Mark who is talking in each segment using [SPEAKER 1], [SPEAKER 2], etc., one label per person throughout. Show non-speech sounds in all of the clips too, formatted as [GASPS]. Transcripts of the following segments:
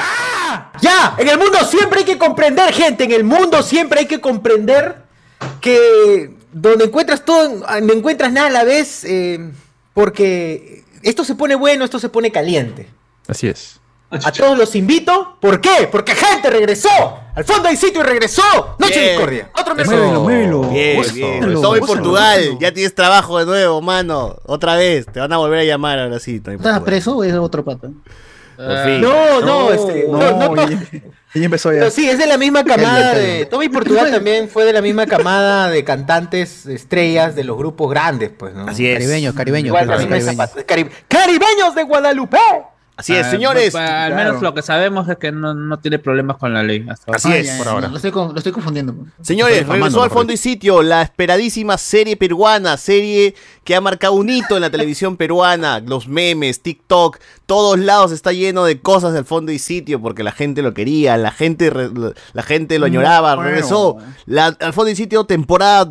[SPEAKER 1] ¡Ya! ¡Ya! En el mundo siempre hay que comprender, gente. En el mundo siempre hay que comprender que donde encuentras todo, no encuentras nada a la vez, eh, porque esto se pone bueno, esto se pone caliente.
[SPEAKER 2] Así es.
[SPEAKER 1] A todos los invito. ¿Por qué? Porque gente regresó. Al fondo hay sitio y regresó. Noche de
[SPEAKER 3] Bien.
[SPEAKER 1] discordia. Otro
[SPEAKER 2] Eso.
[SPEAKER 1] miércoles.
[SPEAKER 3] Bien,
[SPEAKER 2] Eso.
[SPEAKER 3] bien.
[SPEAKER 2] Eso.
[SPEAKER 3] Todo en
[SPEAKER 2] Eso.
[SPEAKER 3] Portugal. Ya tienes trabajo de nuevo, mano. Otra vez. Te van a volver a llamar ahora sí. Estás
[SPEAKER 4] ¿Estás preso o es otro pata?
[SPEAKER 3] Por fin.
[SPEAKER 1] No, no, este,
[SPEAKER 2] No,
[SPEAKER 1] no, no, no.
[SPEAKER 2] ella, ella empezó ya.
[SPEAKER 1] Pero sí, es de la
[SPEAKER 5] [LAUGHS]
[SPEAKER 1] misma camada
[SPEAKER 4] Cállate.
[SPEAKER 1] de. Tommy Portugal también fue de la misma camada de cantantes estrellas de los grupos grandes, pues, ¿no?
[SPEAKER 3] Así es.
[SPEAKER 4] Caribeños, caribeños.
[SPEAKER 1] Igual,
[SPEAKER 4] creo que
[SPEAKER 1] también hay
[SPEAKER 4] caribeños.
[SPEAKER 1] zapatos. Cari- ¡Caribeños de Guadalupe!
[SPEAKER 3] Así es,
[SPEAKER 6] Ah,
[SPEAKER 3] señores.
[SPEAKER 4] pues,
[SPEAKER 6] pa- pa- al
[SPEAKER 2] claro.
[SPEAKER 1] [LAUGHS]
[SPEAKER 6] menos lo que sabemos es que no, no tiene problemas con la ley. Hasta ahora.
[SPEAKER 3] Así
[SPEAKER 4] Ah,
[SPEAKER 3] es,
[SPEAKER 4] ya, ya,
[SPEAKER 3] por
[SPEAKER 4] no,
[SPEAKER 3] ahora.
[SPEAKER 4] Lo estoy, con- lo estoy confundiendo. pues. man.
[SPEAKER 3] Señores,
[SPEAKER 2] Estoy
[SPEAKER 3] regresó
[SPEAKER 2] formando,
[SPEAKER 3] al
[SPEAKER 2] mejor
[SPEAKER 3] fondo y sitio la esperadísima serie peruana, serie que ha marcado un hito en
[SPEAKER 2] [LAUGHS]
[SPEAKER 3] la televisión peruana, los memes, TikTok, todos lados está lleno de cosas del fondo y sitio porque la gente lo quería, la gente re- la gente
[SPEAKER 2] Mm,
[SPEAKER 3] lo añoraba,
[SPEAKER 4] Bueno.
[SPEAKER 3] regresó la- al fondo y sitio temporada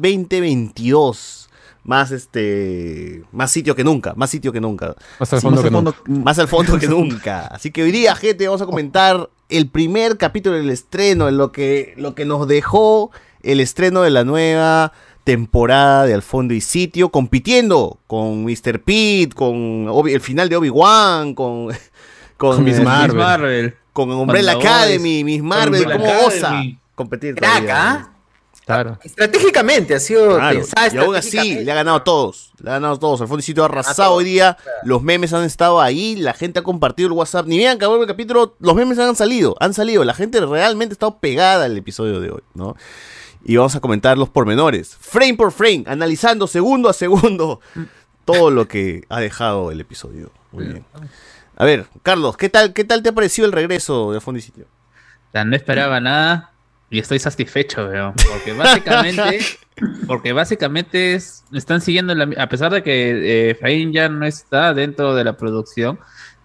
[SPEAKER 3] 2022. Más este más sitio que nunca, más sitio que nunca.
[SPEAKER 2] Más al
[SPEAKER 3] Sí,
[SPEAKER 2] fondo
[SPEAKER 3] más
[SPEAKER 2] que
[SPEAKER 3] al
[SPEAKER 2] nunca.
[SPEAKER 3] más al fondo que nunca. Así que hoy día, gente, vamos a comentar el primer capítulo del estreno, en lo que, lo que nos dejó el estreno de la nueva temporada de Al Fondo y Sitio, compitiendo con Mr. Pete, con Obi- el final de Obi-Wan, con, [LAUGHS] con,
[SPEAKER 2] Con Miss
[SPEAKER 3] eh,
[SPEAKER 2] Marvel.
[SPEAKER 6] Miss Marvel.
[SPEAKER 3] con Umbrella
[SPEAKER 6] Con The
[SPEAKER 3] Academy, Miss Marvel,
[SPEAKER 6] Umbrella
[SPEAKER 3] ¿cómo osa
[SPEAKER 6] Academy.
[SPEAKER 3] competir?
[SPEAKER 1] Crack,
[SPEAKER 3] todavía?
[SPEAKER 1] ¿ah?
[SPEAKER 2] Claro.
[SPEAKER 1] Estratégicamente ha sido
[SPEAKER 3] Claro,
[SPEAKER 1] pensada
[SPEAKER 3] Y aún así,
[SPEAKER 1] estratégicamente.
[SPEAKER 3] le ha ganado a todos. Le ha ganado a todos. Al fondo y sitio ha arrasado hoy día. Los memes han estado ahí. La gente ha compartido el WhatsApp. Ni bien acabó el capítulo. Los memes han salido. Han salido. La gente realmente ha estado pegada al episodio de hoy, ¿no? Y vamos a comentar los pormenores. Frame por frame. Analizando segundo a
[SPEAKER 1] [LAUGHS]
[SPEAKER 3] segundo. Todo lo que ha dejado el episodio. Muy bien. A ver, Carlos, ¿qué tal, qué tal te ha parecido el regreso de Al fondo y sitio?
[SPEAKER 6] O sea, no esperaba nada y estoy satisfecho, veo. Porque
[SPEAKER 3] [LAUGHS]
[SPEAKER 6] básicamente, porque básicamente es- están siguiendo, la mi- a pesar de que eh, Efraín ya no está dentro de la producción,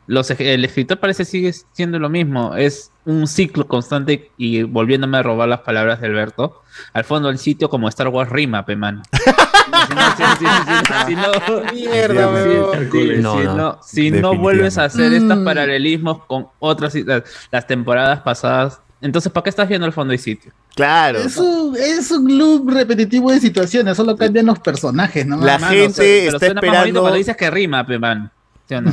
[SPEAKER 6] los, ej- el escritor parece sigue siendo lo mismo. Es un ciclo constante y volviéndome a robar las palabras de Alberto. Al fondo del sitio como Star Wars rima, pe mano. Si no- si- si- si- si no-
[SPEAKER 1] Mierda,
[SPEAKER 6] Sí,
[SPEAKER 1] weón.
[SPEAKER 6] sí,
[SPEAKER 2] No,
[SPEAKER 6] si
[SPEAKER 2] no,
[SPEAKER 6] no, si no
[SPEAKER 2] definitivamente.
[SPEAKER 6] vuelves a hacer estos
[SPEAKER 4] Mm.
[SPEAKER 6] paralelismos con otras las, las temporadas pasadas, entonces ¿para qué estás viendo el fondo y sitio?
[SPEAKER 3] Claro.
[SPEAKER 4] Es un, es un loop repetitivo de situaciones, solo cambian los personajes, ¿no?
[SPEAKER 3] La-
[SPEAKER 6] Mano,
[SPEAKER 3] gente
[SPEAKER 6] o sea, pero
[SPEAKER 3] está
[SPEAKER 6] suena más bonito
[SPEAKER 3] esperando-
[SPEAKER 6] cuando dices que rima, pe man. ¿Sí
[SPEAKER 3] [LAUGHS]
[SPEAKER 6] o no?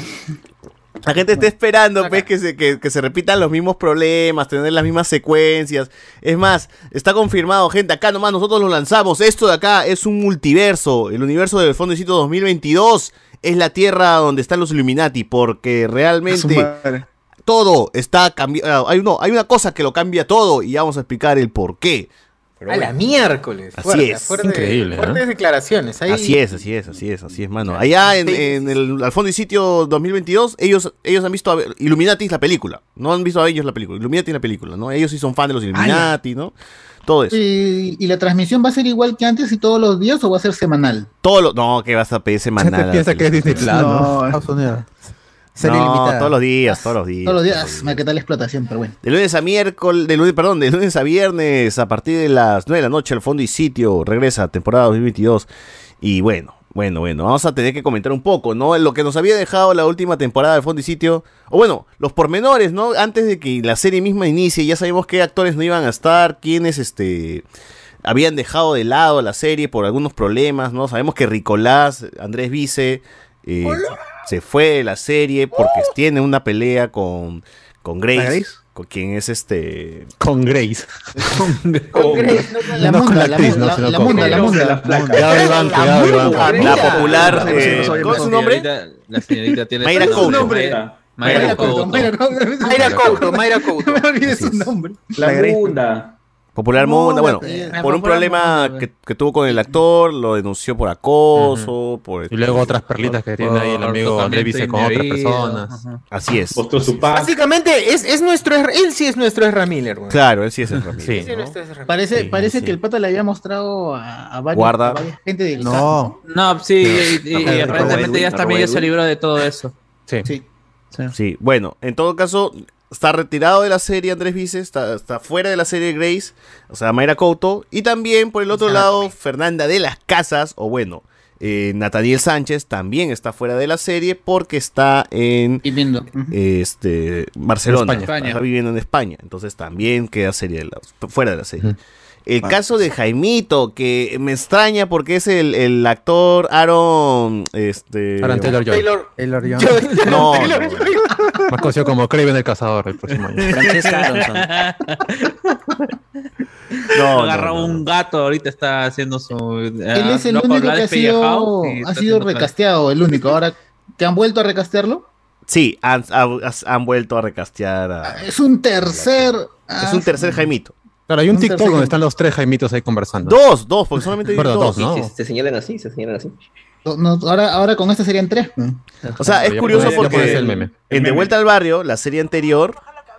[SPEAKER 3] La gente está esperando
[SPEAKER 6] Acá.
[SPEAKER 3] pues, que, se, que, que se repitan los mismos problemas, tener las mismas secuencias. Es más, está confirmado, gente. Acá nomás nosotros lo lanzamos. Esto de acá es un multiverso. El universo del Fondo de Sitio 2022 es la tierra donde están los Illuminati. Porque
[SPEAKER 2] Su
[SPEAKER 3] realmente
[SPEAKER 2] madre.
[SPEAKER 3] todo está cambiado. Hay, uno, hay una cosa que lo cambia todo y ya vamos a explicar el por qué.
[SPEAKER 1] A la miércoles.
[SPEAKER 3] Así
[SPEAKER 1] Fuerte,
[SPEAKER 3] es.
[SPEAKER 1] fuerte-
[SPEAKER 2] Increíble, ¿eh?
[SPEAKER 1] Fuertes declaraciones. Ahí-
[SPEAKER 3] Así es, así es, así es, así es, mano. Allá en, en el Al Fondo y Sitio 2022, ellos, ellos han visto a ver- Illuminati es la película. No han visto a ellos la película. Illuminati es la película, ¿no? Ellos sí son fan de los Illuminati, ¿no? Todo eso.
[SPEAKER 4] Y, y la transmisión va a ser igual que antes y todos los días o va a ser semanal?
[SPEAKER 3] Todo lo. No, que vas a pedir
[SPEAKER 2] La gente
[SPEAKER 3] semanal.
[SPEAKER 2] [LAUGHS] piensa que es Disney Plus, ¿no?
[SPEAKER 7] No.
[SPEAKER 2] Estados Unidos.
[SPEAKER 7] Serie
[SPEAKER 3] no,
[SPEAKER 7] limitada.
[SPEAKER 3] todos los días, todos los días.
[SPEAKER 4] Todos los días, me queda la explotación, pero bueno.
[SPEAKER 3] De lunes a miércoles, de lunes, perdón, de lunes a viernes, a partir de las 9 de la noche, al fondo y sitio, regresa temporada 2022. Y bueno, bueno, bueno, vamos a tener que comentar un poco, ¿no? Lo que nos había dejado la última temporada de fondo y sitio, o bueno, los pormenores, ¿no? Antes de que la serie misma inicie, ya sabemos qué actores no iban a estar, quiénes, este, habían dejado de lado la serie por algunos problemas, ¿no? Sabemos que Ricolás, Andrés Vice, eh, se fue de la serie porque tiene una pelea con, con Grace,
[SPEAKER 2] ¿La Grace?
[SPEAKER 3] con quien es este...
[SPEAKER 2] Con
[SPEAKER 3] [LAUGHS]
[SPEAKER 2] Grace.
[SPEAKER 1] Con Grace, no, no,
[SPEAKER 4] La
[SPEAKER 1] no.
[SPEAKER 2] con la
[SPEAKER 4] munda, la
[SPEAKER 2] actriz, no,
[SPEAKER 4] munda,
[SPEAKER 2] sino
[SPEAKER 4] la
[SPEAKER 2] con-
[SPEAKER 4] munda, la
[SPEAKER 2] con-
[SPEAKER 4] munda.
[SPEAKER 2] Cuidado, Iván, cuidado, Iván.
[SPEAKER 1] La
[SPEAKER 3] La
[SPEAKER 1] Mira.
[SPEAKER 3] popular...
[SPEAKER 2] Sí, sí,
[SPEAKER 3] eh,
[SPEAKER 2] sí, sí,
[SPEAKER 3] ¿Cómo es
[SPEAKER 2] sí,
[SPEAKER 3] su
[SPEAKER 2] sí,
[SPEAKER 3] nombre?
[SPEAKER 6] Señorita- la señorita tiene
[SPEAKER 3] Mayra
[SPEAKER 6] su Mayra,
[SPEAKER 3] Couto.
[SPEAKER 6] Mayra
[SPEAKER 4] Mayra
[SPEAKER 6] Couto.
[SPEAKER 4] Couto, Mayra Couto.
[SPEAKER 1] Mayra Couto, Mayra Couto.
[SPEAKER 4] Me olvidé su nombre.
[SPEAKER 2] La Grace.
[SPEAKER 3] Popular
[SPEAKER 4] No,
[SPEAKER 3] Munda,
[SPEAKER 4] la
[SPEAKER 3] bueno,
[SPEAKER 4] pelea.
[SPEAKER 3] por
[SPEAKER 6] Popular
[SPEAKER 3] un problema
[SPEAKER 6] Munda,
[SPEAKER 3] que, que tuvo con el actor, lo denunció por acoso, por...
[SPEAKER 2] Y luego otras perlitas que tiene ahí el amigo André Vice con otras personas.
[SPEAKER 3] Así es.
[SPEAKER 8] Mostró su pack.
[SPEAKER 1] Básicamente, es, es nuestro, Ezra- él sí es nuestro Ezra Miller, weón.
[SPEAKER 3] Claro, él sí es el Ramírez.
[SPEAKER 2] Sí.
[SPEAKER 1] Ese es nuestro Ezra Miller.
[SPEAKER 4] Parece,
[SPEAKER 2] Sí,
[SPEAKER 4] parece
[SPEAKER 2] sí.
[SPEAKER 4] que el pata le había mostrado a, a varios,
[SPEAKER 3] Guarda.
[SPEAKER 4] a varias gente del cast.
[SPEAKER 7] No,
[SPEAKER 6] No, sí, y, y- y
[SPEAKER 2] Arroba
[SPEAKER 6] aparentemente ya
[SPEAKER 3] Edwin,
[SPEAKER 6] también
[SPEAKER 3] arroba
[SPEAKER 6] ya se
[SPEAKER 3] Edwin.
[SPEAKER 6] libró de
[SPEAKER 3] [LAUGHS]
[SPEAKER 6] todo eso.
[SPEAKER 2] Sí.
[SPEAKER 4] Sí.
[SPEAKER 3] Sí, bueno, en todo caso, está retirado de la serie Andrés Vices, está, está fuera de la serie Grace, o sea, Mayra Couto, y también por el otro lado, Fernanda de las Casas, o bueno, Eh, Nathaniel Sánchez también está fuera de la serie porque está en
[SPEAKER 6] Y viendo.
[SPEAKER 3] este, Barcelona,
[SPEAKER 6] En España.
[SPEAKER 3] está viviendo en España, entonces también queda serie de la- fuera de la serie.
[SPEAKER 2] Ujú.
[SPEAKER 3] El caso de Jaimito, que me extraña porque es el, el actor Aaron este,
[SPEAKER 2] Aaron Taylor Joy,
[SPEAKER 1] Taylor.
[SPEAKER 7] El Orión.
[SPEAKER 3] No, no,
[SPEAKER 1] Taylor-
[SPEAKER 3] no.
[SPEAKER 2] más conocido como Craven el Cazador el próximo año.
[SPEAKER 7] Francesca
[SPEAKER 6] [LAUGHS]
[SPEAKER 7] Aronson.
[SPEAKER 3] No,
[SPEAKER 6] Agarra
[SPEAKER 3] no, no, no.
[SPEAKER 6] un gato, ahorita está haciendo su. Ah,
[SPEAKER 4] Él es el único que ha sido, ha sido recasteado, el único. Ahora, ¿te han vuelto a recastearlo?
[SPEAKER 3] Sí, han, han- han vuelto a recastear a-
[SPEAKER 4] Es un tercer. ah,
[SPEAKER 8] Ah,
[SPEAKER 3] Es un tercer Jaimito.
[SPEAKER 2] Claro, hay un
[SPEAKER 4] Un
[SPEAKER 2] TikTok
[SPEAKER 4] tercer-
[SPEAKER 2] donde están los tres Jaimitos ahí conversando.
[SPEAKER 3] Dos, dos, porque solamente hay
[SPEAKER 2] Perdón,
[SPEAKER 3] dos.
[SPEAKER 2] dos, ¿no?
[SPEAKER 8] Sí, se, se señalan así, se señalan así.
[SPEAKER 4] No, no, ahora, ahora con este serían tres. ¿no?
[SPEAKER 3] O sea, es
[SPEAKER 2] Ya
[SPEAKER 3] curioso
[SPEAKER 2] puedes- ya puedes
[SPEAKER 3] porque
[SPEAKER 2] hacer el meme.
[SPEAKER 3] en De Vuelta al Barrio, la serie anterior,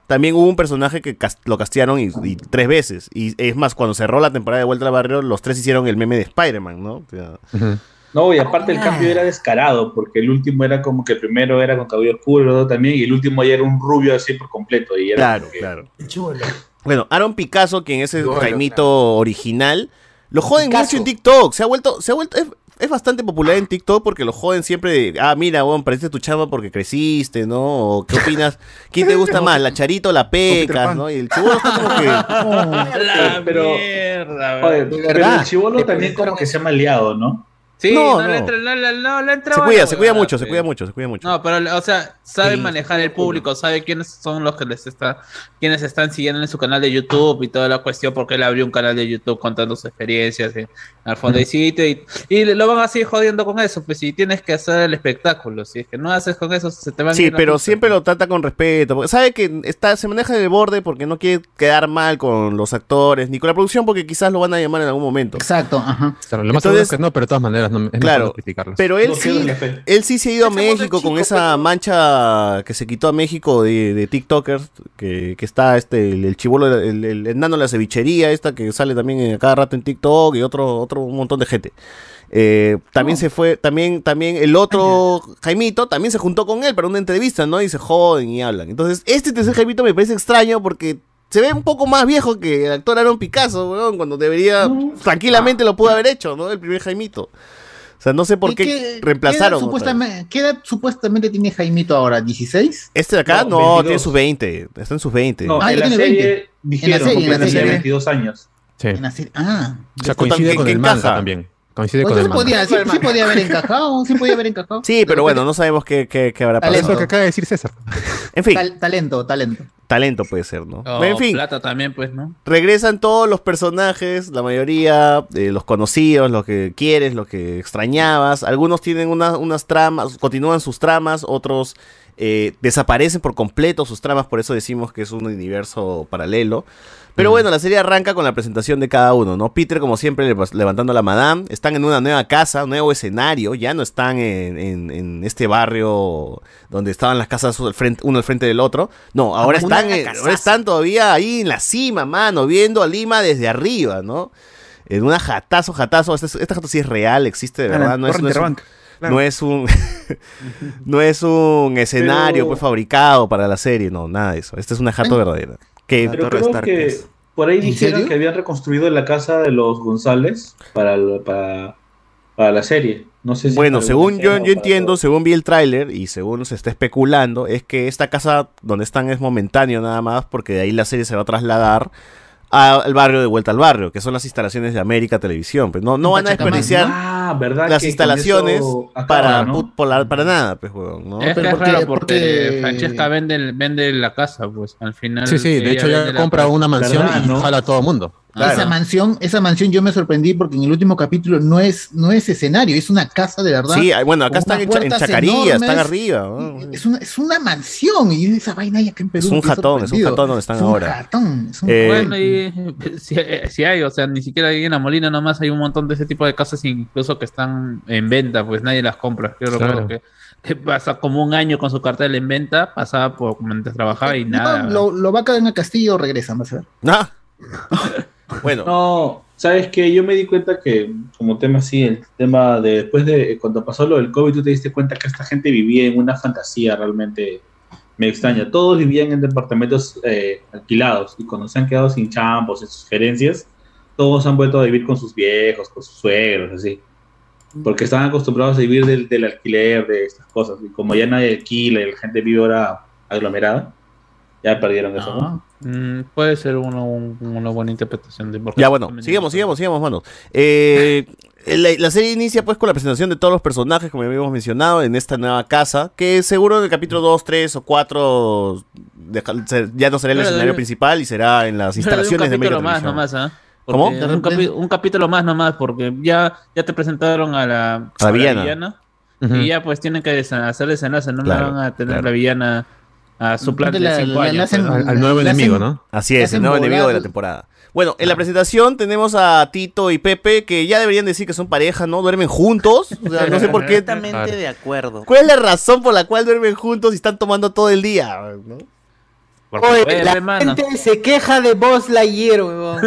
[SPEAKER 3] también hubo un personaje que cas- lo castearon y, y tres veces. Y es más, cuando cerró la temporada de Vuelta al Barrio, los tres hicieron el meme de Spider-Man, ¿no? O sea,
[SPEAKER 2] Ujú.
[SPEAKER 9] No, y aparte el cambio era descarado, porque el último era como que el primero era con cabello oscuro, el otro también, y el último ya era un rubio así por completo. Y era
[SPEAKER 3] claro,
[SPEAKER 9] como que-
[SPEAKER 3] claro. Bueno, Aaron Picasso, quien es el
[SPEAKER 1] Bueno,
[SPEAKER 3] Jaimito original, lo joden
[SPEAKER 1] Picasso.
[SPEAKER 3] mucho en TikTok. Se ha vuelto, se ha vuelto, es, es bastante popular en TikTok porque lo joden siempre. de, Ah, mira, bueno, pareciste tu chamba porque creciste, ¿no? O, ¿Qué opinas? ¿Quién te gusta más, la charito o la pecas,
[SPEAKER 7] Pan.
[SPEAKER 3] no? Y el chibolo está como
[SPEAKER 6] [LAUGHS]
[SPEAKER 3] que.
[SPEAKER 6] La
[SPEAKER 9] Pero-
[SPEAKER 6] mierda,
[SPEAKER 9] Joder,
[SPEAKER 6] bro.
[SPEAKER 9] pero el chivolo también como que se ha maleado, ¿no?
[SPEAKER 6] Sí,
[SPEAKER 3] No,
[SPEAKER 6] no,
[SPEAKER 3] no.
[SPEAKER 6] le entra, no, le- no le entra
[SPEAKER 3] Se
[SPEAKER 6] una
[SPEAKER 3] cuida, se cuida
[SPEAKER 6] huevada,
[SPEAKER 3] mucho, se
[SPEAKER 6] pe.
[SPEAKER 3] cuida mucho, se cuida mucho.
[SPEAKER 6] No, pero, o sea, sabe
[SPEAKER 3] Sí.
[SPEAKER 6] manejar el público, sabe quiénes son los que les está, quienes están siguiendo en su canal de YouTube y toda la cuestión, porque él abrió un canal de YouTube contando sus experiencias en, al fondo del sitio y, y lo van a seguir jodiendo con eso, pues si tienes que hacer el espectáculo, si es que no haces con eso, se te van a
[SPEAKER 3] Sí,
[SPEAKER 6] ir las
[SPEAKER 3] pero
[SPEAKER 6] cosas,
[SPEAKER 3] siempre
[SPEAKER 6] pe.
[SPEAKER 3] lo trata con respeto. porque sabe que está, se maneja en el borde porque no quiere quedar mal con los actores ni con la producción porque quizás lo van a llamar en algún momento.
[SPEAKER 4] Exacto, ajá.
[SPEAKER 2] Claro, lo más seguro
[SPEAKER 3] Entonces-
[SPEAKER 2] es que no, pero de todas maneras no, me- es mejor
[SPEAKER 3] Claro,
[SPEAKER 2] no criticarlos.
[SPEAKER 3] Pero él
[SPEAKER 9] No
[SPEAKER 3] sí,
[SPEAKER 9] pierden la
[SPEAKER 6] pues.
[SPEAKER 9] fe.
[SPEAKER 3] él sí se ha ido a
[SPEAKER 1] Ese mono
[SPEAKER 3] México
[SPEAKER 1] chico,
[SPEAKER 3] con esa
[SPEAKER 1] pues, ¿no?
[SPEAKER 3] mancha que se quitó a México de, de TikTokers, que, que está este, el, el chibolo, el, el, el nano de la cevichería, esta que sale también en- cada rato en TikTok y otro, otro montón de gente. Eh, también se fue, también, también el otro Jaimito también se juntó con él para una entrevista, ¿no? Y se joden y hablan. Entonces, este tercer Jaimito me parece extraño porque se ve un poco más viejo que el actor Aaron Picasso, weón, cuando debería, tranquilamente lo pudo haber hecho, ¿no? El primer Jaimito. O sea, no sé por
[SPEAKER 4] ¿Y
[SPEAKER 3] qué,
[SPEAKER 4] qué-
[SPEAKER 3] reemplazaron. otra
[SPEAKER 4] ¿qué edad,
[SPEAKER 3] vez.
[SPEAKER 4] supuestamente, ¿Qué edad supuestamente tiene Jaimito ahora? ¿16?
[SPEAKER 3] Este de acá, no,
[SPEAKER 9] No, 22.
[SPEAKER 3] tiene sus 20. Está en sus 20.
[SPEAKER 9] No,
[SPEAKER 4] Ah,
[SPEAKER 9] en
[SPEAKER 4] ya
[SPEAKER 9] la
[SPEAKER 4] tiene
[SPEAKER 9] serie
[SPEAKER 4] 20.
[SPEAKER 9] dijeron
[SPEAKER 4] serie,
[SPEAKER 9] porque
[SPEAKER 4] en la
[SPEAKER 9] tenía
[SPEAKER 4] serie.
[SPEAKER 9] 22 años.
[SPEAKER 2] Sí.
[SPEAKER 4] En la serie- Ah.
[SPEAKER 2] O sea,
[SPEAKER 3] Esto también-
[SPEAKER 2] coincide con
[SPEAKER 3] que
[SPEAKER 2] el manga
[SPEAKER 3] encaja.
[SPEAKER 2] también. Coincide con
[SPEAKER 4] Entonces
[SPEAKER 2] el
[SPEAKER 4] sí
[SPEAKER 2] manga.
[SPEAKER 4] podía, pues sí, sí podía haber encajado, sí podía haber encajado.
[SPEAKER 3] Sí, pero bueno, no sabemos qué, qué- qué habrá
[SPEAKER 4] Tal-
[SPEAKER 2] Eso
[SPEAKER 3] pasado.
[SPEAKER 2] que acaba de decir César.
[SPEAKER 3] En fin,
[SPEAKER 4] Tal- talento, talento.
[SPEAKER 3] talento puede ser, ¿no?
[SPEAKER 6] O
[SPEAKER 3] en fin,
[SPEAKER 6] Oh, plata también, pues, ¿no?
[SPEAKER 3] regresan todos los personajes, la mayoría, eh, los conocidos, los que quieres, los que extrañabas. Algunos tienen una- unas tramas, continúan sus tramas, otros eh, desaparecen por completo sus tramas, por eso decimos que es un universo paralelo. Pero bueno, la serie arranca con la presentación de cada uno, ¿no? Peter, como siempre, le- levantando a la madame. Están en una nueva casa, nuevo escenario. Ya no están en, en- en este barrio donde estaban las casas al frente, uno al frente del otro. No, ahora
[SPEAKER 7] Una
[SPEAKER 3] están, en-
[SPEAKER 7] casaza.
[SPEAKER 3] ahora están todavía ahí en la cima, mano, viendo a Lima desde arriba, ¿no? En una jatazo, jatazo. Esta, esta jato sí es real, existe de verdad. No es, no es un,
[SPEAKER 7] Ah, Claro.
[SPEAKER 3] no es un [LAUGHS] no es un escenario pues, fabricado para la serie, no, nada de eso. Esta es una jato verdadera. Que
[SPEAKER 9] Pero
[SPEAKER 7] Torre
[SPEAKER 9] creo
[SPEAKER 7] Stark
[SPEAKER 9] que
[SPEAKER 7] es.
[SPEAKER 9] por ahí
[SPEAKER 4] ¿En
[SPEAKER 9] dijeron
[SPEAKER 4] serio?
[SPEAKER 9] que habían reconstruido la casa de los González para, el- para, para la serie. No sé si
[SPEAKER 3] Bueno,
[SPEAKER 9] para
[SPEAKER 3] según
[SPEAKER 9] alguna
[SPEAKER 3] yo,
[SPEAKER 9] escena
[SPEAKER 3] yo
[SPEAKER 9] o para
[SPEAKER 3] entiendo,
[SPEAKER 9] todo.
[SPEAKER 3] según vi el tráiler y según se está especulando, es que esta casa donde están es momentáneo nada más, porque de ahí la serie se va a trasladar a- al barrio de vuelta al barrio, que son las instalaciones de América Televisión. Pues no, no van a
[SPEAKER 4] Pachacamac,
[SPEAKER 3] desperdiciar
[SPEAKER 9] Ah, ¿verdad?
[SPEAKER 3] las
[SPEAKER 9] que con
[SPEAKER 3] instalaciones
[SPEAKER 9] eso acaba,
[SPEAKER 3] para,
[SPEAKER 9] ¿no?
[SPEAKER 3] put- polar- para nada, pues, huevón, ¿no?
[SPEAKER 6] es que
[SPEAKER 4] pero
[SPEAKER 6] es
[SPEAKER 4] porque-
[SPEAKER 6] raro porque,
[SPEAKER 4] porque-
[SPEAKER 6] Francesca vende, el- vende la casa, pues al final.
[SPEAKER 2] Sí, sí,
[SPEAKER 6] ella
[SPEAKER 2] de hecho
[SPEAKER 6] vende
[SPEAKER 2] ya
[SPEAKER 6] la
[SPEAKER 2] compra
[SPEAKER 6] casa.
[SPEAKER 2] una mansión
[SPEAKER 9] ¿Verdad,
[SPEAKER 2] y
[SPEAKER 9] no?
[SPEAKER 2] jala a todo el mundo.
[SPEAKER 4] Ah, Esa
[SPEAKER 3] Claro.
[SPEAKER 4] mansión, esa mansión yo me sorprendí porque en el último capítulo no es, no es escenario, es una casa de verdad.
[SPEAKER 3] Sí, ah, bueno, acá
[SPEAKER 4] Con
[SPEAKER 3] están
[SPEAKER 4] unas
[SPEAKER 3] en, cha- en
[SPEAKER 4] puertas
[SPEAKER 3] Chacarilla, están
[SPEAKER 4] enormes.
[SPEAKER 3] arriba. ¿no?
[SPEAKER 4] Es una, es una mansión y esa vaina ya que en Perú.
[SPEAKER 3] Es un
[SPEAKER 4] estoy
[SPEAKER 3] jatón, es un
[SPEAKER 4] sorprendido.
[SPEAKER 3] jatón donde están
[SPEAKER 4] Es un
[SPEAKER 3] ahora.
[SPEAKER 4] jatón, es un
[SPEAKER 3] Eh,
[SPEAKER 4] jatón.
[SPEAKER 6] Bueno, y [LAUGHS] si, si eh, hay, o sea, ni siquiera ahí en la Molina nomás hay un montón de ese tipo de casas incluso que están en venta, pues nadie las compra. Yo recuerdo
[SPEAKER 2] Claro.
[SPEAKER 6] que, que pasa como un año con su cartel en venta, pasaba por mientras trabajaba y nada.
[SPEAKER 4] Eh, No, lo, lo va a caer en el castillo, regresa, vas a ver.
[SPEAKER 3] Ah. Bueno,
[SPEAKER 9] No, sabes que yo me di cuenta que, como tema así, el tema de después de eh, cuando pasó lo del COVID, tú te diste cuenta que esta gente vivía en una fantasía realmente. Me extraña. Todos vivían en departamentos eh, alquilados y cuando se han quedado sin chambos, sin sus gerencias, todos han vuelto a vivir con sus viejos, con sus suegros, así. porque estaban acostumbrados a vivir del, del alquiler, de estas cosas. Y como ya nadie alquila y la gente vive ahora aglomerada, ya perdieron eso.
[SPEAKER 3] Ah.
[SPEAKER 9] ¿no?
[SPEAKER 6] Mm, puede ser uno- un- una buena interpretación de por qué
[SPEAKER 3] Ya, bueno,
[SPEAKER 6] también-
[SPEAKER 3] sigamos, sigamos, sigamos, mano. Eh, la, la serie inicia pues con la presentación de todos los personajes, como habíamos mencionado, en esta nueva casa, que seguro en el capítulo 2, 3 o 4 deja- se- ya no será el
[SPEAKER 6] Pero de-
[SPEAKER 3] escenario principal y será en
[SPEAKER 6] Pero
[SPEAKER 3] las
[SPEAKER 6] de
[SPEAKER 3] instalaciones de
[SPEAKER 6] un capítulo
[SPEAKER 3] América
[SPEAKER 6] más
[SPEAKER 3] Televisión.
[SPEAKER 6] nomás, ¿ah?
[SPEAKER 3] ¿Cómo?
[SPEAKER 6] Porque Un, capi- un capítulo más nomás, porque ya, ya te presentaron a la, a la
[SPEAKER 3] villana.
[SPEAKER 6] Y ya pues tienen que desa- hacer desenlace, no
[SPEAKER 3] Claro,
[SPEAKER 6] la van a tener
[SPEAKER 3] claro.
[SPEAKER 6] la villana a su plan de
[SPEAKER 4] La-
[SPEAKER 6] cinco
[SPEAKER 4] la- la
[SPEAKER 6] años.
[SPEAKER 4] hacen-
[SPEAKER 6] pues.
[SPEAKER 2] Al, al nuevo
[SPEAKER 4] Le hacen-
[SPEAKER 2] enemigo,
[SPEAKER 4] [LAUGHS]
[SPEAKER 2] ¿no?
[SPEAKER 3] Así es, el
[SPEAKER 4] Hacen
[SPEAKER 3] nuevo enemigo de
[SPEAKER 4] volar-
[SPEAKER 3] la temporada. Bueno,
[SPEAKER 6] Ah.
[SPEAKER 3] en la presentación tenemos a Tito y Pepe, que ya deberían decir que son pareja, ¿no? Duermen juntos. O sea, no sé por qué.
[SPEAKER 7] Completamente de acuerdo.
[SPEAKER 3] ¿Cuál es la razón por la cual duermen juntos y están tomando todo el día? ¿no?
[SPEAKER 6] Porque,
[SPEAKER 1] Oye,
[SPEAKER 6] oye,
[SPEAKER 1] la
[SPEAKER 6] hermano,
[SPEAKER 1] gente se queja de Buzz Lightyear, weón.
[SPEAKER 2] O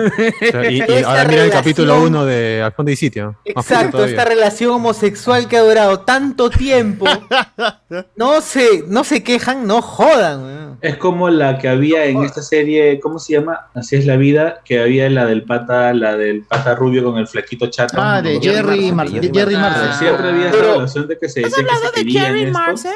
[SPEAKER 2] sea, y, y
[SPEAKER 1] Esta
[SPEAKER 2] ahora mira el
[SPEAKER 1] relación-
[SPEAKER 2] capítulo 1 de Al fondo y sitio. Más fuerte
[SPEAKER 1] Exacto,
[SPEAKER 2] todavía.
[SPEAKER 1] esta relación homosexual que ha durado
[SPEAKER 3] [LAUGHS]
[SPEAKER 1] tanto tiempo. No se, no se quejan, no jodan, weón.
[SPEAKER 9] Es como la que había en esta serie, ¿cómo se llama? Así es la vida, que había la del pata, la del pata rubio con el flaquito chato.
[SPEAKER 4] Ah, de Jerry Mar- de Jerry
[SPEAKER 6] Ah.
[SPEAKER 9] Marcel.
[SPEAKER 4] Marcel.
[SPEAKER 9] Siempre había esta
[SPEAKER 1] Pero-
[SPEAKER 9] relación de que se decía que se querían esto.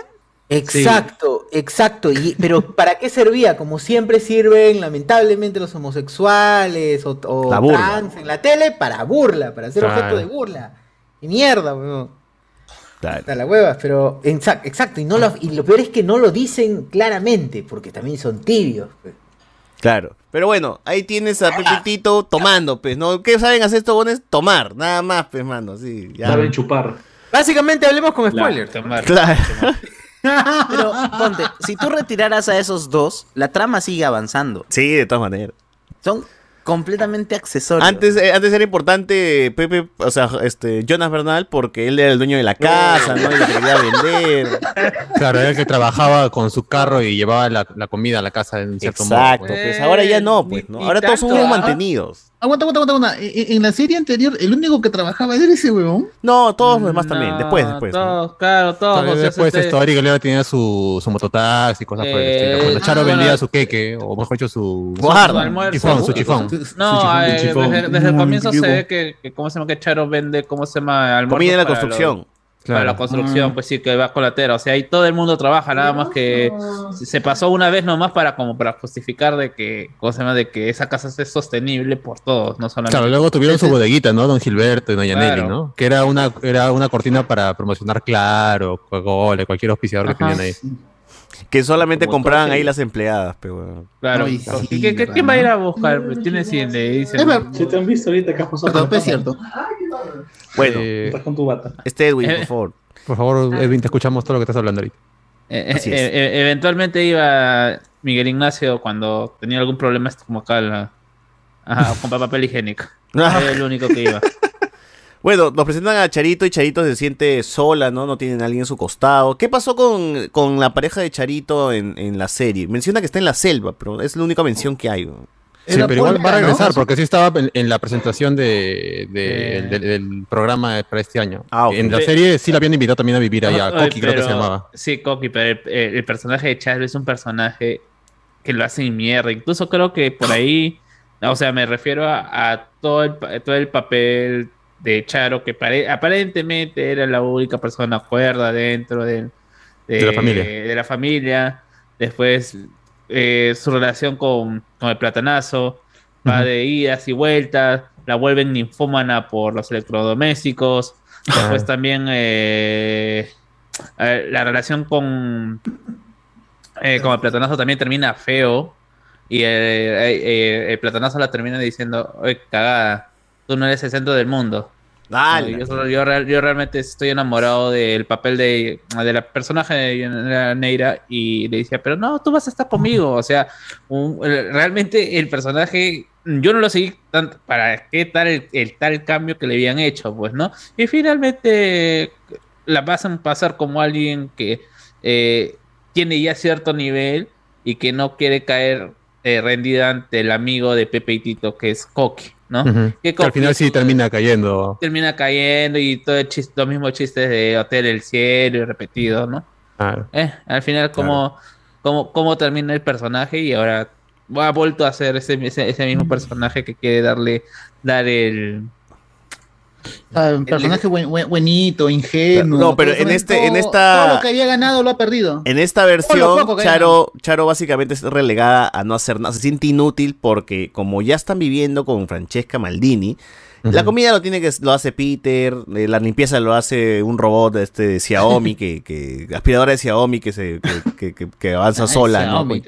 [SPEAKER 1] Exacto, exacto. Y, pero ¿para qué servía? Como siempre sirven, lamentablemente, los homosexuales o, o
[SPEAKER 3] La burla.
[SPEAKER 1] trans en la tele para burla, para ser
[SPEAKER 2] Claro.
[SPEAKER 1] objeto de burla. Y mierda, weón.
[SPEAKER 3] Claro.
[SPEAKER 1] Está la hueva, pero exac- exacto. Y, no lo, y lo peor es que no lo dicen claramente, porque también son tibios. pe.
[SPEAKER 3] Claro. Pero bueno, ahí tienes a Pepe y Tito tomando, pues, ¿no? ¿Qué saben hacer estos bones? Tomar, nada más, pues, mano, así. Ya.
[SPEAKER 9] Saben chupar.
[SPEAKER 1] Básicamente hablemos con spoilers.
[SPEAKER 6] tomar.
[SPEAKER 1] [LAUGHS]
[SPEAKER 3] Claro.
[SPEAKER 7] Pero, ponte, si tú retiraras a esos dos, la trama sigue avanzando.
[SPEAKER 3] Sí, de todas maneras.
[SPEAKER 7] Son completamente accesorios.
[SPEAKER 3] Antes, eh, antes era importante Pepe, o sea, este, Jonas Bernal, porque él era el dueño de la casa, ¿no? Y la quería vender.
[SPEAKER 6] [LAUGHS]
[SPEAKER 2] Claro, era el que trabajaba con su carro y llevaba la, la comida a la casa en cierto
[SPEAKER 3] Exacto,
[SPEAKER 2] modo. ¿no?
[SPEAKER 3] pues ahora ya no, pues,
[SPEAKER 6] Ni-
[SPEAKER 3] ¿no?
[SPEAKER 6] ni
[SPEAKER 3] Ahora todos
[SPEAKER 6] tanto,
[SPEAKER 3] somos
[SPEAKER 6] ¿ah?
[SPEAKER 3] mantenidos.
[SPEAKER 4] Aguanta, aguanta, aguanta, aguanta. E- e- En la serie anterior, el único que trabajaba era ese huevón.
[SPEAKER 3] Mm, No, todos los demás también,
[SPEAKER 6] No,
[SPEAKER 3] después, después. ¿no?
[SPEAKER 6] Todos, claro, todos.
[SPEAKER 2] Tal vez
[SPEAKER 6] o sea,
[SPEAKER 2] después
[SPEAKER 6] este-
[SPEAKER 2] esto, Ari Galea tenía su, su mototaxi y cosas por el estilo. Cuando
[SPEAKER 6] Eh,
[SPEAKER 2] Charo
[SPEAKER 6] ah,
[SPEAKER 2] vendía
[SPEAKER 6] bueno.
[SPEAKER 2] su queque, o mejor dicho, su,
[SPEAKER 3] Su jarra.
[SPEAKER 2] su chifón, su chifón.
[SPEAKER 6] No,
[SPEAKER 9] chifón,
[SPEAKER 6] eh,
[SPEAKER 9] su chifón.
[SPEAKER 6] desde, desde el
[SPEAKER 9] Muy
[SPEAKER 6] comienzo se
[SPEAKER 9] vivo.
[SPEAKER 6] ve que, que ¿cómo se llama? Que Charo vende, ¿cómo se llama? Almuerzos
[SPEAKER 3] Comida en la
[SPEAKER 6] para los-
[SPEAKER 3] construcción.
[SPEAKER 2] Claro. Mm.
[SPEAKER 6] Para la construcción, pues sí, que va colatera. O sea, ahí todo el mundo trabaja, nada más que se pasó una vez nomás para como para justificar de que, ¿cómo se llama? De que esa casa esté sostenible por todos, no solamente.
[SPEAKER 2] Claro, luego tuvieron
[SPEAKER 3] Este-
[SPEAKER 2] su bodeguita, ¿no? Don Gilberto y Doña
[SPEAKER 6] Claro.
[SPEAKER 2] Nelly, ¿no? Que era una, era una cortina para promocionar Claro, Coca-Cola, cualquier auspiciador que
[SPEAKER 6] Ajá.
[SPEAKER 2] tenían ahí.
[SPEAKER 3] Que solamente
[SPEAKER 9] Como
[SPEAKER 3] compraban
[SPEAKER 9] todo.
[SPEAKER 3] ahí las empleadas, pero bueno.
[SPEAKER 6] Claro.
[SPEAKER 4] Ay,
[SPEAKER 6] Porque
[SPEAKER 4] sí,
[SPEAKER 6] ¿qué- qué- ¿Quién va a ir a buscar? Pues tiene cine, dice.
[SPEAKER 4] Es verdad.
[SPEAKER 9] Si te han visto ahorita que has pasado
[SPEAKER 4] Perdón,
[SPEAKER 9] por la
[SPEAKER 4] es cierto.
[SPEAKER 3] Bueno,
[SPEAKER 2] Eh,
[SPEAKER 9] Estás con tu bata.
[SPEAKER 3] este Edwin,
[SPEAKER 6] eh, ah.
[SPEAKER 3] por favor.
[SPEAKER 2] por favor, Edwin, te escuchamos todo lo que estás hablando ahorita.
[SPEAKER 6] Eh,
[SPEAKER 3] Así
[SPEAKER 6] eh,
[SPEAKER 3] es.
[SPEAKER 6] eh, eventualmente iba Miguel Ignacio cuando tenía algún problema estomacal ah, ajá, con papel
[SPEAKER 3] [LAUGHS]
[SPEAKER 6] higiénico.
[SPEAKER 3] Ah.
[SPEAKER 6] Era el único que iba.
[SPEAKER 3] Bueno, nos presentan a Charito y Charito se siente sola, ¿no? No tienen a alguien a su costado. ¿Qué pasó con, con la pareja de Charito en, en la serie? Menciona que está en la selva, pero es la única mención que hay. ¿no?
[SPEAKER 2] Sí, pero igual va a
[SPEAKER 4] Era
[SPEAKER 2] regresar,
[SPEAKER 4] Paula, ¿no?
[SPEAKER 2] porque sí estaba en, en la presentación de, de-
[SPEAKER 6] Eh.
[SPEAKER 2] del, del programa para este año.
[SPEAKER 3] Ah, ok.
[SPEAKER 2] En la serie sí la habían invitado también a vivir allá.
[SPEAKER 6] Ay,
[SPEAKER 2] Coqui creo que
[SPEAKER 6] Ah, pero-
[SPEAKER 2] se llamaba.
[SPEAKER 6] Sí, Coqui, pero el, el- el personaje de Charo es un personaje que lo hace en mierda. Incluso creo que por ahí, o sea, me refiero a, a todo, el, pa- todo el papel de Charo, que pare- aparentemente era la única persona cuerda dentro del- de,
[SPEAKER 2] De la familia.
[SPEAKER 6] de la familia. Después, eh, su relación con, con el platanazo va de idas y vueltas, la vuelven ninfómana por los electrodomésticos. Después Pues también eh, eh, la relación con, eh, con el platanazo también termina feo. Y eh, eh, eh, el platanazo la termina diciendo, oye, cagada, tú no eres el centro del mundo.
[SPEAKER 3] Dale.
[SPEAKER 6] Yo, solo- yo real- yo realmente estoy enamorado del papel de, de la personaje de Yanira Neira y le decía, pero no, tú vas a estar conmigo. O sea, un- el- realmente el personaje, yo no lo seguí tanto para qué tal el, el tal cambio que le habían hecho, pues, ¿no? Y finalmente la pasan pasar como alguien que eh, tiene ya cierto nivel y que no quiere caer eh, rendida ante el amigo de Pepe y Tito, que es Coqui, ¿no?
[SPEAKER 2] Ujú.
[SPEAKER 6] ¿Qué
[SPEAKER 2] Que al final sí
[SPEAKER 6] conflicto?
[SPEAKER 2] termina cayendo.
[SPEAKER 6] termina cayendo y todo el chis- los mismos chistes de Hotel El Cielo y repetido, ¿no?
[SPEAKER 2] Claro.
[SPEAKER 6] Eh, al final, ¿cómo, cómo, cómo termina el personaje? Y ahora ha vuelto a ser ese, ese- ese mismo personaje que quiere darle, dar el,
[SPEAKER 4] O sea, un personaje Ah, buen- buen- buenito, ingenuo.
[SPEAKER 3] No, pero
[SPEAKER 4] Todo-
[SPEAKER 3] en este- en
[SPEAKER 4] todo-
[SPEAKER 3] esta-
[SPEAKER 4] Todo lo que había ganado lo ha perdido.
[SPEAKER 3] En esta versión,
[SPEAKER 4] poco que
[SPEAKER 3] Charo, Charo básicamente es relegada a no hacer nada. Se siente inútil porque como ya están viviendo con Francesca Maldini, la
[SPEAKER 2] Ujú.
[SPEAKER 3] comida lo tiene que lo hace Peter, eh, la limpieza lo hace un robot este de
[SPEAKER 2] [LAUGHS]
[SPEAKER 3] Xiaomi, que, que aspiradora de Xiaomi que se que, que- que- que avanza
[SPEAKER 4] Ah,
[SPEAKER 3] sola,
[SPEAKER 4] ese
[SPEAKER 3] ¿no?
[SPEAKER 4] hombre,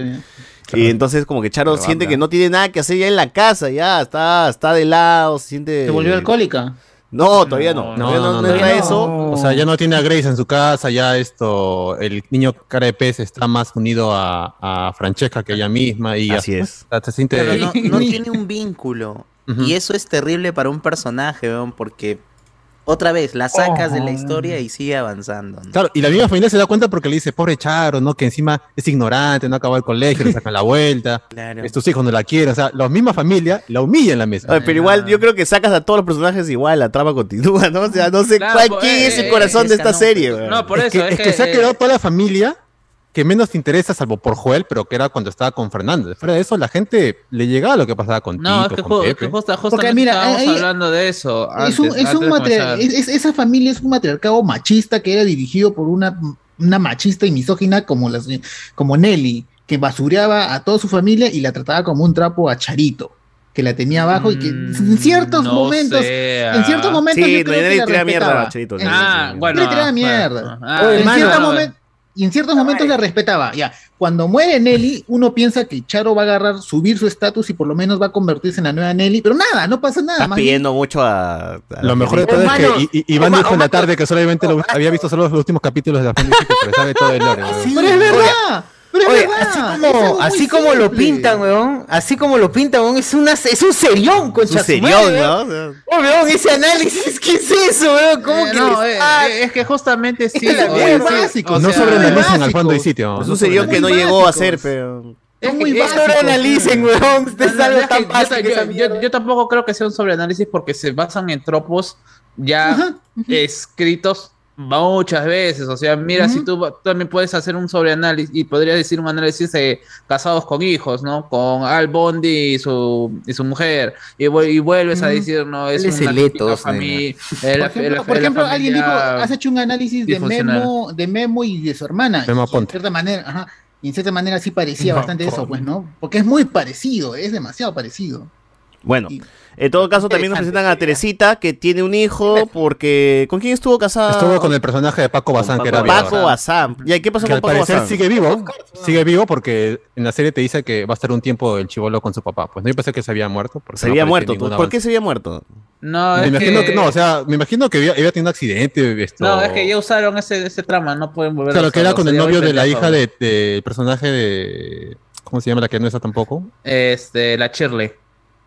[SPEAKER 3] Y entonces como que Charo
[SPEAKER 2] Pero
[SPEAKER 3] siente
[SPEAKER 2] anda.
[SPEAKER 3] que no tiene nada que hacer ya en la casa, ya está está de lado, se siente
[SPEAKER 4] Se volvió alcohólica.
[SPEAKER 3] No, todavía no.
[SPEAKER 6] No,
[SPEAKER 3] todavía no, no
[SPEAKER 2] no, no,
[SPEAKER 3] entra
[SPEAKER 2] no.
[SPEAKER 3] eso.
[SPEAKER 2] O sea, ya no tiene a Grace en su casa, ya esto, el niño cara de pez está más unido a, a Francesca que ella misma y
[SPEAKER 3] Así es.
[SPEAKER 2] hasta se siente...
[SPEAKER 7] Pero no, no tiene un vínculo.
[SPEAKER 2] Ujú.
[SPEAKER 7] Y eso es terrible para un personaje, weón, porque otra vez la sacas de la historia y sigue avanzando. ¿no?
[SPEAKER 2] Claro, y la misma familia se da cuenta porque le dice, pobre Charo, ¿no? Que encima es ignorante, no acaba el colegio, le sacan
[SPEAKER 3] [LAUGHS]
[SPEAKER 2] la vuelta,
[SPEAKER 7] Claro.
[SPEAKER 2] es tus hijos no la quieren, o sea, la misma familia la humilla en la mesa.
[SPEAKER 3] Oye, pero igual yo creo que sacas a todos los personajes igual, la trama continúa, ¿no? O sea, no sé
[SPEAKER 6] Claro,
[SPEAKER 3] cuál
[SPEAKER 6] pues,
[SPEAKER 3] quién
[SPEAKER 6] eh,
[SPEAKER 3] es el
[SPEAKER 6] eh,
[SPEAKER 3] corazón de
[SPEAKER 7] es
[SPEAKER 3] esta
[SPEAKER 7] canon,
[SPEAKER 3] serie,
[SPEAKER 7] pues.
[SPEAKER 3] weón.
[SPEAKER 6] No, por
[SPEAKER 2] es,
[SPEAKER 6] eso.
[SPEAKER 2] que, es que se ha
[SPEAKER 6] eh,
[SPEAKER 2] quedado toda la familia que menos te interesa, salvo por Joel, pero que era cuando estaba con Fernández. Fuera de eso, la gente le llegaba lo que pasaba con
[SPEAKER 6] No, es
[SPEAKER 2] Tito,
[SPEAKER 6] que,
[SPEAKER 2] con
[SPEAKER 6] ju-
[SPEAKER 2] Pepe.
[SPEAKER 6] que justa, justamente
[SPEAKER 4] mira,
[SPEAKER 6] estábamos
[SPEAKER 4] ahí-
[SPEAKER 6] hablando de eso.
[SPEAKER 4] es un,
[SPEAKER 6] antes-
[SPEAKER 4] es un
[SPEAKER 6] antes de
[SPEAKER 4] matri-
[SPEAKER 6] comenzar.
[SPEAKER 4] es- es- esa familia es un matriarcado machista que era dirigido por una, una machista y misógina como, las, como Nelly, que basureaba a toda su familia y la trataba como un trapo a Charito, que la tenía abajo y que en
[SPEAKER 6] Mm,
[SPEAKER 4] ciertos
[SPEAKER 6] no
[SPEAKER 4] momentos,
[SPEAKER 6] sea.
[SPEAKER 4] en ciertos momentos
[SPEAKER 3] Sí,
[SPEAKER 4] yo creo
[SPEAKER 3] Nelly
[SPEAKER 4] que la
[SPEAKER 3] tiraba mierda a
[SPEAKER 4] respetaba.
[SPEAKER 3] Charito,
[SPEAKER 4] En-
[SPEAKER 3] Nelly.
[SPEAKER 6] Ah, bueno.
[SPEAKER 4] Siempre tiraba
[SPEAKER 6] ah,
[SPEAKER 4] mierda.
[SPEAKER 6] ah,
[SPEAKER 1] Oye,
[SPEAKER 6] en
[SPEAKER 4] en
[SPEAKER 6] cierto
[SPEAKER 1] mano,
[SPEAKER 4] cierto
[SPEAKER 1] mano.
[SPEAKER 6] momento-
[SPEAKER 4] momen- y en ciertos momentos la respetaba. Ya, cuando muere Nelly, uno piensa que Charo va a agarrar, subir su estatus y por lo menos va a convertirse en la nueva Nelly, pero nada, no pasa nada.
[SPEAKER 3] Estás
[SPEAKER 4] Ah, más bien.
[SPEAKER 3] pidiendo mucho a. a
[SPEAKER 2] Lo mejor de todo es que
[SPEAKER 1] Hermano,
[SPEAKER 2] I- I- Iván
[SPEAKER 1] Oma-
[SPEAKER 2] dijo en la
[SPEAKER 1] Oma-
[SPEAKER 2] tarde que solamente lo- había visto solo los últimos capítulos de la Family Secret, pero sabe todo el lore. ¿no?
[SPEAKER 1] Sí.
[SPEAKER 4] Pero es verdad. Pero es
[SPEAKER 1] Oye,
[SPEAKER 4] verdad.
[SPEAKER 1] así
[SPEAKER 4] es algo
[SPEAKER 1] como,
[SPEAKER 4] muy
[SPEAKER 1] así como lo
[SPEAKER 4] simple.
[SPEAKER 1] pintan, weón. Así como lo pintan, weón. Es, una, es un serión, con
[SPEAKER 3] Es un serión, ¿no? O sea,
[SPEAKER 1] Oh, weón, ese análisis, [LAUGHS] ¿qué es eso, weón? ¿Cómo
[SPEAKER 6] Eh,
[SPEAKER 1] que
[SPEAKER 6] no,
[SPEAKER 1] les-
[SPEAKER 6] eh,
[SPEAKER 1] ah,
[SPEAKER 6] eh, es que justamente sí.
[SPEAKER 4] [LAUGHS] Es
[SPEAKER 6] oye,
[SPEAKER 4] muy
[SPEAKER 6] sí,
[SPEAKER 4] básico,
[SPEAKER 6] o
[SPEAKER 2] No
[SPEAKER 6] sea,
[SPEAKER 2] sobreanalizan al
[SPEAKER 4] básico.
[SPEAKER 2] fondo y sitio.
[SPEAKER 3] Es un serión que no
[SPEAKER 4] básicos.
[SPEAKER 3] llegó a ser, pero.
[SPEAKER 6] es que-
[SPEAKER 4] muy
[SPEAKER 6] es-
[SPEAKER 1] Esto lo analicen, weón.
[SPEAKER 6] No,
[SPEAKER 1] Ustedes
[SPEAKER 6] no, no,
[SPEAKER 1] algo
[SPEAKER 6] es que
[SPEAKER 1] tan fácil
[SPEAKER 6] yo,
[SPEAKER 1] esa
[SPEAKER 6] yo-
[SPEAKER 1] mierda.
[SPEAKER 6] yo- yo tampoco creo que sea un sobreanálisis porque se basan en tropos ya escritos muchas veces. O sea, mira, si tú va- también puedes hacer un sobreanálisis y podrías decir un análisis de casados con hijos, ¿no? Con Al Bondi y su, y su mujer. Y, vu- y vuelves a
[SPEAKER 1] Ujú.
[SPEAKER 6] decir, no, es
[SPEAKER 1] Él es
[SPEAKER 6] una
[SPEAKER 1] el
[SPEAKER 6] típica
[SPEAKER 1] etos,
[SPEAKER 6] familia. eh,
[SPEAKER 4] Por
[SPEAKER 6] la-
[SPEAKER 4] ejemplo,
[SPEAKER 6] la-
[SPEAKER 4] por
[SPEAKER 6] la
[SPEAKER 4] ejemplo, alguien dijo,
[SPEAKER 6] familia-
[SPEAKER 4] has hecho un análisis de
[SPEAKER 6] disfuncional.
[SPEAKER 4] Memo, de Memo y de su hermana.
[SPEAKER 2] Memo
[SPEAKER 4] Y
[SPEAKER 2] Aponte.
[SPEAKER 4] En cierta manera, ajá, y en cierta manera sí parecía bastante eso, pues, ¿no? Porque es muy parecido, es demasiado parecido.
[SPEAKER 3] Bueno,
[SPEAKER 4] Y-
[SPEAKER 3] en todo caso también nos presentan a Teresita, que tiene un hijo, porque. ¿Con quién estuvo casada?
[SPEAKER 2] Estuvo con el personaje de Paco Bazán,
[SPEAKER 8] Paco
[SPEAKER 2] que era
[SPEAKER 3] Paco
[SPEAKER 2] violador.
[SPEAKER 3] Bazán. ¿Y ahí qué pasó
[SPEAKER 2] Que
[SPEAKER 3] con
[SPEAKER 2] al
[SPEAKER 3] Paco
[SPEAKER 2] parecer
[SPEAKER 3] Bazán?
[SPEAKER 2] sigue vivo, sigue vivo porque en la serie te dice que va a estar un tiempo el chivolo con su papá. Pues no, yo pensé que se había muerto. porque
[SPEAKER 3] Se
[SPEAKER 2] no
[SPEAKER 3] había
[SPEAKER 2] aparecía
[SPEAKER 3] muerto.
[SPEAKER 2] ningún
[SPEAKER 3] ¿Por qué
[SPEAKER 2] avance.
[SPEAKER 3] se había muerto?
[SPEAKER 6] No,
[SPEAKER 2] Me
[SPEAKER 6] es
[SPEAKER 2] imagino que,
[SPEAKER 6] que-
[SPEAKER 2] no, o sea, me imagino que había, había tenido un accidente. Esto,
[SPEAKER 6] No, es que ya usaron ese, ese trama, no pueden volver
[SPEAKER 2] Claro, que era con el
[SPEAKER 6] sería muy
[SPEAKER 2] novio de la
[SPEAKER 6] pendejo.
[SPEAKER 2] hija de- del personaje de. ¿Cómo se llama la que no está tampoco?
[SPEAKER 6] Este, la Shirley.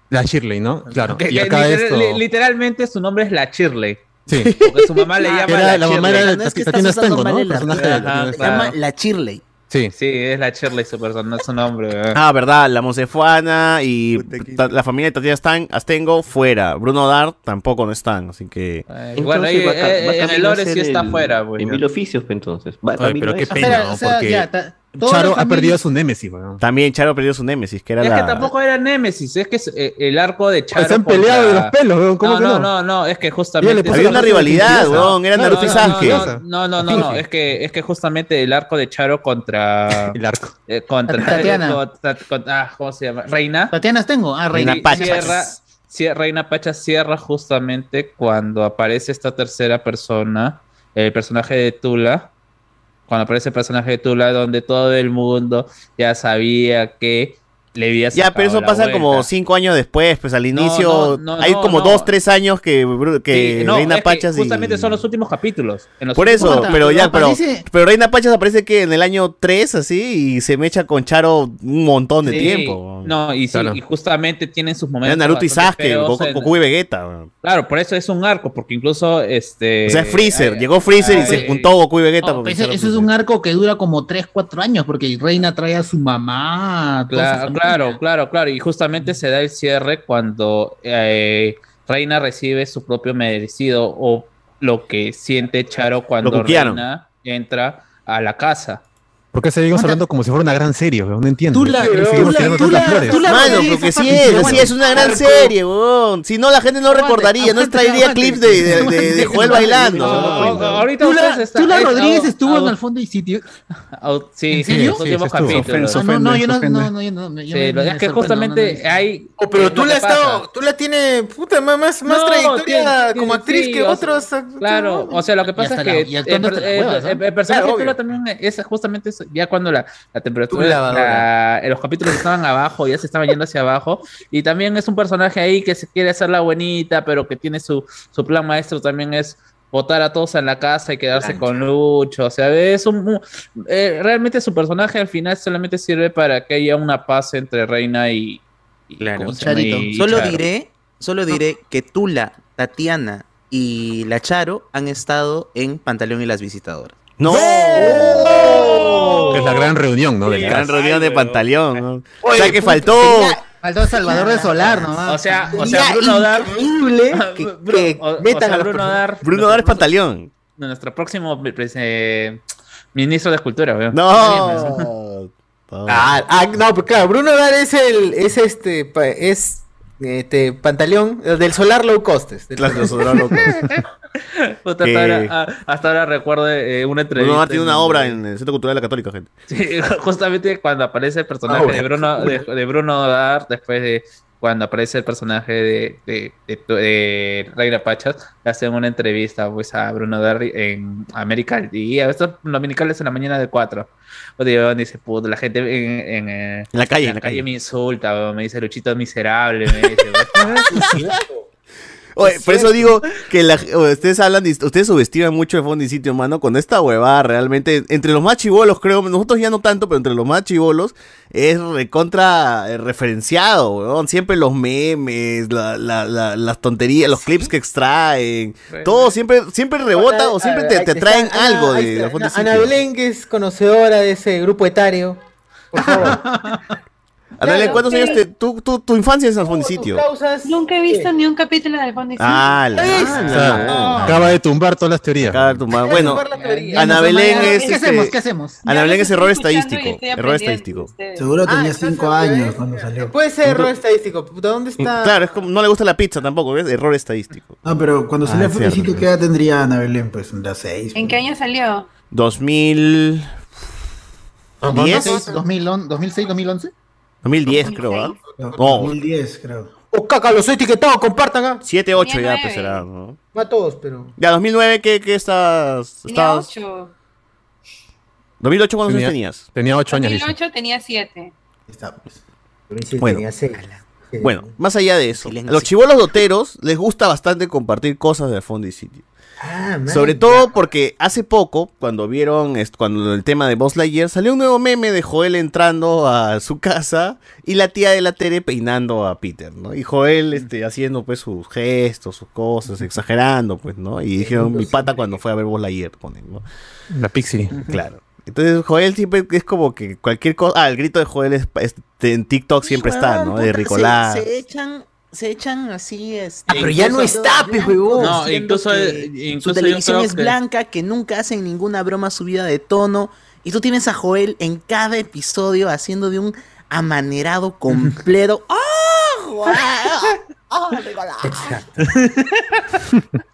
[SPEAKER 2] La Shirley, ¿no? Claro.
[SPEAKER 6] Que-
[SPEAKER 2] y
[SPEAKER 6] que
[SPEAKER 2] acá
[SPEAKER 6] literal-
[SPEAKER 2] esto.
[SPEAKER 6] li- literalmente su nombre es la Shirley.
[SPEAKER 2] Sí. Ah,
[SPEAKER 6] Porque su
[SPEAKER 2] [LAUGHS]
[SPEAKER 6] mamá le llama
[SPEAKER 2] Que era
[SPEAKER 6] la,
[SPEAKER 2] la mamá
[SPEAKER 6] Shirley.
[SPEAKER 2] era
[SPEAKER 7] No es que estás
[SPEAKER 2] Tatiana
[SPEAKER 7] usando
[SPEAKER 2] Stengo,
[SPEAKER 7] mal
[SPEAKER 2] ¿no?
[SPEAKER 7] el
[SPEAKER 2] Personaje de
[SPEAKER 6] artículo.
[SPEAKER 2] Tatiana
[SPEAKER 6] Ajá,
[SPEAKER 7] Se
[SPEAKER 2] Stengo.
[SPEAKER 7] llama La Chirley.
[SPEAKER 2] Sí.
[SPEAKER 6] Sí, es la Shirley su persona, su nombre. weón.
[SPEAKER 3] Ah, verdad, la Monsefuana y ta- la familia de Tatiana Stan, Astengo fuera. Bruno Dar tampoco no están, así que.
[SPEAKER 6] Eh, bueno, ahí,
[SPEAKER 8] va ca-
[SPEAKER 6] eh,
[SPEAKER 8] va
[SPEAKER 6] eh, en
[SPEAKER 8] camino
[SPEAKER 6] el
[SPEAKER 8] a
[SPEAKER 6] lore sí
[SPEAKER 8] ser
[SPEAKER 6] está
[SPEAKER 8] el-
[SPEAKER 6] fuera, güey.
[SPEAKER 8] En mil oficios, pues, entonces. Va
[SPEAKER 2] Oye,
[SPEAKER 8] camino
[SPEAKER 2] pero
[SPEAKER 8] a
[SPEAKER 2] qué
[SPEAKER 8] eso.
[SPEAKER 2] pena, ¿no? Porque
[SPEAKER 4] ta- toda
[SPEAKER 2] Charo
[SPEAKER 4] la
[SPEAKER 2] ha
[SPEAKER 4] familia-
[SPEAKER 2] perdido a su némesis, weón.
[SPEAKER 3] También Charo perdió su némesis, que era
[SPEAKER 6] Es
[SPEAKER 3] la.
[SPEAKER 6] que tampoco era Némesis, es que es, eh, el arco de Charo.
[SPEAKER 2] Pues Se han
[SPEAKER 6] contra-
[SPEAKER 2] peleado de los pelos, weón. ¿Cómo
[SPEAKER 6] no,
[SPEAKER 2] que
[SPEAKER 6] no, no,
[SPEAKER 2] no?
[SPEAKER 6] no, es que
[SPEAKER 2] Ella le
[SPEAKER 6] justamente.
[SPEAKER 2] puso
[SPEAKER 3] Había una
[SPEAKER 2] Esa
[SPEAKER 3] rivalidad,
[SPEAKER 2] Tigre,
[SPEAKER 3] weón. Era
[SPEAKER 2] Claro,
[SPEAKER 3] Naruto y
[SPEAKER 2] no, no, no,
[SPEAKER 3] Sasuke.
[SPEAKER 2] no, no.
[SPEAKER 6] No, no, no, no, es que, es que justamente el arco de Charo contra.
[SPEAKER 2] [LAUGHS] El arco.
[SPEAKER 6] eh, contra [LAUGHS]
[SPEAKER 4] Tatiana.
[SPEAKER 6] contra- contra- ah, ¿Cómo se llama? Reina.
[SPEAKER 4] Tatianas tengo, ah,
[SPEAKER 3] Reina
[SPEAKER 4] Reina.
[SPEAKER 6] Sí,
[SPEAKER 3] Pacha.
[SPEAKER 6] Cierra, cier- Reina Pacha cierra justamente cuando aparece esta tercera persona, el personaje de Tula. Cuando aparece el personaje de Tula, donde todo el mundo ya sabía que le había
[SPEAKER 3] Ya, pero eso
[SPEAKER 6] sacado la
[SPEAKER 3] pasa como
[SPEAKER 6] vuelta.
[SPEAKER 3] cinco años después, pues al inicio.
[SPEAKER 6] no, no,
[SPEAKER 3] hay
[SPEAKER 6] no,
[SPEAKER 3] como
[SPEAKER 6] no.
[SPEAKER 3] dos, tres años que, Bru- que
[SPEAKER 6] Sí, no,
[SPEAKER 3] Reina
[SPEAKER 6] es que
[SPEAKER 3] Pachas. y-
[SPEAKER 6] Justamente son los últimos capítulos. En los
[SPEAKER 3] Por
[SPEAKER 6] últimos-
[SPEAKER 3] eso,
[SPEAKER 4] Puta,
[SPEAKER 3] pero ya, pero.
[SPEAKER 4] aparece-
[SPEAKER 3] Pero Reina Pachas aparece que en el año 3, así, y se mecha con Charo un montón de
[SPEAKER 6] Sí,
[SPEAKER 3] tiempo.
[SPEAKER 6] No, y sí,
[SPEAKER 2] Claro.
[SPEAKER 6] y justamente tienen sus
[SPEAKER 3] Era
[SPEAKER 6] momentos.
[SPEAKER 3] Naruto y
[SPEAKER 6] bastante
[SPEAKER 3] Sasuke,
[SPEAKER 6] feos
[SPEAKER 3] Goku,
[SPEAKER 6] en-
[SPEAKER 3] Goku y Vegeta. weón.
[SPEAKER 6] Claro, por eso es un arco, porque incluso este. ah,
[SPEAKER 3] O sea, Freezer.
[SPEAKER 6] ay,
[SPEAKER 3] Llegó Freezer y
[SPEAKER 6] ay,
[SPEAKER 3] se juntó Goku y Vegeta.
[SPEAKER 4] No,
[SPEAKER 3] porque
[SPEAKER 4] ese-
[SPEAKER 3] Charo
[SPEAKER 4] eso es
[SPEAKER 3] Freezer.
[SPEAKER 4] un arco que dura como 3, 4 años, porque Reina trae a su mamá. a toda su
[SPEAKER 6] Claro,
[SPEAKER 4] familia.
[SPEAKER 6] claro, claro, claro. Y justamente se da el cierre cuando eh, Reina recibe su propio merecido o lo que siente Charo cuando
[SPEAKER 3] cuquearon.
[SPEAKER 6] Reina entra a la casa.
[SPEAKER 2] ¿Por qué seguimos hablando como si fuera una gran serie? weón? No entiendo.
[SPEAKER 1] Tú la-
[SPEAKER 2] ¿Por qué
[SPEAKER 1] tú
[SPEAKER 2] seguimos
[SPEAKER 1] la-
[SPEAKER 2] tirando
[SPEAKER 1] tú
[SPEAKER 2] tantas
[SPEAKER 1] la-
[SPEAKER 2] flores?
[SPEAKER 1] tú la-
[SPEAKER 3] Mano,
[SPEAKER 1] rodillas,
[SPEAKER 3] porque sí
[SPEAKER 1] papi,
[SPEAKER 3] es,
[SPEAKER 1] ya,
[SPEAKER 3] sí
[SPEAKER 1] bueno.
[SPEAKER 3] es una gran serie, weón. Si no, la gente no recordaría, no
[SPEAKER 1] aguante,
[SPEAKER 3] traería
[SPEAKER 1] aguante,
[SPEAKER 3] clips de, de, de- de Joel
[SPEAKER 1] aguante,
[SPEAKER 3] bailando.
[SPEAKER 1] no,
[SPEAKER 3] No,
[SPEAKER 6] Ah,
[SPEAKER 3] pues, no.
[SPEAKER 6] ahorita ustedes
[SPEAKER 4] Tula,
[SPEAKER 6] están-
[SPEAKER 4] Tula
[SPEAKER 6] es-
[SPEAKER 4] Rodríguez
[SPEAKER 6] au-
[SPEAKER 4] estuvo
[SPEAKER 6] au-
[SPEAKER 4] en el fondo y sitio.
[SPEAKER 6] au- sí,
[SPEAKER 4] ¿En
[SPEAKER 6] sí,
[SPEAKER 4] serio?
[SPEAKER 6] los últimos
[SPEAKER 2] Sí, sí, estuvo.
[SPEAKER 6] capítulos.
[SPEAKER 4] Ah, no, no, yo no,
[SPEAKER 10] ofende.
[SPEAKER 4] no, no, yo
[SPEAKER 6] Sí,
[SPEAKER 4] no. yo no-
[SPEAKER 6] lo-
[SPEAKER 4] me
[SPEAKER 6] es que
[SPEAKER 4] sorprendo,
[SPEAKER 6] justamente
[SPEAKER 4] no, no, no.
[SPEAKER 6] hay.
[SPEAKER 1] Oh, pero
[SPEAKER 6] es
[SPEAKER 1] tú
[SPEAKER 6] lo
[SPEAKER 1] la,
[SPEAKER 6] que
[SPEAKER 1] has estado,
[SPEAKER 6] pasa.
[SPEAKER 1] tú la tiene puta, más, más más
[SPEAKER 6] No,
[SPEAKER 1] trayectoria
[SPEAKER 6] tiene-
[SPEAKER 1] como
[SPEAKER 6] sí,
[SPEAKER 1] actriz
[SPEAKER 6] sí,
[SPEAKER 1] que
[SPEAKER 6] o sea,
[SPEAKER 1] otros. actores.
[SPEAKER 6] Claro, o sea, lo que
[SPEAKER 4] Y
[SPEAKER 6] pasa
[SPEAKER 4] hasta
[SPEAKER 6] es
[SPEAKER 4] la-
[SPEAKER 6] que
[SPEAKER 4] y actuando
[SPEAKER 6] el,
[SPEAKER 4] hasta las
[SPEAKER 6] el-
[SPEAKER 4] huevas, ¿no?
[SPEAKER 6] el- el personaje
[SPEAKER 1] Claro,
[SPEAKER 6] de Tula
[SPEAKER 1] obvio.
[SPEAKER 6] también es justamente eso, ya cuando la, la temperatura,
[SPEAKER 1] Tula Badora.
[SPEAKER 6] la- eh, los capítulos estaban abajo, ya se estaban yendo hacia abajo, y también es un personaje ahí que se quiere hacer la buenita, pero que tiene su, su plan maestro también es votar a todos en la casa y quedarse con Lucho, o sea, es un... mu- eh, realmente su personaje al final solamente sirve para que haya una paz entre Reina y... y-
[SPEAKER 7] Claro.
[SPEAKER 6] ¿cómo se llama?
[SPEAKER 4] Charito.
[SPEAKER 6] Y
[SPEAKER 7] Solo
[SPEAKER 6] Charo.
[SPEAKER 7] diré, solo diré que Tula, Tatiana y la Charo han estado en Pantaleón y las visitadoras.
[SPEAKER 3] No.
[SPEAKER 2] Que es la gran reunión, ¿no? Del
[SPEAKER 3] Gran
[SPEAKER 2] cast.
[SPEAKER 3] reunión de Pantaleón. ¿no? o
[SPEAKER 1] Oye,
[SPEAKER 3] sea que
[SPEAKER 1] puta,
[SPEAKER 3] faltó.
[SPEAKER 4] Faltó Salvador de Solar, ¿no?
[SPEAKER 6] O sea, o sea,
[SPEAKER 1] sería
[SPEAKER 6] Bruno Dar...
[SPEAKER 1] increíble que,
[SPEAKER 6] Bru-
[SPEAKER 1] que
[SPEAKER 6] o- o
[SPEAKER 1] [LAUGHS] metan
[SPEAKER 6] sea,
[SPEAKER 1] a los
[SPEAKER 6] Bruno
[SPEAKER 1] personajes.
[SPEAKER 6] Dar,
[SPEAKER 3] Bruno Dar es Pantaleón.
[SPEAKER 6] nuestro próximo pues, eh, ministro de Cultura, weón.
[SPEAKER 3] No.
[SPEAKER 1] Ah, ah, no, pues claro, Bruno Dar es el, es este, pa- es este pantaleón eh, del solar low cost. este.
[SPEAKER 3] Claro, los sobrados locos.
[SPEAKER 1] [LAUGHS]
[SPEAKER 6] Puta,
[SPEAKER 3] que-
[SPEAKER 6] hasta,
[SPEAKER 3] [LAUGHS]
[SPEAKER 6] ahora, ah, hasta ahora recuerdo eh, una entrevista.
[SPEAKER 3] Bruno Dar tiene
[SPEAKER 6] en
[SPEAKER 3] una
[SPEAKER 6] donde-
[SPEAKER 3] obra en el Centro Cultural de la Católica, gente.
[SPEAKER 6] Sí, [LAUGHS] justamente cuando aparece el
[SPEAKER 3] Ah,
[SPEAKER 6] personaje
[SPEAKER 1] Una obra.
[SPEAKER 6] de Bruno de, de Bruno Dar, después de cuando aparece el personaje de, de, de, de Reina Pachas, le hacen una entrevista pues, a Bruno Dar en América y a estos dominicales en la mañana de 4. dice, puta, la gente en, en, eh,
[SPEAKER 3] En la calle,
[SPEAKER 6] la, calle, me insulta, weón, me dice Luchito miserable, me dice, [LAUGHS] weón.
[SPEAKER 3] Oye, por eso digo que la- ustedes hablan, de- ustedes subestiman mucho el fondo y sitio, mano, con esta huevada realmente, entre los más chivolos, creo, nosotros ya no tanto, pero entre los más chivolos, es recontra eh, referenciado, weón. Siempre los memes, la- la- la- las tonterías, los clips que extraen, todo siempre, siempre rebota o siempre te, te traen
[SPEAKER 1] Está Ana-
[SPEAKER 3] algo
[SPEAKER 1] ahí
[SPEAKER 3] de
[SPEAKER 1] está,
[SPEAKER 3] la fuente y
[SPEAKER 1] Ana- Ana
[SPEAKER 3] sitio.
[SPEAKER 1] Belén, que es conocedora de ese grupo etario. Por favor.
[SPEAKER 3] Ana Belén, ¿cuántos
[SPEAKER 11] Claro,
[SPEAKER 3] años te, tú, tú- tu infancia es en el fondo y
[SPEAKER 1] Tus
[SPEAKER 3] sitio?
[SPEAKER 1] causas-
[SPEAKER 11] Nunca he visto ni un capítulo de Fondo y Sitio.
[SPEAKER 3] Ah, la, la-
[SPEAKER 1] ¿Ves?
[SPEAKER 2] O sea, Acaba de tumbar todas las teorías.
[SPEAKER 3] Acaba de tumbar.
[SPEAKER 1] Voy a
[SPEAKER 3] Bueno,
[SPEAKER 1] tumbar la teoría.
[SPEAKER 4] Ya
[SPEAKER 3] Ana
[SPEAKER 4] nos
[SPEAKER 3] Belén
[SPEAKER 4] amarraron.
[SPEAKER 3] es,
[SPEAKER 4] ¿Qué
[SPEAKER 3] este,
[SPEAKER 4] hacemos? ¿Qué hacemos?
[SPEAKER 3] Ana Belén es
[SPEAKER 11] los
[SPEAKER 3] error
[SPEAKER 11] estoy escuchando
[SPEAKER 3] estadístico.
[SPEAKER 11] y estoy
[SPEAKER 3] Error
[SPEAKER 11] aprendiendo
[SPEAKER 3] estadístico.
[SPEAKER 11] de ustedes.
[SPEAKER 10] Seguro
[SPEAKER 1] Ah,
[SPEAKER 10] tenía
[SPEAKER 1] entonces,
[SPEAKER 10] 5
[SPEAKER 1] eh,
[SPEAKER 10] años cuando salió.
[SPEAKER 1] Puede ser error estadístico. puta, ¿Dónde está?
[SPEAKER 3] [LAUGHS] Claro, es como no le gusta la pizza tampoco, es error estadístico.
[SPEAKER 10] No, pero cuando
[SPEAKER 3] Ah,
[SPEAKER 10] salió
[SPEAKER 3] es
[SPEAKER 10] Felicito,
[SPEAKER 3] cierto.
[SPEAKER 10] ¿qué edad tendría Ana Belén? Pues las 6.
[SPEAKER 11] ¿En qué año salió?
[SPEAKER 3] 2000
[SPEAKER 4] ¿2006,
[SPEAKER 3] 2010,
[SPEAKER 4] 2011?
[SPEAKER 3] 2010 creo, ¿ah? No,
[SPEAKER 10] 2010, creo.
[SPEAKER 1] Oh, caca, los he etiquetado, compartan. ah.
[SPEAKER 3] 7 8 ya
[SPEAKER 11] 2009.
[SPEAKER 3] pues será, ¿no?
[SPEAKER 1] No a todos, pero.
[SPEAKER 3] Ya 2009 qué qué estás
[SPEAKER 11] Tenía
[SPEAKER 3] estabas
[SPEAKER 11] 8.
[SPEAKER 3] 2008 cuántos años
[SPEAKER 2] Tenía-
[SPEAKER 3] tenías?
[SPEAKER 2] Tenía ocho años. dice.
[SPEAKER 11] 2008 tenía 7.
[SPEAKER 10] Ahí Está, pues.
[SPEAKER 3] Bueno.
[SPEAKER 1] Tenía seis.
[SPEAKER 3] Bueno, más allá de eso,
[SPEAKER 7] Silencio.
[SPEAKER 3] a los chivolos doteros les gusta bastante compartir cosas de Fondo y Sitio.
[SPEAKER 1] Ah, man.
[SPEAKER 3] Sobre todo porque hace poco, cuando vieron est- cuando el tema de Boss Lightyear, salió un nuevo meme de Joel entrando a su casa y la tía de la Tere peinando a Peter, ¿no? Y
[SPEAKER 6] Mm.
[SPEAKER 3] Joel este, haciendo pues sus gestos, sus cosas, exagerando, pues, ¿no? Y dijeron mi pata cuando fue a ver Boss Lightyear, ponen, ¿no?
[SPEAKER 2] La Pixie.
[SPEAKER 3] Claro. Entonces Joel siempre es como que cualquier cosa... Ah, el grito de Joel es- es- en TikTok siempre está, ¿no? De Ricolás.
[SPEAKER 7] Se, echan, se echan así. Este,
[SPEAKER 1] Ah, pero ya no
[SPEAKER 7] incluso
[SPEAKER 1] está,
[SPEAKER 7] blancos
[SPEAKER 1] pe, huevón.
[SPEAKER 6] No,
[SPEAKER 7] diciendo
[SPEAKER 6] incluso-
[SPEAKER 7] que
[SPEAKER 6] incluso
[SPEAKER 7] Su
[SPEAKER 6] yo
[SPEAKER 7] televisión
[SPEAKER 6] creo
[SPEAKER 7] es
[SPEAKER 6] que-
[SPEAKER 7] blanca, que nunca hacen ninguna broma subida de tono. Y tú tienes a Joel en cada episodio haciendo de un amanerado completo. ¡Oh, Joel!
[SPEAKER 11] Ah,
[SPEAKER 7] ¡Oh, Nicolás! [LAUGHS]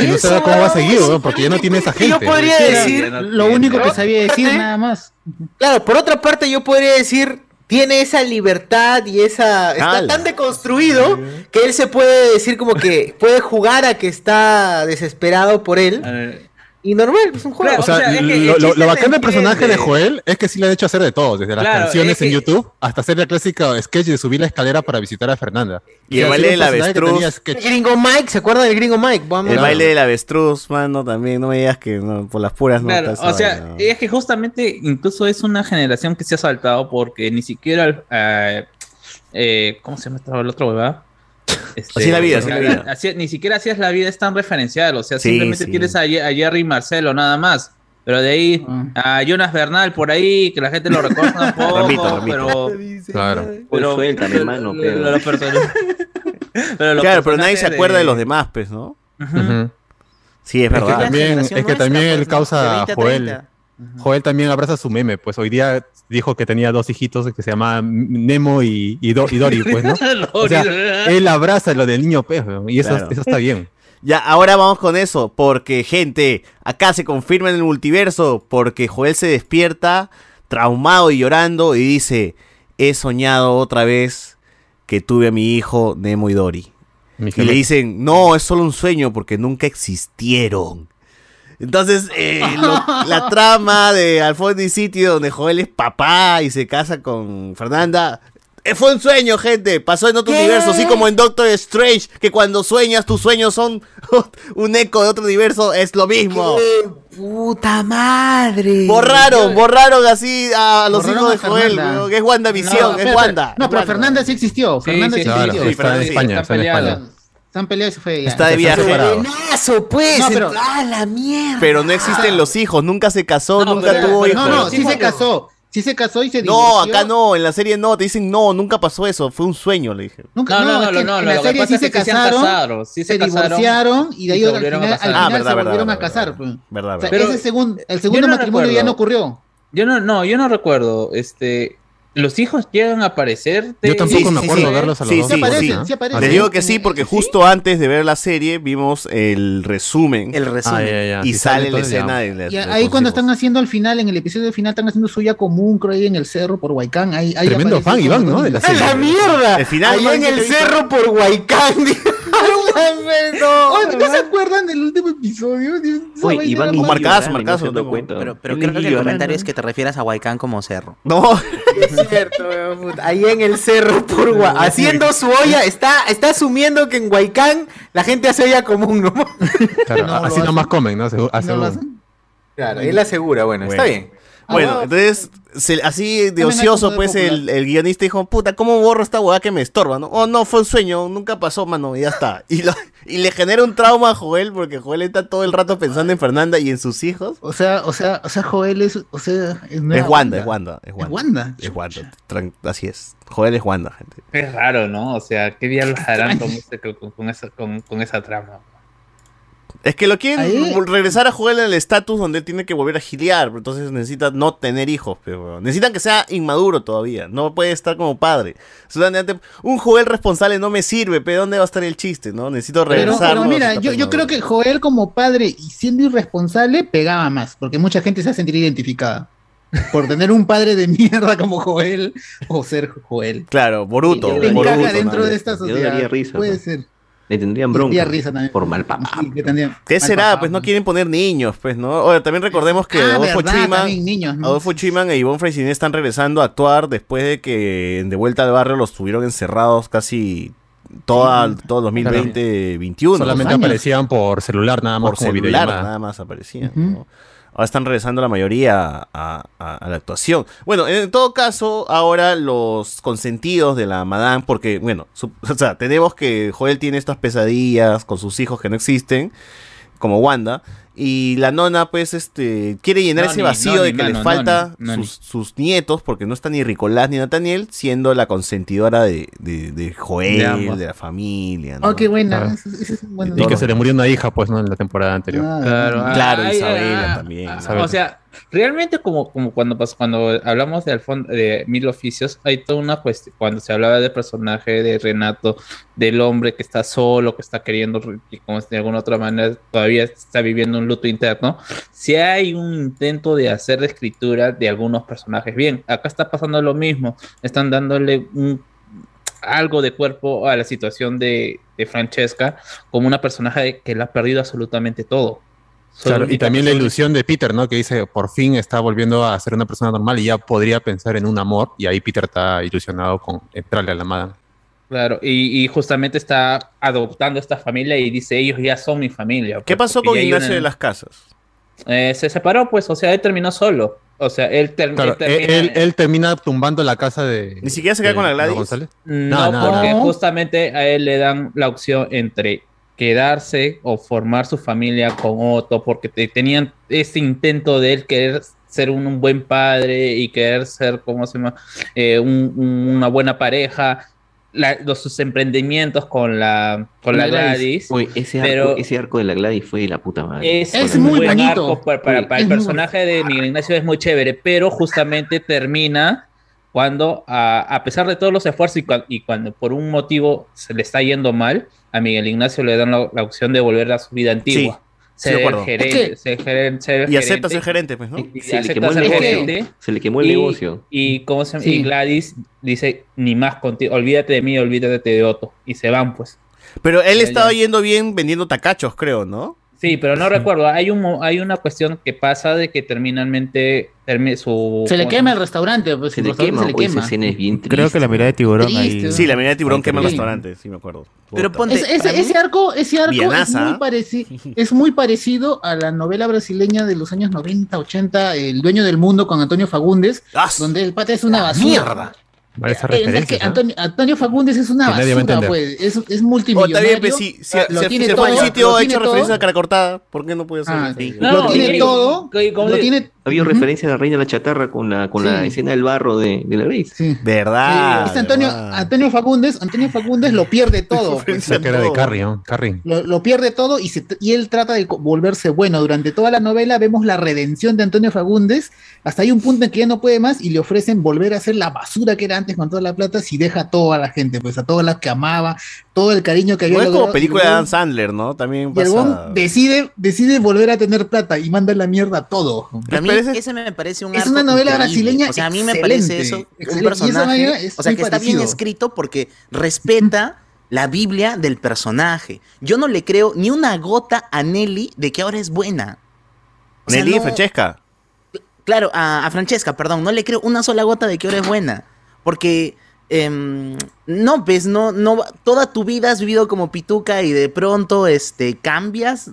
[SPEAKER 2] Y no sé cómo va a seguir, weón, porque ya no tiene esa gente.
[SPEAKER 1] Yo podría
[SPEAKER 6] Sí,
[SPEAKER 1] decir.
[SPEAKER 6] ya no
[SPEAKER 4] Lo
[SPEAKER 6] tiene.
[SPEAKER 4] único que sabía decir,
[SPEAKER 1] Espérate.
[SPEAKER 4] nada más.
[SPEAKER 1] Claro, por otra parte, yo podría decir. Tiene esa libertad y esa. Está
[SPEAKER 3] Ala.
[SPEAKER 1] tan deconstruido que él se puede decir como que puede jugar a que está desesperado por él.
[SPEAKER 6] Eh,
[SPEAKER 1] Y normal, es un
[SPEAKER 2] O
[SPEAKER 1] juego.
[SPEAKER 2] sea,
[SPEAKER 6] O sea, es que el
[SPEAKER 2] lo, lo-
[SPEAKER 6] chiste
[SPEAKER 2] lo
[SPEAKER 6] se
[SPEAKER 2] bacán del personaje de
[SPEAKER 6] entiende.
[SPEAKER 2] Joel es que sí le ha hecho hacer de todo, desde las
[SPEAKER 6] Claro,
[SPEAKER 2] canciones
[SPEAKER 6] es que-
[SPEAKER 2] en YouTube hasta hacer la clásica sketch de subir la escalera para visitar a Fernanda.
[SPEAKER 3] Y el
[SPEAKER 2] O sea,
[SPEAKER 3] baile
[SPEAKER 2] ha sido un
[SPEAKER 3] del
[SPEAKER 2] personaje que
[SPEAKER 3] avestruz.
[SPEAKER 2] tenía
[SPEAKER 1] El
[SPEAKER 2] sketch.
[SPEAKER 1] gringo Mike, ¿se acuerdan del gringo Mike? Vamos.
[SPEAKER 3] El
[SPEAKER 2] Claro.
[SPEAKER 3] baile del avestruz, mano, también. No me digas que no, por las puras
[SPEAKER 6] Claro,
[SPEAKER 3] notas.
[SPEAKER 6] o sea, es que justamente incluso es una generación que se ha saltado porque ni siquiera. eh, eh, ¿Cómo se llama esta- el otro huevada? Este,
[SPEAKER 3] [LAUGHS] Así es la vida, así es la vida.
[SPEAKER 6] así- ni siquiera así es la vida, es tan referencial. O sea,
[SPEAKER 3] Sí,
[SPEAKER 6] simplemente
[SPEAKER 3] sí.
[SPEAKER 6] tienes a, Ye- a Jerry y Marcelo, nada más. Pero de ahí
[SPEAKER 4] Ah.
[SPEAKER 6] a Jonas Bernal por ahí, que la gente lo
[SPEAKER 3] [LAUGHS]
[SPEAKER 6] recuerda un poco.
[SPEAKER 3] Ramito, Ramito.
[SPEAKER 6] Pero,
[SPEAKER 3] [LAUGHS]
[SPEAKER 2] Claro.
[SPEAKER 6] pero,
[SPEAKER 8] suéltame,
[SPEAKER 6] pero-
[SPEAKER 8] mano,
[SPEAKER 6] pero
[SPEAKER 8] pero-
[SPEAKER 6] los personajes- pero los
[SPEAKER 3] Claro, pero nadie
[SPEAKER 6] personajes
[SPEAKER 3] se acuerda de... los demás, pues, ¿no?
[SPEAKER 6] Ujú.
[SPEAKER 2] Ujú.
[SPEAKER 3] Sí, es
[SPEAKER 2] Es que
[SPEAKER 3] verdad.
[SPEAKER 2] también-
[SPEAKER 7] generación
[SPEAKER 2] es que también él
[SPEAKER 7] pues, ¿no?
[SPEAKER 2] causa
[SPEAKER 7] De 20 a
[SPEAKER 2] Joel.
[SPEAKER 7] 30.
[SPEAKER 2] Joel también abraza su meme, pues hoy día dijo que tenía dos hijitos que se llamaban Nemo y, y Do- y Dory, pues, ¿no? O sea, él abraza lo del niño pez, weón, y eso,
[SPEAKER 3] Claro.
[SPEAKER 2] eso está bien.
[SPEAKER 3] [LAUGHS] Ya, ahora vamos con eso, porque gente, acá se confirma en el multiverso, porque Joel se despierta traumado y llorando y dice, he soñado otra vez que tuve a mi hijo Nemo y Dory. Y le
[SPEAKER 2] gemelo.
[SPEAKER 3] dicen, no, es solo un sueño porque nunca existieron. Entonces, eh, lo- la trama de Al fondo y Sitio, donde Joel es papá y se casa con Fernanda, eh, fue un sueño, gente. Pasó en otro
[SPEAKER 12] ¿Qué?
[SPEAKER 3] universo, así como en Doctor Strange, que cuando sueñas, tus sueños son [LAUGHS] un eco de otro universo, es lo mismo.
[SPEAKER 7] Puta madre.
[SPEAKER 3] Borraron, borraron así a los
[SPEAKER 4] Borraron
[SPEAKER 3] hijos de
[SPEAKER 4] a
[SPEAKER 3] Joel,
[SPEAKER 4] Fernanda.
[SPEAKER 3] weón, que es WandaVision,
[SPEAKER 4] No,
[SPEAKER 3] es
[SPEAKER 4] espérate,
[SPEAKER 3] Wanda.
[SPEAKER 4] No, pero Fernanda sí existió. Fernanda sí,
[SPEAKER 3] sí, claro,
[SPEAKER 4] existió.
[SPEAKER 3] sí, está en España, está en España.
[SPEAKER 4] Están peleados y se fue. ya.
[SPEAKER 3] Está de viaje.
[SPEAKER 7] Buenazo, pues.
[SPEAKER 4] No, pero-
[SPEAKER 7] ent- ¡Ah, la mierda!
[SPEAKER 3] Pero no existen los hijos, nunca se casó, nunca
[SPEAKER 4] pero-
[SPEAKER 3] tuvo
[SPEAKER 4] pero-
[SPEAKER 3] hijos.
[SPEAKER 4] no, no, sí se casó. Sí se casó y se
[SPEAKER 3] No,
[SPEAKER 4] divorció.
[SPEAKER 3] acá no, en la serie no, te dicen no, nunca pasó eso, fue un sueño, le dije.
[SPEAKER 4] Nunca- no, es que en la serie sí se casaron,
[SPEAKER 6] sí
[SPEAKER 4] se,
[SPEAKER 6] se casaron
[SPEAKER 4] divorciaron y de ahí
[SPEAKER 6] y se
[SPEAKER 4] al final,
[SPEAKER 6] volvieron a
[SPEAKER 4] al
[SPEAKER 6] casar.
[SPEAKER 4] final
[SPEAKER 6] Ah, verdad,
[SPEAKER 4] se
[SPEAKER 6] verdad,
[SPEAKER 4] volvieron a
[SPEAKER 6] verdad,
[SPEAKER 4] casar. pues.
[SPEAKER 3] Verdad,
[SPEAKER 4] O sea,
[SPEAKER 6] verdad.
[SPEAKER 4] ese
[SPEAKER 6] Pero-
[SPEAKER 4] segun- el segundo
[SPEAKER 6] no
[SPEAKER 4] matrimonio ya
[SPEAKER 6] recuerdo.
[SPEAKER 4] no ocurrió.
[SPEAKER 6] Yo no, no, yo no recuerdo. Este, los hijos llegan a aparecer.
[SPEAKER 2] Yo tampoco me acuerdo verlos a los
[SPEAKER 3] Sí,
[SPEAKER 2] dos.
[SPEAKER 3] sí, pues
[SPEAKER 2] juntos,
[SPEAKER 3] sí.
[SPEAKER 2] ¿no?
[SPEAKER 3] Le digo que sí, porque justo antes de ver la serie vimos el resumen.
[SPEAKER 7] El resumen.
[SPEAKER 2] Ah, ya, ya.
[SPEAKER 3] Y
[SPEAKER 2] Si
[SPEAKER 3] sale
[SPEAKER 2] sale
[SPEAKER 3] la
[SPEAKER 2] todo,
[SPEAKER 3] escena de
[SPEAKER 2] digamos.
[SPEAKER 3] la-
[SPEAKER 4] Y
[SPEAKER 3] de
[SPEAKER 4] ahí
[SPEAKER 3] los
[SPEAKER 4] cuando
[SPEAKER 3] hijos.
[SPEAKER 4] están haciendo al final, en el episodio del final, están haciendo suya común, creo, ahí en el cerro por Huaycán. Ahí, ahí
[SPEAKER 2] Tremendo
[SPEAKER 4] aparece
[SPEAKER 2] fan,
[SPEAKER 4] el
[SPEAKER 2] Iván, ¿no?
[SPEAKER 4] segundo
[SPEAKER 2] De la
[SPEAKER 1] ¡A
[SPEAKER 2] serie.
[SPEAKER 1] la mierda!
[SPEAKER 3] El final,
[SPEAKER 1] Allá en
[SPEAKER 3] parece
[SPEAKER 1] el
[SPEAKER 3] que viste.
[SPEAKER 1] cerro por Huaycán.
[SPEAKER 3] [LAUGHS]
[SPEAKER 4] Oye, ¿no se acuerdan del último episodio? Dios, esa
[SPEAKER 8] Oye,
[SPEAKER 4] vaina
[SPEAKER 8] Iván
[SPEAKER 4] era
[SPEAKER 8] y
[SPEAKER 4] muy-
[SPEAKER 3] marcazo,
[SPEAKER 8] Llorán,
[SPEAKER 3] marcazo,
[SPEAKER 8] no se han dado
[SPEAKER 3] tengo-
[SPEAKER 8] cuenta.
[SPEAKER 7] Pero, pero creo que el
[SPEAKER 8] Llorán,
[SPEAKER 7] comentario
[SPEAKER 8] ¿no?
[SPEAKER 7] es que te refieras a Huaycán como cerro.
[SPEAKER 3] No,
[SPEAKER 1] [LAUGHS] Es cierto, weón, puta. Ahí en el cerro por Hua- haciendo su olla, está, está asumiendo que en Huaycán la gente hace olla común, ¿no?
[SPEAKER 2] Claro,
[SPEAKER 4] No lo
[SPEAKER 2] así
[SPEAKER 4] hacen.
[SPEAKER 2] nomás comen, ¿no? Asegu-
[SPEAKER 4] ¿No lo
[SPEAKER 2] asegu-
[SPEAKER 4] hacen?
[SPEAKER 1] Claro, él asegura, bueno,
[SPEAKER 3] Bueno.
[SPEAKER 1] está bien.
[SPEAKER 3] bueno, entonces, se- así de
[SPEAKER 4] Ah, También hay
[SPEAKER 3] ocioso,
[SPEAKER 4] como de
[SPEAKER 3] pues el,
[SPEAKER 4] popular.
[SPEAKER 3] el guionista dijo, puta, ¿cómo borro esta hueá que me estorba? ¿no? Oh, no, fue un sueño, nunca pasó, mano, y ya está. Y, lo- y le genera un trauma a Joel, porque Joel está todo el rato pensando en Fernanda y en sus hijos.
[SPEAKER 4] O sea, o sea, o sea, Joel es, o sea, no
[SPEAKER 3] Es
[SPEAKER 4] era
[SPEAKER 3] Wanda, es Wanda, es
[SPEAKER 4] Es
[SPEAKER 3] Wanda.
[SPEAKER 4] Wanda.
[SPEAKER 3] Es Wanda, tran- así es. Joel es Wanda, gente.
[SPEAKER 6] Es raro, ¿no? O sea, ¿qué diablos harán con, ese- con- con esa, con- con esa trama?
[SPEAKER 3] Es que lo quieren
[SPEAKER 4] Ahí-
[SPEAKER 3] vol- regresar a Joel en el estatus donde él tiene que volver a giliar, entonces necesita no tener hijos, pero necesitan que sea inmaduro todavía, no puede estar como padre. Solamente- Un Joel responsable no me sirve, pero ¿dónde va a estar el chiste? no Necesito
[SPEAKER 4] Pero,
[SPEAKER 3] regresar.
[SPEAKER 4] pero mira, yo, yo creo que Joel como padre y siendo irresponsable pegaba más, porque mucha gente se va a sentir identificada por tener un padre de mierda como Joel o ser Joel.
[SPEAKER 3] Claro, Boruto.
[SPEAKER 8] Sí,
[SPEAKER 4] Que
[SPEAKER 8] yo-
[SPEAKER 3] Boruto,
[SPEAKER 4] encaja
[SPEAKER 8] bruto,
[SPEAKER 4] dentro
[SPEAKER 3] madre.
[SPEAKER 4] de esta
[SPEAKER 8] Yo le
[SPEAKER 4] sociedad.
[SPEAKER 8] daría risa,
[SPEAKER 4] Puede
[SPEAKER 8] ¿no?
[SPEAKER 4] ser.
[SPEAKER 8] Le tendrían
[SPEAKER 4] Le
[SPEAKER 8] bronca.
[SPEAKER 4] daría risa también.
[SPEAKER 8] Por mal papá.
[SPEAKER 4] Sí, que también-
[SPEAKER 3] ¿Qué
[SPEAKER 4] mal
[SPEAKER 3] será?
[SPEAKER 4] papá.
[SPEAKER 3] Pues no quieren poner niños, pues, ¿no? Ahora, también recordemos que
[SPEAKER 4] Ah,
[SPEAKER 3] Adolfo
[SPEAKER 4] verdad,
[SPEAKER 3] Chima-
[SPEAKER 4] también niños, ¿no?
[SPEAKER 3] Adolfo Chiman e Ivonne Fraisinet están regresando a actuar después de que en De Vuelta al Barrio los tuvieron encerrados casi toda, todo 2020-21.
[SPEAKER 2] Solamente
[SPEAKER 4] años.
[SPEAKER 2] aparecían por celular, nada más
[SPEAKER 3] por
[SPEAKER 2] como
[SPEAKER 3] celular
[SPEAKER 2] videollamada.
[SPEAKER 3] nada más aparecían.
[SPEAKER 4] Ujú.
[SPEAKER 3] ¿no? Ahora están regresando la mayoría a, a- a la actuación. Bueno, en todo caso, ahora los consentidos de la Madame, porque, bueno, su- [LAUGHS] o sea, tenemos que Joel tiene estas pesadillas con sus hijos que no existen, como Wanda, y la nona, pues, este, quiere llenar
[SPEAKER 6] Noni,
[SPEAKER 3] ese vacío
[SPEAKER 6] noni,
[SPEAKER 3] de que les
[SPEAKER 6] mano,
[SPEAKER 3] falta
[SPEAKER 6] noni, noni.
[SPEAKER 3] Sus, sus nietos, porque no está ni Ricolás ni Nathaniel, siendo la consentidora de, de- de
[SPEAKER 6] De
[SPEAKER 3] Joel, de,
[SPEAKER 6] ambos.
[SPEAKER 3] la familia. ¿no?
[SPEAKER 4] Oh, qué buena.
[SPEAKER 2] Claro.
[SPEAKER 4] Eso- eso es bueno.
[SPEAKER 2] Y que se le murió una hija, pues, ¿no? En la temporada anterior.
[SPEAKER 4] Ah,
[SPEAKER 6] Claro,
[SPEAKER 3] Claro,
[SPEAKER 6] ay,
[SPEAKER 3] Isabela
[SPEAKER 6] ah,
[SPEAKER 3] también,
[SPEAKER 6] ah,
[SPEAKER 2] Isabela.
[SPEAKER 6] O sea, realmente como, como cuando, pas- cuando hablamos del fondo de Mil Oficios, hay toda una cuestión, cuando se hablaba del personaje de Renato, del hombre que está solo, que está queriendo, re- que como de alguna otra manera todavía está viviendo un luto interno, si hay un intento de hacer escritura de algunos personajes. Bien, acá está pasando lo mismo, están dándole un algo de cuerpo a la situación de, de Francesca como una personaje que la ha perdido absolutamente todo. Soy
[SPEAKER 2] Claro,
[SPEAKER 6] la
[SPEAKER 2] y
[SPEAKER 6] única
[SPEAKER 2] también la
[SPEAKER 6] persona-
[SPEAKER 2] ilusión de Peter, ¿no? Que dice, por fin está volviendo a ser una persona normal y ya podría pensar en un amor. Y ahí Peter está ilusionado con entrarle a la madre.
[SPEAKER 6] Claro, y, y justamente está adoptando esta familia y dice, ellos ya son mi familia.
[SPEAKER 3] ¿Qué
[SPEAKER 6] pues,
[SPEAKER 3] pasó
[SPEAKER 6] porque
[SPEAKER 3] con
[SPEAKER 6] ya hay
[SPEAKER 3] Ignacio
[SPEAKER 6] una-
[SPEAKER 3] de las Casas?
[SPEAKER 6] Eh, se separó, pues, o sea, él terminó solo. O sea, él, ter-
[SPEAKER 2] Claro,
[SPEAKER 6] él
[SPEAKER 2] él,
[SPEAKER 6] termina...
[SPEAKER 2] él- él termina tumbando la casa de...
[SPEAKER 3] Ni siquiera se queda
[SPEAKER 2] de
[SPEAKER 3] con la
[SPEAKER 2] Pedro
[SPEAKER 3] Gladys.
[SPEAKER 2] González.
[SPEAKER 6] Mm, No,
[SPEAKER 2] No, no,
[SPEAKER 6] porque
[SPEAKER 4] no.
[SPEAKER 6] justamente a él le dan la opción entre quedarse o formar su familia con Otto, porque te- tenían ese intento de él querer ser un, un buen padre y querer ser, ¿cómo se llama?, Eh, un- un- una buena pareja. la- los, sus emprendimientos con la, con la Gladys.
[SPEAKER 5] Uy, ese arco,
[SPEAKER 6] pero-
[SPEAKER 5] ese arco de la Gladys fue de la puta madre.
[SPEAKER 6] Es,
[SPEAKER 5] Fue
[SPEAKER 6] un
[SPEAKER 5] la-
[SPEAKER 6] buen
[SPEAKER 5] Gladys.
[SPEAKER 6] arco para, para- para el
[SPEAKER 5] Es muy
[SPEAKER 6] personaje de Miguel Ignacio es muy chévere, pero justamente termina cuando, a, a pesar de todos los esfuerzos y, cua- y cuando por un motivo se le está yendo mal, a Miguel Ignacio le dan la, la opción de volver a su vida antigua.
[SPEAKER 3] sí,
[SPEAKER 6] ser
[SPEAKER 3] de acuerdo.
[SPEAKER 6] gerente,
[SPEAKER 3] Es que-
[SPEAKER 6] ser gerente, ser
[SPEAKER 3] Y
[SPEAKER 6] gerente.
[SPEAKER 3] acepta ser gerente, pues, ¿no?
[SPEAKER 6] Y
[SPEAKER 5] Se le
[SPEAKER 6] acepta
[SPEAKER 5] quemó el
[SPEAKER 6] ser
[SPEAKER 5] negocio.
[SPEAKER 6] gerente.
[SPEAKER 5] Se le quemó el
[SPEAKER 6] Y-
[SPEAKER 5] negocio.
[SPEAKER 6] Y, ¿cómo se-
[SPEAKER 5] Sí.
[SPEAKER 6] y Gladys dice, ni más contigo, olvídate de mí, olvídate de Otto. Y se van, pues.
[SPEAKER 3] Pero él
[SPEAKER 6] Ya,
[SPEAKER 3] estaba
[SPEAKER 6] ya.
[SPEAKER 3] yendo bien vendiendo tacachos, creo, ¿no?
[SPEAKER 6] Sí, pero no recuerdo. Hay un mo- hay una cuestión que pasa de que terminalmente termi- su
[SPEAKER 4] Se le
[SPEAKER 6] ¿cómo
[SPEAKER 4] quema el restaurante, pues el restaurante se le quema.
[SPEAKER 5] Creo que la mirada de tiburón
[SPEAKER 4] ahí- Triste.
[SPEAKER 3] Sí, la mirada de tiburón
[SPEAKER 4] Ahí
[SPEAKER 3] quema el
[SPEAKER 4] también.
[SPEAKER 3] restaurante, sí me acuerdo.
[SPEAKER 7] Pero
[SPEAKER 3] Puta.
[SPEAKER 7] ponte.
[SPEAKER 4] Es- ese,
[SPEAKER 7] para mí-
[SPEAKER 4] ese arco, ese arco es,
[SPEAKER 3] Vianaza,
[SPEAKER 4] muy
[SPEAKER 3] ¿ah?
[SPEAKER 4] pareci- es muy parecido a la novela brasileña de los años 90, 80, El dueño del mundo con Antonio Fagundes, donde el pata es una
[SPEAKER 3] Ah,
[SPEAKER 4] basura.
[SPEAKER 1] mierda.
[SPEAKER 2] Varias
[SPEAKER 4] Eh, no, es que
[SPEAKER 2] referencias. ¿ah?
[SPEAKER 4] Antonio, Antonio Fagundes es una
[SPEAKER 2] Que nadie va a
[SPEAKER 4] basura,
[SPEAKER 2] entender.
[SPEAKER 4] pues. Es, es
[SPEAKER 3] Oh,
[SPEAKER 4] multimillonario.
[SPEAKER 3] Oh, está bien, pues, si, si,
[SPEAKER 4] lo
[SPEAKER 3] si-
[SPEAKER 4] tiene
[SPEAKER 3] si
[SPEAKER 4] todo,
[SPEAKER 3] el sitio
[SPEAKER 4] lo
[SPEAKER 3] ha
[SPEAKER 4] tiene
[SPEAKER 3] hecho
[SPEAKER 4] todo.
[SPEAKER 3] referencia a Caracortada, ¿por qué no puede ser?
[SPEAKER 4] Ah,
[SPEAKER 3] sí.
[SPEAKER 4] Lo
[SPEAKER 6] No,
[SPEAKER 4] tiene
[SPEAKER 6] y-
[SPEAKER 4] todo.
[SPEAKER 6] y- como
[SPEAKER 4] lo
[SPEAKER 6] le-
[SPEAKER 4] tiene-
[SPEAKER 5] Había referencia a la reina de la chatarra con la, con la
[SPEAKER 4] Sí.
[SPEAKER 5] escena del barro de, de la Gladys.
[SPEAKER 2] Ah,
[SPEAKER 3] ¿Verdad?
[SPEAKER 4] este Antonio, Antonio Fagundes, Antonio Fagundes lo
[SPEAKER 3] [LAUGHS]
[SPEAKER 4] pierde todo. pues.
[SPEAKER 2] Esa cara de Carrie, ¿no? Carrie.
[SPEAKER 4] Lo, lo pierde todo y, se- y él trata de co- volverse bueno. Durante toda la novela vemos la redención de Antonio Fagundes. Hasta hay un punto en que ya no puede más y le ofrecen volver a ser la basura que era antes con toda la plata si deja a toda la gente, pues a todas las que amaba, todo el cariño que había
[SPEAKER 3] No es como
[SPEAKER 4] logrado.
[SPEAKER 3] película
[SPEAKER 4] Y
[SPEAKER 3] de
[SPEAKER 4] el
[SPEAKER 3] Dan Sandler, ¿no? También
[SPEAKER 4] y el
[SPEAKER 3] pasa.
[SPEAKER 4] huevón decide, decide volver a tener plata y manda la mierda a todo.
[SPEAKER 7] Para mí,
[SPEAKER 3] Pero ese-
[SPEAKER 7] ese me parece un
[SPEAKER 4] es
[SPEAKER 7] arco
[SPEAKER 4] una novela
[SPEAKER 7] increíble.
[SPEAKER 4] brasileña
[SPEAKER 7] O sea, a mí me
[SPEAKER 4] excelente,
[SPEAKER 7] parece eso un
[SPEAKER 4] excelente. Y esa vaina
[SPEAKER 7] personaje,
[SPEAKER 4] es
[SPEAKER 7] o sea,
[SPEAKER 4] muy
[SPEAKER 7] que está bien
[SPEAKER 4] parecido.
[SPEAKER 7] escrito porque
[SPEAKER 4] [LAUGHS]
[SPEAKER 7] respeta la Biblia del personaje. Yo no le creo ni una gota a Nelly de que ahora es buena. O sea,
[SPEAKER 3] Nelly
[SPEAKER 7] no-
[SPEAKER 3] Francesca.
[SPEAKER 7] Claro, a, a Francesca, perdón, no le creo una sola gota de que ahora es buena. Porque, em, no, pues, no, no, toda tu vida has vivido como pituca y de pronto, este, cambias.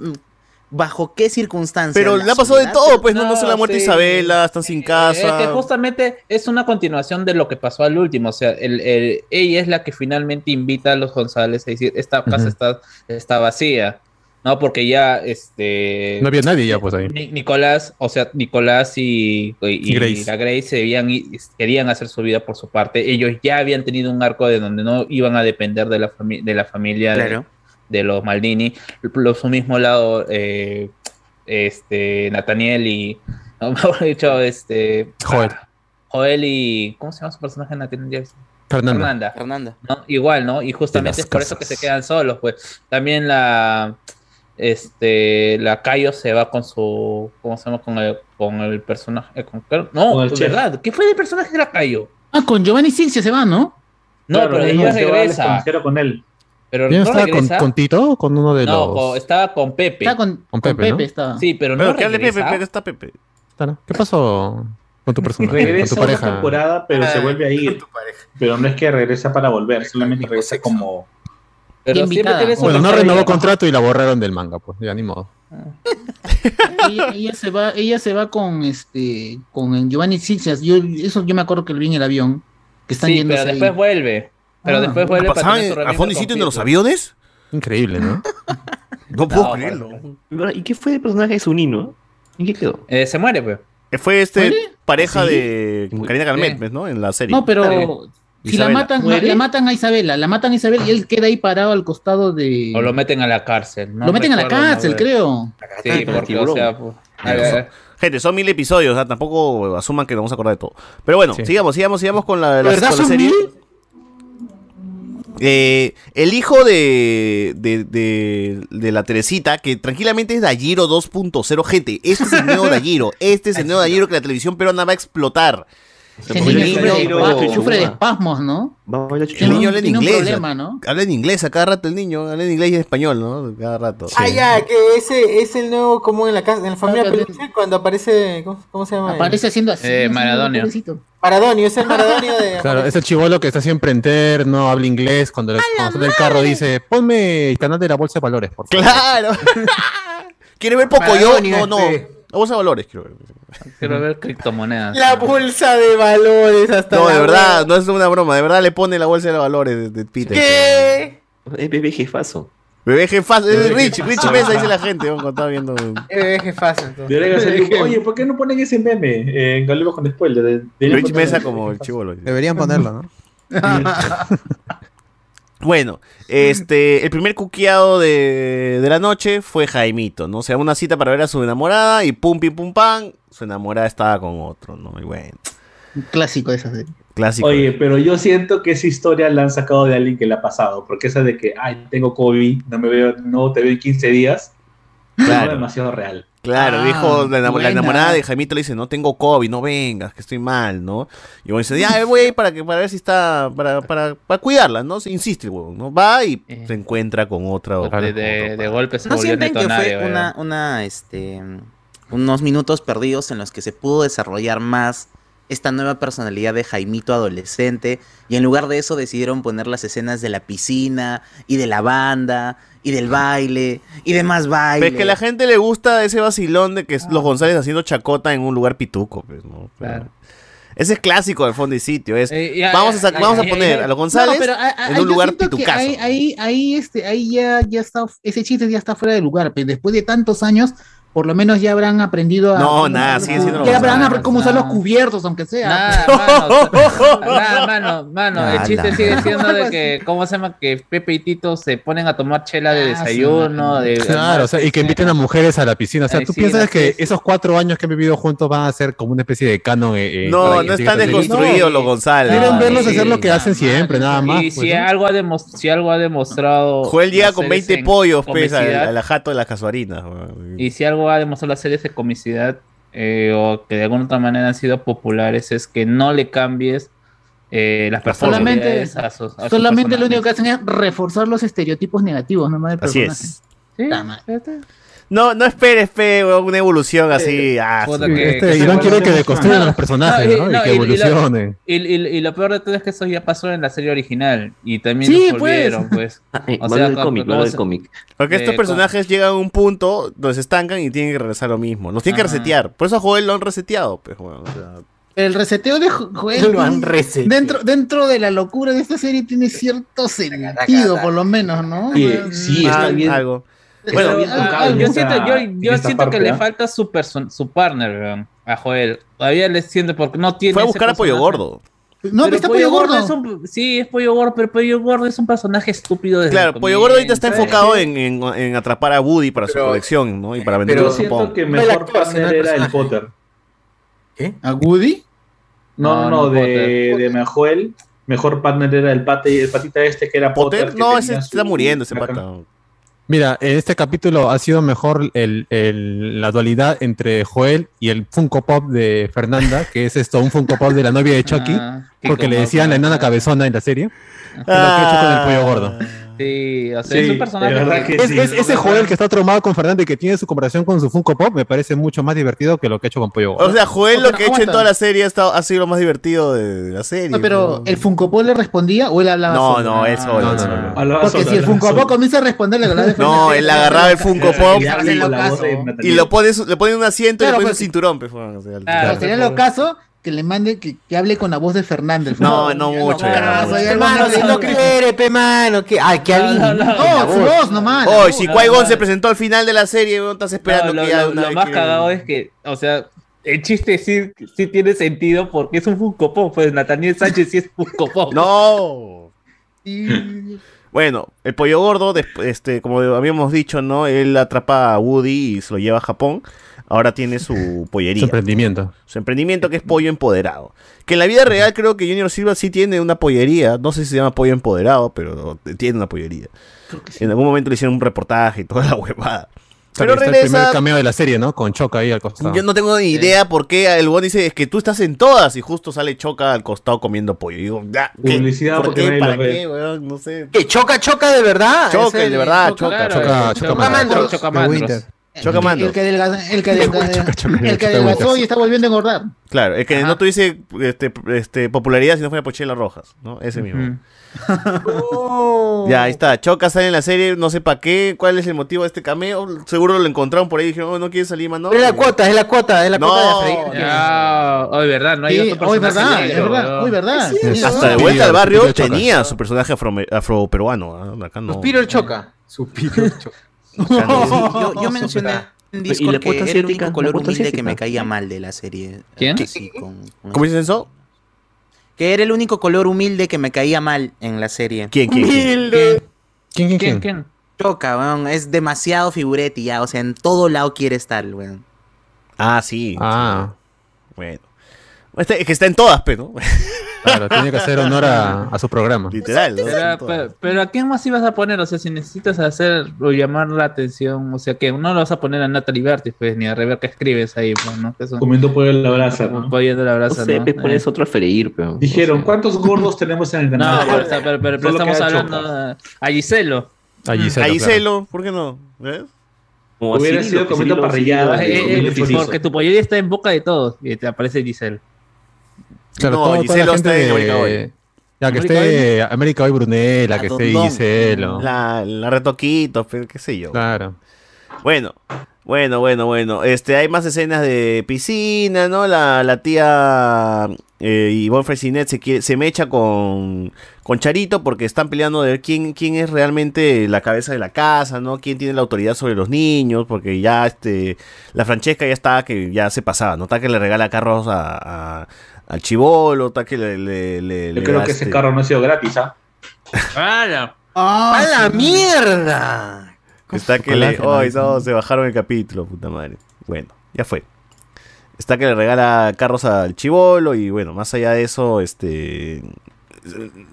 [SPEAKER 7] ¿Bajo qué circunstancias?
[SPEAKER 3] Pero
[SPEAKER 7] ¿La
[SPEAKER 3] le ha pasado de
[SPEAKER 7] soledad?
[SPEAKER 3] todo, pues, no, no
[SPEAKER 6] No,
[SPEAKER 3] solo la muerte de
[SPEAKER 6] sí.
[SPEAKER 3] Isabela, están
[SPEAKER 6] Eh,
[SPEAKER 3] sin
[SPEAKER 6] Es que
[SPEAKER 3] casa.
[SPEAKER 6] justamente es una continuación de lo que pasó al último. O sea, el- el- ella es la que finalmente invita a los González a decir, esta casa
[SPEAKER 2] Ujú.
[SPEAKER 6] está, está vacía. No, porque ya este
[SPEAKER 2] No había nadie ya, pues ahí.
[SPEAKER 6] Ni- Nicolás, o sea, Nicolás y, y- y
[SPEAKER 2] Grace.
[SPEAKER 6] la Grace se habían- y- querían hacer su vida por su parte. Ellos ya habían tenido un arco de donde no iban a depender de la, fami- de la familia de-
[SPEAKER 7] Claro.
[SPEAKER 6] de, los Maldini. Por su mismo lado, eh, este, Nathaniel y, [LAUGHS] no, mejor dicho, este,
[SPEAKER 2] Joel.
[SPEAKER 6] Joel y, ¿cómo se llama su personaje? Nathaniel Jackson?
[SPEAKER 2] Fernanda.
[SPEAKER 6] Fernanda.
[SPEAKER 7] Fernanda.
[SPEAKER 6] ¿no? Igual, ¿no? Y justamente
[SPEAKER 2] De
[SPEAKER 6] es
[SPEAKER 2] las
[SPEAKER 6] por eso que
[SPEAKER 2] casas.
[SPEAKER 6] se quedan solos, pues. También la este la Cayo se va con su ¿cómo se llama? con el con el personaje eh, con, no,
[SPEAKER 9] Con el
[SPEAKER 6] de
[SPEAKER 9] chef.
[SPEAKER 6] verdad, ¿qué fue del personaje de la Cayo?
[SPEAKER 4] Ah, con Giovanni Cinzia se va, ¿no?
[SPEAKER 6] No,
[SPEAKER 9] Claro,
[SPEAKER 6] pero
[SPEAKER 9] él
[SPEAKER 6] ella
[SPEAKER 9] no se va al
[SPEAKER 6] regresa,
[SPEAKER 9] extranjero con él.
[SPEAKER 6] pero
[SPEAKER 2] ¿Ya
[SPEAKER 6] no
[SPEAKER 2] estaba con,
[SPEAKER 6] regresa.
[SPEAKER 2] con Tito o con uno de
[SPEAKER 6] no,
[SPEAKER 2] los.?
[SPEAKER 6] con- estaba con Pepe.
[SPEAKER 4] Está con, con
[SPEAKER 2] Pepe,
[SPEAKER 4] Pepe,
[SPEAKER 2] ¿no?
[SPEAKER 4] está.
[SPEAKER 6] Sí, pero no
[SPEAKER 3] Pero que hable Pepe,
[SPEAKER 6] regresa.
[SPEAKER 3] pero está Pepe.
[SPEAKER 2] Tana, ¿Qué pasó con tu personaje? Con
[SPEAKER 9] Regresa
[SPEAKER 2] tu
[SPEAKER 9] una
[SPEAKER 2] pareja.
[SPEAKER 9] temporada, pero
[SPEAKER 6] Ah.
[SPEAKER 9] se vuelve a ir. Pero no es que regresa para volver, solamente regresa como.
[SPEAKER 6] pero
[SPEAKER 4] Bien
[SPEAKER 6] siempre
[SPEAKER 4] invitada.
[SPEAKER 6] tiene su
[SPEAKER 2] Bueno, no
[SPEAKER 6] referencia.
[SPEAKER 2] renovó contrato y la borraron del manga, pues, ya ni modo.
[SPEAKER 4] Ella, ella se va, ella se va con este, con Giovanni Cinzia. Yo, eso yo me acuerdo que lo vi en el avión. Que están
[SPEAKER 6] Sí,
[SPEAKER 4] yéndose
[SPEAKER 6] pero
[SPEAKER 4] ahí.
[SPEAKER 6] después vuelve. Pero
[SPEAKER 4] Ah,
[SPEAKER 6] después vuelve para
[SPEAKER 3] ¿Pasaban
[SPEAKER 6] tener su
[SPEAKER 3] a
[SPEAKER 6] reunión
[SPEAKER 3] fondo y
[SPEAKER 6] con
[SPEAKER 3] sitio en los
[SPEAKER 6] Pepe.
[SPEAKER 3] aviones?
[SPEAKER 6] [LAUGHS]
[SPEAKER 2] Increíble, ¿no?
[SPEAKER 3] No puedo
[SPEAKER 6] No,
[SPEAKER 3] creerlo.
[SPEAKER 5] ¿Y qué fue del personaje de Sunino? ¿En qué quedó?
[SPEAKER 6] Eh, se muere, pues.
[SPEAKER 3] Eh, Fue este pareja
[SPEAKER 4] ¿Ah,
[SPEAKER 5] Sí.
[SPEAKER 3] de Karina Calmet,
[SPEAKER 6] Sí.
[SPEAKER 4] Eh.
[SPEAKER 3] pues, ¿no? En la serie.
[SPEAKER 4] No, pero si
[SPEAKER 3] Isabela.
[SPEAKER 4] la matan,
[SPEAKER 6] ¿Muere?
[SPEAKER 4] la matan a Isabela, la matan a Isabela y él queda ahí parado al costado de.
[SPEAKER 6] O lo meten a la cárcel. no
[SPEAKER 4] lo meten a la
[SPEAKER 6] recuerdo, no,
[SPEAKER 4] cárcel, Ah,
[SPEAKER 6] pero-
[SPEAKER 4] creo.
[SPEAKER 6] Sí, porque, o sea, pues, a
[SPEAKER 4] eh,
[SPEAKER 6] ver,
[SPEAKER 3] Gente, son mil episodios, o sea, tampoco asuman que nos vamos a acordar de todo. Pero bueno,
[SPEAKER 2] Sí.
[SPEAKER 3] sigamos, sigamos, sigamos con la, la-
[SPEAKER 1] ¿Verdad,
[SPEAKER 3] con la
[SPEAKER 1] son
[SPEAKER 3] serie.
[SPEAKER 1] mil?
[SPEAKER 3] Eh, el hijo de, de, de, de la Teresita, que tranquilamente es Dayiro 2.0, gente. Este es el
[SPEAKER 1] [LAUGHS]
[SPEAKER 3] nuevo Dayiro. Este es el nuevo Dayiro que la televisión peruana va a explotar.
[SPEAKER 4] Ese
[SPEAKER 5] porque
[SPEAKER 4] niño
[SPEAKER 5] el
[SPEAKER 4] sufre de
[SPEAKER 5] niño-
[SPEAKER 4] espasmos, sufre de
[SPEAKER 6] [LAUGHS]
[SPEAKER 4] espasmos, ¿no?
[SPEAKER 5] Va a bailar
[SPEAKER 3] El
[SPEAKER 5] chuchu.
[SPEAKER 3] niño habla en
[SPEAKER 4] tiene un
[SPEAKER 3] inglés,
[SPEAKER 4] problema, ¿no?
[SPEAKER 3] Habla en inglés a cada rato el niño, habla en inglés y en español, ¿no? Cada rato.
[SPEAKER 1] Ah, ya, que ese es el nuevo común en la casa, en la familia Peluche, cuando aparece, ¿cómo, cómo se llama?
[SPEAKER 4] Aparece haciendo así.
[SPEAKER 6] Eh,
[SPEAKER 4] así,
[SPEAKER 6] Maradona.
[SPEAKER 4] pobrecito.
[SPEAKER 1] Paradonio, es el
[SPEAKER 2] [LAUGHS]
[SPEAKER 1] Paradonio de...
[SPEAKER 2] Claro, es el chivolo que está siempre en terno, habla inglés, cuando le cuando sale el carro dice, ponme el canal de la bolsa de valores, por favor.
[SPEAKER 3] ¡Claro! ¿Quiere ver Pocoyo?
[SPEAKER 1] Paradonio,
[SPEAKER 3] No, no.
[SPEAKER 1] este.
[SPEAKER 3] La bolsa de valores, quiero ver.
[SPEAKER 6] quiero ver criptomonedas.
[SPEAKER 1] La bolsa de valores hasta
[SPEAKER 3] No, de
[SPEAKER 1] la
[SPEAKER 3] verdad, no es una broma. De verdad le pone la bolsa de los valores de, de Peter.
[SPEAKER 1] ¿Qué?
[SPEAKER 5] Es bebé jefazo.
[SPEAKER 3] Bebé jefazo, es
[SPEAKER 9] Bebé
[SPEAKER 3] Rich,
[SPEAKER 9] jefazo.
[SPEAKER 3] Rich Mesa, dice la gente. Vamos a estar viendo.
[SPEAKER 1] Eh, jefazo, entonces.
[SPEAKER 9] Deberían hacer un- Oye, ¿por qué no ponen ese meme? Eh, en Galego con spoiler. de- deberían
[SPEAKER 3] Rich
[SPEAKER 9] poner-
[SPEAKER 3] Mesa como el chivolo.
[SPEAKER 13] Deberían ponerlo, ¿no?
[SPEAKER 3] [LAUGHS] Bueno, este, el primer cuqueado de, de la noche fue Jaimito, ¿no? O sea, una cita para ver a su enamorada y pum, pim, pum, pam, su enamorada estaba con otro, ¿no? Y bueno,
[SPEAKER 12] Un clásico de esas serie.
[SPEAKER 3] clásico.
[SPEAKER 9] Oye, pero yo siento que esa historia la han sacado de alguien que la ha pasado, porque esa de que, ay, tengo COVID, no me veo, no te veo en 15 días,
[SPEAKER 3] Claro.
[SPEAKER 9] es demasiado real.
[SPEAKER 3] Claro,
[SPEAKER 6] Ah.
[SPEAKER 12] Ah,
[SPEAKER 3] dijo la, enamo- la
[SPEAKER 9] buena.
[SPEAKER 3] enamorada de Jaimito le dice, no tengo COVID, no vengas, que estoy mal, ¿no? Y bueno, dice, ya, eh, voy a ir para, que, para ver si está, para,
[SPEAKER 5] Ah,
[SPEAKER 3] para, para cuidarla, ¿no? Se insiste, el huevón, ¿no? Va y
[SPEAKER 12] Eh.
[SPEAKER 3] se encuentra con otra.
[SPEAKER 6] De, de, de golpe se
[SPEAKER 7] ¿No
[SPEAKER 6] volvió
[SPEAKER 7] sienten que
[SPEAKER 6] Neto Nave,
[SPEAKER 7] fue
[SPEAKER 6] weón.
[SPEAKER 7] una, una, este, unos minutos perdidos en los que se pudo desarrollar más esta nueva personalidad de Jaimito adolescente? Y en lugar de eso decidieron poner las escenas de la piscina y de la banda y del baile y de más baile.
[SPEAKER 3] Es Pues que a la gente le gusta ese vacilón de que
[SPEAKER 12] Ah.
[SPEAKER 3] es los González haciendo chacota en un lugar pituco, pues, ¿no? Pero- Ese es clásico del fondo y sitio, es
[SPEAKER 12] Eh, ya,
[SPEAKER 3] vamos, a,
[SPEAKER 12] ya,
[SPEAKER 3] sa- vamos
[SPEAKER 12] ya,
[SPEAKER 3] a
[SPEAKER 12] ya,
[SPEAKER 3] poner
[SPEAKER 12] ya.
[SPEAKER 3] a los González
[SPEAKER 12] No, pero a- a-
[SPEAKER 3] en un
[SPEAKER 12] yo
[SPEAKER 3] lugar
[SPEAKER 12] siento que
[SPEAKER 3] pitucazo.
[SPEAKER 12] Ahí, ahí, ahí, este, ahí ya, ya está, ese chiste ya está fuera de lugar, pero después de tantos años, por lo menos ya habrán aprendido a.
[SPEAKER 3] No,
[SPEAKER 12] cómo
[SPEAKER 3] nada,
[SPEAKER 12] usar los
[SPEAKER 3] sigue siendo
[SPEAKER 12] cu-
[SPEAKER 3] los
[SPEAKER 12] Ya habrán
[SPEAKER 3] González.
[SPEAKER 12] aprendido cómo usar los cubiertos, aunque sea. [LAUGHS]
[SPEAKER 6] Nada, mano, mano, el
[SPEAKER 12] Ah,
[SPEAKER 6] chiste
[SPEAKER 12] la-
[SPEAKER 6] sigue siendo de que, ¿cómo se llama? Que Pepe y Tito se ponen a tomar chela de
[SPEAKER 2] Ah,
[SPEAKER 6] desayuno, de...
[SPEAKER 2] Claro, o sea, y que inviten a mujeres a la piscina. O sea,
[SPEAKER 6] Ay,
[SPEAKER 2] ¿tú
[SPEAKER 6] sí,
[SPEAKER 2] piensas
[SPEAKER 6] las
[SPEAKER 2] que esos cuatro años que han vivido juntos van a ser como una especie de canon? eh, eh,
[SPEAKER 3] No,
[SPEAKER 2] para que
[SPEAKER 3] no
[SPEAKER 2] siga
[SPEAKER 3] están
[SPEAKER 2] teniendo-
[SPEAKER 3] desconstruidos los González.
[SPEAKER 2] Quieren verlos hacer lo que hacen siempre, nada más.
[SPEAKER 6] y
[SPEAKER 2] pues,
[SPEAKER 6] si,
[SPEAKER 2] ¿no?
[SPEAKER 6] algo ha demos- si algo ha demostrado...
[SPEAKER 3] Joel llega
[SPEAKER 6] las
[SPEAKER 3] con
[SPEAKER 6] series
[SPEAKER 3] 20
[SPEAKER 6] en
[SPEAKER 3] pollos, pues, a,
[SPEAKER 6] comicidad,
[SPEAKER 3] a la jato de las casuarinas.
[SPEAKER 6] Y si algo ha demostrado las series de comicidad eh, o que de alguna otra manera han sido populares es que no le cambies eh, las
[SPEAKER 12] [LAUGHS] Solamente,
[SPEAKER 6] personalidades a sus a su
[SPEAKER 12] solamente lo
[SPEAKER 6] personaje.
[SPEAKER 12] único que hacen es reforzar los estereotipos negativos, nomás del
[SPEAKER 3] Así
[SPEAKER 12] personaje.
[SPEAKER 3] es.
[SPEAKER 12] Puta madre.
[SPEAKER 3] No, no esperes, pe, weón, una evolución así. ah,
[SPEAKER 6] Puta,
[SPEAKER 3] sí.
[SPEAKER 6] que-
[SPEAKER 2] Este,
[SPEAKER 6] que se
[SPEAKER 2] Iván quiere
[SPEAKER 6] vuelvan
[SPEAKER 2] que
[SPEAKER 6] más-
[SPEAKER 2] deconstruyan
[SPEAKER 6] No,
[SPEAKER 2] a los personajes, ¿no? Y que
[SPEAKER 6] lo-
[SPEAKER 2] evolucionen.
[SPEAKER 6] Y, y- y lo peor de todo es que eso ya pasó en la serie original. Y también
[SPEAKER 3] Sí,
[SPEAKER 6] nos
[SPEAKER 3] pues.
[SPEAKER 2] [LAUGHS]
[SPEAKER 6] volvieron, [LAUGHS] pues.
[SPEAKER 8] mano del eh, cómic, mano del cómic.
[SPEAKER 3] Porque estos personajes llegan a un punto donde se estancan y tienen que regresar a lo mismo. Los tienen que
[SPEAKER 12] Ajá.
[SPEAKER 3] resetear. Por eso a Joel lo han reseteado, pues, weón, o sea.
[SPEAKER 12] El reseteo de Jo- Joel.
[SPEAKER 3] Lo han reseteado.
[SPEAKER 12] Dentro, dentro de la locura de esta serie tiene cierto sentido, por lo menos, ¿no?
[SPEAKER 9] Oye, Eh, sí, está bien. Bueno,
[SPEAKER 6] Ah, Pero,
[SPEAKER 9] bien
[SPEAKER 6] ah,
[SPEAKER 9] tocado en
[SPEAKER 6] yo
[SPEAKER 9] esta-
[SPEAKER 6] siento, yo-
[SPEAKER 9] en
[SPEAKER 6] yo
[SPEAKER 9] esta
[SPEAKER 6] siento
[SPEAKER 9] parte,
[SPEAKER 6] que le
[SPEAKER 9] ¿ah?
[SPEAKER 6] falta su, person- su partner, weón, a Joel. Todavía le siento porque no tiene.
[SPEAKER 3] Fue a
[SPEAKER 6] ese
[SPEAKER 3] buscar a Pollo
[SPEAKER 6] personaje.
[SPEAKER 3] Gordo.
[SPEAKER 12] No,
[SPEAKER 6] Pero
[SPEAKER 12] está Pollo Gordo.
[SPEAKER 6] es un- sí, es Pollo Gordo, pero Pollo Gordo es un personaje estúpido. Desde
[SPEAKER 3] Claro,
[SPEAKER 6] el
[SPEAKER 3] Pollo Gordo ahorita está
[SPEAKER 6] comienzo.
[SPEAKER 3] enfocado en, en- en atrapar a Woody para su colección, ¿no? Y para vender
[SPEAKER 9] Pero
[SPEAKER 3] su
[SPEAKER 9] siento
[SPEAKER 3] pon.
[SPEAKER 9] que
[SPEAKER 3] El
[SPEAKER 9] mejor
[SPEAKER 3] actor, sino
[SPEAKER 9] partner
[SPEAKER 3] el
[SPEAKER 9] era el
[SPEAKER 3] personaje.
[SPEAKER 9] Potter.
[SPEAKER 12] ¿A Woody?
[SPEAKER 9] No,
[SPEAKER 6] No,
[SPEAKER 9] no, no,
[SPEAKER 6] no,
[SPEAKER 9] de, de Majuel. Mejor partner era el, pate, el patita este que era Potter.
[SPEAKER 3] Potter,
[SPEAKER 9] que
[SPEAKER 3] no,
[SPEAKER 9] tenía
[SPEAKER 3] ese
[SPEAKER 9] su-
[SPEAKER 3] está muriendo, ese
[SPEAKER 9] acá.
[SPEAKER 3] pata.
[SPEAKER 2] Mira, en este capítulo ha sido mejor el- el- la dualidad entre Joel y el Funko Pop de Fernanda, que es esto, un Funko Pop de
[SPEAKER 9] [LAUGHS]
[SPEAKER 2] la novia de Chucky,
[SPEAKER 6] Ah, que
[SPEAKER 2] porque le
[SPEAKER 6] como-
[SPEAKER 2] decían la enana cabezona en la serie. que es lo que ha hecho con el pollo gordo.
[SPEAKER 6] Sí, o sea, es
[SPEAKER 9] Sí,
[SPEAKER 6] un
[SPEAKER 9] de
[SPEAKER 6] personaje.
[SPEAKER 9] Ah, verdad que
[SPEAKER 2] Es- es- ese Joel que está traumado con Fernanda y que tiene su comparación con su Funko Pop me parece mucho más divertido que lo que ha hecho con Pollo Gordo.
[SPEAKER 3] O sea, Joel lo que ha hecho en
[SPEAKER 12] aguanta.
[SPEAKER 3] toda la serie ha, estado- ha sido lo más divertido de, de la serie.
[SPEAKER 12] No, pero ¿el Funko Pop le respondía o él hablaba
[SPEAKER 3] No,
[SPEAKER 12] solo?
[SPEAKER 3] no, él solo. él solo.
[SPEAKER 12] Porque si el Funko Pop comienza a responderle,
[SPEAKER 3] [LAUGHS]
[SPEAKER 12] ¿verdad?
[SPEAKER 3] No, él agarraba el Funko Pop
[SPEAKER 12] Y hace lo caso.
[SPEAKER 3] y lo pone, su- le pone en un asiento y
[SPEAKER 12] Claro,
[SPEAKER 3] le pone
[SPEAKER 12] pues,
[SPEAKER 3] su cinturón. pues, bueno, o sea,
[SPEAKER 12] Pero sería lo caso que le mande, que, que hable con la voz de Fernández.
[SPEAKER 3] No, no mucho. ya, no mucho.
[SPEAKER 1] Hermano, si no quiere, pe mano, que. Ay, que alguien.
[SPEAKER 12] No, su voz nomás.
[SPEAKER 3] Oh, si Qui-Gon se presentó al final de la serie, weón, estás esperando
[SPEAKER 6] No,
[SPEAKER 3] que
[SPEAKER 6] lo,
[SPEAKER 3] ya
[SPEAKER 6] lo-
[SPEAKER 3] una
[SPEAKER 6] lo
[SPEAKER 3] vez
[SPEAKER 6] más
[SPEAKER 3] que-
[SPEAKER 6] cagado es que, o sea, el chiste sí, sí tiene sentido porque es un Funko Pop, pues Nathaniel Sánchez sí es Funko Pop.
[SPEAKER 3] No. Bueno, el pollo gordo, desp- este, como habíamos dicho, ¿no? Él atrapa a Woody y se lo lleva a Japón. Ahora tiene
[SPEAKER 2] [LAUGHS]
[SPEAKER 3] su pollería.
[SPEAKER 2] Su emprendimiento.
[SPEAKER 3] Su emprendimiento que es pollo empoderado. Que en la vida real creo que Junior Silva sí tiene una pollería. No sé si se llama pollo empoderado, pero tiene una pollería. En algún momento le hicieron un reportaje y toda la [LAUGHS] huevada. Pero
[SPEAKER 2] Pero está el
[SPEAKER 3] regresa.
[SPEAKER 2] primer cameo de la serie, ¿no? Con Choca ahí al costado.
[SPEAKER 3] Yo no tengo ni idea por qué el buen dice es que tú estás en todas y justo sale Choca al costado comiendo pollo. Y digo, ya, ¿qué?
[SPEAKER 9] Publicidad
[SPEAKER 3] ¿Por
[SPEAKER 9] porque
[SPEAKER 3] qué?
[SPEAKER 9] nadie
[SPEAKER 3] ¿Para
[SPEAKER 9] lo ve.
[SPEAKER 3] qué, weón? No sé.
[SPEAKER 1] Que choca, choca de verdad.
[SPEAKER 3] Choca,
[SPEAKER 1] Ese-
[SPEAKER 3] de verdad, choca.
[SPEAKER 1] claro,
[SPEAKER 2] Choca,
[SPEAKER 1] el
[SPEAKER 2] choca,
[SPEAKER 1] Choca Mandros.
[SPEAKER 2] mandros.
[SPEAKER 1] Choca Mandros.
[SPEAKER 2] De Winter.
[SPEAKER 3] Choca mando.
[SPEAKER 12] El que adelgazó el que
[SPEAKER 2] choca,
[SPEAKER 12] adelgazó- el que
[SPEAKER 2] choca,
[SPEAKER 12] adelgazó
[SPEAKER 2] choca.
[SPEAKER 12] y está volviendo a engordar.
[SPEAKER 3] Claro, es que no tuviese este, este, popularidad si no fuera Pochela Rojas, ¿no? Ese mismo. Ya, ahí está. Choca sale en la serie, no sé para qué, cuál es el motivo de este cameo. Seguro lo encontraron por ahí y dijeron, oh, no quiere salir, mano.
[SPEAKER 1] Es la cuota, es la cuota, es la
[SPEAKER 3] No,
[SPEAKER 1] cuota de Afrodita.
[SPEAKER 6] Ya, hoy verdad, no hay
[SPEAKER 12] Sí,
[SPEAKER 6] otro
[SPEAKER 12] hoy
[SPEAKER 6] personaje
[SPEAKER 12] verdad,
[SPEAKER 6] negro,
[SPEAKER 12] es verdad,
[SPEAKER 6] weón.
[SPEAKER 12] hoy verdad.
[SPEAKER 1] Sí,
[SPEAKER 3] Hasta de vuelta al barrio tenía su personaje afro- afroperuano. ¿ah? Acá no.
[SPEAKER 1] Suspiro el choca. Suspiro el choca.
[SPEAKER 3] Acá
[SPEAKER 1] [LAUGHS]
[SPEAKER 3] no. [LAUGHS]
[SPEAKER 7] Yo, yo mencioné en
[SPEAKER 8] ¿Y
[SPEAKER 7] Discord
[SPEAKER 8] la
[SPEAKER 7] que
[SPEAKER 8] cuota
[SPEAKER 7] era el
[SPEAKER 8] asiática?
[SPEAKER 7] único
[SPEAKER 8] ¿La
[SPEAKER 7] color
[SPEAKER 8] cuota
[SPEAKER 7] humilde que
[SPEAKER 8] asiática?
[SPEAKER 7] me caía mal de la serie.
[SPEAKER 6] ¿Quién?
[SPEAKER 7] Así, con- con-
[SPEAKER 3] ¿Cómo dices eso?
[SPEAKER 7] que era el único color humilde que me caía mal en la serie.
[SPEAKER 3] ¿Quién, quién, quién?
[SPEAKER 7] Humilde.
[SPEAKER 2] ¿Quién, quién,
[SPEAKER 7] quién? Choca, weón. Es demasiado figuretti ya. O sea, en todo lado quiere estar, weón.
[SPEAKER 3] Ah, sí.
[SPEAKER 2] Ah.
[SPEAKER 3] Bueno. Este- es que está en todas, pero.
[SPEAKER 2] Claro, tiene que hacer honor a, a su programa.
[SPEAKER 3] Literal, ¿no?
[SPEAKER 6] Pero, pero- pero ¿a quién más ibas a poner? O sea, si necesitas hacer o llamar la atención, o sea, que no lo vas a poner a Natalie Bertis, pues, ni a Rebeca Escribes ahí, pues, ¿no? Que son-
[SPEAKER 9] Comiendo pollo en la brasa, ¿no?
[SPEAKER 6] Apoyando la
[SPEAKER 8] No
[SPEAKER 6] brasa,
[SPEAKER 8] sé,
[SPEAKER 6] ¿no? Eh.
[SPEAKER 8] pues pones otro a freír, pero.
[SPEAKER 9] Dijeron, ¿cuántos gordos tenemos en el
[SPEAKER 6] No,
[SPEAKER 9] canal?
[SPEAKER 6] pero, o sea, pero- pero- pero
[SPEAKER 9] Solo
[SPEAKER 6] estamos
[SPEAKER 9] queda
[SPEAKER 6] hablando a- a Giselo. Mm.
[SPEAKER 2] A Gisela,
[SPEAKER 3] Ahí
[SPEAKER 2] claro.
[SPEAKER 3] celo, ¿por qué no? ¿Eh? ¿Ves?
[SPEAKER 8] Como a
[SPEAKER 9] Hubiera
[SPEAKER 8] Cirilo,
[SPEAKER 9] sido
[SPEAKER 8] que
[SPEAKER 9] comiendo
[SPEAKER 8] Cirilo-
[SPEAKER 9] parrillada,
[SPEAKER 8] Cirilo-
[SPEAKER 9] eh,
[SPEAKER 8] Cirilo-
[SPEAKER 9] eh,
[SPEAKER 8] Cirilo-
[SPEAKER 9] eh,
[SPEAKER 8] Cirilo-
[SPEAKER 6] Porque tu pollería está en boca de todos y te aparece Giselle.
[SPEAKER 2] Claro,
[SPEAKER 3] No,
[SPEAKER 2] todo- toda
[SPEAKER 3] Giselo
[SPEAKER 2] la gente
[SPEAKER 3] está en
[SPEAKER 2] de-
[SPEAKER 3] América Hoy.
[SPEAKER 2] Ya, que
[SPEAKER 6] ¿América
[SPEAKER 2] esté América Hoy Brunella,
[SPEAKER 7] La
[SPEAKER 2] que esté
[SPEAKER 7] Dondon.
[SPEAKER 2] Giselo.
[SPEAKER 3] La, la retoquito, pero qué sé yo.
[SPEAKER 2] Claro.
[SPEAKER 3] Bueno, bueno, bueno, bueno. Este, hay más escenas de piscina, ¿no? La, la tía eh, Ivonne Fresinet se, quiere- se mecha con, con Charito porque están peleando de ver quién, quién es realmente la cabeza de la casa, ¿no? Quién tiene la autoridad sobre los niños, porque ya este, la Francesca ya está, que ya se pasaba, ¿no? Está que le regala carros a, a- al chivolo, está que le... le, le-
[SPEAKER 9] Yo
[SPEAKER 3] le
[SPEAKER 9] creo
[SPEAKER 3] da,
[SPEAKER 9] que ese
[SPEAKER 3] este-
[SPEAKER 9] carro no ha sido gratis, ¿ah?
[SPEAKER 2] [LAUGHS]
[SPEAKER 6] ¡Hala!
[SPEAKER 1] ¡A la mierda!
[SPEAKER 3] Está que le.
[SPEAKER 2] Chocolate, ¿no?
[SPEAKER 3] Ay, no, se bajaron el capítulo, puta madre. Bueno, ya fue. Está que le regala carros al chivolo y bueno, más allá de eso, este.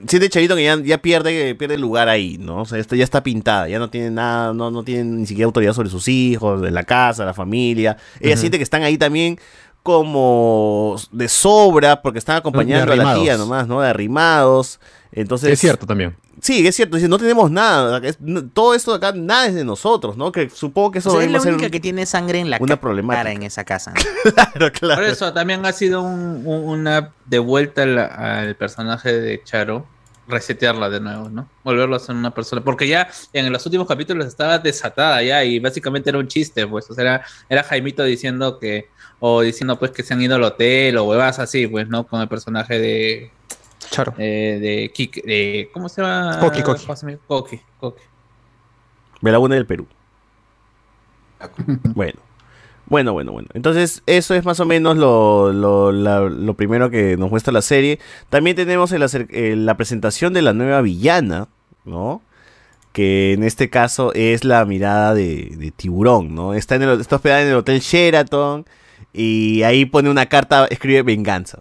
[SPEAKER 3] Siente Charito que ya, ya pierde, pierde el lugar ahí, ¿no? O sea, esto ya está pintada, ya no tiene nada, no, no tiene ni siquiera autoridad sobre sus hijos, de la casa, la familia. Ella
[SPEAKER 2] Ujú.
[SPEAKER 3] siente que están ahí también como de sobra, porque están acompañando a la tía
[SPEAKER 2] arrimados.
[SPEAKER 3] nomás, ¿no? De arrimados. Entonces,
[SPEAKER 2] es cierto también.
[SPEAKER 3] Sí, es cierto, dice, no tenemos nada. es- no- todo esto de acá, nada es de nosotros, ¿no? Que supongo que eso
[SPEAKER 7] O sea, es
[SPEAKER 3] debe
[SPEAKER 7] la
[SPEAKER 3] ser
[SPEAKER 7] única que tiene sangre en la
[SPEAKER 3] una
[SPEAKER 7] ca-
[SPEAKER 3] problemática.
[SPEAKER 7] cara en
[SPEAKER 3] [LAUGHS]
[SPEAKER 7] esa casa.
[SPEAKER 3] Claro, claro.
[SPEAKER 6] Por eso también ha sido un- un- una devuelta al, al personaje de Charo, resetearla de nuevo, ¿no? Volverlo a ser una persona. Porque ya en los últimos capítulos estaba desatada ya y básicamente era un chiste, pues. O sea, era, era Jaimito diciendo que, o diciendo pues que se han ido al hotel o huevas así, pues, ¿no? Con el personaje de
[SPEAKER 2] Charo.
[SPEAKER 6] eh, de Kik, de- ¿cómo se llama?
[SPEAKER 2] Coqui, Coqui.
[SPEAKER 6] ¿Cómo se llama? Coqui, Coqui.
[SPEAKER 3] Me la une del
[SPEAKER 2] [LAUGHS]
[SPEAKER 3] Perú. Bueno. Bueno, bueno, bueno. Entonces, eso es más o menos lo, lo- la- lo primero que nos muestra la serie. También tenemos el acer- eh, la presentación de la nueva villana, ¿no? Que en este caso es la mirada de, de tiburón, ¿no? Está, en el, está hospedada en el Hotel Sheraton y ahí pone una carta, escribe venganza,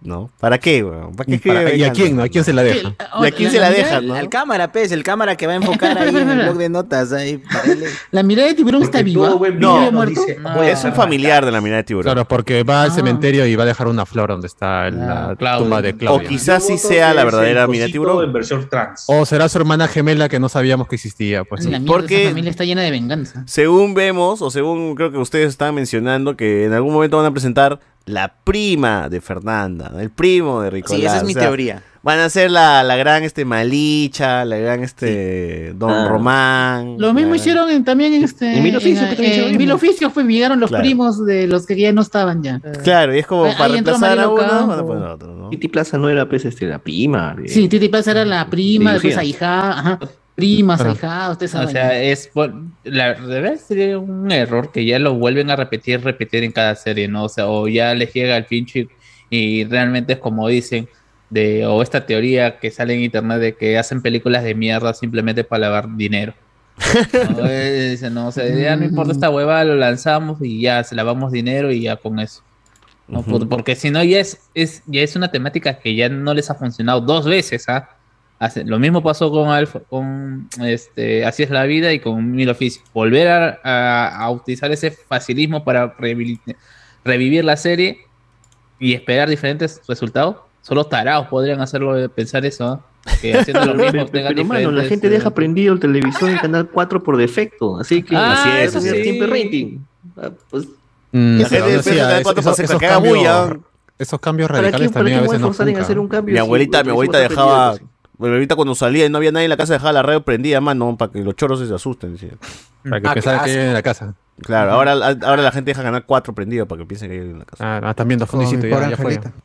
[SPEAKER 3] ¿no? ¿Para qué, weón? ¿Para qué
[SPEAKER 2] ¿Y,
[SPEAKER 3] escribe
[SPEAKER 2] para- y a
[SPEAKER 3] venganza?
[SPEAKER 2] quién? ¿no? ¿A quién se la deja?
[SPEAKER 3] ¿Y a quién se la deja, no?
[SPEAKER 7] Al cámara, pez, el cámara que va a enfocar ahí en el blog de notas. Ahí, para él.
[SPEAKER 12] La mirada de tiburón
[SPEAKER 9] Porque
[SPEAKER 12] está viva.
[SPEAKER 9] todo buen
[SPEAKER 3] No,
[SPEAKER 9] villano
[SPEAKER 12] no,
[SPEAKER 9] dice,
[SPEAKER 2] Ah,
[SPEAKER 6] no.
[SPEAKER 9] voy a
[SPEAKER 3] Es un
[SPEAKER 9] matar.
[SPEAKER 3] familiar de la mirada de tiburón.
[SPEAKER 2] Claro, porque va al
[SPEAKER 12] Ah.
[SPEAKER 2] cementerio y va a dejar una flor donde está la
[SPEAKER 6] Ah, Claudia.
[SPEAKER 2] tumba de
[SPEAKER 3] O
[SPEAKER 2] Claudia. O,
[SPEAKER 3] quizás sí
[SPEAKER 9] Yo voto
[SPEAKER 3] sea
[SPEAKER 9] que
[SPEAKER 3] la
[SPEAKER 9] es
[SPEAKER 3] verdadera
[SPEAKER 9] el
[SPEAKER 3] mirada de
[SPEAKER 9] cosito En
[SPEAKER 3] tiburón.
[SPEAKER 9] versión trans.
[SPEAKER 2] será su hermana gemela que no sabíamos que existía. Pues,
[SPEAKER 12] La mierda,
[SPEAKER 3] Porque-
[SPEAKER 12] esa familia está llena de venganza.
[SPEAKER 3] Según vemos, o según creo que ustedes estaban mencionando, que en algún momento van a presentar la prima de Fernanda, ¿no? el primo de Ricolás.
[SPEAKER 7] Sí, esa es mi
[SPEAKER 3] o sea,
[SPEAKER 7] teoría.
[SPEAKER 3] Van a ser la, la gran este Malicha, la gran este Don
[SPEAKER 8] Ah.
[SPEAKER 3] Román.
[SPEAKER 12] Lo mismo
[SPEAKER 3] la-
[SPEAKER 12] hicieron en- también en este.
[SPEAKER 8] En Mil Oficios, que
[SPEAKER 12] En,
[SPEAKER 8] también hicieron lo
[SPEAKER 12] en Mil
[SPEAKER 8] mismo.
[SPEAKER 12] Oficios, pues llegaron los
[SPEAKER 3] Claro.
[SPEAKER 12] primos de los que ya no estaban ya.
[SPEAKER 3] Claro, y es como
[SPEAKER 12] Ahí-
[SPEAKER 3] para
[SPEAKER 12] ahí entró
[SPEAKER 3] reemplazar a
[SPEAKER 12] Marilo
[SPEAKER 3] uno, pues,
[SPEAKER 12] Campo.
[SPEAKER 3] van a poner a otro, ¿no?
[SPEAKER 8] Titi Plaza no era pues este, la prima. de-
[SPEAKER 12] Sí, Titi Paz era la prima, después
[SPEAKER 8] Dirigida.
[SPEAKER 12] ahijada, ajá, primas,
[SPEAKER 2] Ajá.
[SPEAKER 12] ahijadas, ustedes
[SPEAKER 6] O
[SPEAKER 12] saben.
[SPEAKER 6] sea, es por- la de verdad sería un error que ya lo vuelven a repetir, repetir en cada serie, ¿no? O sea, o ya les llega el pinche y, y realmente es como dicen de o esta teoría que sale en internet de que hacen películas de mierda simplemente para lavar dinero. No, Eh, dicen, no, o sea, ya no importa esta hueva, lo lanzamos y ya se lavamos dinero y ya con eso. ¿no?
[SPEAKER 3] Ujú.
[SPEAKER 6] Por- porque si no ya es, es ya es una temática que ya no les ha funcionado dos veces, ¿ah? Hace- lo mismo pasó con, Alf- con este, Así es la vida y con Mil Oficios. Volver a, a- a utilizar ese facilismo para revi- revivir la serie y esperar diferentes resultados. Solo tarados podrían hacerlo eh, pensar eso, ¿ah? que haciendo
[SPEAKER 8] [LAUGHS]
[SPEAKER 6] lo
[SPEAKER 8] Pero,
[SPEAKER 6] mismo
[SPEAKER 8] pero,
[SPEAKER 6] tengan
[SPEAKER 8] pero, mano, la
[SPEAKER 6] diferentes,
[SPEAKER 8] gente deja
[SPEAKER 6] eh,
[SPEAKER 8] prendido el televisor en canal 4 por defecto, así que
[SPEAKER 6] Ah,
[SPEAKER 8] así
[SPEAKER 3] eso
[SPEAKER 8] tener
[SPEAKER 6] sí.
[SPEAKER 8] siempre rating. Ah, pues,
[SPEAKER 2] Mm,
[SPEAKER 3] La
[SPEAKER 2] pero
[SPEAKER 3] gente
[SPEAKER 2] aún
[SPEAKER 3] después
[SPEAKER 2] así,
[SPEAKER 3] de
[SPEAKER 2] a-
[SPEAKER 3] la cuatro
[SPEAKER 2] esos-
[SPEAKER 3] pasa que
[SPEAKER 2] esos
[SPEAKER 3] caga bulla.
[SPEAKER 2] cambios- Esos cambios
[SPEAKER 8] ¿Para qué, para
[SPEAKER 2] radicales
[SPEAKER 8] qué
[SPEAKER 2] también a
[SPEAKER 8] voy a
[SPEAKER 2] veces no
[SPEAKER 8] forzar en
[SPEAKER 2] funcan.
[SPEAKER 8] hacer un cambio? si
[SPEAKER 3] Mi abuelita,
[SPEAKER 8] el televisor
[SPEAKER 3] mi abuelita
[SPEAKER 8] está prendido,
[SPEAKER 3] dejaba.
[SPEAKER 8] pues?
[SPEAKER 3] Mi abuelita cuando salía y no había nadie en la casa dejaba la radio prendida, mano, para que los choros se asusten. decía.
[SPEAKER 2] Para que
[SPEAKER 1] Ah,
[SPEAKER 2] pensaran que
[SPEAKER 1] claro.
[SPEAKER 2] hay en la casa.
[SPEAKER 3] Claro, ahora, ahora la gente deja ganar cuatro prendido para que piensen que hay en la casa.
[SPEAKER 2] Ah, ah, están viendo
[SPEAKER 10] Como mi
[SPEAKER 2] Fundicito,
[SPEAKER 10] pobre
[SPEAKER 2] ya, ya fue.
[SPEAKER 10] angelita.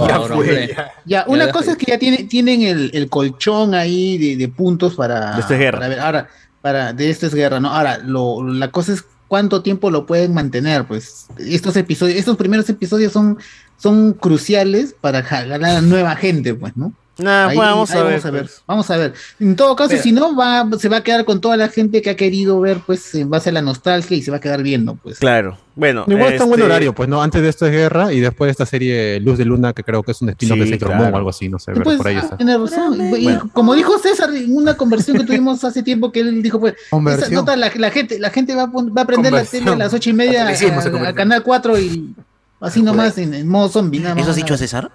[SPEAKER 6] ahora, Ah, hombre.
[SPEAKER 12] Ya,
[SPEAKER 6] Ya
[SPEAKER 12] una
[SPEAKER 6] deja
[SPEAKER 12] cosa es
[SPEAKER 6] ahí.
[SPEAKER 12] que ya tiene- tienen el, el colchón ahí de, de puntos para.
[SPEAKER 3] De esto es guerra.
[SPEAKER 12] para ver, ahora, para, de esto es guerra, ¿no? Ahora, lo, la cosa es cuánto tiempo lo pueden mantener, pues. Estos episodios, estos primeros episodios son,
[SPEAKER 4] son cruciales para jalar a nueva gente, pues, ¿no?
[SPEAKER 3] Nah,
[SPEAKER 4] Ahí-
[SPEAKER 3] pues, vamos,
[SPEAKER 4] ahí
[SPEAKER 3] a
[SPEAKER 4] vamos
[SPEAKER 3] ver,
[SPEAKER 4] a ver.
[SPEAKER 3] pues.
[SPEAKER 4] Vamos a ver. En todo caso,
[SPEAKER 3] Pero-
[SPEAKER 4] si no, va, se va a quedar con toda la gente que ha querido ver, pues, en base a la nostalgia y se va a quedar viendo, pues.
[SPEAKER 3] Claro. Bueno,
[SPEAKER 2] Igual está en buen
[SPEAKER 3] este-
[SPEAKER 2] horario, pues no, antes de esto es guerra y después de esta serie Luz de Luna, que creo que es un destino
[SPEAKER 3] Sí,
[SPEAKER 2] de Sailor
[SPEAKER 3] claro.
[SPEAKER 2] Moon o algo así, no sé, pero
[SPEAKER 4] Pues,
[SPEAKER 2] por ahí
[SPEAKER 4] ah,
[SPEAKER 2] está.
[SPEAKER 4] tiene razón. Y
[SPEAKER 2] Bueno.
[SPEAKER 4] como dijo César en una conversión que tuvimos hace tiempo, que él dijo, pues, esa
[SPEAKER 2] Conversión.
[SPEAKER 4] nota, la, la gente, la gente va, a pon- va a prender la
[SPEAKER 7] Conversión.
[SPEAKER 4] tele a las ocho y media a,
[SPEAKER 7] Catolicismo se
[SPEAKER 4] a- a
[SPEAKER 7] convirtió.
[SPEAKER 4] Canal 4 y así nomás en, en modo zombie. nada más.
[SPEAKER 7] ¿Eso has dicho a César?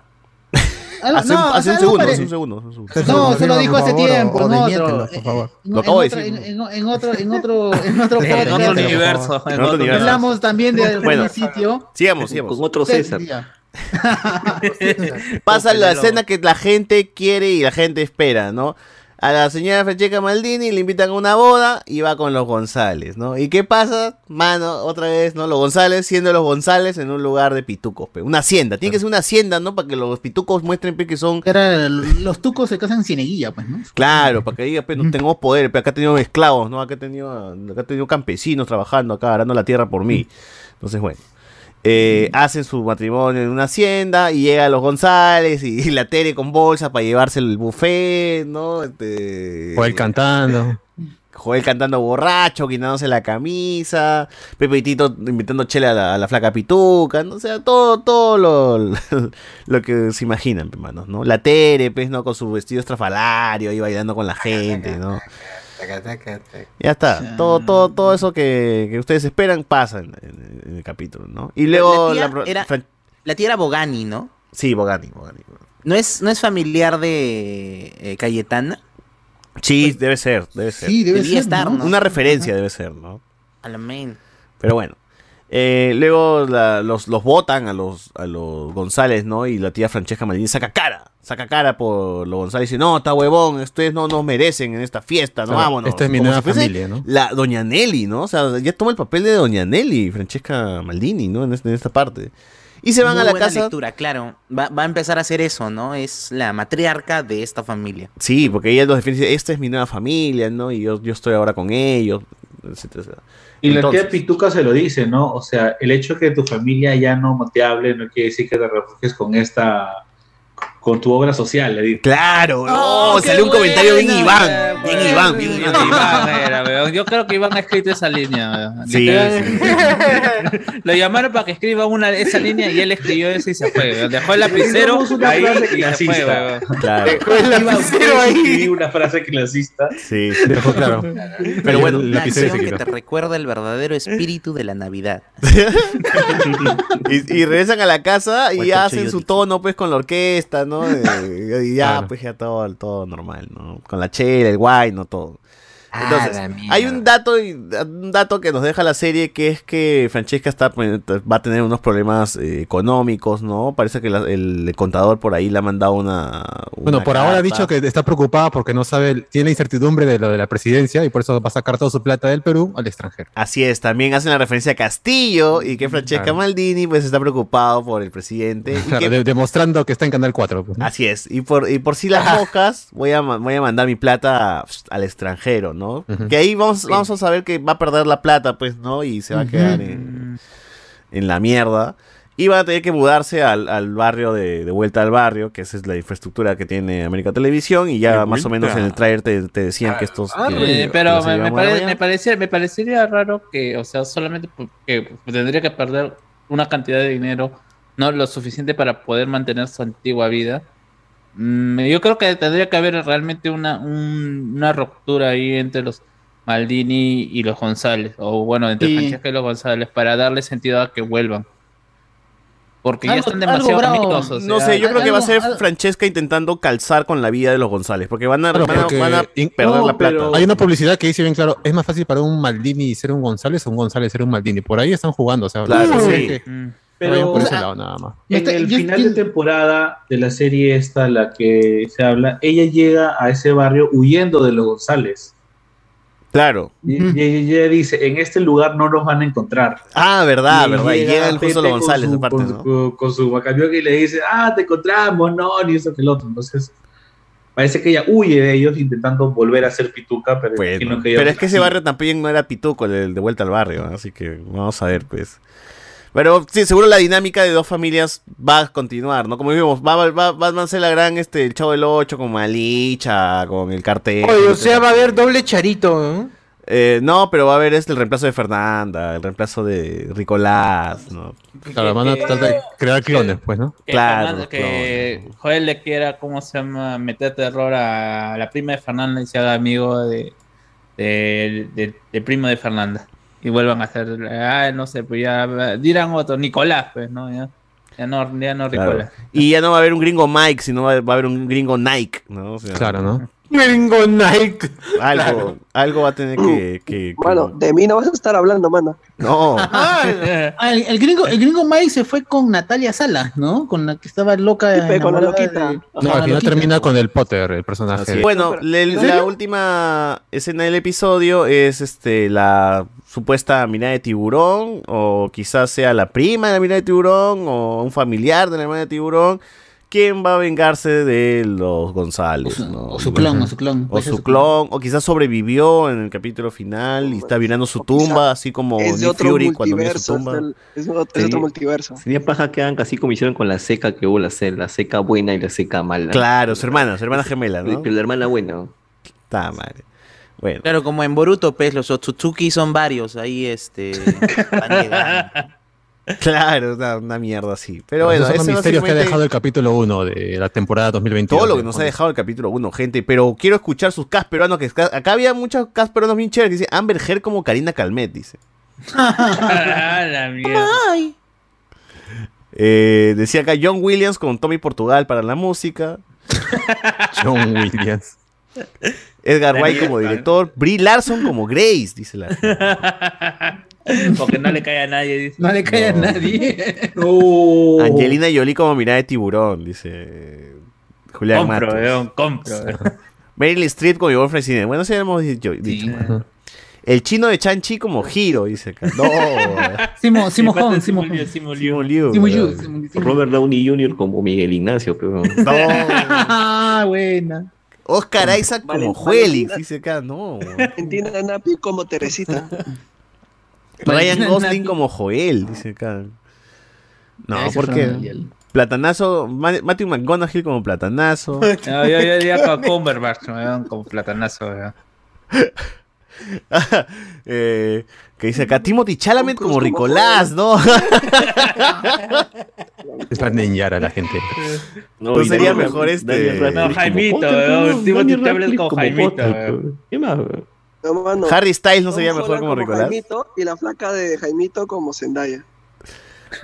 [SPEAKER 4] Algo-
[SPEAKER 3] Hace un-
[SPEAKER 4] no, o
[SPEAKER 3] hace
[SPEAKER 4] sea,
[SPEAKER 3] un
[SPEAKER 4] algo
[SPEAKER 3] segundo,
[SPEAKER 4] pare-
[SPEAKER 3] hace un segundo, hace un segundo.
[SPEAKER 4] No, se lo
[SPEAKER 3] Por
[SPEAKER 4] dijo hace
[SPEAKER 3] favor, o-
[SPEAKER 4] tiempo,
[SPEAKER 3] o
[SPEAKER 4] no
[SPEAKER 3] desmiéntelo,
[SPEAKER 4] otro. eh,
[SPEAKER 3] por favor.
[SPEAKER 4] en-
[SPEAKER 3] Lo
[SPEAKER 4] en
[SPEAKER 3] acabo de
[SPEAKER 4] otra-
[SPEAKER 3] decir.
[SPEAKER 4] en- en- en otro, en otro,
[SPEAKER 3] [LAUGHS]
[SPEAKER 4] en otro
[SPEAKER 6] En otro
[SPEAKER 4] podcast.
[SPEAKER 6] universo, en otro universo.
[SPEAKER 4] Hablamos también de
[SPEAKER 3] Bueno.
[SPEAKER 4] algún sitio.
[SPEAKER 3] Sigamos, sigamos.
[SPEAKER 8] Con otro César.
[SPEAKER 3] Pasa la escena que la gente quiere y la gente espera, ¿no? A la señora Francesca Maldini le invitan a una boda y va con los González, ¿no? ¿Y qué pasa? Mano, otra vez, ¿no? Los González siendo los González en un lugar de pitucos, pe. Una hacienda. Tiene que ser una hacienda, ¿no? Para que los pitucos muestren pe, que son...
[SPEAKER 4] Era- los tucos se casan sin guía, pues, ¿no?
[SPEAKER 3] Claro, para que diga, pues, no tenemos poder, pero acá tenemos esclavos, ¿no? Acá tenemos acá tenemos campesinos trabajando acá, arando la tierra por mí. Entonces, bueno. eh, hacen su matrimonio en una hacienda y llega los González y, [LAUGHS] y la Tere con bolsa para llevarse el buffet, ¿no? Este,
[SPEAKER 2] O el cantando.
[SPEAKER 3] Joel cantando borracho, quitándose la camisa, Pepe y Tito invitando chela a la, a la flaca pituca, ¿no? o sea, todo, todo lo, [LAUGHS] lo que se imaginan, hermanos, ¿no? La Tere, pues, ¿no? Con su vestido estrafalario, ahí bailando con la gente, ¿no? Ya está, todo, todo, todo eso que, que ustedes esperan pasa en, en- en el capítulo, ¿no? Y luego
[SPEAKER 7] La tía
[SPEAKER 3] la pro-
[SPEAKER 7] era-
[SPEAKER 3] Fran-
[SPEAKER 7] La tía era Bogani, ¿no?
[SPEAKER 3] Sí, Bogani, Bogani.
[SPEAKER 7] ¿No es, no es familiar de eh, Cayetana?
[SPEAKER 3] Sí, debe ser, debe ser.
[SPEAKER 4] Sí, debe
[SPEAKER 7] Debía
[SPEAKER 4] ser.
[SPEAKER 7] estar,
[SPEAKER 4] ¿no?
[SPEAKER 7] ¿no?
[SPEAKER 3] Una referencia debe ser, ¿no?
[SPEAKER 7] A la main.
[SPEAKER 3] Pero bueno. Eh, luego la- los, los votan a los, a los González, ¿no? Y la tía Francesca Maldini saca cara. Saca cara por los González y dice, no, está huevón, ustedes no nos merecen en esta fiesta, no
[SPEAKER 2] Claro,
[SPEAKER 3] vámonos.
[SPEAKER 2] esta es mi
[SPEAKER 3] Como
[SPEAKER 2] nueva
[SPEAKER 3] si fuese
[SPEAKER 2] familia, ¿no?
[SPEAKER 3] La doña Nelly, ¿no? O sea, ya toma el papel de doña Nelly, Francesca Maldini, ¿no? En, este- en esta parte. Y se van
[SPEAKER 7] Muy
[SPEAKER 3] a la
[SPEAKER 7] buena
[SPEAKER 3] casa.
[SPEAKER 7] lectura, claro. Va, va a empezar a hacer eso, ¿no? Es la matriarca de esta familia.
[SPEAKER 3] Sí, porque ella los define, dice, esta es mi nueva familia, ¿no? Y yo, yo estoy ahora con ellos, etcétera, etcétera.
[SPEAKER 9] Y la
[SPEAKER 3] Entonces-
[SPEAKER 9] tía Pituca se lo dice, ¿no? O sea, el hecho que tu familia ya no te hable no quiere decir que te refugies con esta, con tu obra social, le dice.
[SPEAKER 3] Claro, oh,
[SPEAKER 6] qué
[SPEAKER 3] salió un comentario bien
[SPEAKER 6] buena,
[SPEAKER 3] Iván,
[SPEAKER 6] qué
[SPEAKER 3] bien Iván, bien
[SPEAKER 6] Iván,
[SPEAKER 3] Iván.
[SPEAKER 6] Iván era, weón. Yo creo que Iván ha escrito esa línea. weón.
[SPEAKER 3] Sí,
[SPEAKER 6] Literal. [LAUGHS] Lo llamaron para que escriba una, esa línea y él escribió esa y se fue. weón. Dejó el lapicero
[SPEAKER 9] Digamos una
[SPEAKER 6] ahí
[SPEAKER 9] frase
[SPEAKER 6] y se fue.
[SPEAKER 9] clasista.
[SPEAKER 6] weón.
[SPEAKER 3] Claro, [LAUGHS]
[SPEAKER 9] Escribí una frase clasista.
[SPEAKER 3] sí.
[SPEAKER 9] [LAUGHS]
[SPEAKER 2] Dejó claro.
[SPEAKER 3] Pero bueno,
[SPEAKER 2] el
[SPEAKER 7] Una
[SPEAKER 2] lapicero se
[SPEAKER 7] acción que
[SPEAKER 2] quitó.
[SPEAKER 7] te recuerda el verdadero espíritu de la
[SPEAKER 2] [LAUGHS]
[SPEAKER 7] Navidad.
[SPEAKER 3] Y, y regresan a la casa y
[SPEAKER 7] Cualquier
[SPEAKER 3] hacen su
[SPEAKER 7] choyotito.
[SPEAKER 3] tono, pues, con la orquesta, ¿no? Eh, y ya,
[SPEAKER 2] Claro.
[SPEAKER 3] pues, ya todo, todo normal, ¿no? Con la chela, el guay, no todo. Entonces, hay un dato, y- un dato que nos deja la serie que es que Francesca está, pues, va a tener unos problemas eh, económicos, ¿no? Parece que la- el contador por ahí le ha mandado una.
[SPEAKER 2] Bueno,
[SPEAKER 3] una
[SPEAKER 2] por ahora ha
[SPEAKER 3] carta.
[SPEAKER 2] dicho que está preocupada porque no sabe, tiene la incertidumbre de lo de la presidencia y por eso va a sacar toda su plata del Perú al extranjero.
[SPEAKER 3] Así es, también hacen la referencia a Castillo y que Francesca
[SPEAKER 2] Claro.
[SPEAKER 3] Maldini pues está preocupado por el presidente.
[SPEAKER 2] [LAUGHS]
[SPEAKER 3] y
[SPEAKER 2] Claro,
[SPEAKER 3] que-
[SPEAKER 2] de- demostrando que está en Canal 4. pues, ¿no?
[SPEAKER 3] Así es, y por, y por si las moscas voy a, ma- voy a mandar mi plata a- al extranjero, ¿no?
[SPEAKER 2] Ujú.
[SPEAKER 3] Que ahí vamos, vamos a saber que va a perder la plata, pues, ¿no? Y se va a quedar en, en la mierda. Y va a tener que mudarse al, al barrio de, de vuelta al barrio, que esa es la infraestructura que tiene América Televisión, y ya
[SPEAKER 8] De
[SPEAKER 3] más o
[SPEAKER 8] vuelta.
[SPEAKER 3] menos en el trailer te, te decían que estos... que-
[SPEAKER 6] Eh,
[SPEAKER 3] que
[SPEAKER 6] pero
[SPEAKER 3] los
[SPEAKER 6] me, me
[SPEAKER 3] iban a
[SPEAKER 6] pare-
[SPEAKER 3] Guanajuato.
[SPEAKER 6] me parecía- me parecería raro que, o sea, solamente porque tendría que perder una cantidad de dinero, no lo suficiente para poder mantener su antigua vida. Mm, yo creo que tendría que haber realmente una, un- una ruptura ahí entre los Maldini y los González, o bueno, entre
[SPEAKER 4] Sí.
[SPEAKER 6] Francesca y los González, para darle sentido a que vuelvan. Porque ya
[SPEAKER 4] Algo-
[SPEAKER 6] están
[SPEAKER 4] algo
[SPEAKER 6] demasiado
[SPEAKER 4] bravo.
[SPEAKER 6] amigos. o
[SPEAKER 3] No
[SPEAKER 6] sea,
[SPEAKER 3] sé, yo creo que va a ser
[SPEAKER 4] algo- algo-
[SPEAKER 3] Francesca intentando calzar con la vida de los González, porque van a,
[SPEAKER 2] Claro,
[SPEAKER 3] van a-
[SPEAKER 2] porque
[SPEAKER 3] van a
[SPEAKER 2] in-
[SPEAKER 3] perder
[SPEAKER 9] no,
[SPEAKER 3] la plata.
[SPEAKER 9] pero-
[SPEAKER 2] Hay una publicidad que dice bien claro, es más fácil para un Maldini ser un González o un González ser un Maldini. Por ahí están jugando, o sea,
[SPEAKER 3] Claro,
[SPEAKER 2] no sé
[SPEAKER 3] sí.
[SPEAKER 2] que
[SPEAKER 6] mm.
[SPEAKER 2] vayan
[SPEAKER 9] Pero
[SPEAKER 2] por ese lado nada más.
[SPEAKER 4] Me
[SPEAKER 9] en
[SPEAKER 4] está-
[SPEAKER 9] el
[SPEAKER 4] Este, yo-
[SPEAKER 9] final
[SPEAKER 4] yo-
[SPEAKER 9] de temporada de la serie esta, la que se habla, ella llega a ese barrio huyendo de los González.
[SPEAKER 3] Claro.
[SPEAKER 9] Y,
[SPEAKER 4] Ujú.
[SPEAKER 9] y ella dice, en este lugar no nos van a encontrar.
[SPEAKER 3] Ah, verdad,
[SPEAKER 9] Y
[SPEAKER 3] verdad. Y llega el
[SPEAKER 9] Pepe
[SPEAKER 3] justo los
[SPEAKER 9] con
[SPEAKER 3] González,
[SPEAKER 9] su-
[SPEAKER 3] aparte,
[SPEAKER 9] con,
[SPEAKER 3] ¿no?
[SPEAKER 9] con- con su macamión y le dice, ah, te encontramos, no, ni eso que el otro. Entonces, parece que ella huye de ellos intentando volver a ser pituca, pero
[SPEAKER 3] Bueno,
[SPEAKER 9] imagino que ella-
[SPEAKER 3] pero es que ese barrio también no era pituco, el, el de vuelta al barrio, ¿no? así que vamos a ver, pues. Pero sí, seguro la dinámica de dos familias va a continuar, ¿no? Como vimos, va, va, va- va a avanzar la gran, este, el Chavo del 8 con Malicha, con el cartel.
[SPEAKER 1] Oye, o sea, va a haber doble charito, ¿no?
[SPEAKER 3] Eh, no, pero va a haber este, el reemplazo de Fernanda, el reemplazo de Ricolás, ¿no?
[SPEAKER 2] Claro, van a tratar de crear clones, pues, ¿no?
[SPEAKER 6] Que
[SPEAKER 3] Claro,
[SPEAKER 6] Fernando- que Joel le quiera, ¿cómo se llama? Meter terror a la prima de Fernanda y se haga amigo de, de- de- del primo de Fernanda. Y vuelvan a hacer, ah, no sé, pues ya dirán otro, Nicolás, pues, ¿no? Ya, ya no, ya no
[SPEAKER 3] Claro.
[SPEAKER 6] Nicolás. [LAUGHS]
[SPEAKER 3] Y ya no va a haber un gringo Mike, sino va, va a haber un gringo Nike, ¿no?
[SPEAKER 2] Claro, ¿no?
[SPEAKER 1] Gringo Nike.
[SPEAKER 3] Algo,
[SPEAKER 1] Claro.
[SPEAKER 3] algo va a tener que... que-
[SPEAKER 14] Mano, de mí no vas a estar hablando, mano.
[SPEAKER 3] No.
[SPEAKER 4] Ah, el, el gringo, el gringo Mike se fue con Natalia Salas, ¿no? Con la que estaba loca.
[SPEAKER 14] pe, con la
[SPEAKER 4] enamorada
[SPEAKER 14] loquita.
[SPEAKER 4] de-
[SPEAKER 2] No, al
[SPEAKER 4] Ajá,
[SPEAKER 2] final
[SPEAKER 4] loquita.
[SPEAKER 2] termina con el Potter, el personaje.
[SPEAKER 3] Así es. Bueno, le- la última escena del episodio es este la supuesta mina de tiburón, o quizás sea la prima de la mina de tiburón, o un familiar de la mina de tiburón, quien va a vengarse de los González. ¿no?
[SPEAKER 4] O su clon, o su clon.
[SPEAKER 3] O
[SPEAKER 4] Puede ser
[SPEAKER 3] su clon, o quizás sobrevivió en el capítulo final y está mirando su tumba, así como
[SPEAKER 14] es de
[SPEAKER 3] Nick
[SPEAKER 14] otro
[SPEAKER 3] Fury cuando mira su
[SPEAKER 14] multiverso. este, Es, del-
[SPEAKER 3] tumba.
[SPEAKER 14] es otro, es
[SPEAKER 8] Sí.
[SPEAKER 14] otro
[SPEAKER 6] [LAUGHS]
[SPEAKER 14] multiverso.
[SPEAKER 8] Sería paja que hagan así como hicieron con la seca que hubo, la, se- la seca buena y la seca mala.
[SPEAKER 3] Claro, su hermana, su hermana gemela, ¿no?
[SPEAKER 8] Pero la hermana buena.
[SPEAKER 3] Está madre. Bueno.
[SPEAKER 7] Claro, como en Boruto, pues los Otsutsuki son varios.
[SPEAKER 3] [LAUGHS]
[SPEAKER 7] Ahí, este. van llegando.
[SPEAKER 3] Claro, una, una mierda así. Pero bueno,
[SPEAKER 2] Esos son los
[SPEAKER 3] ese
[SPEAKER 2] misterios que ha
[SPEAKER 3] básicamente-
[SPEAKER 2] dejado el capítulo 1 de la temporada 2021.
[SPEAKER 3] Todo lo que nos ha dejado el capítulo 1, gente. Pero quiero escuchar sus cas peruanos. Que ca- acá había muchos cas peruanos bien chéveres. Que dice Amber Heard como Karina Calmet, dice.
[SPEAKER 6] Ah, la mierda.
[SPEAKER 7] Ay.
[SPEAKER 3] Eh, decía acá John Williams con Tommy Portugal para la [LAUGHS] música.
[SPEAKER 2] John Williams.
[SPEAKER 3] Edgar White
[SPEAKER 6] Daniel
[SPEAKER 3] como
[SPEAKER 6] San.
[SPEAKER 3] director. Brie Larson como Grace, dice
[SPEAKER 8] [LAUGHS]
[SPEAKER 3] la.
[SPEAKER 6] Porque no le cae a nadie. dice.
[SPEAKER 4] No le cae
[SPEAKER 3] No.
[SPEAKER 4] a nadie.
[SPEAKER 3] Angelina Jolie como mirada de tiburón, dice eh, Julián
[SPEAKER 6] Compro,
[SPEAKER 3] Matos.
[SPEAKER 6] weón, compro. weón.
[SPEAKER 3] Meryl Streep como Yvonne Francine. Bueno, sí, hemos dicho. dicho. El chino de Chan-Chi como Hiro, dice acá. No.
[SPEAKER 4] [LAUGHS] Simo, Simo
[SPEAKER 6] Aparte,
[SPEAKER 4] Hong,
[SPEAKER 6] Simo
[SPEAKER 4] Simo
[SPEAKER 6] Liu, Simo
[SPEAKER 4] Hong.
[SPEAKER 6] Liu.
[SPEAKER 3] Simu Liu,
[SPEAKER 4] Simo
[SPEAKER 3] weón.
[SPEAKER 4] Yu, Simo- Simo-
[SPEAKER 8] Robert Downey Jr. como Miguel Ignacio, pero.
[SPEAKER 3] No.
[SPEAKER 4] Ah, buena.
[SPEAKER 3] Oscar Isaac como
[SPEAKER 14] Valen-
[SPEAKER 3] Juelix, dice acá. No. weón.
[SPEAKER 14] Entienda Napi pues, como Teresita.
[SPEAKER 3] Ryan
[SPEAKER 4] Valentina
[SPEAKER 3] Gosling
[SPEAKER 4] Napi.
[SPEAKER 3] como Joel, dice acá. No,
[SPEAKER 4] Ese
[SPEAKER 3] ¿por
[SPEAKER 4] fue
[SPEAKER 3] qué?
[SPEAKER 4] Daniel.
[SPEAKER 3] Platanazo, Ma- Matthew McGonagall como
[SPEAKER 4] [LAUGHS]
[SPEAKER 3] platanazo.
[SPEAKER 6] No, yo, yo diría
[SPEAKER 3] [LAUGHS]
[SPEAKER 6] con Cumberbatch, weón, con platanazo. weón.
[SPEAKER 3] [LAUGHS] Eh, que dice acá Timothy Chalamet
[SPEAKER 14] Tom Cruise
[SPEAKER 3] como
[SPEAKER 14] como
[SPEAKER 3] Ricolás, ¿no?
[SPEAKER 6] [LAUGHS]
[SPEAKER 2] Es para ninjar a la gente.
[SPEAKER 8] No,
[SPEAKER 3] Pues
[SPEAKER 8] y
[SPEAKER 3] sería
[SPEAKER 8] Daniel
[SPEAKER 3] mejor
[SPEAKER 8] Radcliffe-
[SPEAKER 3] este-
[SPEAKER 8] Daniel Radcliffe
[SPEAKER 6] No,
[SPEAKER 8] como
[SPEAKER 6] Jaimito,
[SPEAKER 8] Potter,
[SPEAKER 6] weón.
[SPEAKER 8] weón.
[SPEAKER 6] Timothy
[SPEAKER 8] Daniel
[SPEAKER 6] Chalamet
[SPEAKER 8] Radcliffe
[SPEAKER 6] como
[SPEAKER 8] como
[SPEAKER 6] Jaimito, eh.
[SPEAKER 8] Potter,
[SPEAKER 6] weón.
[SPEAKER 8] weón. ¿Qué más? weón?
[SPEAKER 14] No, mano.
[SPEAKER 3] Harry Styles no
[SPEAKER 14] Tom
[SPEAKER 3] sería mejor
[SPEAKER 14] Holland
[SPEAKER 3] como Ricolás.
[SPEAKER 14] Jaimito y la flaca de Jaimito como Zendaya.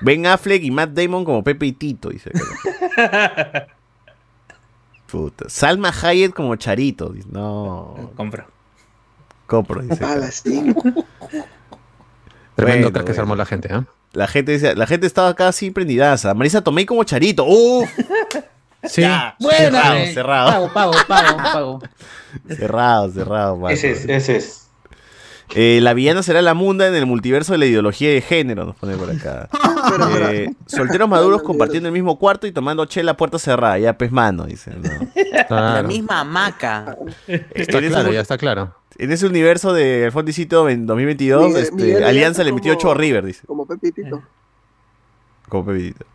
[SPEAKER 3] Ben Affleck y Matt Damon como Pepe y Tito,
[SPEAKER 2] [LAUGHS]
[SPEAKER 3] dice acá. Puta. Salma Hayek como Charito. dice. No,
[SPEAKER 6] Compro.
[SPEAKER 3] Copro, dice. acá.
[SPEAKER 14] A las cinco.
[SPEAKER 2] [LAUGHS] Tremendo
[SPEAKER 3] Bueno,
[SPEAKER 2] cast que se
[SPEAKER 3] bueno.
[SPEAKER 2] armó la gente, ¿ah?
[SPEAKER 3] La gente dice, la gente estaba acá así prendidaza. Marisa Tomei como Charito. ¡Uf!
[SPEAKER 2] Sí.
[SPEAKER 3] Ya,
[SPEAKER 4] Buena. eh.
[SPEAKER 3] cerrado,
[SPEAKER 4] Pago, pago, pago, pago.
[SPEAKER 3] cerrado, cerrado. mano.
[SPEAKER 9] Ese es, ese es.
[SPEAKER 3] Eh, la villana será la munda en el multiverso de la ideología de género, nos pone por acá.
[SPEAKER 14] Pero, [LAUGHS] espera,
[SPEAKER 3] Eh, solteros maduros compartiendo el mismo cuarto y tomando chela a puerta cerrada. Ya, pues, mano, dice. no.
[SPEAKER 7] La
[SPEAKER 2] Claro.
[SPEAKER 7] misma hamaca.
[SPEAKER 2] Está
[SPEAKER 3] En ese
[SPEAKER 2] claro,
[SPEAKER 3] mu-
[SPEAKER 2] ya está claro.
[SPEAKER 3] En ese universo de Fondicito en 2022,
[SPEAKER 14] Miguel-
[SPEAKER 3] este,
[SPEAKER 14] Miguel
[SPEAKER 3] Alianza le
[SPEAKER 14] Herrera
[SPEAKER 3] metió 8 a
[SPEAKER 14] como-
[SPEAKER 3] River, dice.
[SPEAKER 14] como Pepitito.
[SPEAKER 3] Como Pepitito.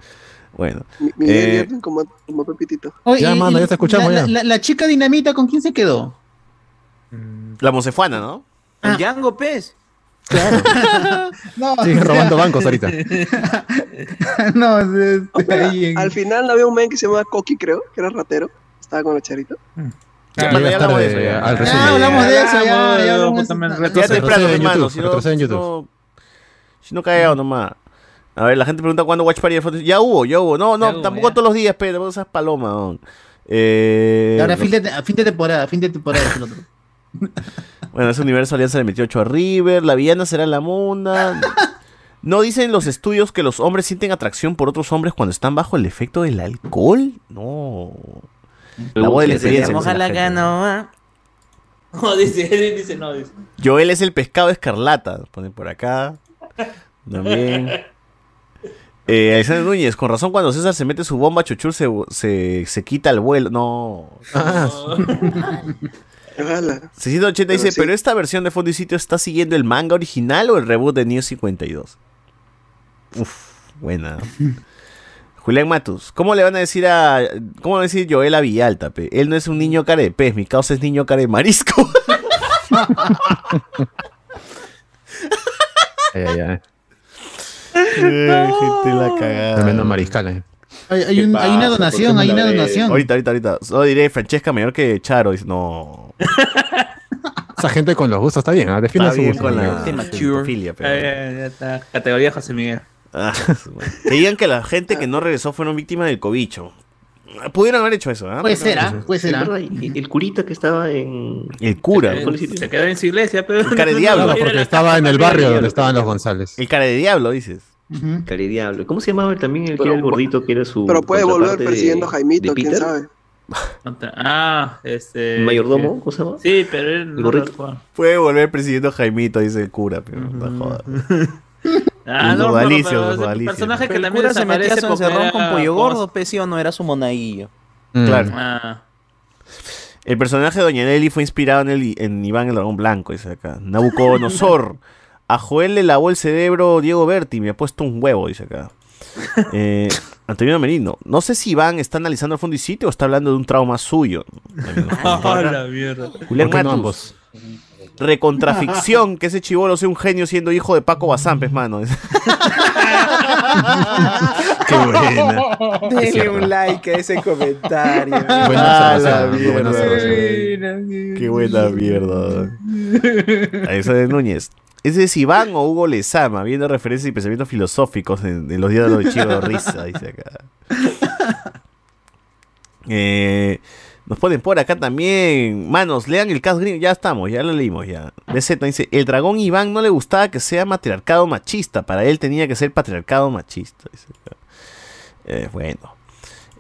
[SPEAKER 3] Bueno.
[SPEAKER 14] Mi- Miguel
[SPEAKER 3] Eh,
[SPEAKER 14] Jordan como, como Pepitito.
[SPEAKER 4] Oye,
[SPEAKER 2] Ya,
[SPEAKER 4] y-
[SPEAKER 2] mano,
[SPEAKER 4] y
[SPEAKER 2] ya te escuchamos,
[SPEAKER 4] La,
[SPEAKER 2] ya.
[SPEAKER 4] la- la chica dinamita, ¿con quién se quedó? Ah.
[SPEAKER 3] La mocefuana, ¿no?
[SPEAKER 7] Con Django, pues. pez.
[SPEAKER 4] No,
[SPEAKER 2] Sigue
[SPEAKER 4] o sea,
[SPEAKER 2] robando bancos ahorita.
[SPEAKER 4] [LAUGHS] No, o sea, este, ahí en-
[SPEAKER 14] Al final había un men que se llamaba Coqui, creo, que era ratero. Estaba con el charito.
[SPEAKER 6] Ah,
[SPEAKER 3] Bueno,
[SPEAKER 2] Llegas
[SPEAKER 3] ya hablamos
[SPEAKER 2] tarde
[SPEAKER 3] de eso, ya.
[SPEAKER 2] al
[SPEAKER 3] Ya
[SPEAKER 2] resumen.
[SPEAKER 4] Ah, hablamos de eso, ya,
[SPEAKER 6] hablamos,
[SPEAKER 4] ya hablamos
[SPEAKER 6] weón,
[SPEAKER 4] de eso.
[SPEAKER 6] justamente,
[SPEAKER 4] Ya
[SPEAKER 6] retrocede.
[SPEAKER 3] te
[SPEAKER 2] pues, retrocede
[SPEAKER 3] esperando,
[SPEAKER 2] en
[SPEAKER 3] hermano.
[SPEAKER 2] YouTube,
[SPEAKER 3] Si
[SPEAKER 2] retrocede
[SPEAKER 3] no,
[SPEAKER 2] en
[SPEAKER 3] si no, si no callado nomás. A ver, la gente pregunta cuándo Watch Party de Fondicito. Ya hubo, ya hubo. No, no,
[SPEAKER 6] Ya hubo,
[SPEAKER 3] tampoco
[SPEAKER 6] ya.
[SPEAKER 3] todos los días, pero esas palomas, don. [LAUGHS] Eh,
[SPEAKER 4] Ahora,
[SPEAKER 3] no-
[SPEAKER 4] fin de, a fin de temporada, fin de temporada. es el otro.
[SPEAKER 3] Bueno, ese universo Alianza le metió 8 a River, la villana será la
[SPEAKER 2] [LAUGHS]
[SPEAKER 3] munda. ¿No dicen los estudios que los hombres sienten atracción por otros hombres cuando están bajo el efecto del alcohol? No. La voz de la experiencia.
[SPEAKER 7] Se moja
[SPEAKER 3] dice la
[SPEAKER 7] la
[SPEAKER 3] gente.
[SPEAKER 7] canoa.
[SPEAKER 6] No, dice, dice, no, dice.
[SPEAKER 3] Joel es el pescado escarlata. Ponen por acá. También.
[SPEAKER 6] [LAUGHS]
[SPEAKER 3] Eh, Alexander Núñez, con razón cuando César se mete su bomba, Chuchur se, se, se quita el vuelo. No.
[SPEAKER 4] Ah,
[SPEAKER 14] Ojalá.
[SPEAKER 3] 680 dice,
[SPEAKER 14] Pero sí.
[SPEAKER 3] pero esta versión de Fondo y Sitio está siguiendo el manga original o el reboot de New 52. Uf,
[SPEAKER 14] [LAUGHS]
[SPEAKER 3] buena. Julián Matus, ¿cómo le van a decir a. ¿Cómo van a decir Joel a Villalta? pe? Él no es un niño care de pez, mi causa es niño care de marisco.
[SPEAKER 2] [LAUGHS]
[SPEAKER 3] [LAUGHS]
[SPEAKER 2] Ay, ay, ay.
[SPEAKER 3] Ay, gente, la cagada.
[SPEAKER 2] Tremendo mariscal, eh.
[SPEAKER 4] Hay, hay un- hay una donación, hay una donación.
[SPEAKER 3] Ahorita, ahorita, ahorita. Solo diré Francesca mayor que Charo. Dice, no.
[SPEAKER 2] [LAUGHS] Esa gente con los gustos está bien, ¿ah? defina
[SPEAKER 3] Está
[SPEAKER 2] su
[SPEAKER 3] bien
[SPEAKER 2] gusto.
[SPEAKER 3] con la
[SPEAKER 2] amigo.
[SPEAKER 3] pedofilia, pero-
[SPEAKER 6] Categoría José Miguel.
[SPEAKER 3] Ah, Que digan que la gente que no regresó fueron víctimas del cobicho. Pudieron haber hecho eso, ¿ah?
[SPEAKER 4] Puede ser, ¿ah? Puede ser, ¿ah?
[SPEAKER 8] El, el curita que estaba en.
[SPEAKER 3] El cura.
[SPEAKER 6] Se quedó en su iglesia, pero.
[SPEAKER 3] El cara de
[SPEAKER 6] [LAUGHS]
[SPEAKER 3] diablo.
[SPEAKER 6] Era
[SPEAKER 2] Porque
[SPEAKER 6] la-
[SPEAKER 2] estaba en el barrio donde
[SPEAKER 8] Diablo.
[SPEAKER 2] estaban los González.
[SPEAKER 3] El cara de diablo, dices.
[SPEAKER 8] Cari Diablo. ¿Cómo se llamaba él también el que era el gordito que era su.
[SPEAKER 14] Pero puede volver
[SPEAKER 8] contraparte de-
[SPEAKER 14] persiguiendo a Jaimito,
[SPEAKER 8] de
[SPEAKER 14] quién
[SPEAKER 8] Peter?
[SPEAKER 14] sabe.
[SPEAKER 6] [LAUGHS] Contra- Ah, este.
[SPEAKER 8] ¿Mayordomo?
[SPEAKER 6] eh,
[SPEAKER 8] ¿Cómo se llama?
[SPEAKER 6] Sí, pero él no
[SPEAKER 8] Gorrito.
[SPEAKER 6] recuerdo.
[SPEAKER 3] Puede volver presidiendo a Jaimito, dice el cura, pero no
[SPEAKER 6] [LAUGHS]
[SPEAKER 3] jodas. [LAUGHS]
[SPEAKER 6] Ah,
[SPEAKER 3] Los
[SPEAKER 6] no, no,
[SPEAKER 3] odalicios,
[SPEAKER 6] pero
[SPEAKER 3] los
[SPEAKER 6] es el
[SPEAKER 3] odalicios.
[SPEAKER 6] personaje que
[SPEAKER 7] El
[SPEAKER 6] también
[SPEAKER 7] cura se metía a
[SPEAKER 6] desaparece
[SPEAKER 7] su
[SPEAKER 6] porque
[SPEAKER 7] encerrón
[SPEAKER 6] era
[SPEAKER 7] con pollo
[SPEAKER 6] post-
[SPEAKER 7] gordo, pe, sí o no, era su monaguillo.
[SPEAKER 3] Mm.
[SPEAKER 8] Mm.
[SPEAKER 3] Claro.
[SPEAKER 6] Ah,
[SPEAKER 3] El personaje de Doña Nelly fue inspirado en, el- en Iván el Dragón Blanco, dice acá.
[SPEAKER 6] [LAUGHS]
[SPEAKER 3] Nabucodonosor. A Joel le lavó el cerebro Diego Berti, me ha puesto un huevo, dice acá.
[SPEAKER 6] [LAUGHS]
[SPEAKER 3] Eh, Antonio Merino. No sé si Iván está analizando el fondo y sitio o está hablando de un trauma suyo.
[SPEAKER 6] Ah, [LAUGHS] la mierda.
[SPEAKER 3] Julián
[SPEAKER 2] ¿Por qué no
[SPEAKER 3] Matus.
[SPEAKER 2] ambos?
[SPEAKER 3] Recontraficción, que ese chivolo sea un genio siendo hijo de Paco Bazán, pues, mano.
[SPEAKER 2] [LAUGHS] Qué
[SPEAKER 3] [LAUGHS]
[SPEAKER 2] buena. Es
[SPEAKER 7] Denle
[SPEAKER 2] cierto.
[SPEAKER 7] un like a ese
[SPEAKER 2] [LAUGHS]
[SPEAKER 7] comentario.
[SPEAKER 2] Buena
[SPEAKER 3] Ah, la
[SPEAKER 2] observación, muy buena
[SPEAKER 3] mierda.
[SPEAKER 2] observación.
[SPEAKER 3] Qué buena mierda. Ahí está de Núñez. Ese es Iván o Hugo Lezama, viendo referencias y pensamientos filosóficos en, en los días de los chivos de risa, dice acá.
[SPEAKER 4] [LAUGHS]
[SPEAKER 3] Eh, nos ponen por acá también. Manos, lean el caso gringo. Ya estamos, ya lo leímos ya. BZ dice, el dragón Iván no le gustaba que sea matriarcado machista. Para él tenía que ser patriarcado machista. dice acá. Eh, bueno.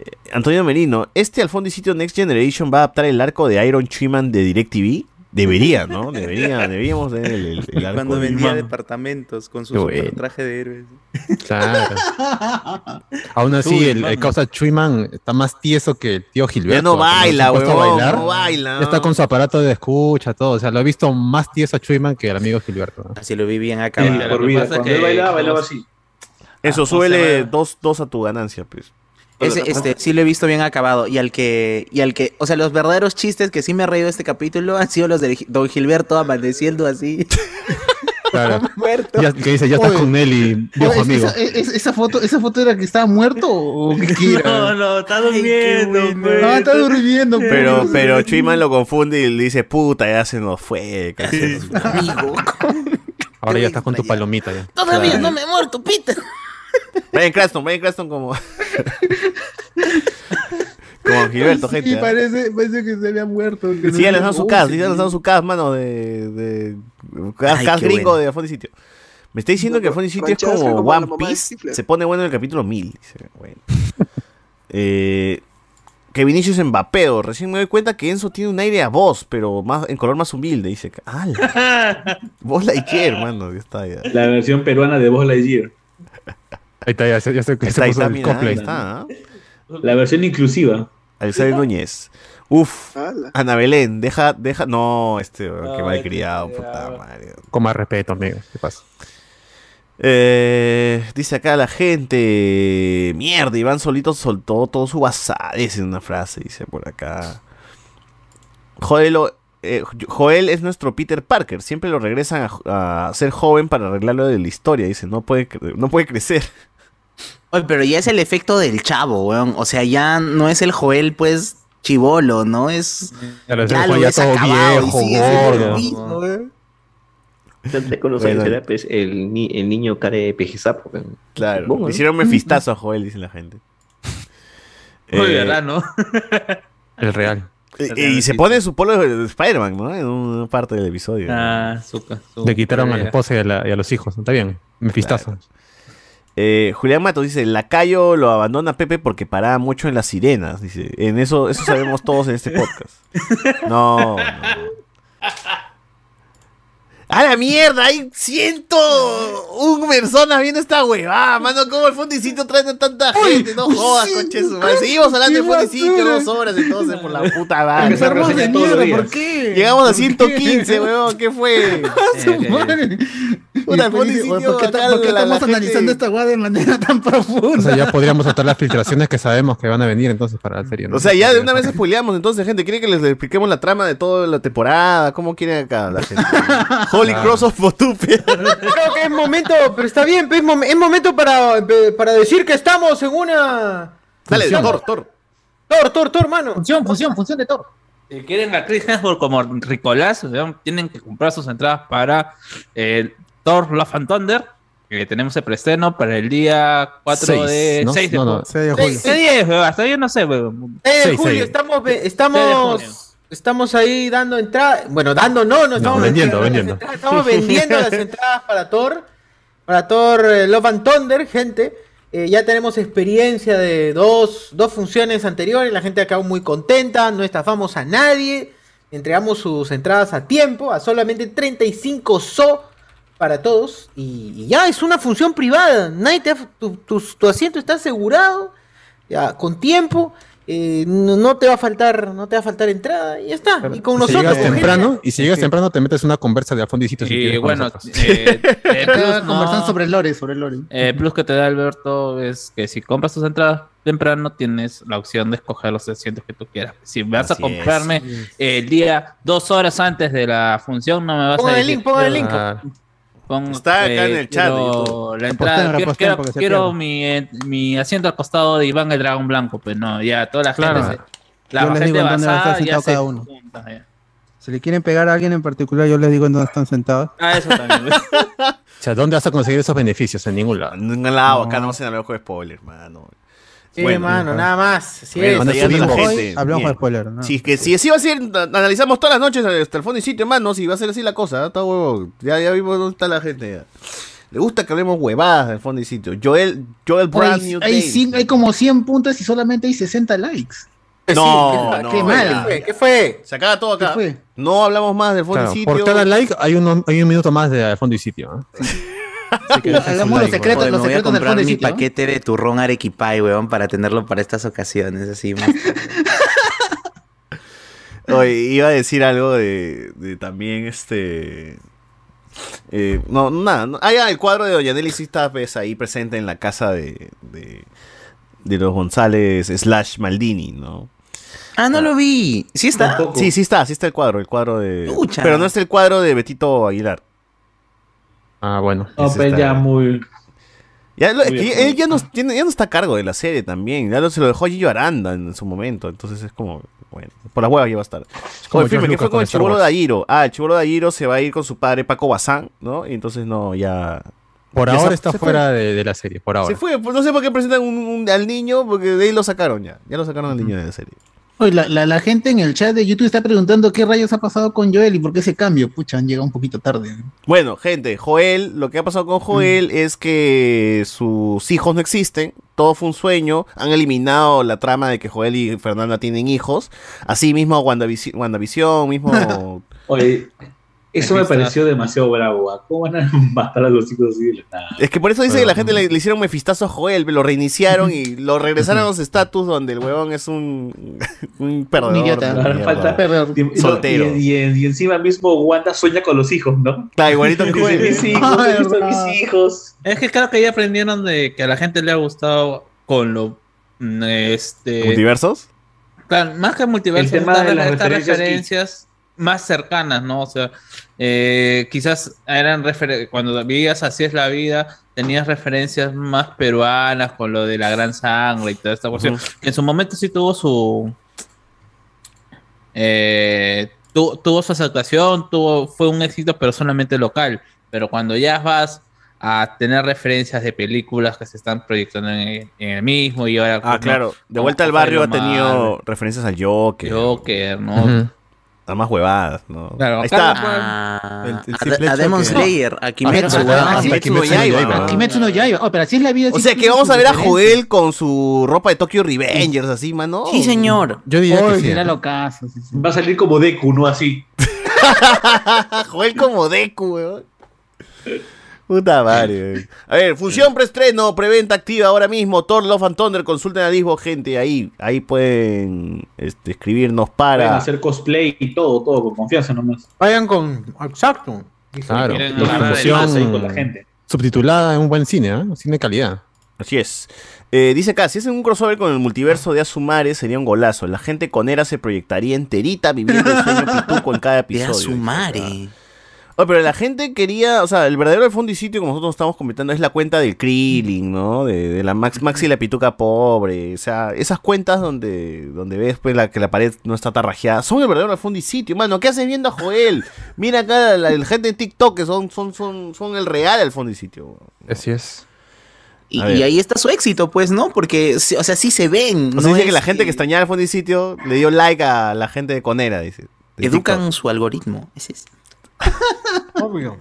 [SPEAKER 3] Eh, Antonio Merino, ¿este al fondo y sitio Next Generation va a adaptar el arco de Iron Chiman de DirecTV? Debería, ¿no? Debería, deberíamos tener el, el- el arco.
[SPEAKER 7] Cuando
[SPEAKER 3] de-
[SPEAKER 7] vendía departamentos con su
[SPEAKER 3] Qué bueno.
[SPEAKER 7] super traje de héroe.
[SPEAKER 3] [LAUGHS]
[SPEAKER 2] Claro.
[SPEAKER 7] Ah,
[SPEAKER 2] Aún así, el, el causa Chuyman está más tieso que el tío Gilberto.
[SPEAKER 3] Ya no
[SPEAKER 2] cuando se
[SPEAKER 3] baila,
[SPEAKER 2] ha puesto a
[SPEAKER 3] huevón,
[SPEAKER 2] bailar,
[SPEAKER 3] no baila.
[SPEAKER 2] ya Está con su aparato de escucha, todo. O sea, lo he visto más tieso a Chuyman que el amigo Gilberto. ¿no?
[SPEAKER 7] Así lo vi bien acá.
[SPEAKER 9] Sí,
[SPEAKER 6] Lo
[SPEAKER 9] por
[SPEAKER 6] que
[SPEAKER 9] vida.
[SPEAKER 6] pasa es
[SPEAKER 9] Cuando
[SPEAKER 6] que- Ah,
[SPEAKER 9] él bailaba, bailaba así.
[SPEAKER 7] Ah,
[SPEAKER 3] Eso,
[SPEAKER 6] ¿cómo se
[SPEAKER 3] súbele
[SPEAKER 6] llama?
[SPEAKER 3] dos, dos a tu ganancia, pues.
[SPEAKER 7] Ese,
[SPEAKER 9] Ajá.
[SPEAKER 7] este, sí lo he visto bien acabado. Y al que, y al que, o sea, los verdaderos chistes que sí me he reído de este capítulo han sido los de Gi- Don Gilberto
[SPEAKER 3] [LAUGHS]
[SPEAKER 7] amaneciendo así.
[SPEAKER 15] [LAUGHS]
[SPEAKER 2] Claro.
[SPEAKER 7] muerto.
[SPEAKER 2] Ya, que dice, ya estás
[SPEAKER 4] Oye.
[SPEAKER 2] con Nelly, viejo
[SPEAKER 4] Oye, es-
[SPEAKER 2] amigo.
[SPEAKER 4] esa, es- esa foto, ¿Esa foto era que estaba muerto o qué
[SPEAKER 3] [LAUGHS]
[SPEAKER 6] No,
[SPEAKER 4] era?
[SPEAKER 6] no, está
[SPEAKER 7] qué
[SPEAKER 6] durmiendo,
[SPEAKER 7] bueno.
[SPEAKER 6] pues.
[SPEAKER 4] Ah, está [LAUGHS] durmiendo.
[SPEAKER 3] Pero,
[SPEAKER 4] pues.
[SPEAKER 3] pero Chuyman lo confunde y le dice, puta, ya se nos fue. que se nos fue".
[SPEAKER 7] Amigo.
[SPEAKER 2] Ahora ya estás con tu palomita. Ya.
[SPEAKER 7] Todavía no me he muerto, Peter.
[SPEAKER 3] Brian Cranston, Brian Cranston
[SPEAKER 7] [LAUGHS]
[SPEAKER 3] como... como Gilberto, gente.
[SPEAKER 4] Sí,
[SPEAKER 3] ¿eh?
[SPEAKER 4] parece, parece que se había muerto. que
[SPEAKER 3] Sí,
[SPEAKER 4] no- "Uh".
[SPEAKER 3] ya lanzaron su [LAUGHS]
[SPEAKER 4] Uy,
[SPEAKER 3] cas,
[SPEAKER 4] sí.
[SPEAKER 3] ya lanzaron su cas, mano, de. de cas,
[SPEAKER 7] Ay,
[SPEAKER 3] cas
[SPEAKER 7] qué
[SPEAKER 3] gringo
[SPEAKER 7] bueno.
[SPEAKER 3] de Fondo y Sitio. Me está diciendo que Fondo y Sitio es
[SPEAKER 14] Francesca
[SPEAKER 3] como
[SPEAKER 14] como la
[SPEAKER 3] One
[SPEAKER 14] mamá de
[SPEAKER 3] Piece.
[SPEAKER 14] Stifler.
[SPEAKER 3] Se pone bueno en el capítulo 1000. dice, bueno. [LAUGHS] Eh, que Vinicius en vapeo. Recién me doy cuenta que Enzo tiene un aire a voz, pero más en color más humilde. Dice, ¡ala! Vos
[SPEAKER 14] [LAUGHS]
[SPEAKER 3] la Iker, hermano. Ya está, ya.
[SPEAKER 9] La versión peruana de Voz Lightyear.
[SPEAKER 2] Ahí está, ya, se- ya se, ya se
[SPEAKER 3] Está, ahí
[SPEAKER 2] puso
[SPEAKER 3] está,
[SPEAKER 2] el
[SPEAKER 3] mira,
[SPEAKER 2] cosplay.
[SPEAKER 3] ahí está. ¿ah?
[SPEAKER 9] La versión inclusiva.
[SPEAKER 3] Alexander Núñez. Uf,
[SPEAKER 14] Ala.
[SPEAKER 3] Ana Belén, deja, deja. No, este, que malcriado,
[SPEAKER 9] este,
[SPEAKER 3] puta
[SPEAKER 9] ya.
[SPEAKER 3] madre.
[SPEAKER 2] Con más respeto, amigo. ¿Qué pasa?
[SPEAKER 3] Eh, dice acá la gente. Mierda, Iván solito soltó todo su WhatsApp. Es una frase, dice por acá. Joel, o- eh, Joel es nuestro Peter Parker. Siempre lo regresan a, a ser joven para arreglarlo de la historia. Dice, no puede, cre- no puede crecer.
[SPEAKER 7] Oye, pero ya es el efecto del chavo, weón. O sea, ya no es el Joel, pues, chivolo, ¿no? Es.
[SPEAKER 2] Ya lo,
[SPEAKER 7] Ya
[SPEAKER 2] ya
[SPEAKER 7] lo
[SPEAKER 2] ya
[SPEAKER 7] ves
[SPEAKER 2] todo
[SPEAKER 7] acabado.
[SPEAKER 2] viejo,
[SPEAKER 7] y sigue siendo
[SPEAKER 2] gordo.
[SPEAKER 7] lo mismo, weón.
[SPEAKER 8] Antes con los años
[SPEAKER 3] Bueno.
[SPEAKER 8] era, pues, el, ni- el niño care de pejezapo. pues.
[SPEAKER 3] Claro.
[SPEAKER 8] Bueno. [LAUGHS]
[SPEAKER 3] le Hicieron mefistazo a Joel, dice la [LAUGHS] gente.
[SPEAKER 6] Muy
[SPEAKER 3] Eh,
[SPEAKER 6] verdad, ¿no? [LAUGHS]
[SPEAKER 2] El real.
[SPEAKER 3] eh, eh, y se pone su polo de de Spider-Man, ¿no? En una parte del episodio.
[SPEAKER 6] Ah, su, su-
[SPEAKER 2] Le quitaron a la
[SPEAKER 6] era.
[SPEAKER 2] esposa y a, la- y a los hijos. Está bien. Mefistazo.
[SPEAKER 3] Eh, Julián Mato dice, Lacayo lo abandona Pepe porque paraba mucho en las sirenas. Dice, en eso, eso sabemos [LAUGHS] todos en este podcast. No. no. ¡A la mierda! Hay ciento un personas viendo esta huevada, mano. ¿Cómo el Fundicito trae a tanta gente? No jodas, conche su madre. Seguimos hablando de Fundicito dos horas entonces por la puta madre.
[SPEAKER 4] Empezamos de
[SPEAKER 3] Todos los
[SPEAKER 4] mierda, ¿por
[SPEAKER 3] días. Eh,
[SPEAKER 4] qué? [LAUGHS]
[SPEAKER 3] Llegamos a [LAUGHS]
[SPEAKER 4] ¿Por
[SPEAKER 3] 115, huevón. ¿Qué fue?
[SPEAKER 4] Su madre.
[SPEAKER 3] Puta, el
[SPEAKER 4] Oye,
[SPEAKER 3] Fundicito
[SPEAKER 4] ¿Por qué,
[SPEAKER 3] acá
[SPEAKER 4] por qué
[SPEAKER 3] la- la
[SPEAKER 4] estamos
[SPEAKER 3] gente-
[SPEAKER 4] analizando esta guada de manera [LAUGHS] tan
[SPEAKER 2] O
[SPEAKER 4] profunda?
[SPEAKER 2] sea, ya podríamos soltar las filtraciones que sabemos que van a venir entonces para la serie. ¿no?
[SPEAKER 3] O sea, ya de una vez spoileamos, entonces, gente, ¿quiere que les expliquemos la trama de toda la temporada? ¿Cómo quiere acá la
[SPEAKER 2] [LAUGHS]
[SPEAKER 3] gente? Holy
[SPEAKER 2] Claro.
[SPEAKER 3] Cross of Botupe.
[SPEAKER 1] Creo que es momento, pero está bien, pues, es, mom- es momento para, eh, para decir que estamos en una.
[SPEAKER 3] Dale,
[SPEAKER 1] Función.
[SPEAKER 3] Thor, Thor.
[SPEAKER 1] Thor, Thor, Thor, mano.
[SPEAKER 4] Función, función, función de Thor.
[SPEAKER 6] Si quieren a Chris Hemsworth como Ricolás, o sea, tienen que comprar sus entradas para eh, Thor Love and Thunder, que tenemos el preestreno para el día 4
[SPEAKER 2] Seis,
[SPEAKER 6] de...
[SPEAKER 2] ¿no?
[SPEAKER 6] 6 de
[SPEAKER 2] No, no,
[SPEAKER 6] julio.
[SPEAKER 2] seis de
[SPEAKER 1] julio.
[SPEAKER 6] Seis de 10, weón, hasta yo no sé, weón.
[SPEAKER 1] 6 de
[SPEAKER 2] Seis,
[SPEAKER 1] julio,
[SPEAKER 2] seis.
[SPEAKER 1] estamos, ve-
[SPEAKER 6] Seis de junio.
[SPEAKER 1] estamos, estamos ahí dando entrada. Bueno, dando no, no estamos
[SPEAKER 2] vendiendo,
[SPEAKER 1] las
[SPEAKER 2] vendiendo.
[SPEAKER 1] entradas, estamos vendiendo las entradas para Thor, para Thor eh, Love and Thunder, gente. Eh, ya tenemos experiencia de dos, dos funciones anteriores, la gente acabó muy contenta, no estafamos a nadie, entregamos sus entradas a tiempo, a solamente 35 so para todos, y, y ya es una función privada, nadie te ha- tu- tus- tu asiento está asegurado, ya con tiempo eh, no, no te va a faltar no te va a faltar entrada y ya está y con
[SPEAKER 4] pues,
[SPEAKER 2] si
[SPEAKER 1] nosotros
[SPEAKER 2] llegas temprano,
[SPEAKER 1] gente.
[SPEAKER 2] y si llegas temprano te metes una conversa de Afondicito si
[SPEAKER 6] Y
[SPEAKER 2] quieres con
[SPEAKER 6] bueno,
[SPEAKER 2] nosotros. [LAUGHS]
[SPEAKER 6] eh, [LAUGHS] eh, plus,
[SPEAKER 4] Estaba
[SPEAKER 6] no,
[SPEAKER 4] conversando sobre Lore, sobre Lore.
[SPEAKER 6] eh, plus que te da Alberto es que si compras tus entradas temprano, tienes la opción de escoger los asientos que tú quieras. Si vas
[SPEAKER 3] Así
[SPEAKER 6] a comprarme el día dos horas antes de la función, no me vas
[SPEAKER 1] Pongan
[SPEAKER 6] a
[SPEAKER 1] el
[SPEAKER 6] decir,
[SPEAKER 1] link pongan el link
[SPEAKER 2] Ah,
[SPEAKER 6] Pon-
[SPEAKER 3] Está acá en el chat de
[SPEAKER 6] quiero
[SPEAKER 3] YouTube.
[SPEAKER 6] La entrada,
[SPEAKER 2] Repostean,
[SPEAKER 6] quiero,
[SPEAKER 2] repostean,
[SPEAKER 6] quiero-
[SPEAKER 2] porque se
[SPEAKER 6] quiero
[SPEAKER 2] pierden.
[SPEAKER 6] mi, eh, mi asiento al costado de Iván el Dragón Blanco, pues no, ya toda la
[SPEAKER 15] Claro.
[SPEAKER 6] gente se- la
[SPEAKER 15] Yo les
[SPEAKER 6] gente
[SPEAKER 15] digo en dónde va a estar
[SPEAKER 6] basada ya
[SPEAKER 15] sentado
[SPEAKER 6] se
[SPEAKER 15] cada uno.
[SPEAKER 6] junta, ya.
[SPEAKER 15] Si le quieren pegar a alguien en particular, yo les digo en dónde están sentados.
[SPEAKER 6] Ah, eso
[SPEAKER 3] [LAUGHS]
[SPEAKER 6] también.
[SPEAKER 2] O sea, ¿dónde vas a conseguir esos beneficios? En ningún lado.
[SPEAKER 3] En un lado, acá no vamos a hablar de spoiler, mano.
[SPEAKER 1] sí,
[SPEAKER 3] Bueno.
[SPEAKER 1] mano nada más así
[SPEAKER 3] Bueno,
[SPEAKER 1] es.
[SPEAKER 3] está
[SPEAKER 2] Cuando
[SPEAKER 3] llegando la
[SPEAKER 2] subimos
[SPEAKER 15] hoy,
[SPEAKER 3] gente.
[SPEAKER 15] hablamos
[SPEAKER 3] Bien.
[SPEAKER 15] de spoiler, ¿no?
[SPEAKER 3] Si es que si así va a ser, a- analizamos todas las noches hasta el fondo y sitio, hermano. Si va a ser así la cosa, ¿eh? está huevo. Ya, ya vimos dónde está la gente. ya. Le gusta que hablemos huevadas del fondo y sitio. Joel, Joel Brand
[SPEAKER 4] Hay,
[SPEAKER 3] New
[SPEAKER 4] hay,
[SPEAKER 3] Day.
[SPEAKER 4] cin- hay como 100 puntos y solamente hay 60 likes.
[SPEAKER 3] No,
[SPEAKER 4] qué
[SPEAKER 3] no,
[SPEAKER 4] mal.
[SPEAKER 1] ¿Qué
[SPEAKER 3] ya.
[SPEAKER 1] fue? ¿Qué fue?
[SPEAKER 3] Se acaba todo acá.
[SPEAKER 4] ¿Qué fue?
[SPEAKER 3] No hablamos más del fondo
[SPEAKER 2] Claro,
[SPEAKER 3] y sitio.
[SPEAKER 2] por cada like hay un, hay un minuto más de Afondo y Sitio. ¿eh? Así que dejen su
[SPEAKER 4] Hagamos los
[SPEAKER 2] like,
[SPEAKER 4] secretos,
[SPEAKER 7] Joder, me
[SPEAKER 4] los
[SPEAKER 7] voy a
[SPEAKER 4] secretos del
[SPEAKER 7] comprar
[SPEAKER 4] fondo
[SPEAKER 7] mi
[SPEAKER 4] y sitio. ¿no?
[SPEAKER 7] paquete de turrón Arequipay, weón, para tenerlo para estas ocasiones. Así, más
[SPEAKER 3] Oye, iba a decir algo de, de también este. eh, no, nada. no. Ah, ya, el cuadro de Doñanelli sí está pues, ahí presente en la casa de, de, de los González slash Maldini, ¿no?
[SPEAKER 7] Ah, no lo vi. ¿Sí está?
[SPEAKER 9] Tampoco.
[SPEAKER 3] Sí, sí está, sí está el cuadro, el cuadro de.
[SPEAKER 7] Pucha.
[SPEAKER 3] Pero no está el cuadro de Betito Aguilar.
[SPEAKER 2] Ah, bueno.
[SPEAKER 9] No,
[SPEAKER 3] Ese
[SPEAKER 9] pues
[SPEAKER 3] está-
[SPEAKER 9] ya muy.
[SPEAKER 3] Ya lo- es
[SPEAKER 9] Muy
[SPEAKER 3] que
[SPEAKER 9] bien.
[SPEAKER 3] él ya no, tiene, ya no está a cargo de la serie también. Ya lo, se lo dejó a Gillo Aranda en, su momento. Entonces es como, bueno, por las huevas ya va a estar.
[SPEAKER 2] como
[SPEAKER 3] Oye, Filme,
[SPEAKER 2] George
[SPEAKER 3] ¿qué fue
[SPEAKER 2] Lucas
[SPEAKER 3] con
[SPEAKER 2] con
[SPEAKER 3] el
[SPEAKER 2] Star
[SPEAKER 3] chivolo de
[SPEAKER 2] Wars.
[SPEAKER 3] Airo? Ah, el chivolo de Airo se va a ir con su padre Paco Bazán, ¿no? Y entonces no, ya.
[SPEAKER 2] Por
[SPEAKER 3] Ya
[SPEAKER 2] ahora
[SPEAKER 3] se-
[SPEAKER 2] está
[SPEAKER 3] se
[SPEAKER 2] fuera de, de la serie, por
[SPEAKER 3] Se
[SPEAKER 2] ahora.
[SPEAKER 3] fue, pues no sé por qué presentan un- un- al niño, porque de ahí lo sacaron ya. Ya lo sacaron al niño de la serie.
[SPEAKER 4] Oye, la, la, la gente en el chat de YouTube está preguntando qué rayos ha pasado con Joel y por qué ese cambio. Pucha, han llegado un poquito tarde.
[SPEAKER 3] Bueno, gente, Joel, lo que ha pasado con Joel es que sus hijos no existen, todo fue un sueño, han eliminado la trama de que Joel y Fernanda tienen hijos, así mismo WandaVisi- WandaVision, mismo...
[SPEAKER 9] [LAUGHS] Oye, eso me
[SPEAKER 6] Aquí está.
[SPEAKER 9] pareció demasiado bravo. ¿ah? ¿Cómo van a [LAUGHS] matar a los chicos así de la nada?
[SPEAKER 3] es que por eso dice que la gente le, le hicieron mefistazo a Joel, lo reiniciaron y lo regresaron
[SPEAKER 9] [LAUGHS]
[SPEAKER 3] a los estatus donde el huevón es un, un perdedor.
[SPEAKER 4] Un idiota.
[SPEAKER 3] de mierda.
[SPEAKER 9] Falta-
[SPEAKER 4] Pero,
[SPEAKER 9] Y- y-
[SPEAKER 3] Soltero.
[SPEAKER 9] Y, y- y encima mismo Wanda sueña con los hijos, ¿no?
[SPEAKER 3] Claro, igualito
[SPEAKER 9] [LAUGHS]
[SPEAKER 3] que
[SPEAKER 9] Dice, mis
[SPEAKER 3] Joel.
[SPEAKER 9] hijos,
[SPEAKER 4] Ay,
[SPEAKER 9] he visto a
[SPEAKER 4] verdad.
[SPEAKER 9] mis hijos.
[SPEAKER 6] Es que creo que ya aprendieron de que a la gente le ha gustado con lo mm, este
[SPEAKER 3] ¿Multiversos?
[SPEAKER 6] [LAUGHS] claro, más que multiverso,
[SPEAKER 9] El tema
[SPEAKER 6] estas-
[SPEAKER 9] de las
[SPEAKER 6] estas
[SPEAKER 9] referencias
[SPEAKER 6] referencias más cercanas, ¿no? O sea, eh, quizás eran refer- cuando veías así es la vida, tenías referencias más peruanas con lo de la gran sangre y toda esta cuestión. Que en su momento sí tuvo su eh, tu- tuvo su aceptación, tuvo, fue un éxito, pero solamente local. Pero cuando ya vas a tener referencias de películas que se están proyectando en, en el mismo y ahora
[SPEAKER 3] Ah,
[SPEAKER 6] como
[SPEAKER 3] claro. De
[SPEAKER 6] como
[SPEAKER 3] vuelta al
[SPEAKER 6] Joel
[SPEAKER 3] barrio ha
[SPEAKER 6] Omar,
[SPEAKER 3] tenido referencias al Joker.
[SPEAKER 6] Joker, ¿no?
[SPEAKER 2] Ujú.
[SPEAKER 3] Nada más huevadas, ¿no?
[SPEAKER 6] Claro,
[SPEAKER 3] Ahí está.
[SPEAKER 6] claro.
[SPEAKER 7] Ah,
[SPEAKER 15] El- el
[SPEAKER 7] a-
[SPEAKER 15] simple
[SPEAKER 7] a,
[SPEAKER 15] hecho
[SPEAKER 7] Demon
[SPEAKER 15] que-
[SPEAKER 7] Slayer, a
[SPEAKER 15] Ah,
[SPEAKER 7] Kimetsu,
[SPEAKER 15] sí,
[SPEAKER 7] weón.
[SPEAKER 15] ah, sí.
[SPEAKER 3] Kimetsu no Yaiba.
[SPEAKER 4] Ah, Kimetsu no Yaiba. Oh, pero así es la vida.
[SPEAKER 3] O
[SPEAKER 4] así
[SPEAKER 3] sea
[SPEAKER 4] es
[SPEAKER 3] que vamos
[SPEAKER 4] su
[SPEAKER 3] a ver a
[SPEAKER 4] diferencia.
[SPEAKER 3] Joel con su ropa de Tokyo Revengers, así, mano.
[SPEAKER 7] Sí, señor.
[SPEAKER 2] Yo diría
[SPEAKER 4] Oy,
[SPEAKER 2] que sí.
[SPEAKER 4] mira
[SPEAKER 2] ¿eh?
[SPEAKER 4] lo caso, sí, sí.
[SPEAKER 9] Va a salir como Deku, ¿no? Así.
[SPEAKER 3] [LAUGHS] Joel como Deku, weón. Puta madre. weón. A ver, función preestreno, preventa activa ahora mismo. Thor Love and Thunder, consulten a Disbo, gente. Ahí, ahí pueden este, escribirnos
[SPEAKER 9] Pueden
[SPEAKER 3] para.
[SPEAKER 9] hacer cosplay y todo, todo, con confianza nomás.
[SPEAKER 1] Vayan con. Exacto.
[SPEAKER 6] [LAUGHS]
[SPEAKER 2] Claro,
[SPEAKER 9] Quieren
[SPEAKER 2] una
[SPEAKER 9] agarrar el lazo ahí
[SPEAKER 2] función
[SPEAKER 9] con la gente.
[SPEAKER 2] subtitulada en un buen cine, ¿eh? cine de calidad.
[SPEAKER 3] Así es. Eh, dice acá, si hacen un crossover con el multiverso de Asumare sería un golazo. La gente con Era se proyectaría enterita viviendo el sueño pituco en cada episodio.
[SPEAKER 7] Asumare.
[SPEAKER 3] dice, ah. Oye, pero la gente quería, o sea, el verdadero de fondo y sitio como nosotros estamos comentando es la cuenta del Krillin, ¿no? De, de la Max Maxi y la pituca pobre. O sea, esas cuentas donde, donde ves pues, la, que la pared no está tarrajeada. Son el verdadero de fondo y sitio. Mano, ¿qué haces viendo a Joel? Mira acá la, la gente en TikTok que son, son, son, son el real al fondo y sitio.
[SPEAKER 2] Así es.
[SPEAKER 7] Y,
[SPEAKER 3] A ver.
[SPEAKER 7] y ahí está su éxito, pues, ¿no? Porque, sí, o sea, sí se ven.
[SPEAKER 3] O sea,
[SPEAKER 7] no
[SPEAKER 3] dice
[SPEAKER 7] es
[SPEAKER 3] que la gente que extrañaba el fondo y sitio le dio like a la gente de Conera, dice. de
[SPEAKER 7] Educan
[SPEAKER 3] TikTok.
[SPEAKER 7] su algoritmo.
[SPEAKER 2] [LAUGHS]
[SPEAKER 7] ese es.
[SPEAKER 1] Obvio.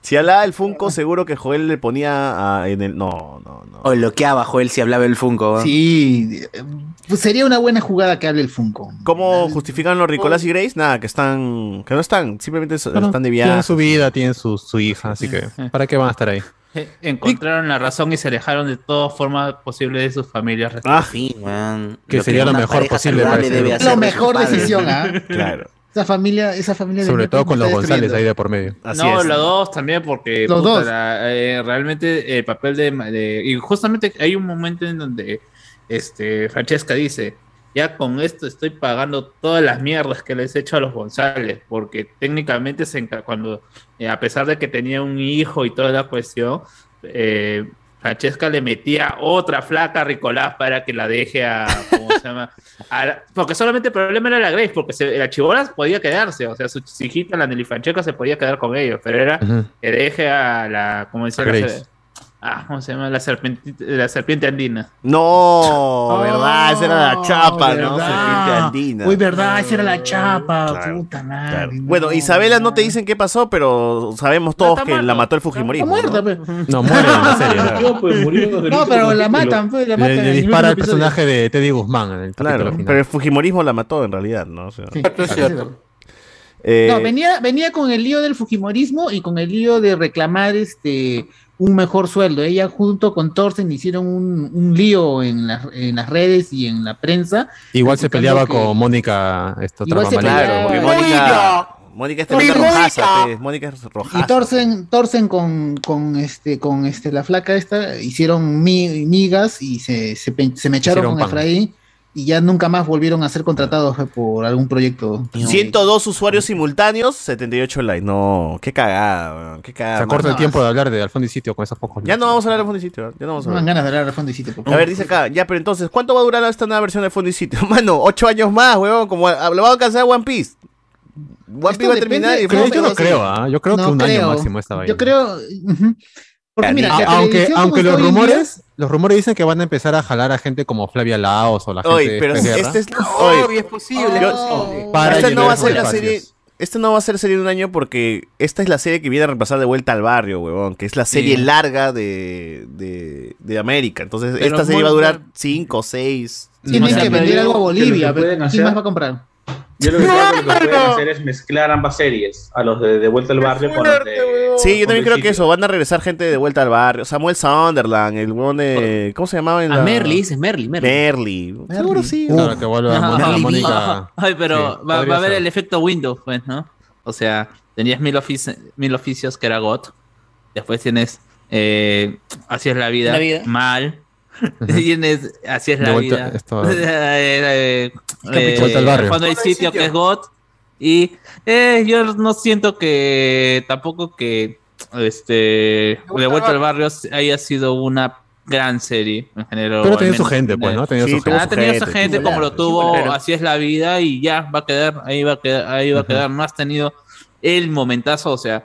[SPEAKER 3] Si hablaba el Funko, seguro que Joel le ponía a- en el. No, no, no.
[SPEAKER 7] O lo que abajo él si hablaba el Funko. ¿eh?
[SPEAKER 4] Sí, eh, pues sería una buena jugada que hable el Funko.
[SPEAKER 3] ¿Cómo justifican los Ricolás y Grace? Nada, que están. Que no están, simplemente es- están de
[SPEAKER 2] Tienen
[SPEAKER 3] viaje.
[SPEAKER 2] su vida, tienen su, su hija, así que ¿para qué van a estar ahí?
[SPEAKER 6] Eh, Encontraron la razón y se alejaron de toda forma posible de sus familias.
[SPEAKER 3] Ah,
[SPEAKER 7] Sí, weón.
[SPEAKER 2] Que
[SPEAKER 7] Lo
[SPEAKER 2] sería lo
[SPEAKER 7] una
[SPEAKER 2] mejor
[SPEAKER 7] pareja
[SPEAKER 2] posible,
[SPEAKER 7] saludable
[SPEAKER 2] parece.
[SPEAKER 7] debe
[SPEAKER 2] Lo
[SPEAKER 7] hacer de
[SPEAKER 4] La
[SPEAKER 7] sus
[SPEAKER 4] mejor
[SPEAKER 7] padres. [LAUGHS]
[SPEAKER 4] decisión, ¿ah?
[SPEAKER 3] Claro.
[SPEAKER 4] Esa familia, esa familia de
[SPEAKER 2] Sobre
[SPEAKER 4] Nieto
[SPEAKER 2] todo
[SPEAKER 4] me
[SPEAKER 2] con los
[SPEAKER 4] está
[SPEAKER 2] González
[SPEAKER 4] destruyendo.
[SPEAKER 2] ahí de por medio.
[SPEAKER 3] Así
[SPEAKER 6] no,
[SPEAKER 3] es.
[SPEAKER 6] los dos también, porque
[SPEAKER 4] Los dos.
[SPEAKER 6] la- eh, realmente el papel de, de- Y justamente hay un momento en donde este, Francesca dice: Ya con esto estoy pagando todas las mierdas que les he hecho a los González, porque técnicamente, se enca- cuando eh, a pesar de que tenía un hijo y toda la cuestión, eh, Francesca le metía otra flaca a Ricolás para que la deje a. ¿Cómo se llama? a la- porque solamente el problema era la Grace, porque se- la chibola podía quedarse, o sea, su hijita, la Nelly Francesca, se podía quedar con ellos, pero era
[SPEAKER 2] Ujú.
[SPEAKER 6] que deje a la. ¿Cómo decía? La,
[SPEAKER 2] Grace.
[SPEAKER 6] ser- ah, ¿Cómo se llama? La serpiente, la serpiente andina.
[SPEAKER 3] No, verdad, esa era la chapa, ¿no?
[SPEAKER 4] verdad.
[SPEAKER 3] Serpiente andina.
[SPEAKER 4] Uy, verdad, esa era la chapa,
[SPEAKER 3] Claro,
[SPEAKER 4] puta madre.
[SPEAKER 3] Claro.
[SPEAKER 4] no.
[SPEAKER 3] Bueno, Isabela no te dicen qué pasó, pero sabemos todos
[SPEAKER 6] está
[SPEAKER 3] que la
[SPEAKER 6] muerto.
[SPEAKER 3] mató el
[SPEAKER 4] Está
[SPEAKER 3] Fujimorismo. ¿no?
[SPEAKER 4] muerta, pe.
[SPEAKER 2] No, muere en la serie. ¿no?
[SPEAKER 9] Yo, pues, murió desde el
[SPEAKER 4] No,
[SPEAKER 9] último
[SPEAKER 4] pero la
[SPEAKER 9] capítulo.
[SPEAKER 4] matan, pe,
[SPEAKER 2] Le,
[SPEAKER 4] la matan.
[SPEAKER 2] le
[SPEAKER 4] en el
[SPEAKER 2] dispara al
[SPEAKER 4] último
[SPEAKER 2] personaje de Teddy Guzmán en el
[SPEAKER 3] Claro,
[SPEAKER 2] capítulo final.
[SPEAKER 3] pero el Fujimorismo la mató en realidad, ¿no? O sea,
[SPEAKER 4] episodio. Sí, es verdad.
[SPEAKER 3] eh,
[SPEAKER 4] No, venía, venía con el lío del Fujimorismo y con el lío de reclamar este un mejor sueldo. Ella junto con Thorsten hicieron un, un lío en, las- en las redes y en la prensa.
[SPEAKER 2] Igual se peleaba
[SPEAKER 4] que-
[SPEAKER 2] con Mónica, esta otra
[SPEAKER 4] Igual se
[SPEAKER 2] mamalita.
[SPEAKER 3] Claro,
[SPEAKER 4] peleaba.
[SPEAKER 3] porque Mónica. Mónica es tremenda rojaza, pe, Mónica es rojaza.
[SPEAKER 4] Y Thorsten, Thorsten con, con este, con este, la flaca esta, hicieron mi- migas y se, se, pe- se mecharon
[SPEAKER 2] Hicieron
[SPEAKER 4] con
[SPEAKER 2] pan.
[SPEAKER 4] Efraín y ya nunca más volvieron a ser contratados eh, por algún proyecto.
[SPEAKER 3] 102 usuarios simultáneos, 78 likes. No, qué cagada, weón, qué cagada.
[SPEAKER 2] Se
[SPEAKER 3] mano.
[SPEAKER 2] acorta el tiempo de hablar de Alfonso y Sitio con esos pocos.
[SPEAKER 3] Ya no vamos a hablar de Fondicitio, ¿verdad? ya no vamos
[SPEAKER 4] No
[SPEAKER 3] a
[SPEAKER 4] me dan
[SPEAKER 3] hablar.
[SPEAKER 4] ganas de hablar de fondo y sitio, por
[SPEAKER 3] A ver,
[SPEAKER 4] favor.
[SPEAKER 3] dice acá, ya, pero entonces, ¿cuánto va a durar esta nueva versión de Fondicitio? [LAUGHS] Mano, 8 años más, weón, como a- lo va a alcanzar One Piece. One Piece va a
[SPEAKER 4] depende-
[SPEAKER 3] terminar y
[SPEAKER 4] no,
[SPEAKER 2] Creo- yo no
[SPEAKER 3] Fondicitio-
[SPEAKER 2] creo, ¿ah? yo creo que
[SPEAKER 4] No
[SPEAKER 2] un
[SPEAKER 4] creo.
[SPEAKER 2] año máximo esta vaina.
[SPEAKER 4] Yo creo. ujú. Porque mira,
[SPEAKER 2] A-
[SPEAKER 4] la
[SPEAKER 2] Ah, aunque
[SPEAKER 4] televisión
[SPEAKER 2] aunque
[SPEAKER 4] como
[SPEAKER 2] los
[SPEAKER 4] está hoy en
[SPEAKER 2] rumores, los rumores dicen que van a empezar a jalar a gente como Flavia Laos o la gente
[SPEAKER 3] Oye,
[SPEAKER 2] de
[SPEAKER 3] pero
[SPEAKER 2] Fred
[SPEAKER 3] este
[SPEAKER 2] Guerra
[SPEAKER 3] es. oye,
[SPEAKER 1] Obvio, es posible.
[SPEAKER 3] Yo-
[SPEAKER 1] es posible.
[SPEAKER 2] para
[SPEAKER 3] esta no
[SPEAKER 2] llenar
[SPEAKER 3] va a ser la
[SPEAKER 2] esos
[SPEAKER 3] serie.
[SPEAKER 2] espacios.
[SPEAKER 3] Esta no va a ser serie de un año porque esta es la serie que viene a repasar de vuelta al barrio, weón. Que es la serie
[SPEAKER 6] Sí.
[SPEAKER 3] larga de, de, de América. Entonces,
[SPEAKER 6] Pero
[SPEAKER 3] esta serie
[SPEAKER 6] muy-
[SPEAKER 3] va a durar 5, 6.
[SPEAKER 4] día Tienen
[SPEAKER 9] O sea,
[SPEAKER 4] que
[SPEAKER 9] pero
[SPEAKER 4] vender
[SPEAKER 9] yo
[SPEAKER 4] algo a
[SPEAKER 9] digo que lo que
[SPEAKER 4] Bolivia.
[SPEAKER 9] pueden
[SPEAKER 4] ¿Quién
[SPEAKER 9] hacer-
[SPEAKER 4] más va a comprar?
[SPEAKER 9] Yo lo que creo que lo que pueden hacer es mezclar ambas series, a los de De Vuelta al Barrio con los de...
[SPEAKER 3] Sí, yo
[SPEAKER 9] con
[SPEAKER 3] también creo
[SPEAKER 9] el
[SPEAKER 3] que
[SPEAKER 9] sitio.
[SPEAKER 3] eso. Van a regresar gente de vuelta al barrio. Samuel Sunderland, el weón de. ¿Cómo se llamaba? En
[SPEAKER 8] A
[SPEAKER 12] Ah,
[SPEAKER 3] la-
[SPEAKER 8] Merly, dices Merly, Merly.
[SPEAKER 3] Merly. Seguro sí.
[SPEAKER 2] Claro, que vuelva a Mónica-
[SPEAKER 8] Merly
[SPEAKER 2] Mónica.
[SPEAKER 6] [LAUGHS] Ay, pero
[SPEAKER 2] Sí,
[SPEAKER 6] va, va
[SPEAKER 2] podría
[SPEAKER 6] a haber
[SPEAKER 2] ser.
[SPEAKER 6] el efecto Windows, pues, ¿no? O sea, tenías mil, ofici- mil oficios que era GOT. Después tienes eh, Así es la vida.
[SPEAKER 7] La vida.
[SPEAKER 6] Mal. [LAUGHS] tienes Así es
[SPEAKER 2] De
[SPEAKER 6] la
[SPEAKER 2] vuelta-
[SPEAKER 6] vida.
[SPEAKER 2] esto-
[SPEAKER 6] [LAUGHS] Eh, eh, eh,
[SPEAKER 2] Vuelta al barrio.
[SPEAKER 6] Cuando hay sitio que es GOT. Y eh, yo no siento que tampoco que este de vuelta al barrio haya sido una gran serie en general.
[SPEAKER 2] Pero
[SPEAKER 6] al
[SPEAKER 2] tenía su
[SPEAKER 6] menos,
[SPEAKER 2] gente, pues,
[SPEAKER 6] eh,
[SPEAKER 2] ¿no? Tenía
[SPEAKER 3] Sí,
[SPEAKER 2] su gente.
[SPEAKER 3] tuvo
[SPEAKER 6] ha tenido esa gente como lo tuvo,
[SPEAKER 8] Claro.
[SPEAKER 6] así es la vida y ya va a quedar, ahí va a quedar, ahí va a
[SPEAKER 2] Ujú.
[SPEAKER 6] quedar. No has tenido el momentazo, o sea,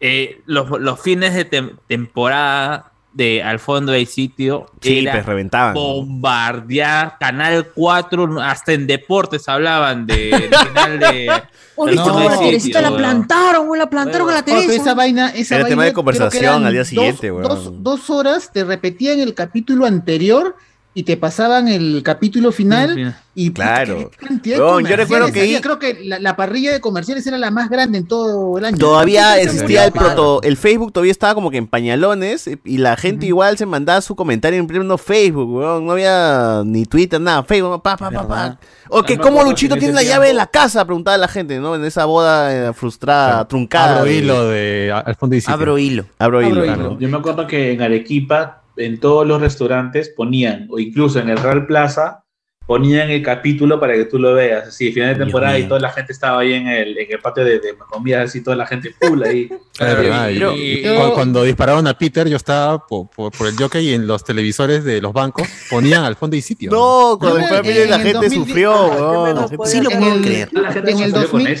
[SPEAKER 6] eh, los, los fines de tem- temporada de Al fondo hay sitio
[SPEAKER 3] Sí,
[SPEAKER 6] era
[SPEAKER 3] pues reventaban.
[SPEAKER 6] bombardear Canal 4, hasta en deportes hablaban de
[SPEAKER 3] [LAUGHS]
[SPEAKER 6] del final de
[SPEAKER 5] Oh,
[SPEAKER 6] No,
[SPEAKER 5] ¿viste cómo la
[SPEAKER 6] sí,
[SPEAKER 5] Teresita
[SPEAKER 6] tío,
[SPEAKER 5] la
[SPEAKER 6] bueno.
[SPEAKER 5] plantaron, güey? La plantaron con la
[SPEAKER 4] Oh, pero esa
[SPEAKER 5] Teresa.
[SPEAKER 4] vaina, esa
[SPEAKER 3] Era
[SPEAKER 4] vaina,
[SPEAKER 3] tema de
[SPEAKER 4] creo que
[SPEAKER 3] conversación
[SPEAKER 4] eran
[SPEAKER 3] al día
[SPEAKER 4] dos-
[SPEAKER 3] siguiente,
[SPEAKER 4] dos,
[SPEAKER 3] weón.
[SPEAKER 4] dos horas te repetían el capítulo anterior y te pasaban el capítulo final y
[SPEAKER 3] Claro.
[SPEAKER 4] cantidad de
[SPEAKER 3] Huevón, yo recuerdo
[SPEAKER 4] comerciales
[SPEAKER 3] que
[SPEAKER 4] había.
[SPEAKER 3] I-
[SPEAKER 4] creo que la, la parrilla de comerciales era la más grande en todo el año.
[SPEAKER 3] Todavía
[SPEAKER 4] Entonces,
[SPEAKER 3] existía
[SPEAKER 4] era
[SPEAKER 3] el
[SPEAKER 4] muy padre.
[SPEAKER 3] proto, el Facebook todavía estaba como que en pañalones eh, y la gente igual se mandaba su comentario en pleno Facebook, weón, no había ni Twitter, nada, Facebook, pa, pa, pa, pa. O que
[SPEAKER 12] Ah, me
[SPEAKER 3] cómo
[SPEAKER 12] acuerdo
[SPEAKER 3] Luchito
[SPEAKER 12] que en ese
[SPEAKER 3] tiene la
[SPEAKER 12] tiempo-
[SPEAKER 3] llave de la casa, preguntaba la gente, ¿no? En esa boda eh, frustrada, truncada.
[SPEAKER 2] Abro
[SPEAKER 3] de-
[SPEAKER 2] hilo de eh, al fondo y
[SPEAKER 9] Abro
[SPEAKER 7] hilo.
[SPEAKER 3] Abro hilo.
[SPEAKER 9] Claro. Yo me acuerdo que en Arequipa, en todos los restaurantes ponían, o incluso en el Real Plaza, ponían el capítulo para que tú lo veas. Así, final de temporada y toda la gente estaba ahí en el, en el patio de, de comidas, así, toda la gente
[SPEAKER 6] [LAUGHS]
[SPEAKER 9] full ahí.
[SPEAKER 2] Claro, Ah, ¿verdad? Y-
[SPEAKER 9] Pero-
[SPEAKER 2] y
[SPEAKER 9] yo-
[SPEAKER 2] cu- cuando dispararon a Peter, yo estaba por, por- por el jockey y en los televisores de los bancos ponían al fondo y sitio.
[SPEAKER 3] No, cuando
[SPEAKER 4] Yo
[SPEAKER 3] fue a
[SPEAKER 4] en-
[SPEAKER 3] Miller, la
[SPEAKER 4] en
[SPEAKER 3] gente
[SPEAKER 4] 2010
[SPEAKER 3] sufrió,
[SPEAKER 4] Ah,
[SPEAKER 3] weón,
[SPEAKER 4] qué
[SPEAKER 3] la
[SPEAKER 4] menos
[SPEAKER 3] gente-
[SPEAKER 4] puede ser. En el- en el 2000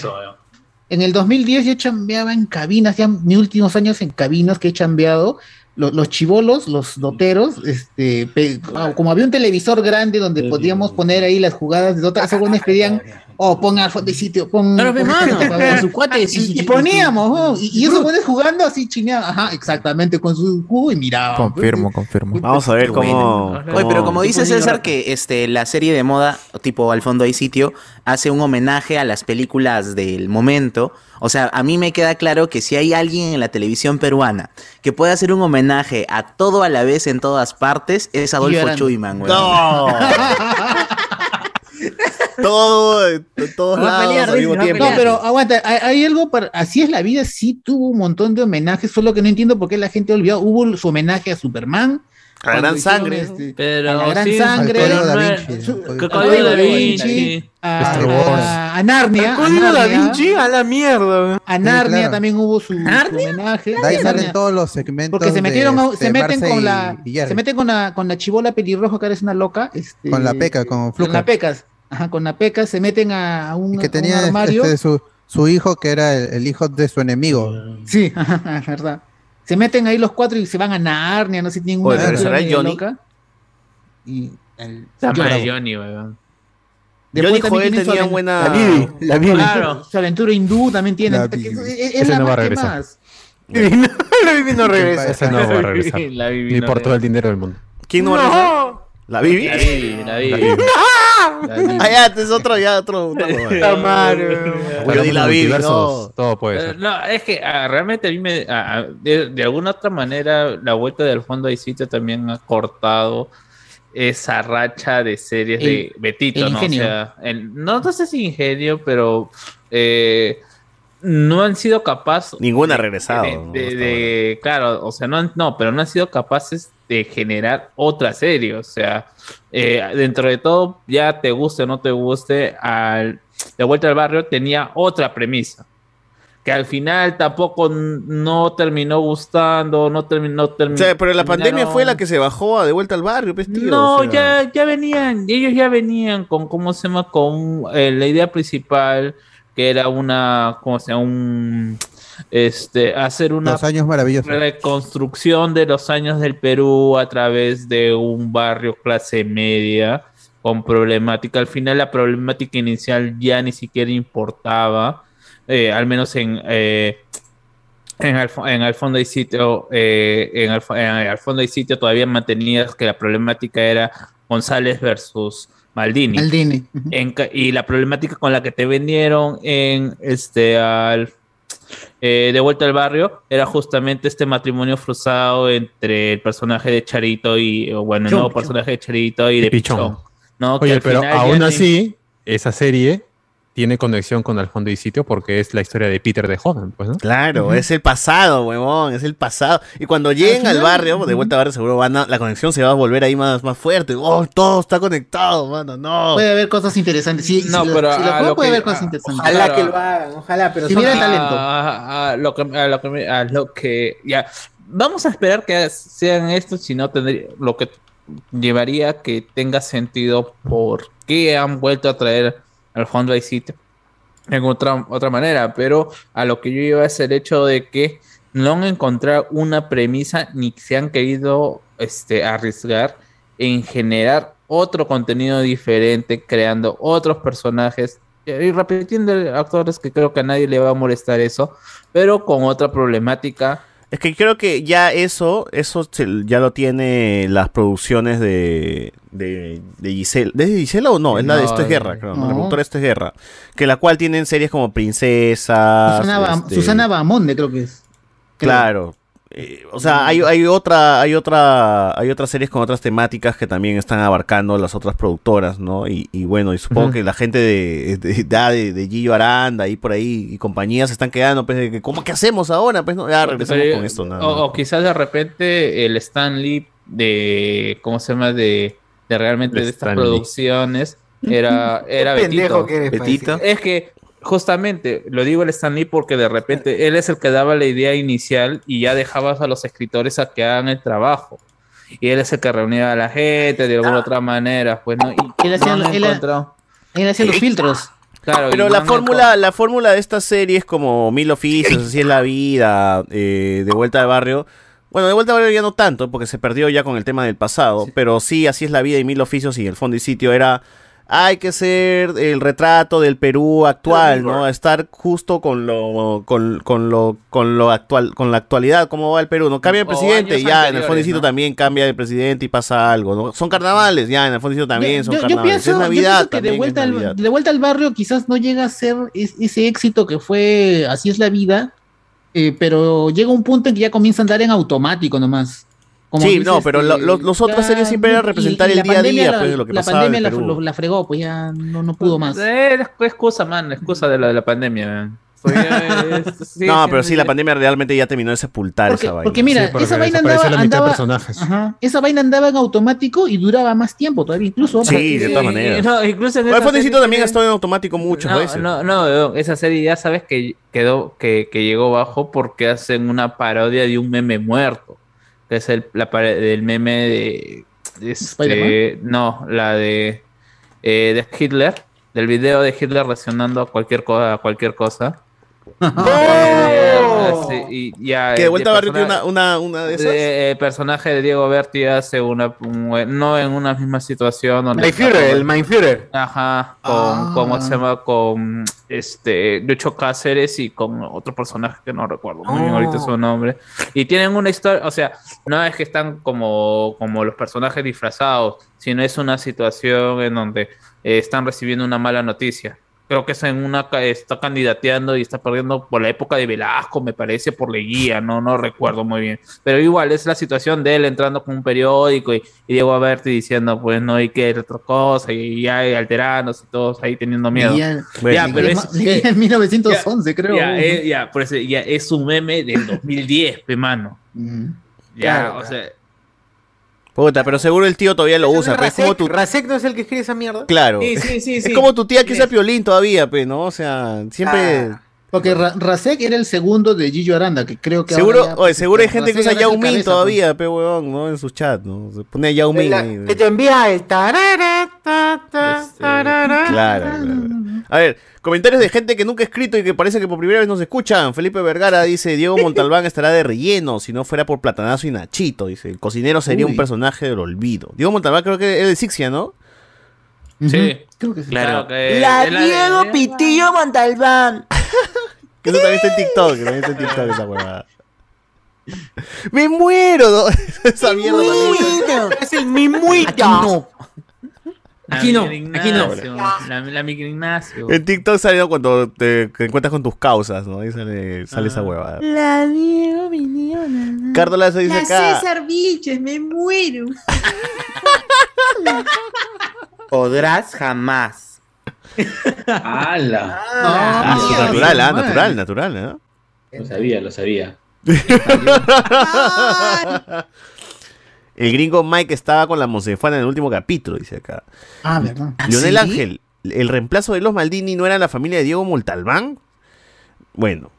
[SPEAKER 4] En el 2010 yo chambeaba en cabinas, ya mis últimos años en cabinas que he chambeado. lo- Los, chivolos, los doteros, este, pe- ah, como había un televisor grande donde podíamos poner ahí las jugadas de Dota, esos güeyes pedían, oh, ponga al fondo y sitio, pon,
[SPEAKER 7] Claro, pe,
[SPEAKER 4] pon-
[SPEAKER 7] mano,
[SPEAKER 4] [LAUGHS] por favor".
[SPEAKER 7] con su cuate, sí, sí,
[SPEAKER 4] y, y
[SPEAKER 7] sí,
[SPEAKER 4] poníamos, ¿no? y, y esos güeyes jugando así chineaban, ajá, exactamente, con su jugo y miraban.
[SPEAKER 5] Confirmo, confirmo.
[SPEAKER 3] Vamos a ver cómo.
[SPEAKER 7] Oye, pero como dice
[SPEAKER 4] Tipo niño
[SPEAKER 7] César
[SPEAKER 4] rata.
[SPEAKER 7] que este, la serie de moda, tipo Al fondo hay sitio, hace un homenaje a las películas del momento. O sea, a mí me queda claro que si hay alguien en la televisión peruana que pueda hacer un homenaje a todo a la vez en todas partes, es Adolfo
[SPEAKER 3] Llorando.
[SPEAKER 7] Chuyman, güey.
[SPEAKER 3] No. todo, eh, todos
[SPEAKER 4] Va a
[SPEAKER 3] lados
[SPEAKER 4] pelear,
[SPEAKER 3] al mismo
[SPEAKER 4] dice, va a
[SPEAKER 3] tiempo.
[SPEAKER 4] pelear. No, pero aguanta, hay, hay algo para. Así es la vida, sí tuvo un montón de homenajes, solo que no entiendo por qué la gente olvidó. Hubo su homenaje a Superman.
[SPEAKER 3] A la
[SPEAKER 4] cuando
[SPEAKER 3] gran
[SPEAKER 4] hicieron
[SPEAKER 3] sangre.
[SPEAKER 4] este-
[SPEAKER 6] Pero
[SPEAKER 4] a la gran
[SPEAKER 6] sí,
[SPEAKER 4] sangre.
[SPEAKER 6] al Código
[SPEAKER 4] a-
[SPEAKER 6] Da
[SPEAKER 4] a-
[SPEAKER 6] Vinci.
[SPEAKER 4] su-
[SPEAKER 6] Al
[SPEAKER 4] al
[SPEAKER 6] Código Da Vinci,
[SPEAKER 4] A,
[SPEAKER 6] Star Wars.
[SPEAKER 4] a- a Narnia.
[SPEAKER 5] Al Código
[SPEAKER 4] a
[SPEAKER 5] Da
[SPEAKER 4] Narnia.
[SPEAKER 5] Vinci, a la mierda.
[SPEAKER 4] A Narnia
[SPEAKER 5] Sí, claro.
[SPEAKER 4] también hubo su, su homenaje.
[SPEAKER 5] De ahí
[SPEAKER 4] Sí,
[SPEAKER 5] salen
[SPEAKER 4] Narnia.
[SPEAKER 5] todos los segmentos.
[SPEAKER 4] Porque se
[SPEAKER 5] de,
[SPEAKER 4] metieron, a-
[SPEAKER 5] este,
[SPEAKER 4] se meten
[SPEAKER 5] Marce
[SPEAKER 4] con
[SPEAKER 5] y-
[SPEAKER 4] la,
[SPEAKER 5] y Jerry.
[SPEAKER 4] se meten con la, con la chivola pelirroja que ahora es una loca, este,
[SPEAKER 5] Con la peca, con
[SPEAKER 4] con
[SPEAKER 5] Fluca.
[SPEAKER 4] la pecas, ajá, con la pecas se meten a un,
[SPEAKER 5] que
[SPEAKER 4] a un
[SPEAKER 5] tenía este,
[SPEAKER 4] armario.
[SPEAKER 5] su, su hijo que era el, el hijo de su enemigo.
[SPEAKER 4] Sí, [LAUGHS] ajá, es verdad. Se meten ahí los cuatro y se van a Narnia, no sé si tienen
[SPEAKER 5] Oye, ¿regresará
[SPEAKER 4] aventura
[SPEAKER 5] Johnny?
[SPEAKER 4] loca. Y el-
[SPEAKER 6] Llama
[SPEAKER 4] Johnny.
[SPEAKER 6] a Johnny, weón.
[SPEAKER 4] Después también tiene su aven-
[SPEAKER 6] Claro.
[SPEAKER 4] Su aventura hindú también tiene.
[SPEAKER 6] La
[SPEAKER 4] Es-
[SPEAKER 6] Bibi.
[SPEAKER 4] es- es
[SPEAKER 2] Ese
[SPEAKER 4] la
[SPEAKER 2] no va a
[SPEAKER 4] más que
[SPEAKER 2] regresar.
[SPEAKER 4] más.
[SPEAKER 5] la Bibi no [LAUGHS] regresa.
[SPEAKER 2] Ese no [LAUGHS] va a regresar.
[SPEAKER 6] La Bibi
[SPEAKER 2] Ni
[SPEAKER 6] no
[SPEAKER 2] por
[SPEAKER 6] regresa.
[SPEAKER 2] todo el dinero del mundo.
[SPEAKER 3] ¿Quién no va a
[SPEAKER 5] No.
[SPEAKER 3] regresar? ¿La Bibi?
[SPEAKER 6] La Bibi, la Bibi.
[SPEAKER 3] Ah, ya, este es otro, ya, otro. otra huevada. Yo di la Bibi,
[SPEAKER 2] Multiversos,
[SPEAKER 3] no.
[SPEAKER 2] Todo puede
[SPEAKER 6] Eh,
[SPEAKER 2] ser.
[SPEAKER 6] No, es que ah, realmente a mí me. ah, ah, de, de alguna otra manera, la vuelta del fondo hay sitio también ha cortado esa racha de series de
[SPEAKER 12] El-
[SPEAKER 6] Betito,
[SPEAKER 12] el
[SPEAKER 6] ¿no? O
[SPEAKER 12] ingenio.
[SPEAKER 6] sea, el- no, no sé si ingenio, pero. eh, no han sido capaces.
[SPEAKER 3] Ninguna ha
[SPEAKER 6] de-
[SPEAKER 3] regresado,
[SPEAKER 6] de-
[SPEAKER 3] ¿no?
[SPEAKER 6] de- de- claro, o sea, no, han- no, pero no han sido capaces de generar otra serie. O sea, eh, dentro de todo, ya te guste o no te guste, al, de vuelta al barrio tenía otra premisa. Que al final tampoco n- no terminó gustando, no terminó.
[SPEAKER 3] O
[SPEAKER 6] terminó
[SPEAKER 3] sea, pero la pandemia fue la que se bajó a de vuelta al barrio, pues, tío,
[SPEAKER 6] no,
[SPEAKER 3] o sea.
[SPEAKER 6] ya, ya venían, ellos ya venían con, ¿cómo se llama? Con eh, la idea principal, que era una, ¿cómo se llama? Un, este, hacer una
[SPEAKER 5] Los años maravillosos.
[SPEAKER 6] reconstrucción de los años del Perú a través de un barrio clase media con problemática. Al final la problemática inicial ya ni siquiera importaba, eh, al menos en... eh, en al, fo- en al fondo y sitio, eh, en, al, fo- en al fondo y sitio todavía mantenías que la problemática era González versus Maldini.
[SPEAKER 4] Maldini.
[SPEAKER 6] En ca- y la problemática con la que te vendieron en este al eh, de vuelta al barrio era justamente este matrimonio frustrado entre el personaje de Charito y o bueno, el
[SPEAKER 2] Pichón,
[SPEAKER 6] nuevo
[SPEAKER 2] Pichón.
[SPEAKER 6] personaje de Charito y de
[SPEAKER 2] Pichón.
[SPEAKER 6] Pichón. ¿no? Que
[SPEAKER 2] Oye,
[SPEAKER 6] al
[SPEAKER 2] pero
[SPEAKER 6] final ya
[SPEAKER 2] aún
[SPEAKER 6] te-
[SPEAKER 2] así, esa serie tiene conexión con Al fondo y sitio porque es la historia de Peter de joven, pues, ¿no?
[SPEAKER 3] Claro,
[SPEAKER 2] Ujú.
[SPEAKER 3] es el pasado, huevón, es el pasado. Y cuando lleguen al
[SPEAKER 2] final-
[SPEAKER 3] barrio, de vuelta al barrio, seguro van a- la conexión se va a volver ahí más, más fuerte. Oh, todo está conectado, mano, no.
[SPEAKER 4] Puede haber cosas interesantes. Sí,
[SPEAKER 6] No,
[SPEAKER 4] si lo-
[SPEAKER 6] pero
[SPEAKER 4] si lo
[SPEAKER 6] a
[SPEAKER 4] juego
[SPEAKER 6] lo
[SPEAKER 4] puede
[SPEAKER 6] que-
[SPEAKER 1] ah,
[SPEAKER 4] haber cosas
[SPEAKER 6] a-
[SPEAKER 4] interesantes.
[SPEAKER 6] ojalá Claro. que lo
[SPEAKER 1] hagan, ojalá, pero
[SPEAKER 4] Si
[SPEAKER 1] son-
[SPEAKER 4] hubiera talento.
[SPEAKER 6] A, a- a lo que, a lo que me- a lo que- ya. Vamos a esperar que sean estos, si no tendría lo que llevaría a que tenga sentido por qué han vuelto a traer al fondo y sitio en otra, otra manera, pero a lo que yo iba es el hecho de que no han encontrado una premisa ni se han querido este, arriesgar en generar otro contenido diferente, creando otros personajes eh, y repitiendo actores que creo que a nadie le va a molestar eso, pero con otra problemática.
[SPEAKER 3] Es que creo que eh, ya eso, eso se- ya lo tiene las producciones de, de, de Gisela. ¿Es de Gisela o no? Es la de
[SPEAKER 12] No,
[SPEAKER 3] Esto es
[SPEAKER 12] de-
[SPEAKER 3] Guerra, creo. ¿no? La
[SPEAKER 12] no.
[SPEAKER 3] productora Esto es Guerra. Que la cual tienen series como Princesas.
[SPEAKER 12] Susana, Ba-
[SPEAKER 3] este,
[SPEAKER 12] Susana Bahamonde creo que es.
[SPEAKER 3] Claro. Eh, o sea, hay, hay otra, hay otra, hay otras series con otras temáticas que también están abarcando las otras productoras, ¿no? Y, y bueno, y supongo
[SPEAKER 12] Ujú.
[SPEAKER 3] que la gente de, de, ah, de, de Gillo Aranda y por ahí y compañías se están quedando, pues, de que, ¿cómo que hacemos ahora? Pues no, ya regresamos
[SPEAKER 6] Pero-
[SPEAKER 3] con esto, nada. más.
[SPEAKER 6] O, o quizás de repente el Stanley de. ¿Cómo se llama? De, de realmente
[SPEAKER 3] El
[SPEAKER 6] de estas
[SPEAKER 3] Stan Lee.
[SPEAKER 6] producciones. Era, era
[SPEAKER 16] Qué pendejo
[SPEAKER 6] Betito.
[SPEAKER 16] que eres,
[SPEAKER 3] Betito.
[SPEAKER 6] Es que. Justamente, lo digo el Stanley porque de repente él es el que daba la idea inicial y ya dejabas a los escritores a que hagan el trabajo. Y él es el que reunía a la gente de alguna otra manera, pues no. Y
[SPEAKER 12] Él hacía,
[SPEAKER 6] no han
[SPEAKER 12] él-
[SPEAKER 6] encontrado.
[SPEAKER 12] él hacía los filtros.
[SPEAKER 6] Claro,
[SPEAKER 3] Eh, Pero
[SPEAKER 6] y
[SPEAKER 3] la
[SPEAKER 6] no han
[SPEAKER 3] fórmula, la fórmula de estas series como Mil Oficios, Así es la Vida, eh, De Vuelta al Barrio. Bueno, De Vuelta al Barrio ya no tanto, porque se perdió ya con el tema del pasado. Pero sí, Así es la Vida y Mil Oficios y El Fondo y Sitio era... Hay que ser el retrato del Perú actual, ¿no? Estar justo con lo, con, con lo, con lo actual, con la actualidad, cómo va el Perú, ¿no? Cambia el
[SPEAKER 12] O
[SPEAKER 3] presidente,
[SPEAKER 12] años
[SPEAKER 3] ya en el
[SPEAKER 12] anteriores,
[SPEAKER 3] fondo y sitio
[SPEAKER 12] ¿no?
[SPEAKER 3] también cambia el presidente y pasa algo, ¿no? Son carnavales, ya en el fondo y sitio también son
[SPEAKER 12] yo, yo
[SPEAKER 3] carnavales.
[SPEAKER 12] pienso,
[SPEAKER 3] es
[SPEAKER 12] yo
[SPEAKER 3] Navidad
[SPEAKER 12] pienso que
[SPEAKER 3] también
[SPEAKER 12] de
[SPEAKER 3] es
[SPEAKER 12] vuelta, al,
[SPEAKER 3] Navidad.
[SPEAKER 12] de vuelta al barrio quizás no llega a ser es- ese éxito que fue Así es la vida, eh, pero llega un punto en que ya comienza a andar en automático nomás. Como
[SPEAKER 3] sí,
[SPEAKER 12] dices,
[SPEAKER 3] no, pero
[SPEAKER 12] este,
[SPEAKER 3] las otras series siempre
[SPEAKER 12] ya-
[SPEAKER 3] era
[SPEAKER 12] y-
[SPEAKER 3] representar
[SPEAKER 12] y
[SPEAKER 3] el
[SPEAKER 12] la
[SPEAKER 3] día a
[SPEAKER 12] pandemia
[SPEAKER 3] día,
[SPEAKER 12] la-
[SPEAKER 3] pues, de lo que
[SPEAKER 12] La
[SPEAKER 3] pasaba en
[SPEAKER 12] pandemia la,
[SPEAKER 3] Perú.
[SPEAKER 12] lo- la fregó, pues ya no, no pudo más.
[SPEAKER 6] Eh, es excusa, man, excusa de la, de la pandemia. man. Porque, eh, es- sigue
[SPEAKER 3] no,
[SPEAKER 6] siendo-
[SPEAKER 3] pero sí, la pandemia realmente ya terminó de sepultar esa vaina.
[SPEAKER 12] Porque mira, esa vaina andaba, andaba- ajá, esa vaina andaba en automático y duraba más tiempo todavía, incluso.
[SPEAKER 3] Sí, de todas
[SPEAKER 6] Sí,
[SPEAKER 3] maneras.
[SPEAKER 6] no, incluso en
[SPEAKER 3] Oye,
[SPEAKER 6] esa
[SPEAKER 3] Fonecito
[SPEAKER 6] serie
[SPEAKER 3] también
[SPEAKER 6] tiene-
[SPEAKER 3] ha estado en automático muchas
[SPEAKER 6] no,
[SPEAKER 3] veces.
[SPEAKER 6] No, no, no, esa serie ya sabes que quedó, que, que llegó bajo porque hacen una parodia de un meme muerto. Que es el, la par- del meme de. de este, no, la de. eh, de Hitler. Del video de Hitler reaccionando a cualquier cosa. A cualquier cosa. Eh, sí, y ya,
[SPEAKER 3] que de vuelta
[SPEAKER 6] eh,
[SPEAKER 3] a barrio tiene una,
[SPEAKER 6] persona-
[SPEAKER 3] una, una de esas.
[SPEAKER 6] eh, el personaje de Diego Berti hace una. un- eh, no en una misma situación. donde está
[SPEAKER 16] Mindfury,
[SPEAKER 6] todo-
[SPEAKER 16] el Mindfury.
[SPEAKER 6] Ajá, con,
[SPEAKER 3] Ah.
[SPEAKER 6] ¿cómo se llama? Con este, Lucho Cáceres y con otro personaje que no recuerdo muy bien
[SPEAKER 16] Oh.
[SPEAKER 6] ahorita su nombre. Y tienen una historia, o sea, no es que están como, como los personajes disfrazados, sino es una situación en donde eh, están recibiendo una mala noticia. Creo que es en una, ca- está candidateando y está perdiendo por la época de Velasco, me parece, por Leguía, no, no recuerdo muy bien. Pero igual es la situación de él entrando con un periódico y, y Diego Aberti diciendo, pues no hay que otra cosa, y ya alterándose y todos ahí teniendo miedo.
[SPEAKER 12] Leguía-
[SPEAKER 6] ya, pero es,
[SPEAKER 12] Leguía en 1911, creo.
[SPEAKER 6] ya, eh, ya, por eso, ya, es un meme
[SPEAKER 1] [LAUGHS]
[SPEAKER 6] del 2010, pe mano. Ya,
[SPEAKER 1] Mm.
[SPEAKER 3] Ah,
[SPEAKER 1] Claro,
[SPEAKER 6] o sea,
[SPEAKER 3] Puta, pero seguro el tío todavía lo usa. Pero es como tu.
[SPEAKER 1] Rasek no es el que escribe esa mierda.
[SPEAKER 3] Claro. Es como tu tía que usa piolín todavía, pues, ¿no? O sea, siempre.
[SPEAKER 12] Porque Ra- Rasek era el segundo de Gillo Aranda, que creo que
[SPEAKER 3] Seguro,
[SPEAKER 12] ahora ya-
[SPEAKER 4] pues,
[SPEAKER 3] oye, seguro hay gente que
[SPEAKER 12] Rasek
[SPEAKER 3] usa
[SPEAKER 12] ahora es el
[SPEAKER 3] Yao Ming
[SPEAKER 12] cabeza,
[SPEAKER 3] todavía, pe huevón, ¿no? En su chat, ¿no? Se pone Yao Ming.
[SPEAKER 1] La-
[SPEAKER 3] ahí,
[SPEAKER 1] que te envía el tarara, ta, ta, tarara.
[SPEAKER 3] Este, Claro, claro. A ver, comentarios de gente que nunca ha escrito y que parece que por primera vez nos escuchan. Felipe Vergara dice, Diego Montalbán estará de relleno si no fuera por Platanazo y Nachito. Dice, el cocinero sería
[SPEAKER 12] Uy.
[SPEAKER 3] un personaje del olvido. Diego Montalbán creo que es de Sixia, ¿no?
[SPEAKER 6] Sí.
[SPEAKER 12] Creo que sí.
[SPEAKER 6] Claro. que
[SPEAKER 7] La
[SPEAKER 6] es la de-
[SPEAKER 7] Diego Pitillo Montalbán.
[SPEAKER 3] Que eso también está en TikTok, que también está en TikTok esa huevada. ¡Me muero!
[SPEAKER 5] [LAUGHS]
[SPEAKER 3] ¿no? Esa mierda también.
[SPEAKER 1] Es el mimuita.
[SPEAKER 6] la
[SPEAKER 1] Aquí no,
[SPEAKER 6] Miguel
[SPEAKER 1] aquí no.
[SPEAKER 6] Ignacio, La, la Miguel Ignacio.
[SPEAKER 3] En TikTok sale ¿no? cuando te, te encuentras con tus causas, ¿no? Ahí sale, sale esa huevada.
[SPEAKER 7] La Diego Pitillo.
[SPEAKER 3] Cardo Lazo dice acá.
[SPEAKER 7] Vilches, me
[SPEAKER 5] [LAUGHS]
[SPEAKER 7] muero.
[SPEAKER 1] Podrás jamás.
[SPEAKER 9] ¡Hala!
[SPEAKER 3] Ah,
[SPEAKER 9] Ah,
[SPEAKER 3] natural,
[SPEAKER 9] bien,
[SPEAKER 3] ah,
[SPEAKER 9] bueno.
[SPEAKER 3] natural, natural, ¿eh? ¿no?
[SPEAKER 9] Lo sabía, lo
[SPEAKER 3] [LAUGHS]
[SPEAKER 9] sabía.
[SPEAKER 3] El gringo Mike estaba con la Monsefana en el último capítulo, dice acá.
[SPEAKER 12] Ah, verdad.
[SPEAKER 3] Lionel
[SPEAKER 12] ¿Sí?
[SPEAKER 3] Ángel, el reemplazo de los Maldini no era la familia de Diego Montalbán. Bueno,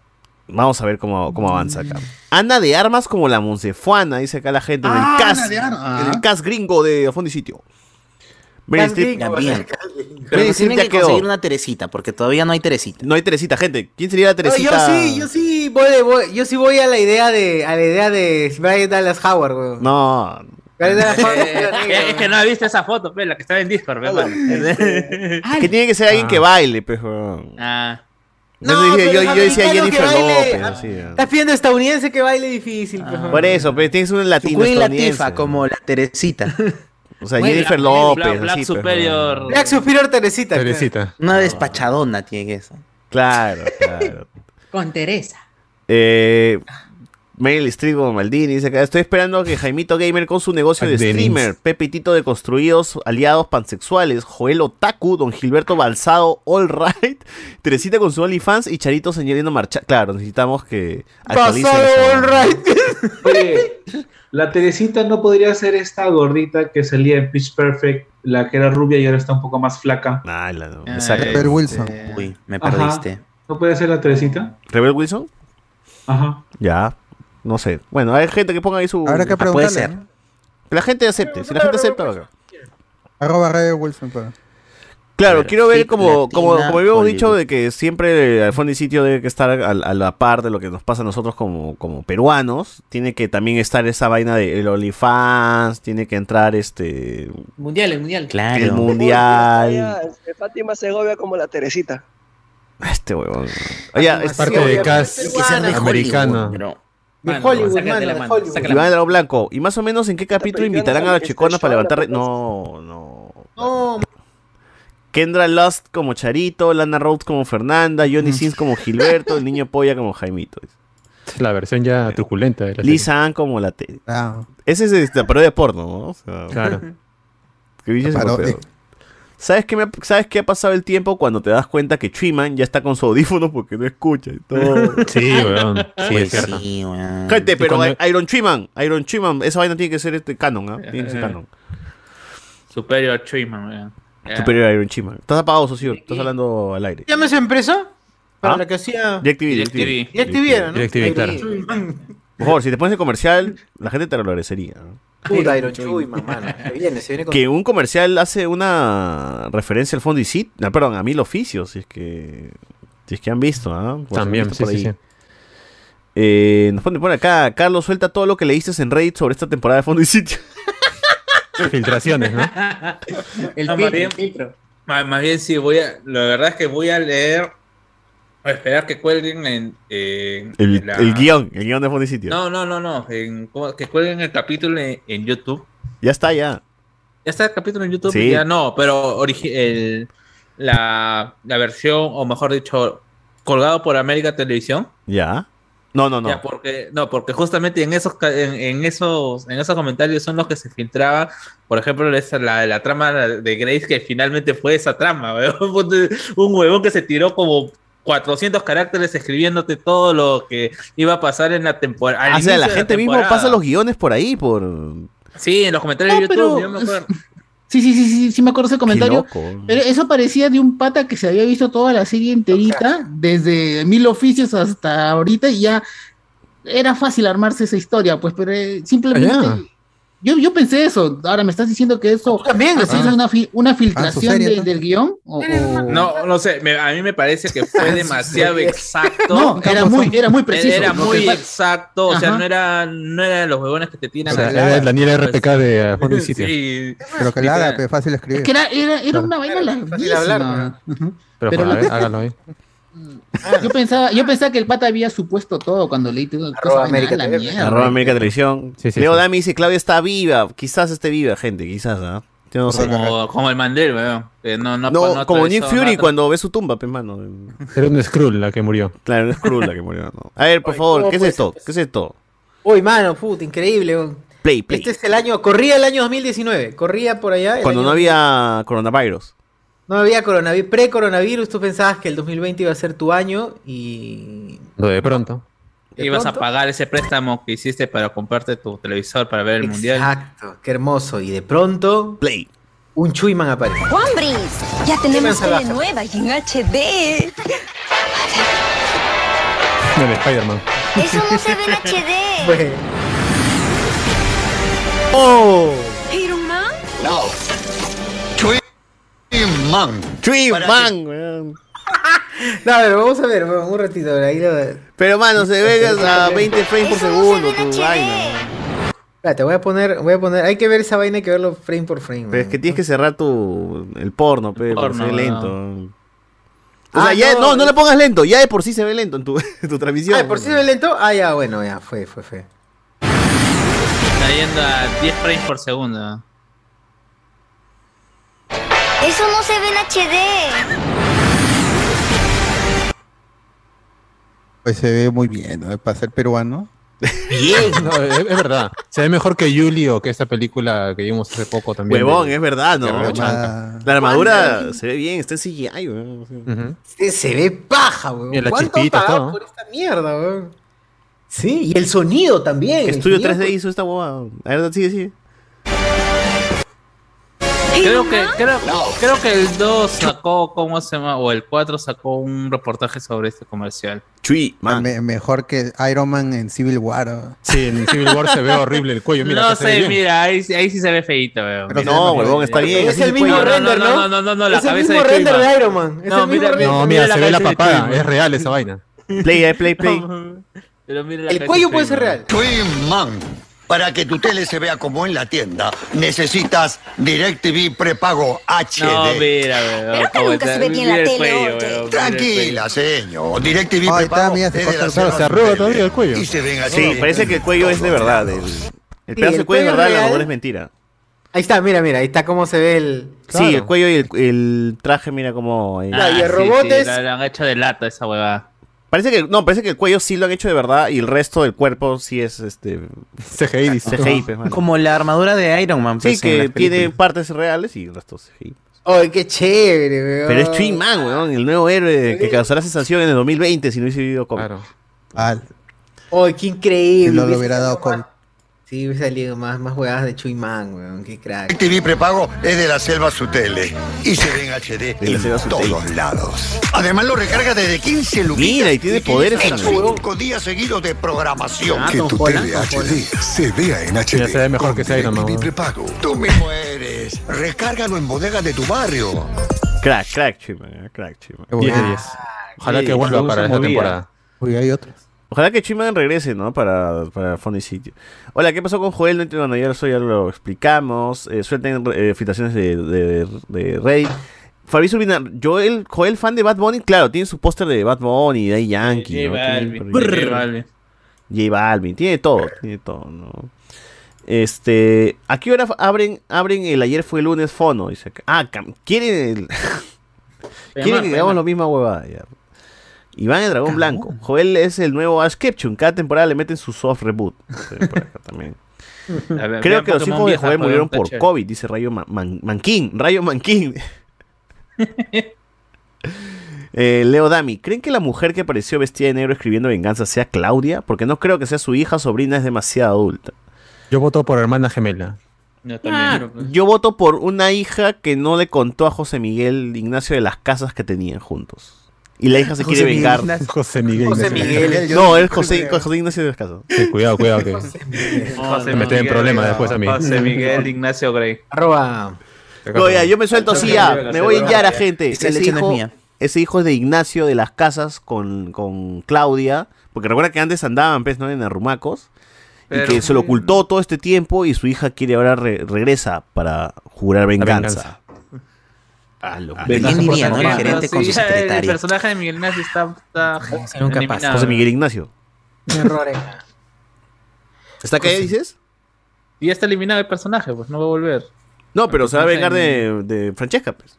[SPEAKER 3] vamos a ver cómo, cómo avanza acá. Ana de Armas como la Monsefuana, dice acá la gente
[SPEAKER 12] Ah,
[SPEAKER 3] del
[SPEAKER 12] Ana ah.
[SPEAKER 3] CAS.
[SPEAKER 12] de Armas.
[SPEAKER 3] El CAS gringo de A Fondo y Sitio. Ben Strip-
[SPEAKER 7] También.
[SPEAKER 3] Ben
[SPEAKER 7] Pero
[SPEAKER 3] Strip
[SPEAKER 7] tienen
[SPEAKER 3] ya
[SPEAKER 7] que
[SPEAKER 3] pues quedó.
[SPEAKER 7] conseguir una Teresita, porque todavía no hay Teresita.
[SPEAKER 3] No hay Teresita, gente. ¿Quién sería la
[SPEAKER 1] No,
[SPEAKER 3] Teresita?
[SPEAKER 1] yo sí, yo sí voy, de- voy- yo sí voy a la idea de a la idea de Brian Dallas Howard, weón.
[SPEAKER 3] No.
[SPEAKER 1] Brian Dallas
[SPEAKER 6] Eh, eh, es que no he visto esa foto, pe, la que está en Discord, pe, mano.
[SPEAKER 3] [LAUGHS] Que tiene que ser alguien
[SPEAKER 6] Ah.
[SPEAKER 3] que baile, pues. weón.
[SPEAKER 6] Ah.
[SPEAKER 3] Yo dije- yo- yo decía Jennifer López,
[SPEAKER 1] ah,
[SPEAKER 3] sí, ah.
[SPEAKER 1] Estás pidiendo estadounidense que baile difícil. pues,
[SPEAKER 7] Ah.
[SPEAKER 1] no.
[SPEAKER 3] Por eso, pero tienes una latina.
[SPEAKER 1] Queen
[SPEAKER 7] Latifah, como la Teresita.
[SPEAKER 3] O sea, Jennifer López. así, pero-
[SPEAKER 1] Black Superior Teresita.
[SPEAKER 3] Teresita.
[SPEAKER 7] Una despachadona tiene eso.
[SPEAKER 3] Claro,
[SPEAKER 7] [LAUGHS]
[SPEAKER 3] claro.
[SPEAKER 16] Con Teresa.
[SPEAKER 3] Eh, Mail Strigo Maldini dice acá, estoy esperando que Jaimito Gamer con su negocio de
[SPEAKER 2] Dennis.
[SPEAKER 3] streamer, Pepitito de Construidos, Aliados Pansexuales, Joel Otaku, Don Gilberto Balsado, All Right, [LAUGHS] Teresita con su OnlyFans y Charito señalando marcha. Claro, necesitamos que actualicen esa-
[SPEAKER 9] Oye, la Teresita no podría ser esta gordita que salía en Pitch Perfect, la que era rubia y ahora está un poco más flaca.
[SPEAKER 6] Ah,
[SPEAKER 3] exacto.
[SPEAKER 6] este.
[SPEAKER 9] Rebel
[SPEAKER 3] Rebel
[SPEAKER 5] Wilson.
[SPEAKER 7] Uy, me
[SPEAKER 3] perdiste.
[SPEAKER 9] ¿No puede ser la Teresita?
[SPEAKER 3] ¿Rebel Wilson?
[SPEAKER 9] Ajá.
[SPEAKER 3] Ya, no sé. Bueno, hay gente que ponga ahí su... Ah,
[SPEAKER 5] Habrá que
[SPEAKER 3] puede
[SPEAKER 5] preguntarle,
[SPEAKER 3] ser.
[SPEAKER 5] ¿no?
[SPEAKER 3] Que la gente acepte, si la gente acepta... bacán.
[SPEAKER 5] Arroba Ray Wilson. pero-
[SPEAKER 3] Claro, quiero ver
[SPEAKER 5] Fit
[SPEAKER 3] como, como,
[SPEAKER 5] Latina
[SPEAKER 3] como habíamos
[SPEAKER 5] Hollywood.
[SPEAKER 3] dicho de que siempre al fondo y sitio debe que estar a, a la par de lo que nos pasa a nosotros como, como peruanos. Tiene que también estar esa vaina de el OnlyFans, tiene que entrar este
[SPEAKER 16] Mundial, el mundial.
[SPEAKER 3] el mundial.
[SPEAKER 14] Oye, Fátima Segovia como la Teresita.
[SPEAKER 3] Este huevón. Oye, este-
[SPEAKER 2] parte de cast
[SPEAKER 3] Es que sea de
[SPEAKER 2] americano.
[SPEAKER 3] Hollywood,
[SPEAKER 1] De Hollywood,
[SPEAKER 6] sácate
[SPEAKER 1] mano,
[SPEAKER 6] de la
[SPEAKER 1] de
[SPEAKER 6] mano,
[SPEAKER 1] Hollywood.
[SPEAKER 6] sácate
[SPEAKER 3] Iván Drago Blanco. ¿Y más o menos en qué capítulo invitarán a la chicona para levantar? No, no.
[SPEAKER 1] No,
[SPEAKER 3] Kendra Lust como Charito, Lana Rhodes como Fernanda,
[SPEAKER 2] Mm.
[SPEAKER 3] Johnny Sins como Gilberto, el niño polla como
[SPEAKER 2] [LAUGHS]
[SPEAKER 3] Jaimito.
[SPEAKER 2] La versión ya truculenta de la
[SPEAKER 3] Lisa Ann como la T. Ese es este, la parodia de porno, ¿no? O sea,
[SPEAKER 2] Claro.
[SPEAKER 3] [LAUGHS] que bicho es
[SPEAKER 2] Parodia.
[SPEAKER 3] golpeado. ¿Sabes qué, me ha- ¿Sabes qué ha pasado el tiempo cuando te das cuenta que Chiman ya está con su audífono porque no escucha y todo?
[SPEAKER 2] [LAUGHS] Sí, weón. Sí,
[SPEAKER 3] Pues
[SPEAKER 2] es cierto.
[SPEAKER 3] sí, Gente,
[SPEAKER 2] Y
[SPEAKER 3] pero
[SPEAKER 2] cuando-
[SPEAKER 3] I- Iron Chiman, Iron Chiman, esa vaina tiene que ser este canon, ¿ah? Tiene que
[SPEAKER 2] Eh,
[SPEAKER 3] ser canon.
[SPEAKER 6] [LAUGHS] Superior Treatment, weón. Ya.
[SPEAKER 3] Superior a Iron Chiman. Estás apagado, socio, estás hablando al aire.
[SPEAKER 1] ¿Se llama esa empresa? Para
[SPEAKER 3] ¿Ah?
[SPEAKER 1] la que hacía.
[SPEAKER 3] DirecTV,
[SPEAKER 1] DirecTV.
[SPEAKER 3] DirecTV.
[SPEAKER 1] DirecTV era, ¿no?
[SPEAKER 3] DirecTV, claro. Por favor, si te pones el comercial, la gente te lo agradecería. ¿no?
[SPEAKER 1] Puta, Iron Chuy, mamá. Se viene, se viene con.
[SPEAKER 3] Que un comercial hace una referencia al fondo y sit, no, perdón, a mil oficios, si es que, si es que han visto, ¿ah? Pues han
[SPEAKER 2] También,
[SPEAKER 3] visto por
[SPEAKER 2] sí, sí,
[SPEAKER 3] ahí.
[SPEAKER 2] sí.
[SPEAKER 3] Eh, nos pone por acá, Carlos, suelta todo lo que leíste en Reddit sobre esta temporada de fondo y sitio.
[SPEAKER 2] Filtraciones, ¿no?
[SPEAKER 6] No, más, bien, ma- más bien sí, voy a, la verdad es que voy a leer, a esperar que cuelguen en, en-
[SPEAKER 3] El,
[SPEAKER 6] en la-
[SPEAKER 3] el guión, el guión de fondo y sitio.
[SPEAKER 6] No, no, no, no, en- ¿cómo- que cuelguen el capítulo en, en YouTube.
[SPEAKER 3] Ya está, ya.
[SPEAKER 6] Ya está el capítulo en YouTube,
[SPEAKER 3] Sí.
[SPEAKER 6] ya no, pero origi- el- la, la versión, o mejor dicho, colgado por América Televisión.
[SPEAKER 3] Ya. No, no, no.
[SPEAKER 6] Ya, porque, no, porque justamente en esos, ca- en, en esos, en esos comentarios son los que se filtraba, por ejemplo, esa, la, la trama de Grace, que finalmente fue esa trama, [LAUGHS] weón. Ponte un huevón que se tiró como 400 caracteres escribiéndote todo lo que iba a pasar en la temporada.
[SPEAKER 3] Ah, o sea, la gente mismo pasa los guiones por ahí, por...
[SPEAKER 6] Sí, en los comentarios de
[SPEAKER 4] No,
[SPEAKER 6] YouTube,
[SPEAKER 4] pero-
[SPEAKER 6] yo me acuerdo.
[SPEAKER 4] Sí, sí, sí, sí, sí me acuerdo ese comentario.
[SPEAKER 3] Qué loco.
[SPEAKER 4] Pero eso parecía de un pata que se había visto toda la serie enterita, desde mil oficios hasta ahorita, y ya era fácil armarse esa historia, pues, pero eh, simplemente.
[SPEAKER 5] Ah, ya.
[SPEAKER 4] Yo, yo pensé eso, ahora me estás diciendo que eso también es
[SPEAKER 6] ah.
[SPEAKER 4] una, fi- una filtración
[SPEAKER 6] serie,
[SPEAKER 4] de-
[SPEAKER 6] ¿no?
[SPEAKER 4] del guión. o- o-
[SPEAKER 6] No, no sé, me- a mí me parece que
[SPEAKER 4] [LAUGHS]
[SPEAKER 6] fue demasiado exacto.
[SPEAKER 4] No, era muy, era muy preciso.
[SPEAKER 6] Era
[SPEAKER 4] Lo
[SPEAKER 6] muy
[SPEAKER 4] que-
[SPEAKER 6] exacto, o sea,
[SPEAKER 4] Ajá.
[SPEAKER 6] no era, no era los huevones que te tiran
[SPEAKER 2] O sea,
[SPEAKER 6] al pues,
[SPEAKER 2] era
[SPEAKER 6] lado.
[SPEAKER 2] el Daniel RPK de eh, fondo y
[SPEAKER 6] Sí.
[SPEAKER 2] sitio.
[SPEAKER 5] Pero que la haga, pe, fácil
[SPEAKER 4] Es
[SPEAKER 5] escribir.
[SPEAKER 4] que era, era, era
[SPEAKER 5] Claro.
[SPEAKER 4] una vaina larguísima.
[SPEAKER 2] Pero,
[SPEAKER 4] Pero
[SPEAKER 2] para
[SPEAKER 4] lo-
[SPEAKER 2] ver, hágalo [LAUGHS] ahí.
[SPEAKER 4] Yo pensaba, yo pensaba que el pata había supuesto todo cuando leí todo.
[SPEAKER 3] Arroba América, Televisión. Arroba América Televisión.
[SPEAKER 2] Sí, sí,
[SPEAKER 3] Leo
[SPEAKER 2] sí.
[SPEAKER 3] Dami dice, Claudia está viva. Quizás esté viva, gente, quizás, ¿ah? Yo no sé.
[SPEAKER 6] Como, como el Mandel, weón. que No, no,
[SPEAKER 3] No,
[SPEAKER 6] no
[SPEAKER 3] como
[SPEAKER 6] atravesó
[SPEAKER 3] Nick Fury
[SPEAKER 6] nada.
[SPEAKER 3] cuando ve su tumba, pe, mano.
[SPEAKER 2] Era un Skrull la que murió.
[SPEAKER 3] Claro, un Skrull la que murió. ¿no? A ver, por favor,
[SPEAKER 1] ¿cómo
[SPEAKER 3] ¿qué es
[SPEAKER 1] puede
[SPEAKER 3] esto? ¿Qué es esto?
[SPEAKER 1] Uy, mano, puta, increíble. weón.
[SPEAKER 3] Play, play.
[SPEAKER 1] Este es el año. Corría el año 2019. Corría por allá. el
[SPEAKER 3] Cuando
[SPEAKER 1] año-
[SPEAKER 3] no había coronavirus.
[SPEAKER 1] No había coronavirus. Pre-coronavirus, tú pensabas que el 2020 iba a ser tu año y.
[SPEAKER 2] Lo de pronto.
[SPEAKER 6] Ibas a pagar ese préstamo que hiciste para comprarte tu televisor para ver el mundial.
[SPEAKER 1] Exacto, qué hermoso. Y de pronto.
[SPEAKER 3] Play.
[SPEAKER 1] Un Chuyman aparece.
[SPEAKER 17] ¡Hombres! Ya
[SPEAKER 1] Steven
[SPEAKER 17] tenemos tele
[SPEAKER 1] Salazar.
[SPEAKER 17] nueva y en HD.
[SPEAKER 2] No, de Spider-Man.
[SPEAKER 17] Eso no se ve en HD.
[SPEAKER 3] [LAUGHS]
[SPEAKER 1] ¡Oh!
[SPEAKER 17] ¿Iron Man?
[SPEAKER 18] No. Dreamman.
[SPEAKER 3] Dreamman, weón.
[SPEAKER 1] [LAUGHS] No, pero vamos a ver, weón, un ratito. a ver, Ahí lo...
[SPEAKER 3] Pero, mano, se
[SPEAKER 1] [LAUGHS]
[SPEAKER 3] ve a 20 frames por segundo tu vaina.
[SPEAKER 1] Espérate, voy a poner, voy a poner. Hay que ver esa vaina, hay que verlo frame por frame.
[SPEAKER 3] Pero es que tienes que cerrar tu el porno, pe, porque
[SPEAKER 1] porno,
[SPEAKER 3] se ve
[SPEAKER 1] weón.
[SPEAKER 3] lento. O sea,
[SPEAKER 1] Ah,
[SPEAKER 3] ya,
[SPEAKER 1] no,
[SPEAKER 3] no, no
[SPEAKER 1] es-
[SPEAKER 3] le pongas lento, ya de por sí se ve lento en tu, [LAUGHS] en tu transmisión.
[SPEAKER 1] Ah, ¿de por si se ve lento. Ah, ya, bueno, ya, fue, fue, fue.
[SPEAKER 6] Está yendo a 10 frames por segundo.
[SPEAKER 17] Eso no se ve en HD.
[SPEAKER 5] Pues se ve muy bien, ¿no? Para ser peruano.
[SPEAKER 2] Bien. [LAUGHS] es, es verdad. Se ve mejor que Yuli o que esta película que vimos hace poco también.
[SPEAKER 3] Huevón,
[SPEAKER 2] de-
[SPEAKER 3] es verdad, ¿no?
[SPEAKER 2] de Romeo Chanca.
[SPEAKER 3] La armadura se ve bien, está en CGI, weón.
[SPEAKER 1] Se, Este se ve paja, weón.
[SPEAKER 3] Y la
[SPEAKER 1] ¿Cuánto han
[SPEAKER 3] chispita,
[SPEAKER 1] pagado
[SPEAKER 3] todo.
[SPEAKER 1] por esta mierda, weón? Sí, y el sonido también.
[SPEAKER 3] ¿Qué
[SPEAKER 1] el
[SPEAKER 3] estudio
[SPEAKER 1] sonido,
[SPEAKER 3] 3D hizo esta boba? A ver, sigue, sigue.
[SPEAKER 6] Creo que, creo, creo que el 2 sacó, ¿cómo se llama? O el 4 sacó un reportaje sobre este comercial.
[SPEAKER 3] Chui,
[SPEAKER 5] Me- mejor que Iron Man en Civil War.
[SPEAKER 2] Sí, en Civil War se ve horrible el cuello. Mira,
[SPEAKER 6] no
[SPEAKER 2] acá se ve
[SPEAKER 6] sé,
[SPEAKER 2] bien.
[SPEAKER 6] mira, ahí, sí- ahí sí se ve feito, weón.
[SPEAKER 2] Pero no, huevón, está bien, así se puede.
[SPEAKER 6] No, no, no, no, no, la
[SPEAKER 1] Es el
[SPEAKER 6] cabeza
[SPEAKER 1] mismo
[SPEAKER 6] de
[SPEAKER 1] render
[SPEAKER 6] Chuyma.
[SPEAKER 1] de Iron Man. Es
[SPEAKER 6] No,
[SPEAKER 1] el mismo
[SPEAKER 6] mira,
[SPEAKER 1] render.
[SPEAKER 2] No,
[SPEAKER 6] Mira
[SPEAKER 2] mira, se
[SPEAKER 6] la
[SPEAKER 2] ve la
[SPEAKER 6] cabeza de
[SPEAKER 2] papada.
[SPEAKER 6] Chui,
[SPEAKER 2] Es real esa vaina.
[SPEAKER 3] [LAUGHS] Play, eh, play, play.
[SPEAKER 6] [LAUGHS] Pero mira la
[SPEAKER 18] El
[SPEAKER 6] cabeza
[SPEAKER 18] cuello
[SPEAKER 6] de
[SPEAKER 18] puede
[SPEAKER 6] Chuyma.
[SPEAKER 18] ser real. Man, para que tu tele se vea como en la tienda, necesitas DirecTV prepago HD.
[SPEAKER 6] No, mira, weón.
[SPEAKER 18] Pero acá
[SPEAKER 6] cómo
[SPEAKER 18] nunca
[SPEAKER 6] está-
[SPEAKER 18] se ve bien la
[SPEAKER 6] mira el
[SPEAKER 18] tele,
[SPEAKER 6] cuello,
[SPEAKER 18] oye.
[SPEAKER 6] weón,
[SPEAKER 18] Tranquila, señor. DirecTV
[SPEAKER 5] Ahí está,
[SPEAKER 18] prepago
[SPEAKER 5] mira, se
[SPEAKER 18] desde
[SPEAKER 5] corta
[SPEAKER 18] la
[SPEAKER 5] el pelo,
[SPEAKER 18] Sierra
[SPEAKER 5] se arruga
[SPEAKER 18] Tele.
[SPEAKER 5] todavía el cuello.
[SPEAKER 18] Y se ven así.
[SPEAKER 3] Sí, parece que el cuello es de verdad. El, el pedazo de
[SPEAKER 1] el
[SPEAKER 3] cuello es
[SPEAKER 1] cuello
[SPEAKER 3] verdad, la
[SPEAKER 1] real.
[SPEAKER 3] armadura es mentira.
[SPEAKER 1] Ahí está, mira, mira, ahí está cómo se ve el.
[SPEAKER 3] Sí, el cuello y el, el traje, mira cómo. eh. ahí.
[SPEAKER 6] Ah, sí,
[SPEAKER 1] robot
[SPEAKER 6] sí,
[SPEAKER 1] es-
[SPEAKER 6] la, la han hecho de lata esa huevada.
[SPEAKER 3] Parece que, no, parece que el cuello sí lo han hecho de verdad y el resto del cuerpo sí es este.
[SPEAKER 2] CGI, dice.
[SPEAKER 3] CGI, pues, mano.
[SPEAKER 7] Como la armadura de Iron Man.
[SPEAKER 3] Sí,
[SPEAKER 7] pues, en
[SPEAKER 3] que
[SPEAKER 7] las
[SPEAKER 3] tiene
[SPEAKER 7] películas.
[SPEAKER 3] partes reales y el resto CGI.
[SPEAKER 1] Ay, qué chévere, weón.
[SPEAKER 3] Pero es Twin Man, weón, el nuevo héroe que causará sensación en el 2020 si no hubiese vivido COVID. Claro.
[SPEAKER 5] Ah,
[SPEAKER 1] Ay, qué increíble.
[SPEAKER 3] Si no lo
[SPEAKER 1] hubiese
[SPEAKER 3] hubiera
[SPEAKER 1] salido más- Sí, hubiera salido más, más jugadas de Chuy Man, weón. Qué crack.
[SPEAKER 18] DirecTV prepago es de la selva su tele. Y se ve en HD en todos lados. Además lo recarga desde 15 lugares.
[SPEAKER 3] Mira, y tiene poderes
[SPEAKER 18] En
[SPEAKER 3] también.
[SPEAKER 18] 5 días seguidos de programación.
[SPEAKER 2] Ah, Que Don tu Juan, tele Don Juan.
[SPEAKER 18] HD se vea en
[SPEAKER 2] Ya se ve mejor que sea Iron Man. weón.
[SPEAKER 18] prepago. Tú mismo eres. Recárgalo en bodegas de tu barrio.
[SPEAKER 3] Crack, crack, Chiman, crack, Chiman.
[SPEAKER 2] Qué bueno. 10 de 10. Ojalá que vuelva para esta temporada.
[SPEAKER 5] Uy, hay otros.
[SPEAKER 3] Ojalá que Chiman regrese, ¿no? Para, para Fondo y Sitio. Hola, ¿qué pasó con Joel? No entiendo, bueno, ya eso ya lo explicamos. Eh, suelten eh, filtraciones de, de, de Reddit. Fabrizio Urbina, Joel, Joel, fan de Bad Bunny, claro, tiene su póster de Bad Bunny, de Yankee.
[SPEAKER 6] J
[SPEAKER 3] ¿no?
[SPEAKER 6] Balvin,
[SPEAKER 3] Tiene-
[SPEAKER 6] J Balvin.
[SPEAKER 3] J Balvin, tiene todo, tiene todo, ¿no? Este, ¿a qué hora abren, abren el ayer fue lunes fono? Dice acá. Ah, cam- quieren el- [LAUGHS] quieren que hagamos la misma huevada ya. Iván el Dragón Blanco. Joel es el nuevo Ash Ketchum. Cada temporada le meten su soft reboot. Se ve por
[SPEAKER 2] [LAUGHS]
[SPEAKER 3] acá también.
[SPEAKER 6] A ver,
[SPEAKER 3] Creo
[SPEAKER 6] vean
[SPEAKER 3] que los
[SPEAKER 6] Pokémon
[SPEAKER 3] hijos de
[SPEAKER 6] vieja, joder,
[SPEAKER 3] Joel murieron
[SPEAKER 6] está
[SPEAKER 3] por
[SPEAKER 6] chévere.
[SPEAKER 3] COVID, dice Rayo Man- Man- Manquín. Rayo
[SPEAKER 2] [LAUGHS]
[SPEAKER 3] Manquín. Eh, Leo Dami, ¿creen que la mujer que apareció vestida de negro escribiendo venganza sea Claudia? Porque no creo que sea su hija o sobrina, es demasiado adulta.
[SPEAKER 2] Yo voto por hermana gemela.
[SPEAKER 6] Yo
[SPEAKER 3] Claro, Yo voto por una hija que no le contó a José Miguel Ignacio de las casas que tenían juntos. Y la hija se
[SPEAKER 2] Ah, José
[SPEAKER 3] quiere
[SPEAKER 2] Miguel
[SPEAKER 3] vengar.
[SPEAKER 2] Ignacio. José Miguel José Ignacio. Miguel.
[SPEAKER 3] No, es José, José Ignacio de las casas.
[SPEAKER 2] Sí, cuidado, cuidado. Que...
[SPEAKER 6] [LAUGHS] José
[SPEAKER 2] Me meten en
[SPEAKER 6] Miguel,
[SPEAKER 2] problemas
[SPEAKER 6] no,
[SPEAKER 2] después a mí. [LAUGHS]
[SPEAKER 6] José Miguel Ignacio Grey.
[SPEAKER 1] Arroba.
[SPEAKER 3] No, ya, yo me suelto así ya. Me voy a hinchar a gente.
[SPEAKER 7] Esa
[SPEAKER 3] Ese
[SPEAKER 7] elección es
[SPEAKER 3] hijo,
[SPEAKER 7] mía.
[SPEAKER 3] ese hijo es de Ignacio de las Casas con, con Claudia. Porque recuerda que antes andaban, pues, ¿no? En Arrumacos.
[SPEAKER 6] Pero-
[SPEAKER 3] y que se lo ocultó todo este tiempo y su hija quiere ahora re- regresa para jurar venganza. Ah, lo-
[SPEAKER 7] ¿Quién diría, no?
[SPEAKER 6] Porque,
[SPEAKER 7] El
[SPEAKER 2] Ah.
[SPEAKER 6] pero
[SPEAKER 7] gerente con
[SPEAKER 6] sí,
[SPEAKER 7] su
[SPEAKER 6] El
[SPEAKER 7] secretaria.
[SPEAKER 6] personaje de Miguel Ignacio está. está eliminado.
[SPEAKER 3] José Miguel Ignacio.
[SPEAKER 1] Errores.
[SPEAKER 3] [LAUGHS] ¿Está qué dices?
[SPEAKER 6] Y ya está eliminado el personaje, pues no va a volver.
[SPEAKER 3] No, pero se va a vengar [LAUGHS] de, de Francesca, pues.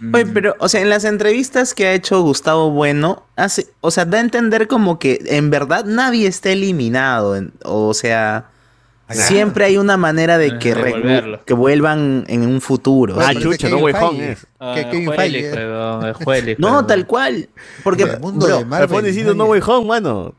[SPEAKER 3] Mm.
[SPEAKER 7] Oye, pero, o sea, en las entrevistas que ha hecho Gustavo Bueno, hace, o sea, da a entender como que en verdad nadie está eliminado. en- o sea, siempre hay una manera de que,
[SPEAKER 6] de
[SPEAKER 7] re-
[SPEAKER 6] volverlo.
[SPEAKER 7] que vuelvan en un futuro.
[SPEAKER 3] Ah, chucha, no, huevón es.
[SPEAKER 6] Ah,
[SPEAKER 7] Que Kevin
[SPEAKER 6] Juele,
[SPEAKER 7] Feige.
[SPEAKER 6] huevón,
[SPEAKER 18] [LAUGHS]
[SPEAKER 6] eh, Juele,
[SPEAKER 7] No,
[SPEAKER 6] huevón.
[SPEAKER 7] tal cual. Porque, bro,
[SPEAKER 3] Al fondo diciendo no way home, mano.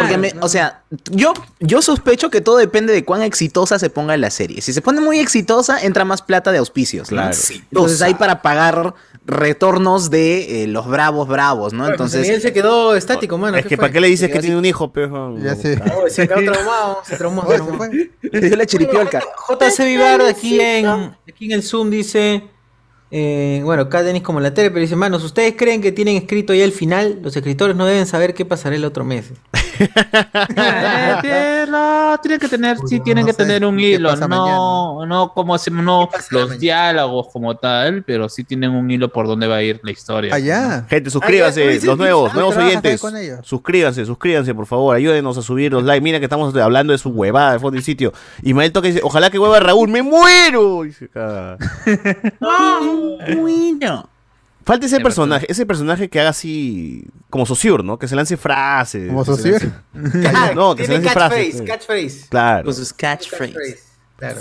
[SPEAKER 7] porque me- o sea, yo, yo sospecho que todo depende de cuán exitosa se ponga la serie. Si se pone muy exitosa, entra más plata de auspicios. ¿no?
[SPEAKER 3] Claro.
[SPEAKER 7] Entonces hay para pagar retornos de eh, los bravos bravos, ¿no?
[SPEAKER 1] Entonces.
[SPEAKER 7] Entonces,
[SPEAKER 1] Miguel se quedó estático, mano.
[SPEAKER 7] es que
[SPEAKER 1] fue?
[SPEAKER 7] ¿para qué le dices
[SPEAKER 1] Se
[SPEAKER 7] que
[SPEAKER 1] quedó
[SPEAKER 7] tiene
[SPEAKER 1] así.
[SPEAKER 3] Un hijo, pejo.
[SPEAKER 7] [LAUGHS] Ya sé.
[SPEAKER 1] Oh, se quedó traumado, se traumó. se traumó.
[SPEAKER 7] le dio la chiripiolca.
[SPEAKER 1] JC Vivar de aquí en, aquí en el Zoom dice, eh, bueno, acá tenéis como la tele, pero dice, manos, ¿ustedes creen que tienen escrito ya el final? Los escritores no deben saber qué pasará el otro mes.
[SPEAKER 6] no, Eh, tiene que tener, sí, tienen que tener un hilo, no, no como si- no los diálogos como tal, pero sí tienen un hilo por donde va a ir la historia.
[SPEAKER 3] Allá. Gente, suscríbanse,
[SPEAKER 6] Ah, ya,
[SPEAKER 3] los nuevos,
[SPEAKER 6] ah,
[SPEAKER 3] nuevos
[SPEAKER 6] trabajas ahí
[SPEAKER 3] oyentes.
[SPEAKER 6] con ellos.
[SPEAKER 3] Suscríbanse, suscríbanse, por favor. Ayúdenos a subir los likes. Mira que estamos hablando de su huevada de fondo del sitio. Ismael Toque dice, ojalá que hueva Raúl, me muero. Dice,
[SPEAKER 1] [LAUGHS]
[SPEAKER 3] "Ah".
[SPEAKER 7] Bueno.
[SPEAKER 3] Falta ese personaje, ese personaje que haga así como Sosur, ¿no? Que se lance frases.
[SPEAKER 1] Como
[SPEAKER 3] que se
[SPEAKER 1] Saussure.
[SPEAKER 3] lance- Claro, no, que se
[SPEAKER 1] Ah, Tiene
[SPEAKER 3] lance frases.
[SPEAKER 1] catchphrase,
[SPEAKER 3] sí.
[SPEAKER 1] catchphrase.
[SPEAKER 3] Claro.
[SPEAKER 7] Con sus catchphrases.
[SPEAKER 1] Claro.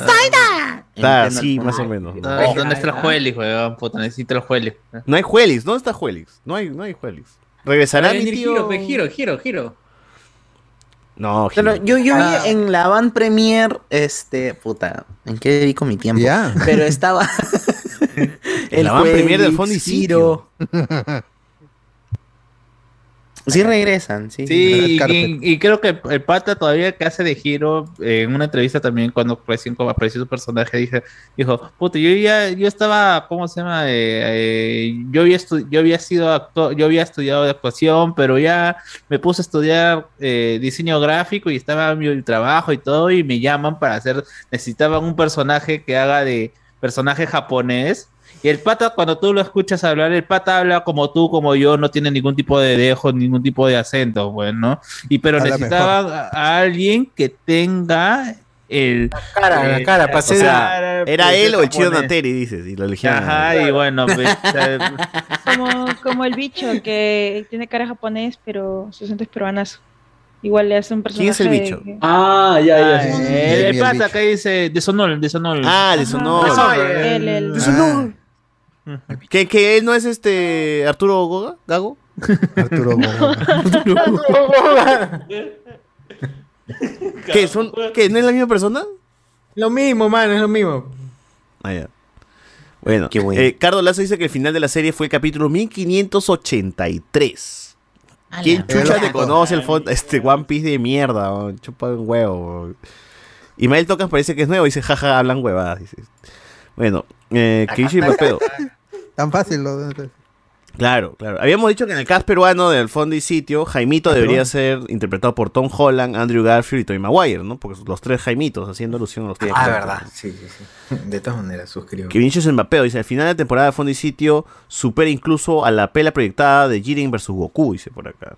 [SPEAKER 3] Claro, sí, más o menos.
[SPEAKER 6] Ah, ¿Dónde está el Juelis, weón? Puta, necesito el Juelis.
[SPEAKER 3] No hay Juelis, ¿dónde está Juelis? No hay, no hay Juelis. ¿Regresará
[SPEAKER 6] Va a
[SPEAKER 3] mi
[SPEAKER 6] venir
[SPEAKER 3] tío?
[SPEAKER 6] Giro,
[SPEAKER 16] Pues giro, giro, giro.
[SPEAKER 3] No,
[SPEAKER 7] Pero
[SPEAKER 3] Gil.
[SPEAKER 7] yo, yo vi
[SPEAKER 16] Ah.
[SPEAKER 7] en la van premier, este, puta, ¿en qué dedico mi tiempo?
[SPEAKER 5] Ya.
[SPEAKER 7] Pero estaba el
[SPEAKER 3] La van premier del
[SPEAKER 7] Juelix,
[SPEAKER 3] fondo y
[SPEAKER 7] Ciro. Sí regresan, sí.
[SPEAKER 6] Sí, y, y creo que el pata todavía que hace de giro eh, en una entrevista también cuando recién como apareció su personaje dije, dijo, puta, yo ya, yo estaba, ¿cómo se llama? Eh, eh, yo, había estu- yo había sido actor, yo había estudiado de actuación, pero ya me puse a estudiar eh, diseño gráfico y estaba en mi trabajo y todo y me llaman para hacer, necesitaban un personaje que haga de personaje japonés. Y el pata, cuando tú lo escuchas hablar, el pata habla como tú, como yo, no tiene ningún tipo de dejo, ningún tipo de acento, pues, ¿no? Y pero
[SPEAKER 9] Habla
[SPEAKER 6] necesitaban a, a alguien que tenga el... eh, La
[SPEAKER 1] cara, la cara, para
[SPEAKER 3] O [LAUGHS] sea, era él o el chido Nateri, dices, y lo elegían.
[SPEAKER 6] Ajá, y bueno, pues,
[SPEAKER 19] [LAUGHS]
[SPEAKER 6] o sea,
[SPEAKER 19] Como, como el bicho que tiene cara japonés, pero su acento es peruanazo. Igual le hace un personaje.
[SPEAKER 6] ¿Quién es el bicho?
[SPEAKER 19] de-
[SPEAKER 9] Ah, ya, ya. sí.
[SPEAKER 6] el, el pata acá dice Deshonor, Deshonor.
[SPEAKER 3] Ah, Deshonor.
[SPEAKER 6] Ah,
[SPEAKER 3] eh.
[SPEAKER 19] Él, él.
[SPEAKER 3] ¿Que, que él no es este Arturo Goga, Gago.
[SPEAKER 5] Arturo
[SPEAKER 3] [LAUGHS] ¿Que son,
[SPEAKER 1] pues.
[SPEAKER 3] que no es la misma persona?
[SPEAKER 1] Lo mismo, mano, es lo mismo.
[SPEAKER 3] Ah, ya. Bueno, eh, Cardo Lazo dice que el final de la serie fue el capítulo 1583. ¿Quién chucha te conoce el fondo? Este One Piece de mierda, oh, chupa un huevo. Y Mael Tocas parece que es nuevo y dice, jaja, hablan huevadas. dice. Bueno, eh, Kishi Mapedo.
[SPEAKER 5] Tan fácil. Lo...
[SPEAKER 3] Claro, claro. Habíamos dicho que en el cast peruano del fondo y sitio, Jaimito debería ser interpretado por Tom Holland, Andrew Garfield y Tobey Maguire, ¿no? Porque son los tres Jaimitos, haciendo alusión a los tres.
[SPEAKER 1] Ah,
[SPEAKER 3] Jaimitos.
[SPEAKER 1] verdad. Sí, sí, sí. [LAUGHS] De todas maneras, suscribo.
[SPEAKER 3] Que Vinicius Mbappé dice, al final de temporada de Fondo y Sitio supera incluso a la pela proyectada de Jiren versus Goku, dice por acá.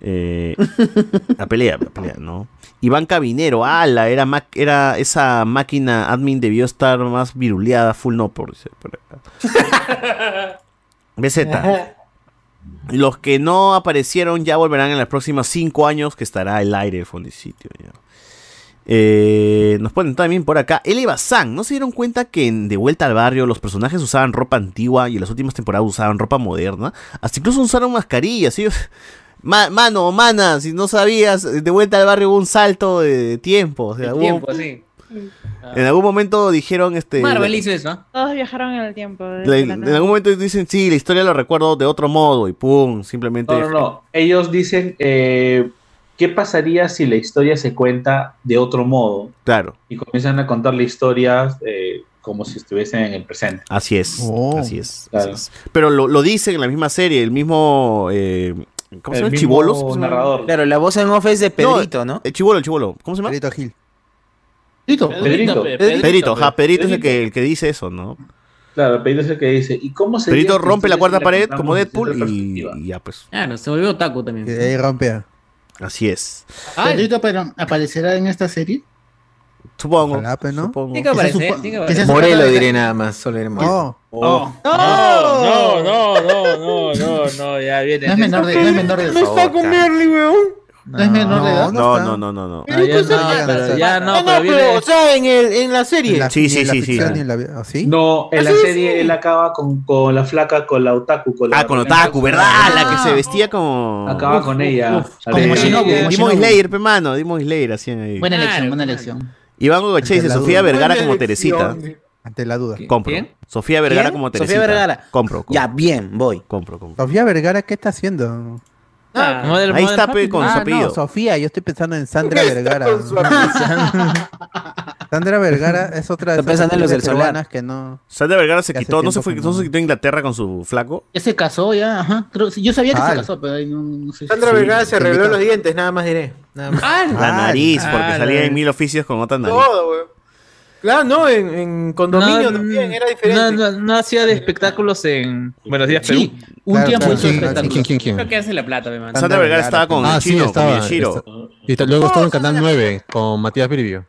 [SPEAKER 3] Eh, [LAUGHS] la pelea, la pelea, ¿no? Iván Cabinero, ala, era, ma- era esa máquina admin debió estar más viruleada, full no por, dice por acá. BZ. Los que no aparecieron ya volverán en los próximos cinco años que estará el aire el Fondo y Sitio. ya. Eh, nos ponen también por acá. L. Bazán, ¿no se dieron cuenta que en De Vuelta al Barrio los personajes usaban ropa antigua y en las últimas temporadas usaban ropa moderna? Hasta incluso usaron mascarillas. ellos- Ma- mano, mana, si no sabías, De Vuelta al Barrio hubo un salto de tiempo. o sea, hubo-
[SPEAKER 16] Tiempo, sí.
[SPEAKER 3] En algún momento dijeron este.
[SPEAKER 16] Marvel hizo eso.
[SPEAKER 19] Todos viajaron en el tiempo.
[SPEAKER 3] la-
[SPEAKER 19] desde
[SPEAKER 3] en
[SPEAKER 19] la
[SPEAKER 3] en
[SPEAKER 19] nada.
[SPEAKER 3] algún momento dicen, sí, la historia la recuerdo de otro modo y pum, simplemente.
[SPEAKER 9] No, no, no. Ellos dicen, eh, ¿qué pasaría si la historia se cuenta de otro modo?
[SPEAKER 3] Claro.
[SPEAKER 9] Y comienzan a contar la historia eh, como si estuviesen en el presente.
[SPEAKER 3] Así es.
[SPEAKER 9] Oh.
[SPEAKER 3] Así es.
[SPEAKER 9] Claro.
[SPEAKER 3] así es. Pero lo, lo dicen en la misma serie, el mismo. eh, ¿Cómo se
[SPEAKER 9] El
[SPEAKER 3] llama?
[SPEAKER 9] mismo
[SPEAKER 3] Chibolos. ¿Cómo se llama? eh,
[SPEAKER 9] narrador.
[SPEAKER 7] Claro, la voz en off es de Pedrito, ¿no?
[SPEAKER 3] El chivolo, el chivolo. ¿Cómo se llama?
[SPEAKER 5] Pedrito Gil.
[SPEAKER 3] Pedrito.
[SPEAKER 9] Pedrito.
[SPEAKER 3] Pedrito.
[SPEAKER 9] Pedrito,
[SPEAKER 3] Pedrito,
[SPEAKER 9] Pedrito.
[SPEAKER 3] ajá, Pedrito es el que, el que dice eso, ¿no?
[SPEAKER 9] Claro, Pedrito es el que dice, ¿y cómo se
[SPEAKER 3] Pedrito rompe la cuarta pared como Deadpool y, y ya pues.
[SPEAKER 16] Claro, Ah, se volvió otaku también.
[SPEAKER 5] ahí rompea.
[SPEAKER 3] Así es.
[SPEAKER 4] ¿Pedrito pero, aparecerá en esta serie?
[SPEAKER 3] Supongo.
[SPEAKER 4] supongo.
[SPEAKER 16] Tiene que aparecer, tiene que aparecer.
[SPEAKER 1] Morelo diré nada más, solo diré Morelo.
[SPEAKER 6] Oh. No, no, no, no, no, no, ya viene.
[SPEAKER 4] No es menor de, no es menor de
[SPEAKER 1] weón.
[SPEAKER 4] No es menor de edad.
[SPEAKER 3] No, no, no, no, no.
[SPEAKER 6] Ah, ya no, pero ya no, pero viene.
[SPEAKER 1] o sea, en, el, en la serie.
[SPEAKER 3] Sí, sí,
[SPEAKER 5] la
[SPEAKER 3] sí, sí.
[SPEAKER 5] ficción ni en la vi- ¿Ah, sí?
[SPEAKER 9] No, en la
[SPEAKER 1] Así es.
[SPEAKER 9] serie él acaba con, con la flaca, con la otaku. Con la
[SPEAKER 3] Ah, con Otaku, ¿verdad? La que se vestía como.
[SPEAKER 9] Acaba con ella.
[SPEAKER 4] Como
[SPEAKER 3] Demon
[SPEAKER 4] Shinobu, como Shinobu.
[SPEAKER 3] Eh, Slayer, pe mano. Demon Slayer hacían ahí.
[SPEAKER 4] Buena elección, buena elección.
[SPEAKER 3] Iván Goche dice
[SPEAKER 5] la
[SPEAKER 3] Sofía
[SPEAKER 5] duda.
[SPEAKER 3] Vergara como
[SPEAKER 5] Buena
[SPEAKER 3] Teresita.
[SPEAKER 5] Ante la duda.
[SPEAKER 3] Compro. Sofía Vergara
[SPEAKER 7] ¿Quién?
[SPEAKER 3] como
[SPEAKER 7] Sofía
[SPEAKER 3] Teresita.
[SPEAKER 7] Vergara.
[SPEAKER 3] Compro.
[SPEAKER 7] Ya, bien, voy.
[SPEAKER 3] Compro, compro.
[SPEAKER 5] Sofía Vergara, ¿qué está haciendo?
[SPEAKER 9] Ah.
[SPEAKER 3] Ahí está, pe, con
[SPEAKER 5] Ah,
[SPEAKER 3] su apellido.
[SPEAKER 5] no, Sofía, yo estoy pensando en Sandra Vergara.
[SPEAKER 15] [LAUGHS] Sandra Vergara es otra
[SPEAKER 7] Está pensando en los del
[SPEAKER 1] Ah,
[SPEAKER 7] solar.
[SPEAKER 15] peruanas que no.
[SPEAKER 3] Sandra Vergara se
[SPEAKER 15] Que hace
[SPEAKER 3] quitó, no se
[SPEAKER 15] tiempo
[SPEAKER 3] fue,
[SPEAKER 15] que
[SPEAKER 3] no se quitó a Inglaterra con su flaco.
[SPEAKER 12] Ya se casó, ya, ajá. Creo- yo sabía que
[SPEAKER 3] Ah,
[SPEAKER 12] se casó, pero ahí no, no sé.
[SPEAKER 1] Sandra Vergara se arregló
[SPEAKER 12] reveló
[SPEAKER 1] los dientes, nada más diré. Nada más.
[SPEAKER 12] Ah.
[SPEAKER 3] La nariz, porque salía en mil oficios con otra nariz.
[SPEAKER 16] Oh,
[SPEAKER 1] Todo, weón. Claro, no, en, en condominio
[SPEAKER 6] No,
[SPEAKER 1] también era diferente.
[SPEAKER 6] No, no, no hacía de espectáculos en Buenos Días Perú.
[SPEAKER 12] un
[SPEAKER 2] Claro, tiempo claro, hizo
[SPEAKER 6] hizo
[SPEAKER 2] sí, espectáculos. sí, ¿quién, quién, quién?
[SPEAKER 16] Creo que hace la plata, me manda.
[SPEAKER 2] Sandra Vergara
[SPEAKER 16] estaba con
[SPEAKER 2] ah,
[SPEAKER 16] el chino,
[SPEAKER 2] sí,
[SPEAKER 16] con
[SPEAKER 2] estaba,
[SPEAKER 16] Yashiro.
[SPEAKER 2] está- Y ta- luego estaba en Canal 9 con Matías Viribio.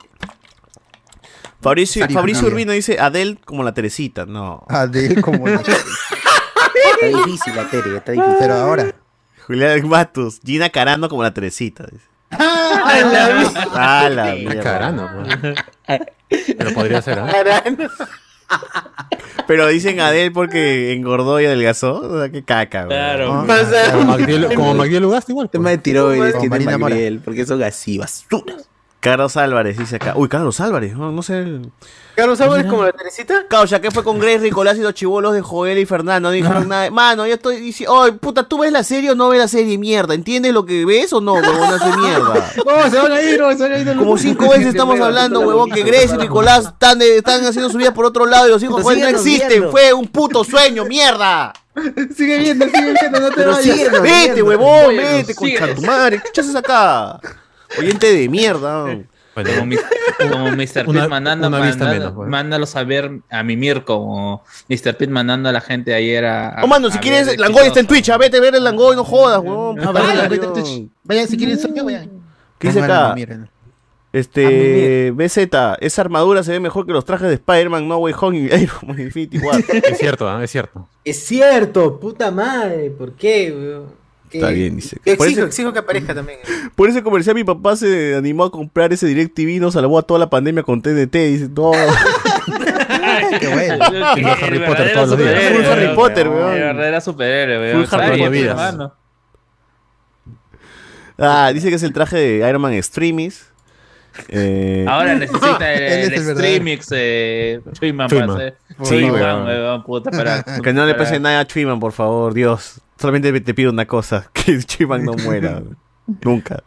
[SPEAKER 3] Fabricio,
[SPEAKER 2] Sí,
[SPEAKER 3] Fabricio
[SPEAKER 2] también.
[SPEAKER 3] Urbino dice Adel como la Teresita. No.
[SPEAKER 5] Adel
[SPEAKER 3] [LAUGHS]
[SPEAKER 5] como la
[SPEAKER 7] Está difícil la tele, está difícil.
[SPEAKER 5] Pero ahora.
[SPEAKER 3] Julián Matus, Gina Carano como la Teresita. dice. [LAUGHS] Ah, la mierda.
[SPEAKER 2] Carano, Pero podría
[SPEAKER 3] [LAUGHS]
[SPEAKER 2] ser, ¿ah?
[SPEAKER 3] Pero dicen Adel porque engordó y adelgazó. O sea, qué caca, güey.
[SPEAKER 6] Claro.
[SPEAKER 2] Como Magdiel- como Magdiel Ugasti igual. pues.
[SPEAKER 7] Tema de tiroides,
[SPEAKER 3] Como
[SPEAKER 7] tiene
[SPEAKER 3] Marina Mora.
[SPEAKER 7] Magriel, porque eso así, basura.
[SPEAKER 3] Carlos Álvarez dice acá. Uy, Carlos Álvarez, no, no sé. el-
[SPEAKER 1] Carlos Álvarez como la Teresita.
[SPEAKER 15] [LAUGHS]
[SPEAKER 3] Causa, ¿qué fue con Grace Ricolás y los chivolos de Joel y Fernando? No
[SPEAKER 12] [LAUGHS]
[SPEAKER 3] dijeron nada. Mano, yo estoy diciendo, oye, puta, ¿tú ves la serie o no ves la serie? Mierda, ¿entiendes lo que ves o no, huevón, de mierda?
[SPEAKER 12] [LAUGHS] No, se van a ir, no, se van a ir.
[SPEAKER 3] Como cinco veces estamos hablando, huevón, que Grace y Nicolás están, eh, están haciendo su vida por otro lado y los hijos de Joel no
[SPEAKER 12] Síguenos
[SPEAKER 3] existen.
[SPEAKER 12] viendo.
[SPEAKER 3] Fue un puto sueño, mierda.
[SPEAKER 12] [LAUGHS] Sigue viendo, sigue viendo, no te
[SPEAKER 3] Pero
[SPEAKER 12] vayas.
[SPEAKER 3] síguenos vete, huevón, vete, concha tu madre. ¿Qué haces acá? Oyente de mierda. Ah,
[SPEAKER 6] Como, mi- [LAUGHS] como Mr.
[SPEAKER 3] pues, Una-
[SPEAKER 6] Pitt mandando,
[SPEAKER 3] una vista
[SPEAKER 6] mandando-
[SPEAKER 3] menos, pues.
[SPEAKER 6] mándalos a ver a mimir como Mr. Pitt mandando a la gente ayer a. a-
[SPEAKER 3] Oh, mano, si
[SPEAKER 6] a
[SPEAKER 3] quieres,
[SPEAKER 6] ver-
[SPEAKER 3] Langoy está en Twitch, ah, vete a ver el Langoy, no jodas, huevón.
[SPEAKER 12] No,
[SPEAKER 3] puta
[SPEAKER 12] vayan,
[SPEAKER 3] madre.
[SPEAKER 12] vayan, vayan. Vayan, si quieren sueño, vayan.
[SPEAKER 3] ¿Qué dice
[SPEAKER 12] Pónganlo,
[SPEAKER 3] acá?
[SPEAKER 12] miren.
[SPEAKER 3] Este, BZ, esa armadura se ve mejor que los trajes de Spider-Man, No Way Home y [LAUGHS] Iron Man Infinity War.
[SPEAKER 2] Es cierto, ¿ah? es cierto.
[SPEAKER 1] Es cierto, puta madre, ¿por qué, weón? Que-
[SPEAKER 3] Está bien, dice.
[SPEAKER 1] que Exijo, Mm.
[SPEAKER 3] Parece-
[SPEAKER 1] exijo que aparezca también.
[SPEAKER 3] Por ese comercial mi papá se animó a comprar ese DirecTV y nos salvó a toda la pandemia con TNT. Dice,
[SPEAKER 2] [LAUGHS]
[SPEAKER 3] no.
[SPEAKER 6] Qué
[SPEAKER 3] bueno.
[SPEAKER 6] [LAUGHS] El
[SPEAKER 3] Harry Potter
[SPEAKER 6] verdadero
[SPEAKER 3] todos los días.
[SPEAKER 6] superhéroe,
[SPEAKER 3] Full Harry
[SPEAKER 6] weón.
[SPEAKER 3] Potter, weón.
[SPEAKER 6] El verdadero superhéroe, weón.
[SPEAKER 3] Full Harry
[SPEAKER 6] Ay,
[SPEAKER 3] Potter.
[SPEAKER 6] tu hermano.
[SPEAKER 3] Ah, dice que es el traje de Iron Man Extremis. Eh,
[SPEAKER 6] Ahora necesita
[SPEAKER 3] [LAUGHS]
[SPEAKER 6] el,
[SPEAKER 15] Él es
[SPEAKER 6] el,
[SPEAKER 15] el verdadero.
[SPEAKER 6] streamix eh, Chuyman
[SPEAKER 3] Chuyman.
[SPEAKER 6] para hacer.
[SPEAKER 3] Sí,
[SPEAKER 6] Chuyman,
[SPEAKER 3] weón.
[SPEAKER 6] weón, puta, para.
[SPEAKER 3] [LAUGHS] que no le
[SPEAKER 6] para-
[SPEAKER 3] pase nada a Chiman, por favor, Dios. Solamente te pido una cosa, [LAUGHS] que Chiman no
[SPEAKER 2] [LAUGHS]
[SPEAKER 3] muera. Nunca.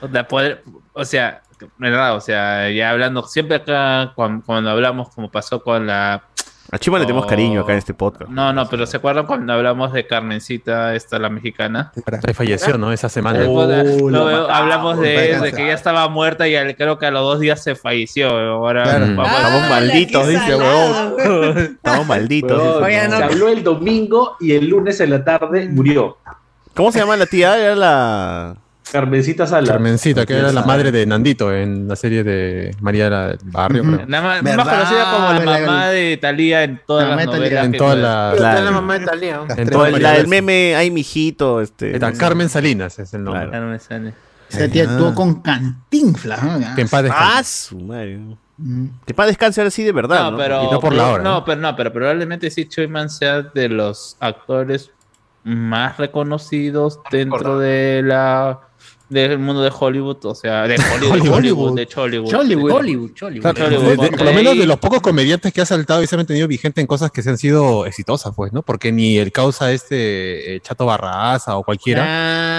[SPEAKER 6] O sea, poder- o sea, verdad, o sea, ya hablando, siempre acá cuando, cuando hablamos, como pasó con la.
[SPEAKER 3] A Chiman le tenemos
[SPEAKER 6] Oh.
[SPEAKER 3] cariño acá en este podcast.
[SPEAKER 6] No, no, pero ¿se acuerdan cuando hablamos de Carmencita, esta la mexicana?
[SPEAKER 2] Ahí falleció, ¿no? Esa semana.
[SPEAKER 6] Eh, puta,
[SPEAKER 2] Oh,
[SPEAKER 6] no,
[SPEAKER 2] la
[SPEAKER 6] weón,
[SPEAKER 2] mataron.
[SPEAKER 6] hablamos de,
[SPEAKER 2] Venganza.
[SPEAKER 6] de que ya estaba muerta y al- creo que a los dos días se falleció. weón. Ahora
[SPEAKER 3] Claro.
[SPEAKER 6] vamos-
[SPEAKER 3] Estamos malditos, dice, huevón. [LAUGHS] Estamos malditos. dice,
[SPEAKER 9] Oye, no,
[SPEAKER 3] huevón.
[SPEAKER 9] Se habló el domingo y el lunes en la tarde murió.
[SPEAKER 3] ¿Cómo se llama la tía? Era la.
[SPEAKER 9] Carmencita Sala.
[SPEAKER 2] Carmencita, que era la madre de Nandito en la serie de María del Barrio, creo.
[SPEAKER 6] Nada más,
[SPEAKER 2] ¿Verdad?
[SPEAKER 6] más conocida como Ah, la
[SPEAKER 2] La-
[SPEAKER 6] mamá de Talía en
[SPEAKER 2] La
[SPEAKER 6] todas
[SPEAKER 2] mamá
[SPEAKER 6] las
[SPEAKER 2] de Thalía.
[SPEAKER 6] novelas.
[SPEAKER 2] En
[SPEAKER 6] que-
[SPEAKER 2] todas las- Claro.
[SPEAKER 1] Está la mamá de Talía. weón.
[SPEAKER 3] Todo el- la
[SPEAKER 2] Las-
[SPEAKER 3] del meme, ay, mijito. Este,
[SPEAKER 2] Está Carmen Salinas es el nombre.
[SPEAKER 6] Carmen Salinas.
[SPEAKER 12] Esa tía actuó con Cantinflas. ¿no?
[SPEAKER 2] Que en paz
[SPEAKER 3] Ah,
[SPEAKER 2] descanse.
[SPEAKER 3] su madre.
[SPEAKER 12] Mm.
[SPEAKER 3] Que para descanse ahora sí de verdad.
[SPEAKER 6] No,
[SPEAKER 3] ¿no?
[SPEAKER 6] pero,
[SPEAKER 3] Y no por
[SPEAKER 2] ¿eh?
[SPEAKER 3] la hora.
[SPEAKER 6] No, pero no, pero probablemente sí Chuyman sea de los actores más reconocidos
[SPEAKER 2] Ah,
[SPEAKER 6] dentro de la del mundo de Hollywood, o sea,
[SPEAKER 2] [LAUGHS]
[SPEAKER 6] de Hollywood, de Hollywood, de Chollywood.
[SPEAKER 16] Hollywood.
[SPEAKER 6] De-
[SPEAKER 16] Hollywood, Hollywood.
[SPEAKER 2] Claro, de- de- por lo menos de los pocos comediantes que ha saltado y se han mantenido vigente en cosas que se han sido exitosas, pues, ¿no? Porque ni el causa este eh, Chato Barraza o cualquiera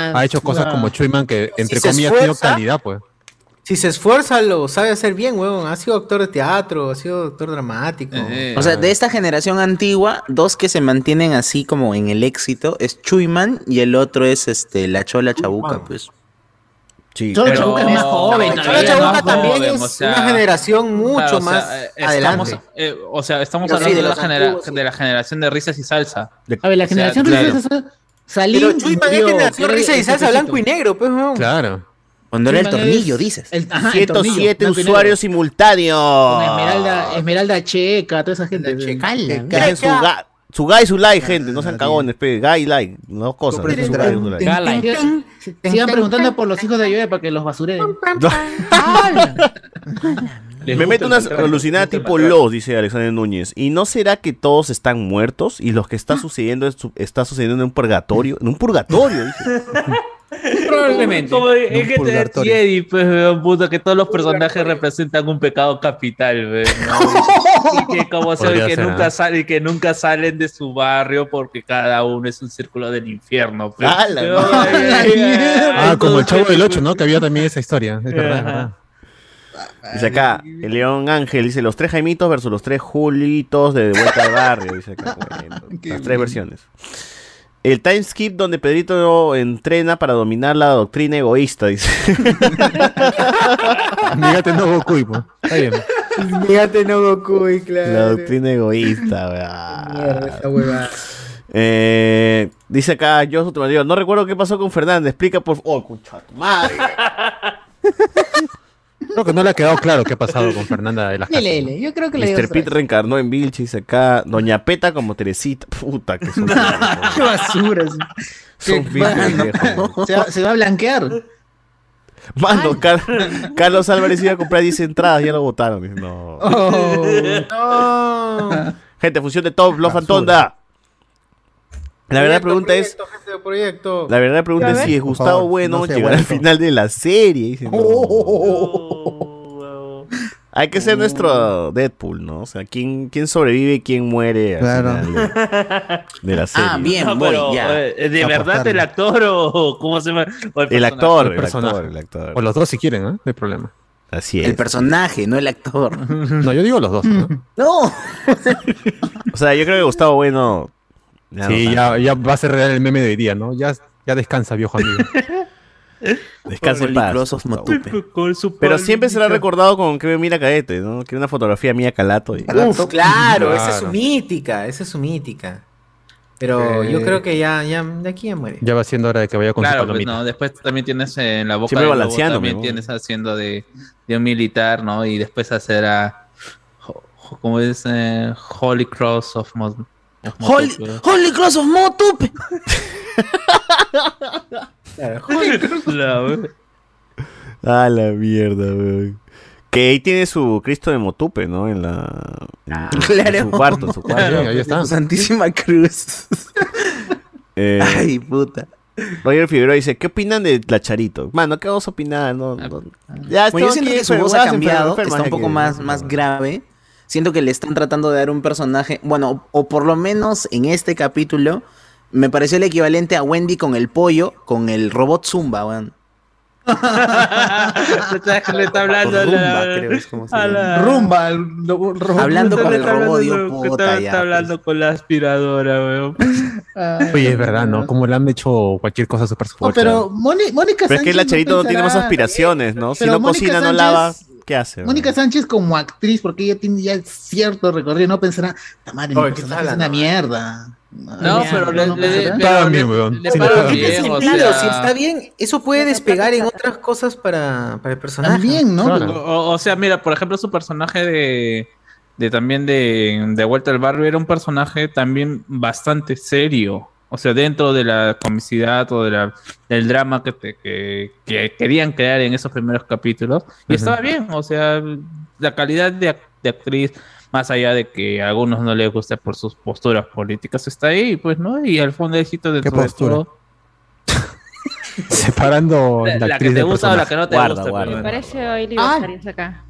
[SPEAKER 1] Ah,
[SPEAKER 2] ha hecho cosas
[SPEAKER 1] ah.
[SPEAKER 2] como Chuyman que, entre
[SPEAKER 1] se
[SPEAKER 2] comillas, ha tenido
[SPEAKER 1] esfuerza.
[SPEAKER 2] calidad, pues.
[SPEAKER 1] Si se esfuerza, lo sabe hacer bien, weón. Ha sido actor de teatro, ha sido actor dramático.
[SPEAKER 7] O sea,
[SPEAKER 3] Ah.
[SPEAKER 7] de esta generación antigua, dos que se mantienen así como en el éxito es Chuyman y el otro es este la Chola Chabuca, pues.
[SPEAKER 3] Sí,
[SPEAKER 1] Chola pero- Chabuca es más joven,
[SPEAKER 6] Chola
[SPEAKER 1] Chola
[SPEAKER 6] Era
[SPEAKER 1] Chabuca
[SPEAKER 6] más
[SPEAKER 1] también
[SPEAKER 6] joven,
[SPEAKER 1] es
[SPEAKER 6] o sea,
[SPEAKER 1] una generación mucho
[SPEAKER 6] Claro, o sea,
[SPEAKER 1] más
[SPEAKER 6] eh,
[SPEAKER 1] adelante.
[SPEAKER 6] Estamos, eh, o sea, estamos
[SPEAKER 1] Pero sí,
[SPEAKER 6] hablando
[SPEAKER 1] de
[SPEAKER 6] de, la
[SPEAKER 1] los
[SPEAKER 6] genera-
[SPEAKER 1] antiguos,
[SPEAKER 6] de la generación de risas y salsa.
[SPEAKER 1] Ah,
[SPEAKER 12] A ver, la
[SPEAKER 6] O sea,
[SPEAKER 12] generación
[SPEAKER 6] claro.
[SPEAKER 12] de risas Salí.
[SPEAKER 1] Pero Chuyman es generación risa y salsa blanco y negro, pues, weón.
[SPEAKER 2] Claro.
[SPEAKER 7] Cuando era el tornillo, dices.
[SPEAKER 12] El, ajá, el
[SPEAKER 3] 107
[SPEAKER 12] tornillo,
[SPEAKER 3] usuarios
[SPEAKER 12] Con
[SPEAKER 3] simultáneos.
[SPEAKER 12] Esmeralda, Esmeralda Checa, toda esa gente.
[SPEAKER 3] Dejen su, ga- su guy y su
[SPEAKER 12] Ah,
[SPEAKER 3] like, gente. No sean cagones, pe. Guy y like. Dos cosas. Dejen su guy y su like.
[SPEAKER 12] Sigan sigan preguntando por los hijos de Ayuda para que los basureen.
[SPEAKER 3] Me meto una alucinada tipo los, dice Alexander Núñez. ¿Y no será que todos están muertos y lo que
[SPEAKER 2] Ah.
[SPEAKER 3] está sucediendo es su- está sucediendo en un purgatorio? En un purgatorio,
[SPEAKER 2] [LAUGHS]
[SPEAKER 3] dice.
[SPEAKER 6] Probablemente. Como es que tener
[SPEAKER 3] purgatorio.
[SPEAKER 6] Jedi, pues, weón, puta, que todos los personajes representan un pecado capital, weón. ¿no? y que como sea,
[SPEAKER 2] Podría
[SPEAKER 6] que
[SPEAKER 2] ser,
[SPEAKER 6] nunca
[SPEAKER 2] ¿ah?
[SPEAKER 6] salen, que nunca salen de su barrio porque cada uno es un círculo del infierno. pues.
[SPEAKER 2] Ah, la
[SPEAKER 6] Yo,
[SPEAKER 2] madre.
[SPEAKER 6] eh, eh,
[SPEAKER 2] Ah, como el
[SPEAKER 6] entonces,
[SPEAKER 2] Chavo del 8, ¿no? Que había también esa historia. Es verdad, es verdad.
[SPEAKER 3] Dice acá, el León Ángel, dice los tres Jaimitos versus los tres Julitos de Vuelta al Barrio. Dice
[SPEAKER 2] [LAUGHS]
[SPEAKER 3] acá, bueno, las tres versiones. El time skip donde Pedrito entrena para dominar la doctrina egoísta, dice.
[SPEAKER 2] [LAUGHS] Dígate no Goku, y, pues. Está bien.
[SPEAKER 1] Fíjate, no Goku, y claro.
[SPEAKER 3] La doctrina egoísta, weá.
[SPEAKER 1] Mierda, esa huevada.
[SPEAKER 3] Eh, dice acá yo tu marido, no recuerdo qué pasó con Fernández, explica por Oh, concha tu madre.
[SPEAKER 2] [LAUGHS] Creo que no le ha quedado claro qué ha pasado con Fernanda de las Casas.
[SPEAKER 12] LL, yo creo que le digo
[SPEAKER 3] Mr.
[SPEAKER 12] otra vez.
[SPEAKER 3] Pete reencarnó en Vilche, dice acá Doña Peta como Teresita. Puta, que
[SPEAKER 12] [LAUGHS]
[SPEAKER 3] son,
[SPEAKER 12] Qué basura. sí.
[SPEAKER 3] son
[SPEAKER 12] Qué
[SPEAKER 3] bien
[SPEAKER 12] mano.
[SPEAKER 3] pendejos.
[SPEAKER 12] se, va, se va a blanquear.
[SPEAKER 3] Mano, Car- Carlos Álvarez iba a comprar 10 entradas, ya lo votaron. Dice, No.
[SPEAKER 15] Oh.
[SPEAKER 3] Gente, función de Top, Love Antonda. La verdad pregunta es,
[SPEAKER 1] Proyecto.
[SPEAKER 3] la verdad pregunta es si es Gustavo Bueno llegará al final de la serie. Dice, no. Hay que ser nuestro Deadpool, ¿no? O sea, ¿quién, quién sobrevive y quién muere al final de, de la serie?
[SPEAKER 7] Ah, bien,
[SPEAKER 6] No,
[SPEAKER 7] voy,
[SPEAKER 6] pero,
[SPEAKER 7] ya.
[SPEAKER 6] eh, ¿De verdad el actor o o cómo se llama? O
[SPEAKER 3] El
[SPEAKER 6] personaje.
[SPEAKER 3] actor,
[SPEAKER 6] O
[SPEAKER 3] el actor, el actor. O los
[SPEAKER 2] dos si quieren, ¿eh? No hay problema.
[SPEAKER 3] Así
[SPEAKER 7] El
[SPEAKER 3] es.
[SPEAKER 7] personaje, no el actor.
[SPEAKER 2] [LAUGHS] No, yo digo los dos. ¿no?
[SPEAKER 7] No.
[SPEAKER 3] O sea, yo creo que Gustavo Bueno. ya no
[SPEAKER 2] sí, ya, ya va a ser real el meme de hoy día, ¿no? Ya, ya descansa, viejo amigo.
[SPEAKER 3] Descansa en paz. Gustavo Bueno.
[SPEAKER 6] Con su
[SPEAKER 3] Pero siempre será recordado con que me mira cadete, ¿no? Que una fotografía mía calato. y-
[SPEAKER 1] Uf, claro, esa es su
[SPEAKER 3] Claro.
[SPEAKER 1] mítica, esa es su mítica. Pero
[SPEAKER 2] Eh.
[SPEAKER 1] yo creo que ya, ya, de aquí ya muere.
[SPEAKER 2] Ya va siendo hora de que vaya con
[SPEAKER 6] Claro,
[SPEAKER 2] su
[SPEAKER 6] pues
[SPEAKER 2] palomita.
[SPEAKER 6] no, después también tienes eh, en la boca
[SPEAKER 2] Siempre
[SPEAKER 6] del lobo,
[SPEAKER 2] balanceando,
[SPEAKER 6] también
[SPEAKER 2] mi
[SPEAKER 6] tienes haciendo de, de un militar, ¿no? Y después hacer a jo- jo- como es eh, Holy Cross of Mos of
[SPEAKER 7] Holy,
[SPEAKER 6] Motupe.
[SPEAKER 7] Holy Cross of Motupe.
[SPEAKER 6] La wea.
[SPEAKER 3] A la mierda, weón. Que ahí tiene su Cristo de Motupe, ¿no? En la. en-
[SPEAKER 4] Ah,
[SPEAKER 3] en su cuarto, en su cuarto.
[SPEAKER 7] Santísima [LAUGHS] Cruz.
[SPEAKER 3] Eh,
[SPEAKER 7] Ay, puta.
[SPEAKER 3] Roger Figueroa dice, ¿qué opinan de la Charito? [LAUGHS] Mano, ¿qué vamos a opinar? No, no- Ya
[SPEAKER 7] Bueno,
[SPEAKER 3] estamos
[SPEAKER 7] yo siento
[SPEAKER 3] aquí
[SPEAKER 7] que su
[SPEAKER 3] enfermos,
[SPEAKER 7] voz ha
[SPEAKER 3] enfermos,
[SPEAKER 7] cambiado,
[SPEAKER 3] enfermos
[SPEAKER 7] está un poco
[SPEAKER 3] aquí.
[SPEAKER 7] más, más grave. Siento que le están tratando de dar un personaje, bueno, o o por lo menos en este capítulo, me pareció el equivalente a Wendy con el pollo, con el robot Zumba, weón.
[SPEAKER 6] Le está- [LAUGHS] le está hablando a la- a la-
[SPEAKER 4] Rumba, el- lo-
[SPEAKER 3] Ah,
[SPEAKER 4] ro-
[SPEAKER 7] Hablando
[SPEAKER 6] Le
[SPEAKER 7] con el
[SPEAKER 6] está hablando-
[SPEAKER 7] robot, digo,
[SPEAKER 6] le
[SPEAKER 7] puta,
[SPEAKER 6] está,
[SPEAKER 7] ya,
[SPEAKER 6] está hablando con la aspiradora, weón.
[SPEAKER 2] [LAUGHS] Oye, es verdad, ¿no? Como le han hecho cualquier cosa a su
[SPEAKER 4] No,
[SPEAKER 2] personaje.
[SPEAKER 4] pero Moni- Mónica
[SPEAKER 3] Pero es
[SPEAKER 4] Sánchez
[SPEAKER 3] que la Charito no ¿eh? tiene más
[SPEAKER 4] pensará-
[SPEAKER 3] aspiraciones, ¿no? Si
[SPEAKER 4] Pero
[SPEAKER 3] no
[SPEAKER 4] Mónica
[SPEAKER 3] cocina, no
[SPEAKER 4] Sánchez-
[SPEAKER 3] lava, ¿qué hace? weón?
[SPEAKER 4] Mónica Sánchez como actriz, porque ella tiene ya cierto recorrido, no pensará, "Ta madre, mi
[SPEAKER 1] Oye, ¿qué
[SPEAKER 4] personaje
[SPEAKER 1] estás
[SPEAKER 4] es una
[SPEAKER 1] hablando?
[SPEAKER 4] mierda.
[SPEAKER 6] No, pero le- le-
[SPEAKER 4] pensará.
[SPEAKER 6] le- Está bien,
[SPEAKER 2] weón.
[SPEAKER 6] le- Sí, pero
[SPEAKER 1] ¿Qué
[SPEAKER 6] bien, o
[SPEAKER 1] sentido?
[SPEAKER 6] sea-
[SPEAKER 1] Si está bien, eso puede despegar en otras cosas para, para el personaje.
[SPEAKER 4] También, ¿no?
[SPEAKER 6] O, o sea, mira, por ejemplo, su personaje de, de también de, de Vuelta al Barrio era un personaje también bastante serio. O sea, dentro de la comicidad o de la, del drama que, te- que, que querían crear en esos primeros capítulos. Y
[SPEAKER 2] Ujú.
[SPEAKER 6] estaba bien, o sea, la calidad de, ac- de actriz, más allá de que a algunos no les guste por sus posturas políticas, está ahí, pues, ¿no? Y al fondo de
[SPEAKER 2] ¿Qué
[SPEAKER 6] dentro de
[SPEAKER 2] postura?
[SPEAKER 6] todo,
[SPEAKER 2] Separando
[SPEAKER 6] la,
[SPEAKER 2] la,
[SPEAKER 6] la que
[SPEAKER 2] actriz
[SPEAKER 6] te
[SPEAKER 2] del
[SPEAKER 6] gusta o la
[SPEAKER 2] personaje.
[SPEAKER 6] que no te
[SPEAKER 3] Guarda,
[SPEAKER 6] gusta. pues.
[SPEAKER 3] guarda.
[SPEAKER 6] pero-
[SPEAKER 19] Parece hoy libertarios acá.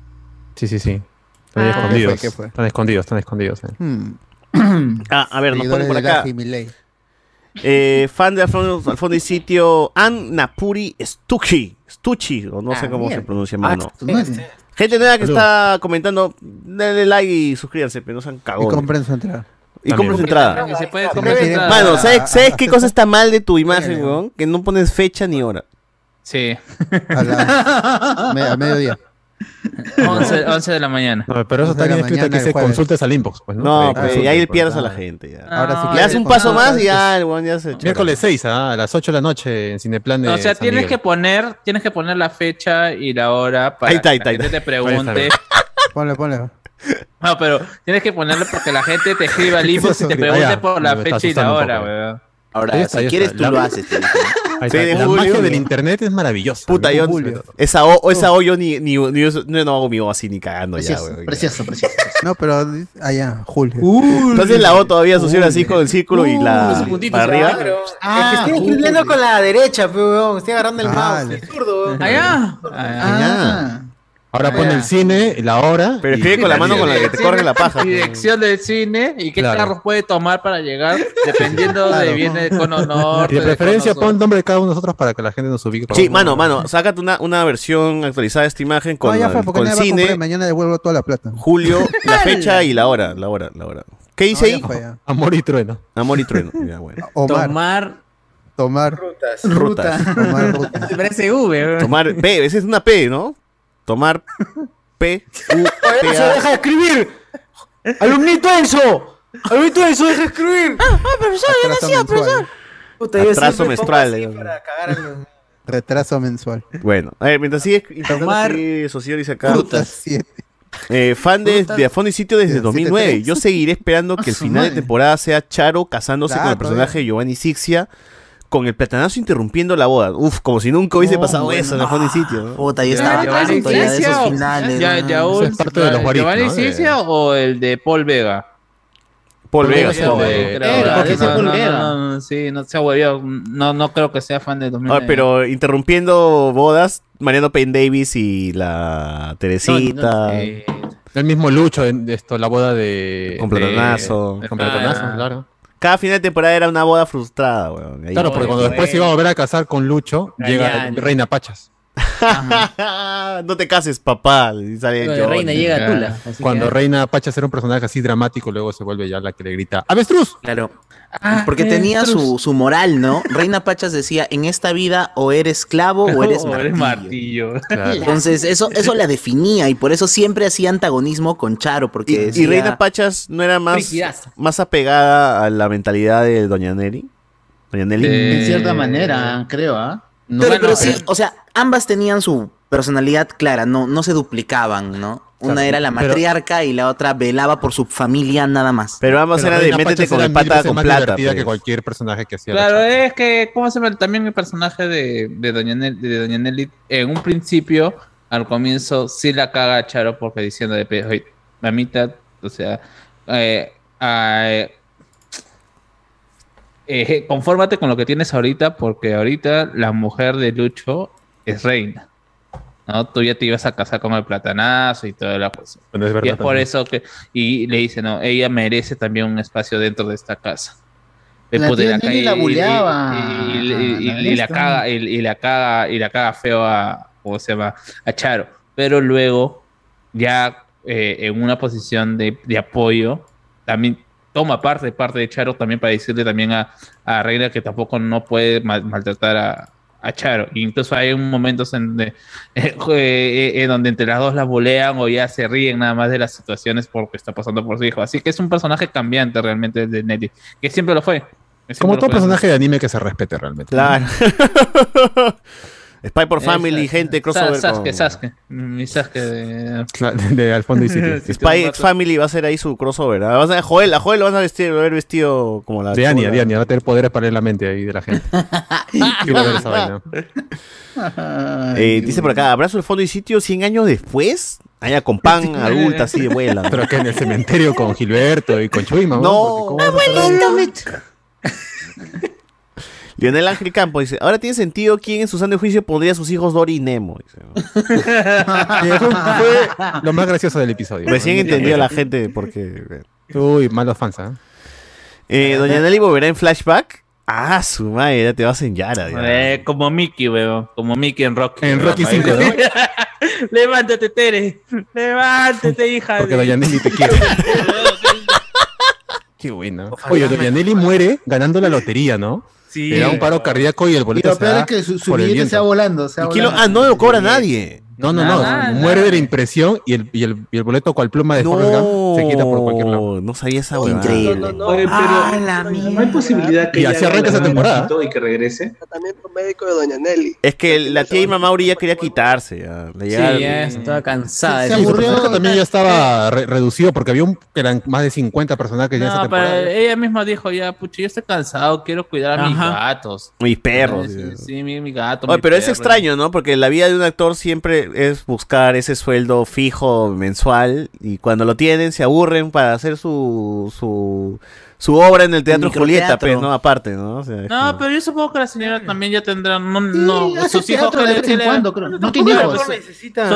[SPEAKER 2] Sí, sí, sí. Están ahí
[SPEAKER 19] Ah.
[SPEAKER 2] escondidos.
[SPEAKER 19] ¿Qué fue? ¿Qué fue?
[SPEAKER 2] Están escondidos, están escondidos. eh.
[SPEAKER 3] Ah, a ver, nos ponen
[SPEAKER 5] Seguidores
[SPEAKER 3] por
[SPEAKER 5] de
[SPEAKER 3] acá.
[SPEAKER 5] Gaji, Milei.
[SPEAKER 3] Eh, fan de Alfon- Alfondo y Sitio, Annapuri Stucci. Stucci, o no sé
[SPEAKER 5] Ah,
[SPEAKER 3] cómo
[SPEAKER 5] mierda.
[SPEAKER 3] se pronuncia,
[SPEAKER 5] Ah,
[SPEAKER 3] mano.
[SPEAKER 5] tu madre.
[SPEAKER 3] Gente nueva que
[SPEAKER 5] Salud.
[SPEAKER 3] está comentando, denle like y suscríbanse, pero no sean
[SPEAKER 5] Y
[SPEAKER 3] cagones.
[SPEAKER 5] compren su entrada.
[SPEAKER 3] Y compren su entrada.
[SPEAKER 6] Que se puede
[SPEAKER 5] Compren su entrada.
[SPEAKER 3] Mano, ¿sabes, sabes qué cosa está mal de tu imagen, weón? Que no pones fecha ni hora.
[SPEAKER 6] Sí.
[SPEAKER 5] A, la- me- a mediodía.
[SPEAKER 6] 11, 11 de la mañana.
[SPEAKER 2] No, pero eso
[SPEAKER 5] Once
[SPEAKER 2] está
[SPEAKER 5] de la
[SPEAKER 2] bien escrito
[SPEAKER 5] mañana
[SPEAKER 2] que
[SPEAKER 5] el
[SPEAKER 2] se
[SPEAKER 5] jueves.
[SPEAKER 2] consultes al inbox. Pues,
[SPEAKER 3] No,
[SPEAKER 2] Ahí
[SPEAKER 3] pues,
[SPEAKER 2] consultas,
[SPEAKER 3] ahí
[SPEAKER 2] pues.
[SPEAKER 3] pierdas a la gente. Ya.
[SPEAKER 6] Ahora sí
[SPEAKER 3] Le
[SPEAKER 6] que-
[SPEAKER 3] das un paso más y Ah, ya, el weón ya se
[SPEAKER 2] Miércoles 6, ah, a las 8 de la noche en Cineplan. de
[SPEAKER 6] o sea,
[SPEAKER 2] San
[SPEAKER 6] tienes
[SPEAKER 2] Miguel.
[SPEAKER 6] que poner, tienes que poner la fecha y la hora para
[SPEAKER 2] Ahí está, ahí
[SPEAKER 6] que la
[SPEAKER 2] está, ahí
[SPEAKER 6] gente te
[SPEAKER 2] está. Ahí
[SPEAKER 6] pregunte.
[SPEAKER 2] está.
[SPEAKER 5] Ponle, ponle.
[SPEAKER 6] [LAUGHS] No, pero tienes que ponerlo para que la gente te
[SPEAKER 2] [LAUGHS]
[SPEAKER 6] escriba al inbox y te
[SPEAKER 2] Ahí
[SPEAKER 6] pregunte
[SPEAKER 2] ya,
[SPEAKER 6] por la
[SPEAKER 2] me está
[SPEAKER 6] fecha y la
[SPEAKER 2] asustando un
[SPEAKER 6] hora,
[SPEAKER 2] poco.
[SPEAKER 6] weón.
[SPEAKER 7] Ahora,
[SPEAKER 2] Ahí está,
[SPEAKER 7] si
[SPEAKER 2] ahí
[SPEAKER 7] quieres,
[SPEAKER 2] está.
[SPEAKER 7] tú
[SPEAKER 2] La-
[SPEAKER 7] lo haces. te digo.
[SPEAKER 2] Ahí está.
[SPEAKER 3] Sí, de
[SPEAKER 2] la
[SPEAKER 3] julio.
[SPEAKER 2] magia del internet es maravillosa.
[SPEAKER 3] Puta, yo.
[SPEAKER 2] Julio.
[SPEAKER 3] Esa O, o esa o yo ni, ni, ni uso- no, no hago mi O así ni cagando ya, weón.
[SPEAKER 4] Precioso, precioso.
[SPEAKER 5] No, pero di- allá, Julio.
[SPEAKER 3] Entonces la O todavía asocia así con el círculo y la. para arriba.
[SPEAKER 1] Ah, es que estoy escribiendo pues, con la derecha, pe, weón. Estoy agarrando el mouse. Es zurdo, weón.
[SPEAKER 6] Allá.
[SPEAKER 3] Ah,
[SPEAKER 2] Ahora pone el cine, la hora.
[SPEAKER 3] Pero
[SPEAKER 2] y-
[SPEAKER 3] escribe con la mano con la que te corre la paja.
[SPEAKER 6] Dirección del cine y qué
[SPEAKER 2] Claro.
[SPEAKER 6] carros puede tomar para llegar, dependiendo de
[SPEAKER 2] Claro.
[SPEAKER 6] viene con honor.
[SPEAKER 2] Y de preferencia pon nombre de cada uno de nosotros para que la gente nos ubique.
[SPEAKER 3] Sí, mano, mano, sácate una, una versión actualizada de esta imagen con,
[SPEAKER 5] No, ya fue,
[SPEAKER 3] con
[SPEAKER 5] porque nadie va a
[SPEAKER 3] cine,
[SPEAKER 5] comprar, Mañana devuelvo toda la plata. [LAUGHS]
[SPEAKER 3] Julio, la fecha y la hora, la hora, la hora. ¿Qué dice
[SPEAKER 5] ya
[SPEAKER 3] ahí?
[SPEAKER 5] fue, ya.
[SPEAKER 2] Amor y trueno.
[SPEAKER 3] Amor y trueno. Ya, bueno.
[SPEAKER 6] Tomar.
[SPEAKER 5] Tomar.
[SPEAKER 6] Rutas.
[SPEAKER 3] Rutas. Tomar
[SPEAKER 1] [LAUGHS]
[SPEAKER 6] rutas. Parece V, weón.
[SPEAKER 3] Tomar P, esa es una P, ¿no? Tomar P. U,
[SPEAKER 1] [LAUGHS]
[SPEAKER 3] P,
[SPEAKER 1] ¡Enzo,
[SPEAKER 3] A.
[SPEAKER 1] deja de escribir! ¡Alumnito Enzo! ¡Alumnito Enzo, deja de escribir! ¡Ah, profesor,
[SPEAKER 5] yo no Atraso hacía, mensual. profesor.
[SPEAKER 1] Puta, yo
[SPEAKER 3] Atraso
[SPEAKER 1] siempre pongo
[SPEAKER 3] menstrual,
[SPEAKER 1] así
[SPEAKER 3] eh.
[SPEAKER 1] para cagar a los-
[SPEAKER 5] Retraso mensual.
[SPEAKER 3] Bueno, a ver, mientras sigue intentando
[SPEAKER 5] Tomar
[SPEAKER 3] escribir eso, señor dice acá.
[SPEAKER 5] Rutas
[SPEAKER 3] Eh, fan de,
[SPEAKER 5] Rutas-
[SPEAKER 3] de A Fondo y Sitio desde
[SPEAKER 5] Siete,
[SPEAKER 3] 2009.
[SPEAKER 5] tres.
[SPEAKER 3] Yo seguiré esperando que el
[SPEAKER 5] su
[SPEAKER 3] final de
[SPEAKER 5] madre.
[SPEAKER 3] temporada sea Charo casándose
[SPEAKER 5] Claro,
[SPEAKER 3] con el personaje de Giovanni Sixia, con el platanazo interrumpiendo la boda. Uf, como si nunca hubiese
[SPEAKER 7] No,
[SPEAKER 3] pasado
[SPEAKER 7] bueno.
[SPEAKER 3] eso en A Fondo y Sitio. ¿no?
[SPEAKER 7] Puta, yo
[SPEAKER 6] Ah,
[SPEAKER 7] estaba
[SPEAKER 6] Giovanni
[SPEAKER 7] harto ya de
[SPEAKER 6] Iglesias,
[SPEAKER 7] esos
[SPEAKER 6] o-
[SPEAKER 7] finales.
[SPEAKER 6] Ya,
[SPEAKER 7] ¿no?
[SPEAKER 6] ya, un-
[SPEAKER 2] es parte de los guaritos,
[SPEAKER 6] ¿Giovanni
[SPEAKER 2] ¿no?
[SPEAKER 6] Iglesias o el de Paul Vega?
[SPEAKER 3] Paul Vega,
[SPEAKER 6] Vega,
[SPEAKER 3] Paul
[SPEAKER 6] de-
[SPEAKER 3] Vega.
[SPEAKER 6] creo,
[SPEAKER 3] Eh,
[SPEAKER 6] ¿verdad?
[SPEAKER 3] porque ese
[SPEAKER 6] no,
[SPEAKER 3] Paul
[SPEAKER 6] no,
[SPEAKER 3] Vega.
[SPEAKER 6] no, no, sí, no se ha huevido. No, no creo que sea fan de 2000.
[SPEAKER 3] Ah, pero interrumpiendo bodas, Mariano Payne Davis y la Teresita.
[SPEAKER 2] Eh, el mismo Lucho en de esto, la boda de.
[SPEAKER 3] Con
[SPEAKER 2] de-
[SPEAKER 3] platonazo.
[SPEAKER 2] con platonazo,
[SPEAKER 6] Ah.
[SPEAKER 2] claro.
[SPEAKER 3] Cada final de temporada era una boda frustrada, weón. Ahí-
[SPEAKER 2] Claro, porque cuando después se iba a volver a casar con Lucho,
[SPEAKER 3] Ay,
[SPEAKER 2] llega
[SPEAKER 3] ya.
[SPEAKER 2] Reina Pachas.
[SPEAKER 3] [LAUGHS] no te cases, papá. y sale
[SPEAKER 16] Lo de
[SPEAKER 3] Giovanni.
[SPEAKER 16] Reina llega a Tula.
[SPEAKER 2] Así Cuando que- Reina Pachas era un personaje así dramático, luego se vuelve ya la que le grita ¡Avestruz!
[SPEAKER 7] Claro.
[SPEAKER 3] Eh,
[SPEAKER 7] Porque tenía su, su moral, ¿no? Reina Pachas decía, en esta vida o eres esclavo o
[SPEAKER 6] [LAUGHS]
[SPEAKER 7] eres
[SPEAKER 6] O
[SPEAKER 7] martillo.
[SPEAKER 6] eres martillo.
[SPEAKER 7] Entonces, eso, eso la definía y por eso siempre hacía antagonismo con Charo, porque
[SPEAKER 3] Y, y
[SPEAKER 7] decía-
[SPEAKER 3] Reina Pachas no era más,
[SPEAKER 7] Frigidaza.
[SPEAKER 3] más apegada a la mentalidad de Doña Neri. Doña
[SPEAKER 2] [LAUGHS]
[SPEAKER 3] Nelly.
[SPEAKER 12] En
[SPEAKER 3] Eh,
[SPEAKER 12] cierta manera, creo, ¿ah?
[SPEAKER 7] Claro, pero sí,
[SPEAKER 4] eh.
[SPEAKER 7] o sea, ambas tenían su personalidad clara, no, no se duplicaban, ¿no? Una
[SPEAKER 3] Claro,
[SPEAKER 7] era la
[SPEAKER 3] pero-
[SPEAKER 7] matriarca y la otra velaba por su familia nada más.
[SPEAKER 3] Pero ambas
[SPEAKER 7] Pero
[SPEAKER 3] eran de
[SPEAKER 7] Reina
[SPEAKER 3] métete
[SPEAKER 7] Pachas
[SPEAKER 3] con
[SPEAKER 7] era
[SPEAKER 3] el
[SPEAKER 7] mil
[SPEAKER 3] pata
[SPEAKER 7] veces
[SPEAKER 3] con
[SPEAKER 7] más
[SPEAKER 3] plata.
[SPEAKER 2] divertida que
[SPEAKER 3] pues.
[SPEAKER 2] cualquier personaje que hacía. la
[SPEAKER 6] Claro, es que, ¿cómo se llama? También el personaje de, de, Doña Nel- de Doña Nelly, en un principio, al comienzo, sí la caga a Charo porque diciendo de pe- "Oye, mamita, o sea, eh, ay, eh, confórmate con lo que tienes ahorita porque ahorita la mujer de Lucho es reina. ¿no? Tú ya te ibas a casar con el platanazo y toda la cosa. y
[SPEAKER 2] es verdad
[SPEAKER 6] es por
[SPEAKER 2] también.
[SPEAKER 6] eso que. Y le dice, no, ella merece también un espacio dentro de esta casa.
[SPEAKER 12] La
[SPEAKER 6] Puta,
[SPEAKER 12] tía Nelly la
[SPEAKER 6] y- y-
[SPEAKER 12] buleaba. Ah,
[SPEAKER 6] Y, y- y- y- y la
[SPEAKER 12] Esta.
[SPEAKER 6] caga, y, y la caga, y la caga feo a, ¿cómo se llama? A Charo. Pero luego, ya eh, en una posición de, de apoyo, también toma parte, parte de Charo también para decirle también a, a Reina que tampoco no puede mal- maltratar a, a Charo. E incluso hay un momentos en donde, [LAUGHS] eh, eh, eh, donde entre las dos las bolean o ya se ríen nada más de las situaciones porque está pasando por su hijo. Así que es un personaje cambiante realmente de Nelly, que siempre lo fue. que siempre
[SPEAKER 2] Como
[SPEAKER 6] lo
[SPEAKER 2] todo
[SPEAKER 6] fue.
[SPEAKER 2] personaje de anime que se respete realmente.
[SPEAKER 3] Claro. Spy por Family,
[SPEAKER 6] Esa-
[SPEAKER 3] gente,
[SPEAKER 6] Sa-
[SPEAKER 3] crossover.
[SPEAKER 6] Sasuke,
[SPEAKER 3] con-
[SPEAKER 6] Sasuke. Mi Sasuke de...
[SPEAKER 2] De al fondo y sitio.
[SPEAKER 6] Sí,
[SPEAKER 3] Spy
[SPEAKER 6] te
[SPEAKER 3] X Family va a ser ahí su crossover. ¿ah? Vas a, Joel, a Joel lo van a vestir, lo van a ver vestido como la.
[SPEAKER 2] De Anya,
[SPEAKER 3] chula.
[SPEAKER 2] de Anya, va a tener poderes para leer la mente ahí de la gente.
[SPEAKER 3] [LAUGHS]
[SPEAKER 2] Qué buena esa vaina.
[SPEAKER 3] Eh, dice por acá, abrazo el fondo y sitio 100 años después. Allá con pan adulta, así de vuela.
[SPEAKER 2] Pero que en el cementerio con Gilberto y con Chuima,
[SPEAKER 3] No,
[SPEAKER 5] [LAUGHS]
[SPEAKER 7] abuelito.
[SPEAKER 3] Lionel Ángel Campo dice, ahora tiene sentido quién en su sano juicio pondría a sus hijos Dory y Nemo. Dice, ¿no?
[SPEAKER 2] Lo más gracioso del episodio.
[SPEAKER 3] Recién entendió la gente por qué.
[SPEAKER 2] Uy, malos fans, ¿ah?
[SPEAKER 3] Eh, Doña Nelly volverá en flashback. Ah, su madre, ya te vas en Yara. ya.
[SPEAKER 6] [LAUGHS] Eh, como Mickey, weón. Como Mickey en Rocky.
[SPEAKER 2] En
[SPEAKER 6] weón.
[SPEAKER 2] Rocky
[SPEAKER 6] Ahí
[SPEAKER 2] 5,
[SPEAKER 6] le- [LAUGHS] Levántate, Tere. Levántate, hija.
[SPEAKER 2] Porque
[SPEAKER 6] de-
[SPEAKER 2] Doña Nelly te quiere. Qué buena. Oye, Doña Nelly muere ganando la lotería, ¿no?
[SPEAKER 6] Sí.
[SPEAKER 2] Le da un paro cardíaco y el
[SPEAKER 12] Y
[SPEAKER 2] boleto
[SPEAKER 12] lo
[SPEAKER 2] se
[SPEAKER 12] peor
[SPEAKER 2] da
[SPEAKER 12] es que su, su
[SPEAKER 2] por el
[SPEAKER 12] billete
[SPEAKER 2] viento.
[SPEAKER 12] se va volando. Se va
[SPEAKER 3] ¿Y quién lo-
[SPEAKER 12] volando.
[SPEAKER 3] ah, no lo cobra nadie.
[SPEAKER 2] No, no, no.
[SPEAKER 12] Nada,
[SPEAKER 2] muere de la impresión y el, y el, y el boleto cual pluma de Forrest Gump se quita por cualquier lado.
[SPEAKER 3] No sabía esa huevada.
[SPEAKER 7] Increíble.
[SPEAKER 9] Oye, pero
[SPEAKER 1] Ah,
[SPEAKER 7] la
[SPEAKER 9] no hay posibilidad que
[SPEAKER 2] Y
[SPEAKER 9] ella
[SPEAKER 2] así
[SPEAKER 9] haga
[SPEAKER 2] arranca
[SPEAKER 9] la
[SPEAKER 2] esa
[SPEAKER 9] gran
[SPEAKER 2] temporada.
[SPEAKER 9] éxito y que regrese.
[SPEAKER 14] médico de Doña Nelly.
[SPEAKER 3] Es que la tía Ima Mauri ya quería quitarse. ya. Le
[SPEAKER 16] Sí,
[SPEAKER 3] llegaba-
[SPEAKER 16] ya estaba cansada.
[SPEAKER 2] Sí, su personaje también ya estaba re- reducido porque había un, que eran más de 50 personajes ya esa
[SPEAKER 6] No,
[SPEAKER 2] temporada.
[SPEAKER 6] pero ella misma dijo, ya, pucha, yo estoy cansado, quiero cuidar a mis
[SPEAKER 3] Ajá.
[SPEAKER 6] gatos.
[SPEAKER 3] Mis perros.
[SPEAKER 6] Sí,
[SPEAKER 3] ya.
[SPEAKER 6] sí, mi, mi gato.
[SPEAKER 3] Oye,
[SPEAKER 6] mi
[SPEAKER 3] pero es
[SPEAKER 6] perro.
[SPEAKER 3] extraño, ¿no? Porque la vida de un actor siempre, hacer es buscar ese sueldo fijo mensual y cuando lo tienen se aburren para hacer su, su, su obra en el Teatro Julieta,
[SPEAKER 6] microteatro.
[SPEAKER 3] pues, ¿no? Aparte, ¿no? O sea, es
[SPEAKER 6] No, pero yo supongo que la señora también ya tendrá. No, no.
[SPEAKER 4] hace
[SPEAKER 6] Sus hijos
[SPEAKER 4] teatro de vez en
[SPEAKER 6] tienen-
[SPEAKER 4] cuando, creo. No
[SPEAKER 6] tampoco
[SPEAKER 4] tiene
[SPEAKER 6] era-
[SPEAKER 4] hijos.
[SPEAKER 6] Son-
[SPEAKER 4] No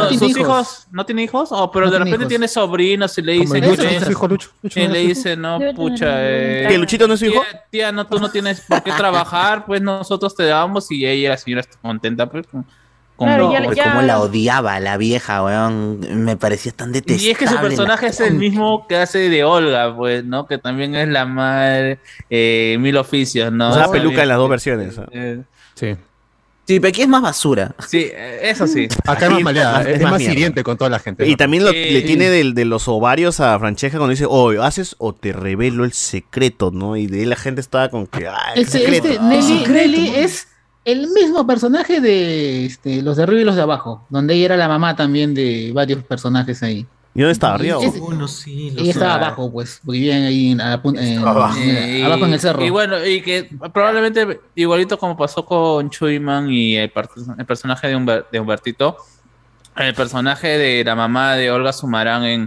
[SPEAKER 4] tiene
[SPEAKER 6] sus
[SPEAKER 4] hijos.
[SPEAKER 6] hijos no tiene hijos o pero
[SPEAKER 4] No
[SPEAKER 6] de
[SPEAKER 4] tiene
[SPEAKER 6] repente
[SPEAKER 4] hijos.
[SPEAKER 6] tiene sobrinos y le
[SPEAKER 4] Como
[SPEAKER 6] dicen
[SPEAKER 4] el Lucho,
[SPEAKER 6] que-
[SPEAKER 4] su hijo Lucho. Lucho
[SPEAKER 6] y
[SPEAKER 4] no
[SPEAKER 6] le
[SPEAKER 4] es su
[SPEAKER 6] dicen no pucha eh,
[SPEAKER 3] ¿Que Luchito no es su hijo?
[SPEAKER 6] tía, tía, no tú no tienes por qué trabajar pues nosotros te damos y ella la señora está contenta pues con- con
[SPEAKER 7] Como,
[SPEAKER 6] lo- pues,
[SPEAKER 7] la odiaba la vieja, weón. Me parecía tan detestable.
[SPEAKER 6] y es que su personaje es el mismo que hace de Olga, pues, ¿no? Que también es la madre eh, mil oficios, ¿no?
[SPEAKER 3] una
[SPEAKER 6] También-
[SPEAKER 3] peluca en las dos versiones. ¿no?
[SPEAKER 2] Sí.
[SPEAKER 7] Sí, pero aquí es más basura.
[SPEAKER 6] Sí, eh, eso sí.
[SPEAKER 2] Acá es más maleada, es, más
[SPEAKER 3] mierda.
[SPEAKER 2] hiriente con toda la gente.
[SPEAKER 3] Y también lo-
[SPEAKER 6] Sí.
[SPEAKER 3] le tiene del- de los ovarios a Francesca cuando dice, o haces o te revelo el secreto, ¿no? Y de ahí la gente estaba con que, ah, el
[SPEAKER 4] Este,
[SPEAKER 3] secreto.
[SPEAKER 4] este,
[SPEAKER 3] ah.
[SPEAKER 4] Nelly, Nelly es el mismo personaje de este, los de arriba y los de abajo, donde ella era la mamá también de varios personajes ahí.
[SPEAKER 3] ¿Y dónde estaba arriba?
[SPEAKER 4] Es- ella estaba abajo, pues, porque vivían ahí en, la pun- en-
[SPEAKER 3] abajo.
[SPEAKER 4] en-
[SPEAKER 6] Y-
[SPEAKER 4] abajo en el cerro.
[SPEAKER 6] Y bueno, y que probablemente igualito como pasó con Chuyman y el, par- el personaje de, Humber- de Humbertito, el personaje de la mamá de Olga Sumarán en,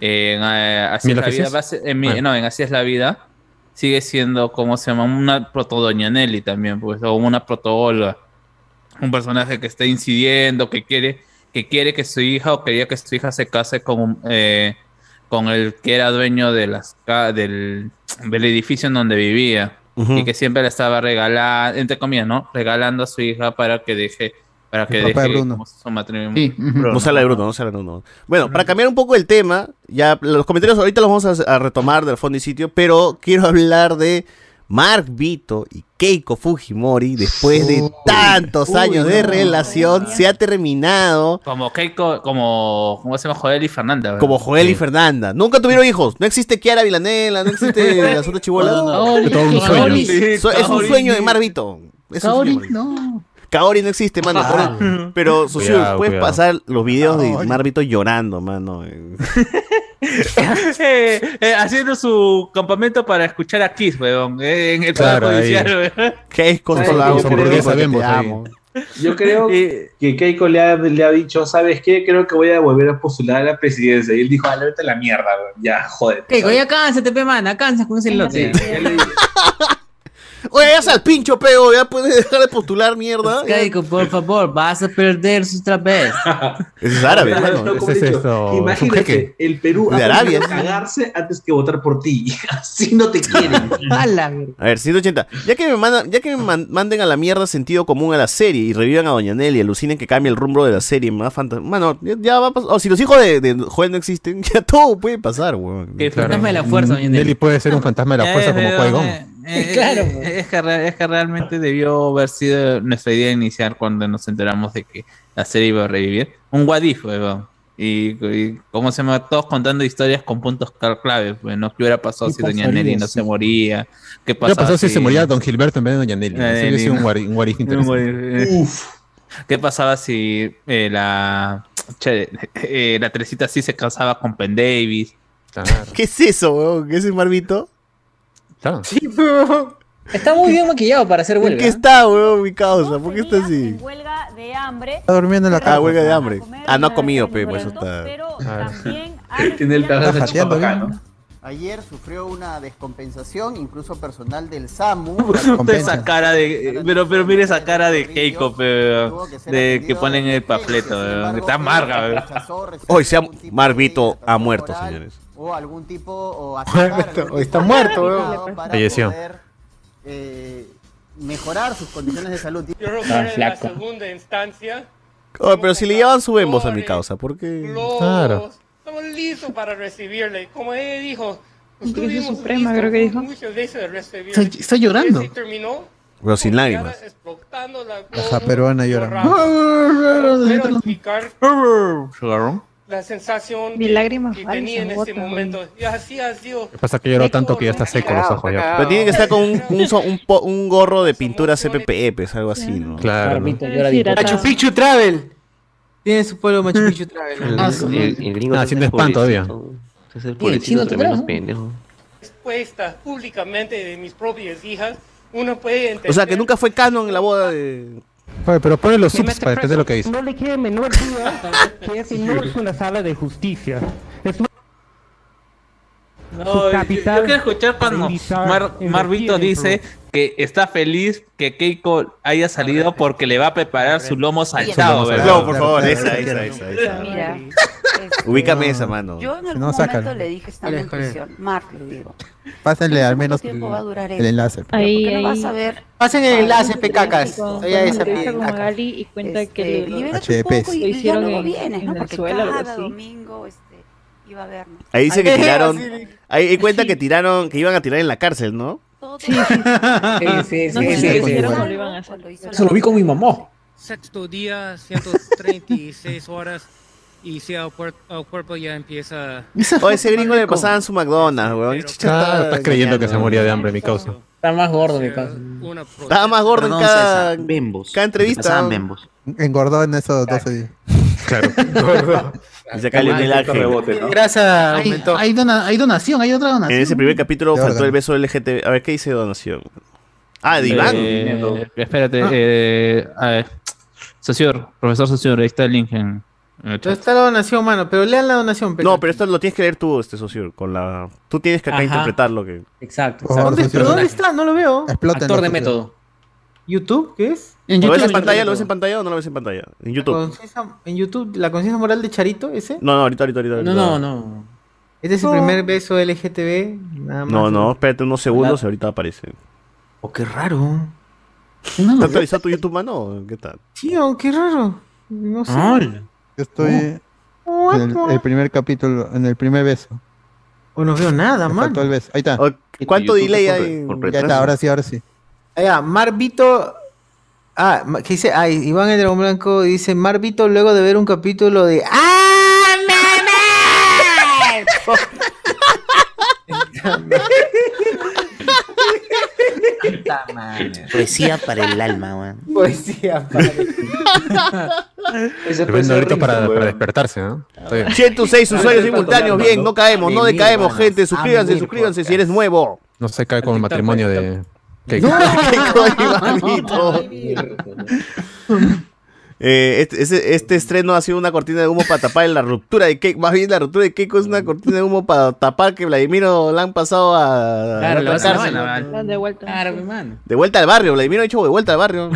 [SPEAKER 6] en, eh, Así es
[SPEAKER 2] ¿Mil
[SPEAKER 6] la vida,
[SPEAKER 2] oficios?
[SPEAKER 6] va a ser- en mi-
[SPEAKER 2] Ah.
[SPEAKER 6] no, en Así es la vida, sigue siendo como se llama una proto Doña Nelly también, pues, o una proto Olga. Un personaje que está incidiendo, que quiere que quiere que su hija o quería que su hija se case con un, eh, con el que era dueño de las ca- del, del edificio en donde vivía
[SPEAKER 3] Ujú.
[SPEAKER 6] y que siempre le estaba regalando entre comillas no regalando a su hija para que deje para que
[SPEAKER 3] El papá de
[SPEAKER 6] deje
[SPEAKER 3] Bruno.
[SPEAKER 6] como su matrimonio
[SPEAKER 3] No sea la de Bruno, no sea la de Bruno. Bueno, para cambiar un poco el tema, ya los comentarios ahorita los vamos a, a retomar del fondo y sitio, pero quiero hablar de Mark Vito y Keiko Fujimori después de tantos
[SPEAKER 6] Uy,
[SPEAKER 3] años de
[SPEAKER 6] no.
[SPEAKER 3] relación se ha terminado
[SPEAKER 6] como Keiko como cómo se llama Joel y Fernanda ¿verdad? [LAUGHS]
[SPEAKER 3] como Joel y
[SPEAKER 6] Sí.
[SPEAKER 3] Fernanda. Nunca tuvieron hijos. No existe Kiara Vilanela, no [LAUGHS] existe las otras chibolas.
[SPEAKER 4] Kaori,
[SPEAKER 3] Todo un sueño.
[SPEAKER 4] Kaori.
[SPEAKER 3] So- es un
[SPEAKER 4] Kaori.
[SPEAKER 3] sueño de Mark Vito. Es un
[SPEAKER 4] Kaori,
[SPEAKER 3] sueño.
[SPEAKER 4] no.
[SPEAKER 3] Kaori no existe, mano.
[SPEAKER 4] Ah.
[SPEAKER 3] Kaori. Pero, Socio,
[SPEAKER 4] Cuidado,
[SPEAKER 3] puedes
[SPEAKER 4] cuidado.
[SPEAKER 3] pasar los videos de
[SPEAKER 4] Kaori.
[SPEAKER 3] Marvito llorando, mano.
[SPEAKER 6] Eh, eh, haciendo su campamento para escuchar a Kiss weón eh, en el poder
[SPEAKER 3] Claro, ahí.
[SPEAKER 6] judicial weón.
[SPEAKER 3] ¿Qué es
[SPEAKER 6] Ay,
[SPEAKER 3] consolado?
[SPEAKER 6] yo creo
[SPEAKER 3] Porque
[SPEAKER 6] que
[SPEAKER 3] te
[SPEAKER 6] sabemos ahí.
[SPEAKER 3] amo.
[SPEAKER 6] [LAUGHS]
[SPEAKER 9] Yo creo que Keiko le ha, le ha dicho, ¿sabes qué? Creo que voy a volver a postular a la presidencia. Y él dijo, ah, vete a la mierda, weón. ya, jódete.
[SPEAKER 20] Keiko, ya cánsate, pe, mana, cánsate con ese lote.
[SPEAKER 3] [LAUGHS] Oye, ya al pincho, peo, ya puedes dejar de postular mierda.
[SPEAKER 20] Keiko, Pues, por favor, vas a perder otra vez.
[SPEAKER 3] Ese es
[SPEAKER 6] [LAUGHS]
[SPEAKER 9] árabe,
[SPEAKER 3] árabe,
[SPEAKER 9] hermano.
[SPEAKER 3] mano.
[SPEAKER 9] Ese es esto, Imagínate, el Perú
[SPEAKER 3] De
[SPEAKER 9] ha
[SPEAKER 3] Arabia.
[SPEAKER 9] preferido cagarse antes que votar por ti. [LAUGHS] Así no te quieren.
[SPEAKER 3] [LAUGHS] A ver, 180. Ya que me, mandan, ya que me man- manden a la mierda sentido común a la serie y revivan a Doña Nelly, alucinen que cambie el rumbo de la serie, más fantasma. Mano, ya, ya va a pasar. O si los hijos de, de Joel no existen, [LAUGHS] ya todo puede pasar, weón.
[SPEAKER 6] Que
[SPEAKER 2] Claro.
[SPEAKER 6] fantasma de la fuerza,
[SPEAKER 2] Nelly. puede
[SPEAKER 3] Ah.
[SPEAKER 2] ser un fantasma de la
[SPEAKER 6] Ya
[SPEAKER 2] fuerza
[SPEAKER 6] ves,
[SPEAKER 2] Pues como
[SPEAKER 6] veo,
[SPEAKER 2] Qui-Gon.
[SPEAKER 6] eh, eh, eh, es, que, re- es que realmente debió haber sido nuestra idea inicial cuando nos enteramos de que la serie iba a revivir. Un guadif, weón. Y, y cómo se llama, todos contando historias con puntos cal- clave, pues, ¿no? ¿Qué hubiera pasado
[SPEAKER 2] ¿Qué
[SPEAKER 6] si Doña
[SPEAKER 2] pasaría,
[SPEAKER 6] Nelly no se moría? ¿Qué
[SPEAKER 2] ¿Qué
[SPEAKER 6] pasaba
[SPEAKER 2] pasó si se moría Don Gilberto en vez de Doña Nelly?
[SPEAKER 6] Eh,
[SPEAKER 2] Ese hubiese sido un
[SPEAKER 6] no.
[SPEAKER 2] guari-
[SPEAKER 3] [LAUGHS]
[SPEAKER 2] un guarista
[SPEAKER 6] Un
[SPEAKER 2] interesante.
[SPEAKER 3] eh.
[SPEAKER 6] guari- ¿Qué pasaba si eh, la, che, [LAUGHS] eh, la Teresita sí se casaba con Penn Davis?
[SPEAKER 3] ¿Qué es eso, weón? ¿Qué es el Marvito?
[SPEAKER 20] Sí, Está muy bien maquillado para hacer
[SPEAKER 3] ¿Por
[SPEAKER 20] huelga. ¿eh?
[SPEAKER 3] qué está, weón, mi causa? ¿Por qué está así?
[SPEAKER 21] huelga de hambre.
[SPEAKER 3] Está durmiendo en la
[SPEAKER 21] cama.
[SPEAKER 3] Ah, huelga de hambre. Ah, no ha comido, pe, por eso está.
[SPEAKER 9] Tiene el tarro de chupacá, ¿no?
[SPEAKER 22] [LAUGHS] Ayer sufrió una descompensación, incluso personal del
[SPEAKER 3] [LAUGHS]
[SPEAKER 22] SAMU.
[SPEAKER 6] esa cara de, pero, pero mire esa cara de Keiko, pero, de que ponen el papleto, weón, que está amarga, weón.
[SPEAKER 3] Hoy se ha... Marvito ha muerto, señores.
[SPEAKER 22] O algún tipo. O
[SPEAKER 3] Hoy está muerto, weón.
[SPEAKER 22] para
[SPEAKER 3] Falleció.
[SPEAKER 22] poder eh, mejorar sus condiciones de salud.
[SPEAKER 3] Ah, flaco.
[SPEAKER 23] segunda instancia.
[SPEAKER 3] Oh, pero si le llevan su embos a mi causa, ¿por qué?
[SPEAKER 23] Los- Estamos listos para recibirle. Como ella dijo, estuvimos
[SPEAKER 19] Suprema,
[SPEAKER 23] listos
[SPEAKER 19] creo que dijo.
[SPEAKER 23] muchas veces de recibirle.
[SPEAKER 4] Está- está llorando.
[SPEAKER 23] Y terminó
[SPEAKER 3] Pero sin lágrimas.
[SPEAKER 23] explotando la
[SPEAKER 5] Esa
[SPEAKER 20] [LAUGHS]
[SPEAKER 5] peruana llorando.
[SPEAKER 23] Quiero explicar la sensación
[SPEAKER 19] Mi lágrima
[SPEAKER 23] que
[SPEAKER 19] falsa,
[SPEAKER 23] tenía en ese
[SPEAKER 19] bota,
[SPEAKER 23] momento. Y así ha sido.
[SPEAKER 2] Pasa que lloró tanto que ya está seco los ojos. Ya.
[SPEAKER 3] Pero tiene que estar con un, un, so- un po- un gorro de pintura CPP, pues algo así, ¿no?
[SPEAKER 2] Claro.
[SPEAKER 1] Machu Picchu Travel. Tiene su pueblo Machu Picchu Travel. Ah, su-
[SPEAKER 2] Ah, haciendo spam todavía.
[SPEAKER 8] Es el
[SPEAKER 1] Oye, el chino
[SPEAKER 8] pobrecito tremendo
[SPEAKER 1] tendrá,
[SPEAKER 8] pendejo.
[SPEAKER 23] respuesta públicamente de mis propias hijas, uno puede entender
[SPEAKER 3] O sea, que nunca fue canon en la boda de...
[SPEAKER 2] Oye, pero pone los
[SPEAKER 11] Que
[SPEAKER 2] subs
[SPEAKER 11] mete
[SPEAKER 2] para entender
[SPEAKER 11] preso.
[SPEAKER 2] lo que dice.
[SPEAKER 11] No le quede menor duda
[SPEAKER 9] [LAUGHS]
[SPEAKER 11] que ese no es una sala de justicia. Es una-
[SPEAKER 6] No, yo, yo
[SPEAKER 11] capital
[SPEAKER 6] quiero escuchar cuando
[SPEAKER 11] militar
[SPEAKER 6] Mar-
[SPEAKER 11] en
[SPEAKER 6] Marvito
[SPEAKER 11] el tiempo.
[SPEAKER 6] dice que está feliz que Keiko haya salido porque le va a preparar su lomo saltado.
[SPEAKER 3] Lomo
[SPEAKER 6] ¿verdad?
[SPEAKER 3] saltado, por favor, esa, esa, esa, esa.
[SPEAKER 21] Mira,
[SPEAKER 3] Ubícame esa mano.
[SPEAKER 21] yo en algún
[SPEAKER 5] no,
[SPEAKER 21] momento
[SPEAKER 5] sácalo.
[SPEAKER 21] le dije estando
[SPEAKER 5] Joder,
[SPEAKER 21] en
[SPEAKER 5] joder.
[SPEAKER 21] prisión, Mark, le digo,
[SPEAKER 5] Pásenle al menos el,
[SPEAKER 21] tiempo va a durar
[SPEAKER 5] el
[SPEAKER 21] esto?
[SPEAKER 5] enlace.
[SPEAKER 21] ¿Pero ¿por qué no vas a ver? Ah,
[SPEAKER 19] Pasen el enlace, pecacas.
[SPEAKER 21] Soy
[SPEAKER 19] Oye, esa
[SPEAKER 21] pecacas.
[SPEAKER 19] pecacas.
[SPEAKER 21] Este, y cuenta que libérate un
[SPEAKER 5] HDPs.
[SPEAKER 21] poco y,
[SPEAKER 19] Lo
[SPEAKER 21] y ya
[SPEAKER 19] hicieron
[SPEAKER 21] luego
[SPEAKER 19] en-
[SPEAKER 21] vienes, ¿no?
[SPEAKER 19] en
[SPEAKER 21] Porque
[SPEAKER 19] Venezuela, algo
[SPEAKER 21] cada
[SPEAKER 19] así.
[SPEAKER 21] domingo este, iba a vernos.
[SPEAKER 3] Ahí dice que
[SPEAKER 21] Ay,
[SPEAKER 3] tiraron.
[SPEAKER 21] sí.
[SPEAKER 3] Ahí ahí cuenta que tiraron, que iban a tirar en la cárcel, ¿no?
[SPEAKER 21] Sí,
[SPEAKER 11] sí,
[SPEAKER 21] No sé si
[SPEAKER 11] sí, sí,
[SPEAKER 21] lo
[SPEAKER 11] sí,
[SPEAKER 21] hicieron
[SPEAKER 11] sí.
[SPEAKER 21] o lo iban a hacer.
[SPEAKER 11] Eso lo vi con mi mamá.
[SPEAKER 24] Sexto día, 136 horas y si al, puer- al cuerpo ya
[SPEAKER 3] [LAUGHS]
[SPEAKER 24] empieza...
[SPEAKER 3] O ese gringo le pasaban su McDonald's, weón.
[SPEAKER 2] Ah, estás creyendo que se moría de hambre, mi causa.
[SPEAKER 11] Está más gordo mi caso.
[SPEAKER 3] Estaba más gordo
[SPEAKER 11] Perdón,
[SPEAKER 3] en cada,
[SPEAKER 11] César,
[SPEAKER 5] cada
[SPEAKER 3] entrevista.
[SPEAKER 5] Engordó en esos 12 días.
[SPEAKER 3] [LAUGHS]
[SPEAKER 2] Claro.
[SPEAKER 3] Dice acá Leonel
[SPEAKER 4] Ah,
[SPEAKER 3] Ángel.
[SPEAKER 4] rebote, ¿no? Grasa
[SPEAKER 12] Hay,
[SPEAKER 4] aumentó.
[SPEAKER 12] hay dona- hay donación, hay otra donación.
[SPEAKER 3] En ese
[SPEAKER 4] [LAUGHS]
[SPEAKER 3] primer capítulo faltó el beso LGTB. A ver, ¿qué dice donación? Ah, de Iván.
[SPEAKER 6] Eh, espérate, eh, a ver. Socior, profesor Socior, ahí está el link en, en el
[SPEAKER 1] Pero
[SPEAKER 6] chat.
[SPEAKER 1] está la donación, mano, pero lean la donación.
[SPEAKER 3] No, pero esto lo tienes que leer tú, este socio. Con la... Tú tienes que acá
[SPEAKER 1] Ajá. Oh,
[SPEAKER 3] interpretar lo que.
[SPEAKER 11] Exacto.
[SPEAKER 1] ¿Dónde, pero ¿dónde está? No lo veo.
[SPEAKER 11] Actor de método.
[SPEAKER 1] ¿YouTube? ¿Qué es?
[SPEAKER 3] ¿Lo ves en pantalla? ¿Lo ves en pantalla o no lo ves en pantalla? En YouTube.
[SPEAKER 1] Conciencia- ¿En YouTube? ¿La conciencia moral de Charito ese?
[SPEAKER 3] No, no, ahorita, ahorita, ahorita.
[SPEAKER 1] No,
[SPEAKER 3] ahorita.
[SPEAKER 1] no, Este es el
[SPEAKER 3] No.
[SPEAKER 1] primer beso LGTB. Nada más.
[SPEAKER 3] No, no, espérate unos segundos, ahorita aparece.
[SPEAKER 1] Oh, qué raro.
[SPEAKER 3] ¿Está actualizado tu YouTube, mano? ¿Qué tal?
[SPEAKER 1] Tío, qué raro. No sé. Oh,
[SPEAKER 5] Yo estoy
[SPEAKER 21] Oh,
[SPEAKER 5] en el, el primer capítulo, en el primer beso.
[SPEAKER 1] O Oh, no veo nada,
[SPEAKER 5] man. Faltó el beso. Ahí está.
[SPEAKER 1] ¿cuánto YouTube delay por- hay? por
[SPEAKER 5] Ya
[SPEAKER 1] retraso.
[SPEAKER 5] está, ahora sí,
[SPEAKER 1] [LAUGHS]
[SPEAKER 5] ahora sí.
[SPEAKER 1] Allá, Marvito. Ah, ma- ¿qué dice? Ah, Iván el Dragón Blanco dice: Marvito, luego de ver un capítulo de. ¡Ah,
[SPEAKER 7] [LAUGHS]
[SPEAKER 1] Ah,
[SPEAKER 7] Poesía para el alma, weón.
[SPEAKER 1] Poesía
[SPEAKER 7] para
[SPEAKER 1] [LAUGHS]
[SPEAKER 2] Tremendo grito para, para despertarse, ¿no? Está bien.
[SPEAKER 3] 106
[SPEAKER 1] Ah,
[SPEAKER 3] usuarios simultáneos, bien, no caemos, no
[SPEAKER 2] De mil,
[SPEAKER 3] decaemos,
[SPEAKER 2] manos.
[SPEAKER 3] gente,
[SPEAKER 2] A
[SPEAKER 3] suscríbanse,
[SPEAKER 2] mil
[SPEAKER 3] suscríbanse si eres nuevo.
[SPEAKER 2] No se cae con el matrimonio de Keiko.
[SPEAKER 3] No, [LAUGHS]
[SPEAKER 1] [LAUGHS]
[SPEAKER 3] Eh, este, ese- este estreno ha sido una cortina de humo para tapar la ruptura de Keiko. Más bien, la ruptura de Keiko es una cortina de humo para tapar que Vladimiro la han pasado a. a
[SPEAKER 11] Claro,
[SPEAKER 3] la
[SPEAKER 11] lo vas a
[SPEAKER 3] cárcel.
[SPEAKER 11] lavar.
[SPEAKER 21] De vuelta.
[SPEAKER 11] Claro, mi mano.
[SPEAKER 3] De vuelta al barrio, Vladimiro ha hecho de vuelta al barrio.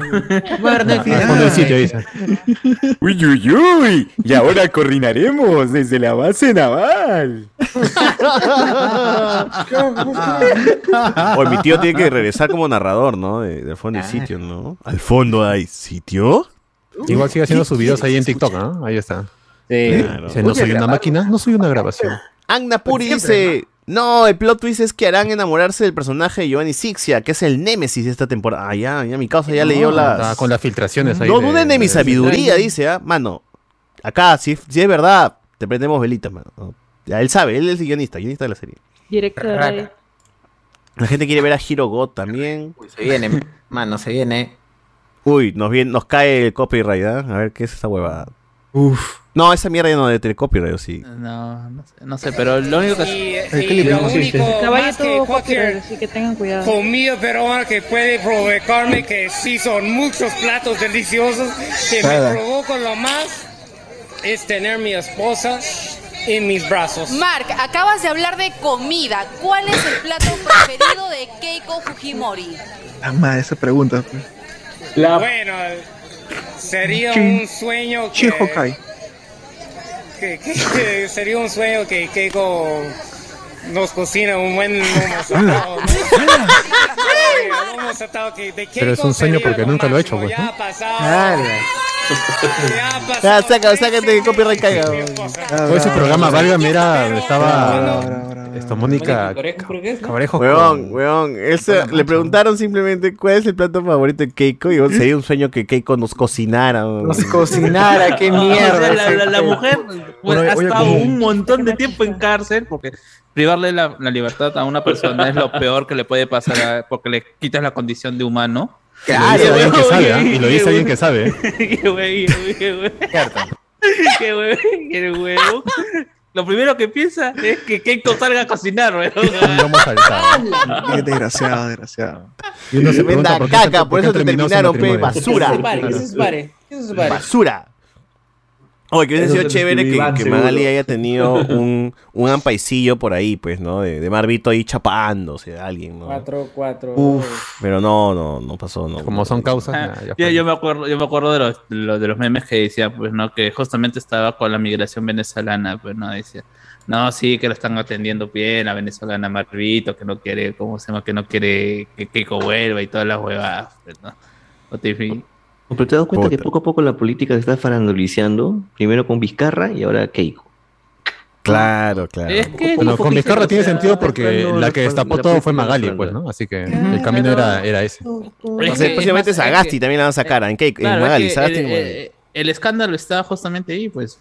[SPEAKER 25] Uy, uy, uy. Y ahora coordinaremos desde la base naval.
[SPEAKER 3] Oye, mi tío tiene que regresar como narrador, ¿no? De- del fondo y sitio, ¿no? Al fondo hay sitio.
[SPEAKER 2] Igual sigue haciendo sus videos ahí en TikTok, ¿no? Ahí está.
[SPEAKER 3] Claro.
[SPEAKER 2] Dice, no
[SPEAKER 3] Oye,
[SPEAKER 2] soy una
[SPEAKER 3] grabar.
[SPEAKER 2] máquina, no soy una grabación.
[SPEAKER 3] Agna Puri dice: ¿no? el plot twist es que harán enamorarse del personaje de Giovanni Sixia, que es el némesis de esta temporada. Ah, ya, ya mi causa ya leyó
[SPEAKER 2] Está
[SPEAKER 3] las.
[SPEAKER 2] Con las filtraciones ahí.
[SPEAKER 3] No duden de mi sabiduría,
[SPEAKER 2] dice.
[SPEAKER 3] dice, ¿ah? Mano, acá, si, si es verdad, te prendemos velitas, mano. No, ya, él sabe, él es el guionista, guionista de la serie.
[SPEAKER 21] Directo de radio.
[SPEAKER 3] La gente quiere ver a Hiro God también.
[SPEAKER 1] Se viene, mano, se viene.
[SPEAKER 3] Uy, nos, viene, nos cae el copyright, ¿ah? A ver, ¿qué es esa huevada? Uf. No, esa mierda ya no debe tener copyright, ¿o sí.
[SPEAKER 6] No, no sé, no sé, pero lo único que...
[SPEAKER 3] El clip,
[SPEAKER 21] lo
[SPEAKER 3] ¿no?
[SPEAKER 21] único-
[SPEAKER 19] Caballo
[SPEAKER 21] Más
[SPEAKER 19] todo
[SPEAKER 21] que
[SPEAKER 19] copyright,
[SPEAKER 21] cualquier
[SPEAKER 19] así que tengan cuidado.
[SPEAKER 23] Comida peruana que puede provocarme que sí son muchos platos deliciosos que
[SPEAKER 19] Claro.
[SPEAKER 23] me provoca lo más es tener mi esposa en mis brazos.
[SPEAKER 26] Mark, acabas de hablar de comida. ¿Cuál es el plato preferido de Keiko Fujimori?
[SPEAKER 12] Ah, madre, esa pregunta.
[SPEAKER 1] pues.
[SPEAKER 23] Bueno, sería
[SPEAKER 12] Chi-
[SPEAKER 23] un sueño que,
[SPEAKER 12] Chihokai.
[SPEAKER 23] que- que- que sería un sueño que
[SPEAKER 16] [LAUGHS]
[SPEAKER 23] Keiko nos cocina un buen lomo
[SPEAKER 1] [LAUGHS]
[SPEAKER 23] saltado, ¿no? Eh, lomo saltado que de
[SPEAKER 2] Pero es
[SPEAKER 23] Keiko
[SPEAKER 2] un sueño
[SPEAKER 23] sería
[SPEAKER 2] porque nunca lo he hecho, pues, ¿no?
[SPEAKER 3] Ya, saca, Ah, sácate que copyright caiga.
[SPEAKER 2] Todo ese programa, válgame, era, estaba esto, Mónica Cabrejo.
[SPEAKER 3] Weón, weón. él se- le preguntaron simplemente cuál es el plato favorito de Keiko y weón, sería un sueño que Keiko nos cocinara. weón.
[SPEAKER 1] Nos
[SPEAKER 3] [LAUGHS]
[SPEAKER 1] cocinara, qué mierda.
[SPEAKER 6] Ah, O sea, la, la- la
[SPEAKER 1] ese-
[SPEAKER 6] mujer pues,
[SPEAKER 1] Oye,
[SPEAKER 6] ha
[SPEAKER 1] oye,
[SPEAKER 6] estado
[SPEAKER 1] como-
[SPEAKER 6] un montón de tiempo en cárcel porque privarle la, la libertad a una persona es lo peor que le puede pasar a- porque le quitas la condición de humano.
[SPEAKER 2] Claro, Y lo dice alguien que sabe, ¿ah? Y lo dice alguien
[SPEAKER 6] Qué güey, qué güey,
[SPEAKER 2] que sabe.
[SPEAKER 6] qué güey. Qué güey, qué huevo. Lo primero que piensa es que Keiko salga a cocinar, weón.
[SPEAKER 10] Vamos al
[SPEAKER 3] [LAUGHS]
[SPEAKER 10] Qué desgraciado, desgraciado.
[SPEAKER 3] Y uno se pregunta por qué Caca, se- por por qué eso te terminó su terminaron, pe, matrimonio. basura.
[SPEAKER 20] Que se separe, que se separe, que se separe.
[SPEAKER 3] Basura. Oye, que hubiese
[SPEAKER 20] Eso
[SPEAKER 3] sido
[SPEAKER 20] se lo
[SPEAKER 3] chévere que,
[SPEAKER 20] escribió Iván,
[SPEAKER 3] que
[SPEAKER 20] seguro.
[SPEAKER 3] Magali
[SPEAKER 2] [LAUGHS]
[SPEAKER 3] haya tenido un, un ampaicillo por ahí, pues, ¿no? De, de Marvito ahí chapándose a alguien, ¿no?
[SPEAKER 20] Cuatro, cuatro.
[SPEAKER 3] Pero no, no, no pasó, no.
[SPEAKER 2] Como son causas.
[SPEAKER 6] Yo, yo me acuerdo, yo me acuerdo de los, lo- de los memes que decía, pues no, que justamente estaba con la migración venezolana, pues no, decía, no, sí, que lo están atendiendo bien, la venezolana Marvito, que no quiere, ¿cómo se llama? Que no quiere que Keiko vuelva y todas las huevadas, pues, ¿no? O te-
[SPEAKER 8] Pero te das cuenta que poco a poco la política se está farandulizando, primero con Vizcarra y ahora Keiko.
[SPEAKER 3] Claro, claro.
[SPEAKER 6] Es que-
[SPEAKER 2] Bueno, con Vizcarra tiene
[SPEAKER 8] O sea,
[SPEAKER 2] sentido porque
[SPEAKER 8] mezclando
[SPEAKER 2] la
[SPEAKER 8] la
[SPEAKER 2] que
[SPEAKER 8] pol-
[SPEAKER 2] destapó
[SPEAKER 8] la
[SPEAKER 2] todo
[SPEAKER 8] política
[SPEAKER 2] fue
[SPEAKER 8] y la
[SPEAKER 2] Magali,
[SPEAKER 8] propaganda.
[SPEAKER 2] pues, ¿no? Así que el camino era, era ese.
[SPEAKER 3] O sea, próximamente Sagasti también la van a sacar. En, Keiko- en
[SPEAKER 6] Claro, es
[SPEAKER 3] Magali,
[SPEAKER 6] que
[SPEAKER 3] Sagasti
[SPEAKER 6] el,
[SPEAKER 3] en Magali.
[SPEAKER 6] el- el escándalo está justamente ahí, pues.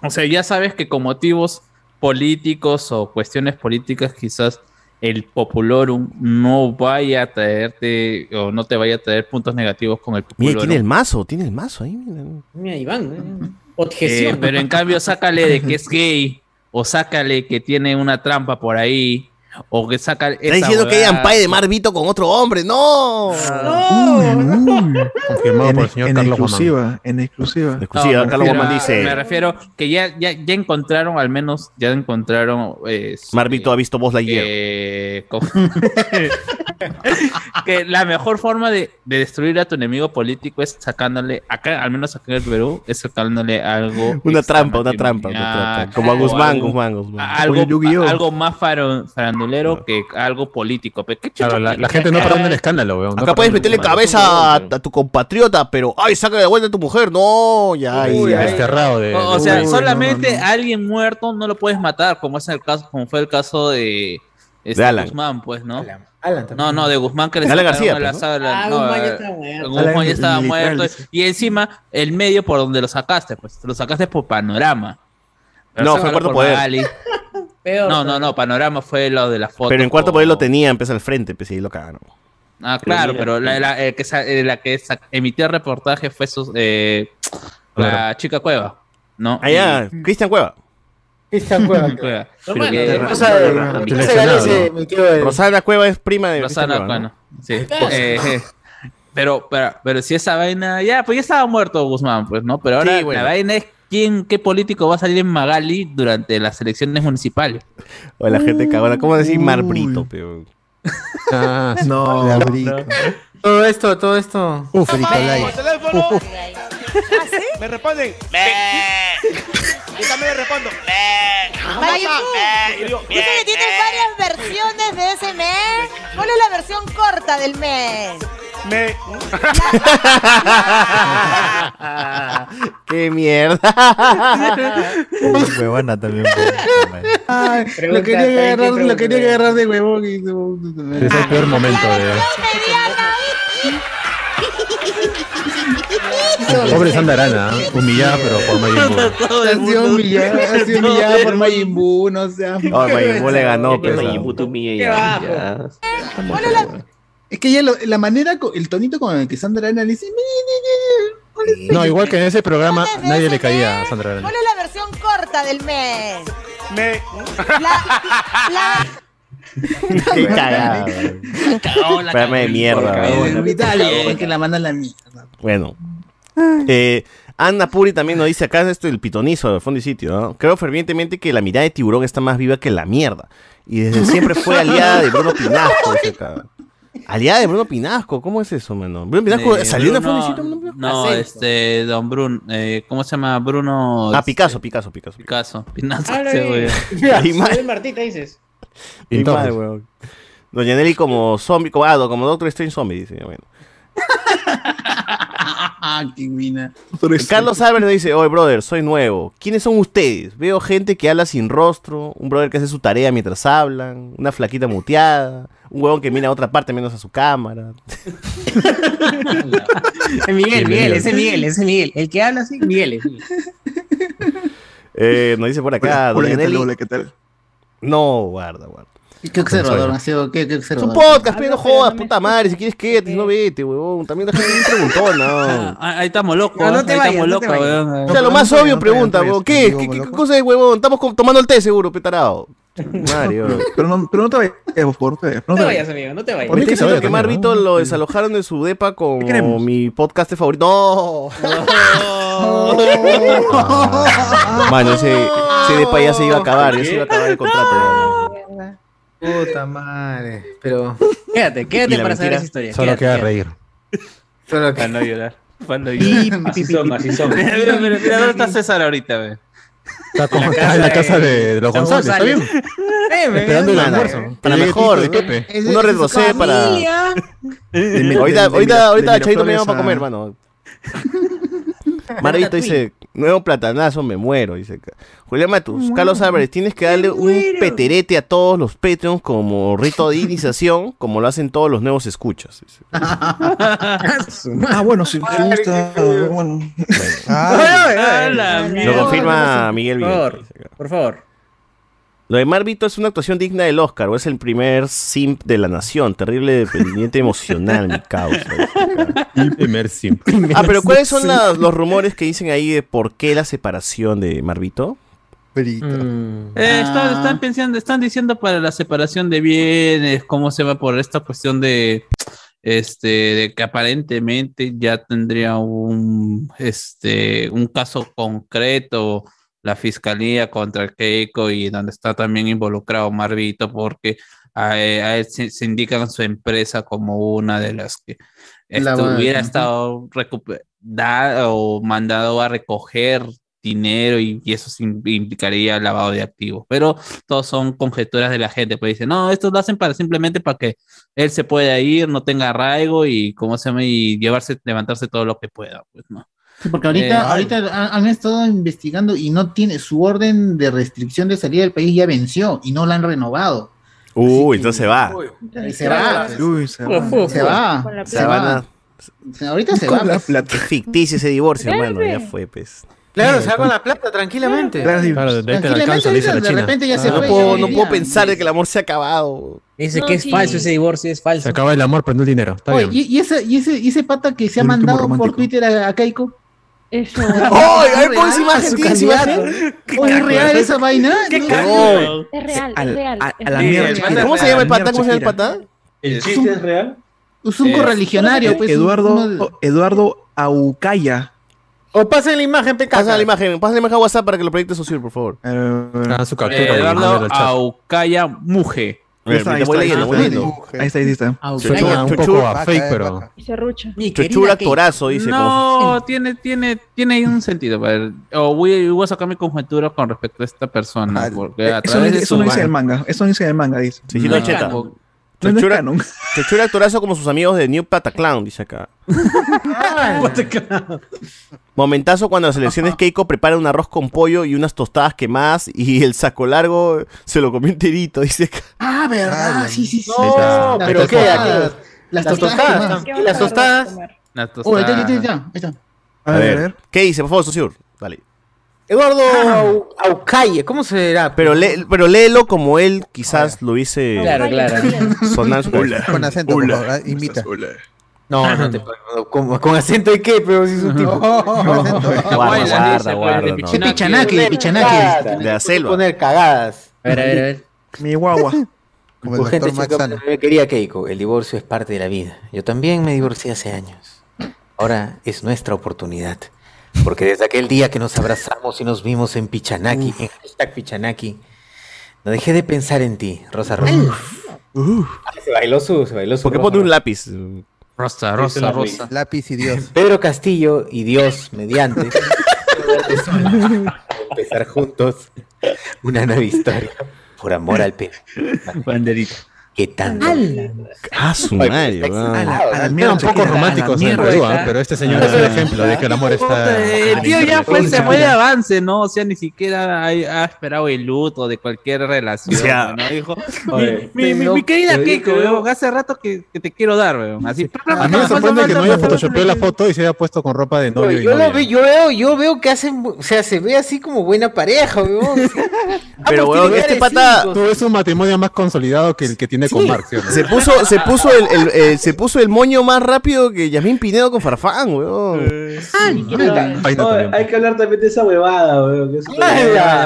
[SPEAKER 6] O sea, ya sabes que con motivos políticos o cuestiones políticas, quizás el populorum no vaya a traerte o no te vaya a traer puntos negativos con el
[SPEAKER 3] Mira, tiene el
[SPEAKER 6] populorum.
[SPEAKER 3] mazo, tiene el mazo ahí, mira.
[SPEAKER 20] Mira, Iván. ¿eh?
[SPEAKER 6] Eh,
[SPEAKER 20] Objeción.
[SPEAKER 6] pero en cambio, sácale de que es gay o sácale que tiene una trampa por ahí o que saca.
[SPEAKER 3] Está diciendo que hay ampay de Marvito con otro hombre. ¡No!
[SPEAKER 2] Confirmado
[SPEAKER 5] en,
[SPEAKER 2] por el señor
[SPEAKER 5] en
[SPEAKER 2] Carlos
[SPEAKER 5] exclusiva, en
[SPEAKER 6] No,
[SPEAKER 5] exclusiva.
[SPEAKER 6] me refiero a- Me refiero que ya, ya, ya encontraron, al menos ya encontraron. eh,
[SPEAKER 3] Marvito ha visto voz
[SPEAKER 6] [LAUGHS]
[SPEAKER 3] la
[SPEAKER 6] que, como- que la mejor forma de, de destruir a tu enemigo político es sacándole, acá, al menos acá en el Perú, es sacándole algo. este,
[SPEAKER 3] Una trampa, una trampa, una
[SPEAKER 2] Ah,
[SPEAKER 3] trampa. Como a
[SPEAKER 6] o
[SPEAKER 3] Guzmán,
[SPEAKER 6] algo-
[SPEAKER 3] Guzmán, Guzmán.
[SPEAKER 6] Algo,
[SPEAKER 3] Oye, Yu-Gi-Oh.
[SPEAKER 6] algo más faro- farandulero que algo político. Pero qué
[SPEAKER 2] Claro,
[SPEAKER 6] chucha-
[SPEAKER 2] la, la gente no
[SPEAKER 6] acá-
[SPEAKER 2] perdona el escándalo, weón.
[SPEAKER 3] Acá puedes meterle cabeza a, a tu compatriota, pero ¡ay, saca de vuelta a tu mujer! ¡No! Ya,
[SPEAKER 2] Uy,
[SPEAKER 3] ya.
[SPEAKER 2] desterrado de-
[SPEAKER 6] O, o sea,
[SPEAKER 2] Uy, no,
[SPEAKER 6] solamente
[SPEAKER 2] no, no.
[SPEAKER 6] a alguien muerto no lo puedes matar, como es el caso, como fue el caso de, este,
[SPEAKER 3] De Alan.
[SPEAKER 6] Guzmán, pues, ¿no?
[SPEAKER 1] Alan
[SPEAKER 6] no, no, de Guzmán que le
[SPEAKER 3] Alan
[SPEAKER 6] sacaron
[SPEAKER 3] García,
[SPEAKER 6] a la
[SPEAKER 3] pues, ¿no?
[SPEAKER 6] sala,
[SPEAKER 20] Ah,
[SPEAKER 6] no,
[SPEAKER 20] Guzmán ya
[SPEAKER 6] eh,
[SPEAKER 20] estaba muerto.
[SPEAKER 6] Guzmán
[SPEAKER 20] Alan
[SPEAKER 6] ya estaba
[SPEAKER 20] militar,
[SPEAKER 6] muerto. Y encima, el medio por donde lo sacaste, pues, te lo sacaste por panorama. Lo
[SPEAKER 3] No, fue
[SPEAKER 6] sacaron
[SPEAKER 3] Cuarto
[SPEAKER 6] por
[SPEAKER 3] Poder.
[SPEAKER 6] Magali.
[SPEAKER 20] [LAUGHS] Peor.
[SPEAKER 6] No, no, no, panorama fue lo de la foto.
[SPEAKER 3] Pero en cuarto
[SPEAKER 6] con-
[SPEAKER 3] poder lo tenía, empezó al frente, pues y ahí lo cagaron.
[SPEAKER 6] Ah, claro,
[SPEAKER 3] mira,
[SPEAKER 6] pero la, la- eh, que, sa- eh, la que sa- emitió el reportaje fue sus- eh, la chica Cueva, ¿no?
[SPEAKER 3] Allá, Ah, Cristian Cueva.
[SPEAKER 1] Cristian Cueva.
[SPEAKER 6] Cueva.
[SPEAKER 1] Pero
[SPEAKER 6] que-
[SPEAKER 1] que- cosa de- cosa de Galese, mi tío de-
[SPEAKER 3] Rosana Cueva es prima de Cristian
[SPEAKER 6] Rosana
[SPEAKER 3] Cueva,
[SPEAKER 6] Cueva,
[SPEAKER 3] ¿no?
[SPEAKER 6] ¿no? Sí. Eh, eh, pero, pero, pero si esa vaina, ya, pues ya estaba muerto Guzmán, pues, ¿no? Pero ahora
[SPEAKER 3] Sí, bueno.
[SPEAKER 6] la vaina es quién, qué político va a salir en Magali durante las elecciones municipales.
[SPEAKER 3] O la gente cagona. ¿Cómo decir Marbrito,
[SPEAKER 6] [LAUGHS]
[SPEAKER 3] pero?
[SPEAKER 1] no, Todo esto, todo esto.
[SPEAKER 5] Uf,
[SPEAKER 14] teléfono!
[SPEAKER 6] ¿Ah,
[SPEAKER 14] Me responden.
[SPEAKER 5] [LAUGHS]
[SPEAKER 14] Yo también le respondo.
[SPEAKER 15] Vaya tú.
[SPEAKER 14] Meh. Y digo,
[SPEAKER 15] Dice que tienes varias versiones de ese mes. ¿Cuál es la versión corta del mes?
[SPEAKER 14] Me.
[SPEAKER 3] [LAUGHS] ¡Qué mierda!
[SPEAKER 10] Huevana también.
[SPEAKER 4] Ay, lo quería agarrar, lo quería agarrar de huevón. y-
[SPEAKER 2] Es
[SPEAKER 20] Ah.
[SPEAKER 2] el peor momento de. Pobre [LAUGHS] Sandra Arana, ¿eh? humillada, pero por Majin [LAUGHS] Buu.
[SPEAKER 4] Ha sido humillada, ha sido humillada
[SPEAKER 3] [LAUGHS]
[SPEAKER 4] por Majin Buu, no sea.
[SPEAKER 3] Oh, Majin Buu le ganó,
[SPEAKER 8] Pero
[SPEAKER 3] pero.
[SPEAKER 8] Mayibu tú mía
[SPEAKER 4] Qué
[SPEAKER 8] ya,
[SPEAKER 4] bajo.
[SPEAKER 8] ya.
[SPEAKER 4] Es que ya lo- la manera, co- el tonito con el que Sandra Ana le dice.
[SPEAKER 2] [LAUGHS] No, igual que en ese programa nadie le caía a Sandra Arana.
[SPEAKER 15] ¿Cuál es la versión corta del mes?
[SPEAKER 14] Me.
[SPEAKER 15] La-
[SPEAKER 3] ¡Qué
[SPEAKER 4] [LAUGHS]
[SPEAKER 3] cagada! Ah, Espérame de mierda.
[SPEAKER 4] "Mire,
[SPEAKER 3] weón.
[SPEAKER 4] Vital, es que la manda a la mía.
[SPEAKER 3] Bueno. Eh, Ana Puri también nos dice acá esto el pitonizo de fondo y sitio. ¿no? Creo fervientemente que la mirada de tiburón está más viva que la mierda. Y desde siempre fue aliada de Bruno Pinasco. dice acá. Aliada de Bruno Pinasco, ¿cómo es eso, mano? Bruno Pinasco
[SPEAKER 6] Eh,
[SPEAKER 3] salió de
[SPEAKER 6] Bruno-
[SPEAKER 3] fondo y sitio.
[SPEAKER 6] No, este, don Bruno, eh, ¿cómo se llama? Bruno. este,
[SPEAKER 3] Ah, Picasso, Picasso, Picasso.
[SPEAKER 6] Picasso, Pinazo,
[SPEAKER 3] Ah,
[SPEAKER 20] Habla
[SPEAKER 6] sí,
[SPEAKER 20] bien.
[SPEAKER 6] güey.
[SPEAKER 3] [LAUGHS] Ahí mal.
[SPEAKER 20] Ah, Soy Martita, dices.
[SPEAKER 3] Qué
[SPEAKER 2] Entonces.
[SPEAKER 3] mal, weón. Doña Nelly como zombie, como, ah, como Doctor Strange zombie, dice. Bueno.
[SPEAKER 4] [LAUGHS] Ah, qué mina.
[SPEAKER 3] Carlos Álvarez dice, oye, brother, soy nuevo. ¿Quiénes son ustedes? Veo gente que habla sin rostro, un brother que hace su tarea mientras hablan, una flaquita muteada, un huevón que mira a otra parte menos a su
[SPEAKER 10] [LAUGHS]
[SPEAKER 3] cámara.
[SPEAKER 20] Miguel, Miguel, ese Miguel, ese Miguel. El que habla así, Miguel. es Miguel.
[SPEAKER 3] Eh, nos dice por acá,
[SPEAKER 10] Hola,
[SPEAKER 3] doña
[SPEAKER 10] ¿qué tal?
[SPEAKER 3] Nelly.
[SPEAKER 10] Hola, ¿qué tal?
[SPEAKER 3] No, guarda, guarda.
[SPEAKER 4] ¿Qué, qué observador, Maceo? ¿Qué, qué
[SPEAKER 3] Es un
[SPEAKER 4] observador?
[SPEAKER 3] podcast, pero no jodas, puta madre. Si quieres quédate, si no vete, huevón. También la gente bien preguntona.
[SPEAKER 6] Ah, Ahí estamos locos,
[SPEAKER 3] No, no
[SPEAKER 6] ¿eh?
[SPEAKER 3] te
[SPEAKER 6] ahí
[SPEAKER 3] vayas,
[SPEAKER 6] estamos
[SPEAKER 3] no te
[SPEAKER 6] locos,
[SPEAKER 3] vayas.
[SPEAKER 6] weón.
[SPEAKER 3] O sea, lo más obvio pregunta, huevón. ¿Qué? ¿Qué- ¿Qué qué cosa es, huevón? Estamos co- tomando el té seguro, petarado. Madre, huevón.
[SPEAKER 5] Pero no, pero no te vayas, por favor, te vayas, no te vayas.
[SPEAKER 20] amigo, no te vayas.
[SPEAKER 3] Por mí que
[SPEAKER 5] saber
[SPEAKER 3] sabido que
[SPEAKER 5] también,
[SPEAKER 3] Marvito lo desalojaron de su depa con
[SPEAKER 5] queremos?
[SPEAKER 3] mi podcast favorito. ¡No! Mano, ese, ese depa ya se iba a acabar, ya se iba a acabar el contrato.
[SPEAKER 1] Puta madre. Pero.
[SPEAKER 20] Quédate,
[SPEAKER 3] Y
[SPEAKER 20] quédate
[SPEAKER 3] la
[SPEAKER 20] para saber
[SPEAKER 3] mentira
[SPEAKER 20] esa historia.
[SPEAKER 2] Solo queda
[SPEAKER 4] [LAUGHS]
[SPEAKER 2] reír.
[SPEAKER 1] Solo
[SPEAKER 6] Para no llorar. Para no llorar. Así son, así son. Mira, mira, mira, mira, ¿dónde está César ahorita, ve?
[SPEAKER 2] Está, como- está en la casa de, de los González, ¿está
[SPEAKER 20] Eh,
[SPEAKER 2] bien? Esperando el almuerzo.
[SPEAKER 3] Para
[SPEAKER 2] Llegue
[SPEAKER 3] mejor,
[SPEAKER 2] Tito y
[SPEAKER 3] ¿no?
[SPEAKER 2] Pepe.
[SPEAKER 3] Uno retrocede para. [LAUGHS]
[SPEAKER 2] Mil-
[SPEAKER 3] Ahorita,
[SPEAKER 2] de
[SPEAKER 3] ahorita,
[SPEAKER 2] Mira-
[SPEAKER 3] ahorita
[SPEAKER 2] de
[SPEAKER 3] Chayito me
[SPEAKER 2] Miraflores
[SPEAKER 3] llama para
[SPEAKER 2] a-
[SPEAKER 3] comer, mano. Marvito dice, nuevo platanazo, me muero, dice. acá. Julián Matus, Carlos Álvarez, tienes que darle un peterete a todos los Patreons como rito de iniciación, [LAUGHS] como lo hacen todos los nuevos escuchas. dice.
[SPEAKER 5] Ah, bueno, si te gusta, bueno.
[SPEAKER 3] Lo confirma Miguel
[SPEAKER 20] Por
[SPEAKER 3] Vidal.
[SPEAKER 20] favor, por favor.
[SPEAKER 3] Lo de Marvito es una actuación digna del Oscar, o es el primer simp de la nación. Terrible dependiente emocional, mi causa.
[SPEAKER 2] Primer simp.
[SPEAKER 3] Ah,
[SPEAKER 20] [LAUGHS]
[SPEAKER 3] pero ¿cuáles son las- los rumores que dicen ahí de por qué la separación de Marvito?
[SPEAKER 20] Mm.
[SPEAKER 3] Ah.
[SPEAKER 6] Eh,
[SPEAKER 20] Ah.
[SPEAKER 6] están, están pensando, están diciendo para la separación de bienes, cómo se va por esta cuestión de este de que aparentemente ya tendría un este un caso concreto la fiscalía contra Keiko y donde está también involucrado Marvito porque a, él- a él se, se indican su empresa como una de las que
[SPEAKER 4] La-
[SPEAKER 6] estuviera
[SPEAKER 4] Ujú.
[SPEAKER 6] estado recuperada o mandado a recoger dinero y, y eso sí implicaría lavado de activos. Pero todos son conjeturas de la gente, pues dicen, no, esto lo hacen para simplemente para que él se pueda ir, no tenga arraigo y cómo se llama y llevarse, levantarse todo lo que pueda, pues no.
[SPEAKER 4] Sí, Porque ahorita,
[SPEAKER 6] Eh,
[SPEAKER 4] ahorita han, han estado investigando y no tiene su orden de restricción de salida del país ya venció y no la han renovado.
[SPEAKER 3] Uy, entonces se va.
[SPEAKER 4] Y se va.
[SPEAKER 5] Uy, se
[SPEAKER 4] va. Se va.
[SPEAKER 3] Con la
[SPEAKER 4] Se va. Ahorita se va. pues.
[SPEAKER 3] Qué ficticio ese divorcio, hermano. Ya fue, pues.
[SPEAKER 1] Claro, se va con la plata tranquilamente.
[SPEAKER 2] Claro, de ahí te la alcanza, le dice la china.
[SPEAKER 3] no puedo, no puedo pensar de que el amor se ha acabado.
[SPEAKER 20] Dice que es falso ese divorcio, es falso.
[SPEAKER 2] Se acaba el amor, pero no el dinero. Está
[SPEAKER 4] Oye,
[SPEAKER 2] bien.
[SPEAKER 4] y, y ese, y, ese, y ese pata que se ha
[SPEAKER 2] El último
[SPEAKER 4] mandado por
[SPEAKER 2] romántico.
[SPEAKER 4] Twitter a, a Keiko. [LAUGHS]
[SPEAKER 19] Eso.
[SPEAKER 4] ¡Ay!
[SPEAKER 3] a ver, pon esa imagen, tiene esa imagen.
[SPEAKER 4] ¿O es real esa vaina? No.
[SPEAKER 3] No.
[SPEAKER 19] Es real,
[SPEAKER 4] Al-
[SPEAKER 19] es real.
[SPEAKER 4] a-
[SPEAKER 19] es
[SPEAKER 4] a la
[SPEAKER 19] real.
[SPEAKER 4] mierda.
[SPEAKER 3] ¿Cómo se llama el pata? ¿Cómo se llama el pata?
[SPEAKER 14] ¿El chiste es real?
[SPEAKER 4] Es un
[SPEAKER 5] Eh,
[SPEAKER 4] correligionario, pues. uno de-
[SPEAKER 5] Eduardo, Eduardo Aucaya.
[SPEAKER 1] O pasen la imagen, pecado.
[SPEAKER 3] Pasa la imagen, pasa la imagen a WhatsApp para que lo proyectes social, por favor.
[SPEAKER 5] Ah,
[SPEAKER 2] su
[SPEAKER 6] eh, Eduardo Aucaya Muje.
[SPEAKER 3] Ahí está, ahí está, ahí está, ahí está.
[SPEAKER 5] Ahí está, ahí está.
[SPEAKER 3] Chuchura, Chuchura, un poco
[SPEAKER 19] ah,
[SPEAKER 3] a
[SPEAKER 6] eh,
[SPEAKER 3] fake,
[SPEAKER 2] pero-
[SPEAKER 19] Y se rucha.
[SPEAKER 3] Chuchura actorazo, dice.
[SPEAKER 6] No, tiene, tiene, tiene ahí un sentido. pero- O voy, voy a sacar mi conjetura con respecto a esta
[SPEAKER 2] Ah,
[SPEAKER 6] persona.
[SPEAKER 2] eh,
[SPEAKER 6] Porque a
[SPEAKER 5] Eso no,
[SPEAKER 6] través de
[SPEAKER 5] eso
[SPEAKER 6] su
[SPEAKER 5] no dice
[SPEAKER 6] ban-
[SPEAKER 5] el manga. Eso no dice el manga, dice.
[SPEAKER 3] Sí, sí, lo cheta.
[SPEAKER 5] No, no es
[SPEAKER 3] Chuchura,
[SPEAKER 5] canon.
[SPEAKER 3] Chuchura actorazo como sus amigos de New Pata Clown, dice acá. Momentazo cuando las elecciones Keiko prepara un arroz con pollo y unas tostadas quemadas y el saco largo se lo comió enterito, dice acá.
[SPEAKER 4] Ah, verdad. Sí, sí, sí.
[SPEAKER 3] Ahí está.
[SPEAKER 4] Las
[SPEAKER 3] Pero qué,
[SPEAKER 4] tostadas.
[SPEAKER 3] aquí-
[SPEAKER 4] Las
[SPEAKER 1] las
[SPEAKER 4] tostadas.
[SPEAKER 1] tostadas, ¿no? Y las tostadas.
[SPEAKER 6] Las
[SPEAKER 4] Oh, ahí está, ahí
[SPEAKER 6] tostadas.
[SPEAKER 4] está, ahí está, ahí está.
[SPEAKER 3] A ver, ¿Qué dice, por favor, Sosur? Dale.
[SPEAKER 1] Eduardo Au- Aucalle, ¿cómo será?
[SPEAKER 3] Pero, lee- pero léelo como él quizás lo hice
[SPEAKER 1] Claro, claro.
[SPEAKER 3] sonar en su cabeza.
[SPEAKER 1] Con acento, por favor, ah,
[SPEAKER 3] imita.
[SPEAKER 1] No, no te con, con acento y qué, pero si es un tipo.
[SPEAKER 3] [LAUGHS] Guarda, guarda,
[SPEAKER 6] pues,
[SPEAKER 3] guarda, no.
[SPEAKER 1] De pichanaque, de
[SPEAKER 6] este,
[SPEAKER 1] pichanaque.
[SPEAKER 3] De la selva.
[SPEAKER 1] Poner cagadas.
[SPEAKER 20] A ver, a ver, a ver.
[SPEAKER 5] Mi guagua.
[SPEAKER 1] Como el gente chica, me quería Keiko, el divorcio es parte de la vida. Yo también me divorcié hace años. Ahora es nuestra oportunidad. Porque desde aquel día que nos abrazamos y nos vimos en Pichanaki, en hashtag Pichanaki, no dejé de pensar en ti, Rosa Rosa. Se bailó su, se bailó su.
[SPEAKER 3] Porque
[SPEAKER 1] Rosa
[SPEAKER 3] pone un lápiz.
[SPEAKER 6] Rosa, rosa, rosa.
[SPEAKER 1] Lápiz y Dios. Pedro Castillo y Dios mediante. empezar juntos una nueva historia por amor al Perú.
[SPEAKER 6] Banderita.
[SPEAKER 3] ¿Qué tan?
[SPEAKER 2] Ah,
[SPEAKER 3] su madre, weón.
[SPEAKER 2] Eran pocos románticos en Perú, ¿ah? pero este señor es un ejemplo de que el amor está.
[SPEAKER 6] El tío ya fue, se
[SPEAKER 2] Pucha.
[SPEAKER 6] fue de avance, ¿no? O sea, ni siquiera ha, ha esperado el luto de cualquier relación, ¿no?
[SPEAKER 2] [LAUGHS]
[SPEAKER 6] Dijo,
[SPEAKER 2] Oye.
[SPEAKER 6] [LAUGHS] mi, mi- mi- mi querida
[SPEAKER 2] Te
[SPEAKER 6] Keiko,
[SPEAKER 2] digo-
[SPEAKER 6] weón, hace rato que, que te quiero dar, weón.
[SPEAKER 2] [LAUGHS]
[SPEAKER 6] Así,
[SPEAKER 2] A mí me sorprende que no haya photoshopeado la foto y se haya puesto con ropa de novio y
[SPEAKER 1] yo, lo
[SPEAKER 2] novia.
[SPEAKER 1] ve- yo veo, yo veo que hacen, bu- o sea, se ve así como buena pareja, weón.
[SPEAKER 3] Pero,
[SPEAKER 1] weón,
[SPEAKER 3] weón, este pata.
[SPEAKER 2] Tú es un matrimonio más consolidado que el que tiene con Marx.
[SPEAKER 3] Se puso, se puso el, el- el- se puso el moño más rápido que Yasmín Pinedo con Farfán,
[SPEAKER 6] Eh.
[SPEAKER 3] weón.
[SPEAKER 9] No, hay que hablar también de esa huevada, weón. que es-
[SPEAKER 5] Ah,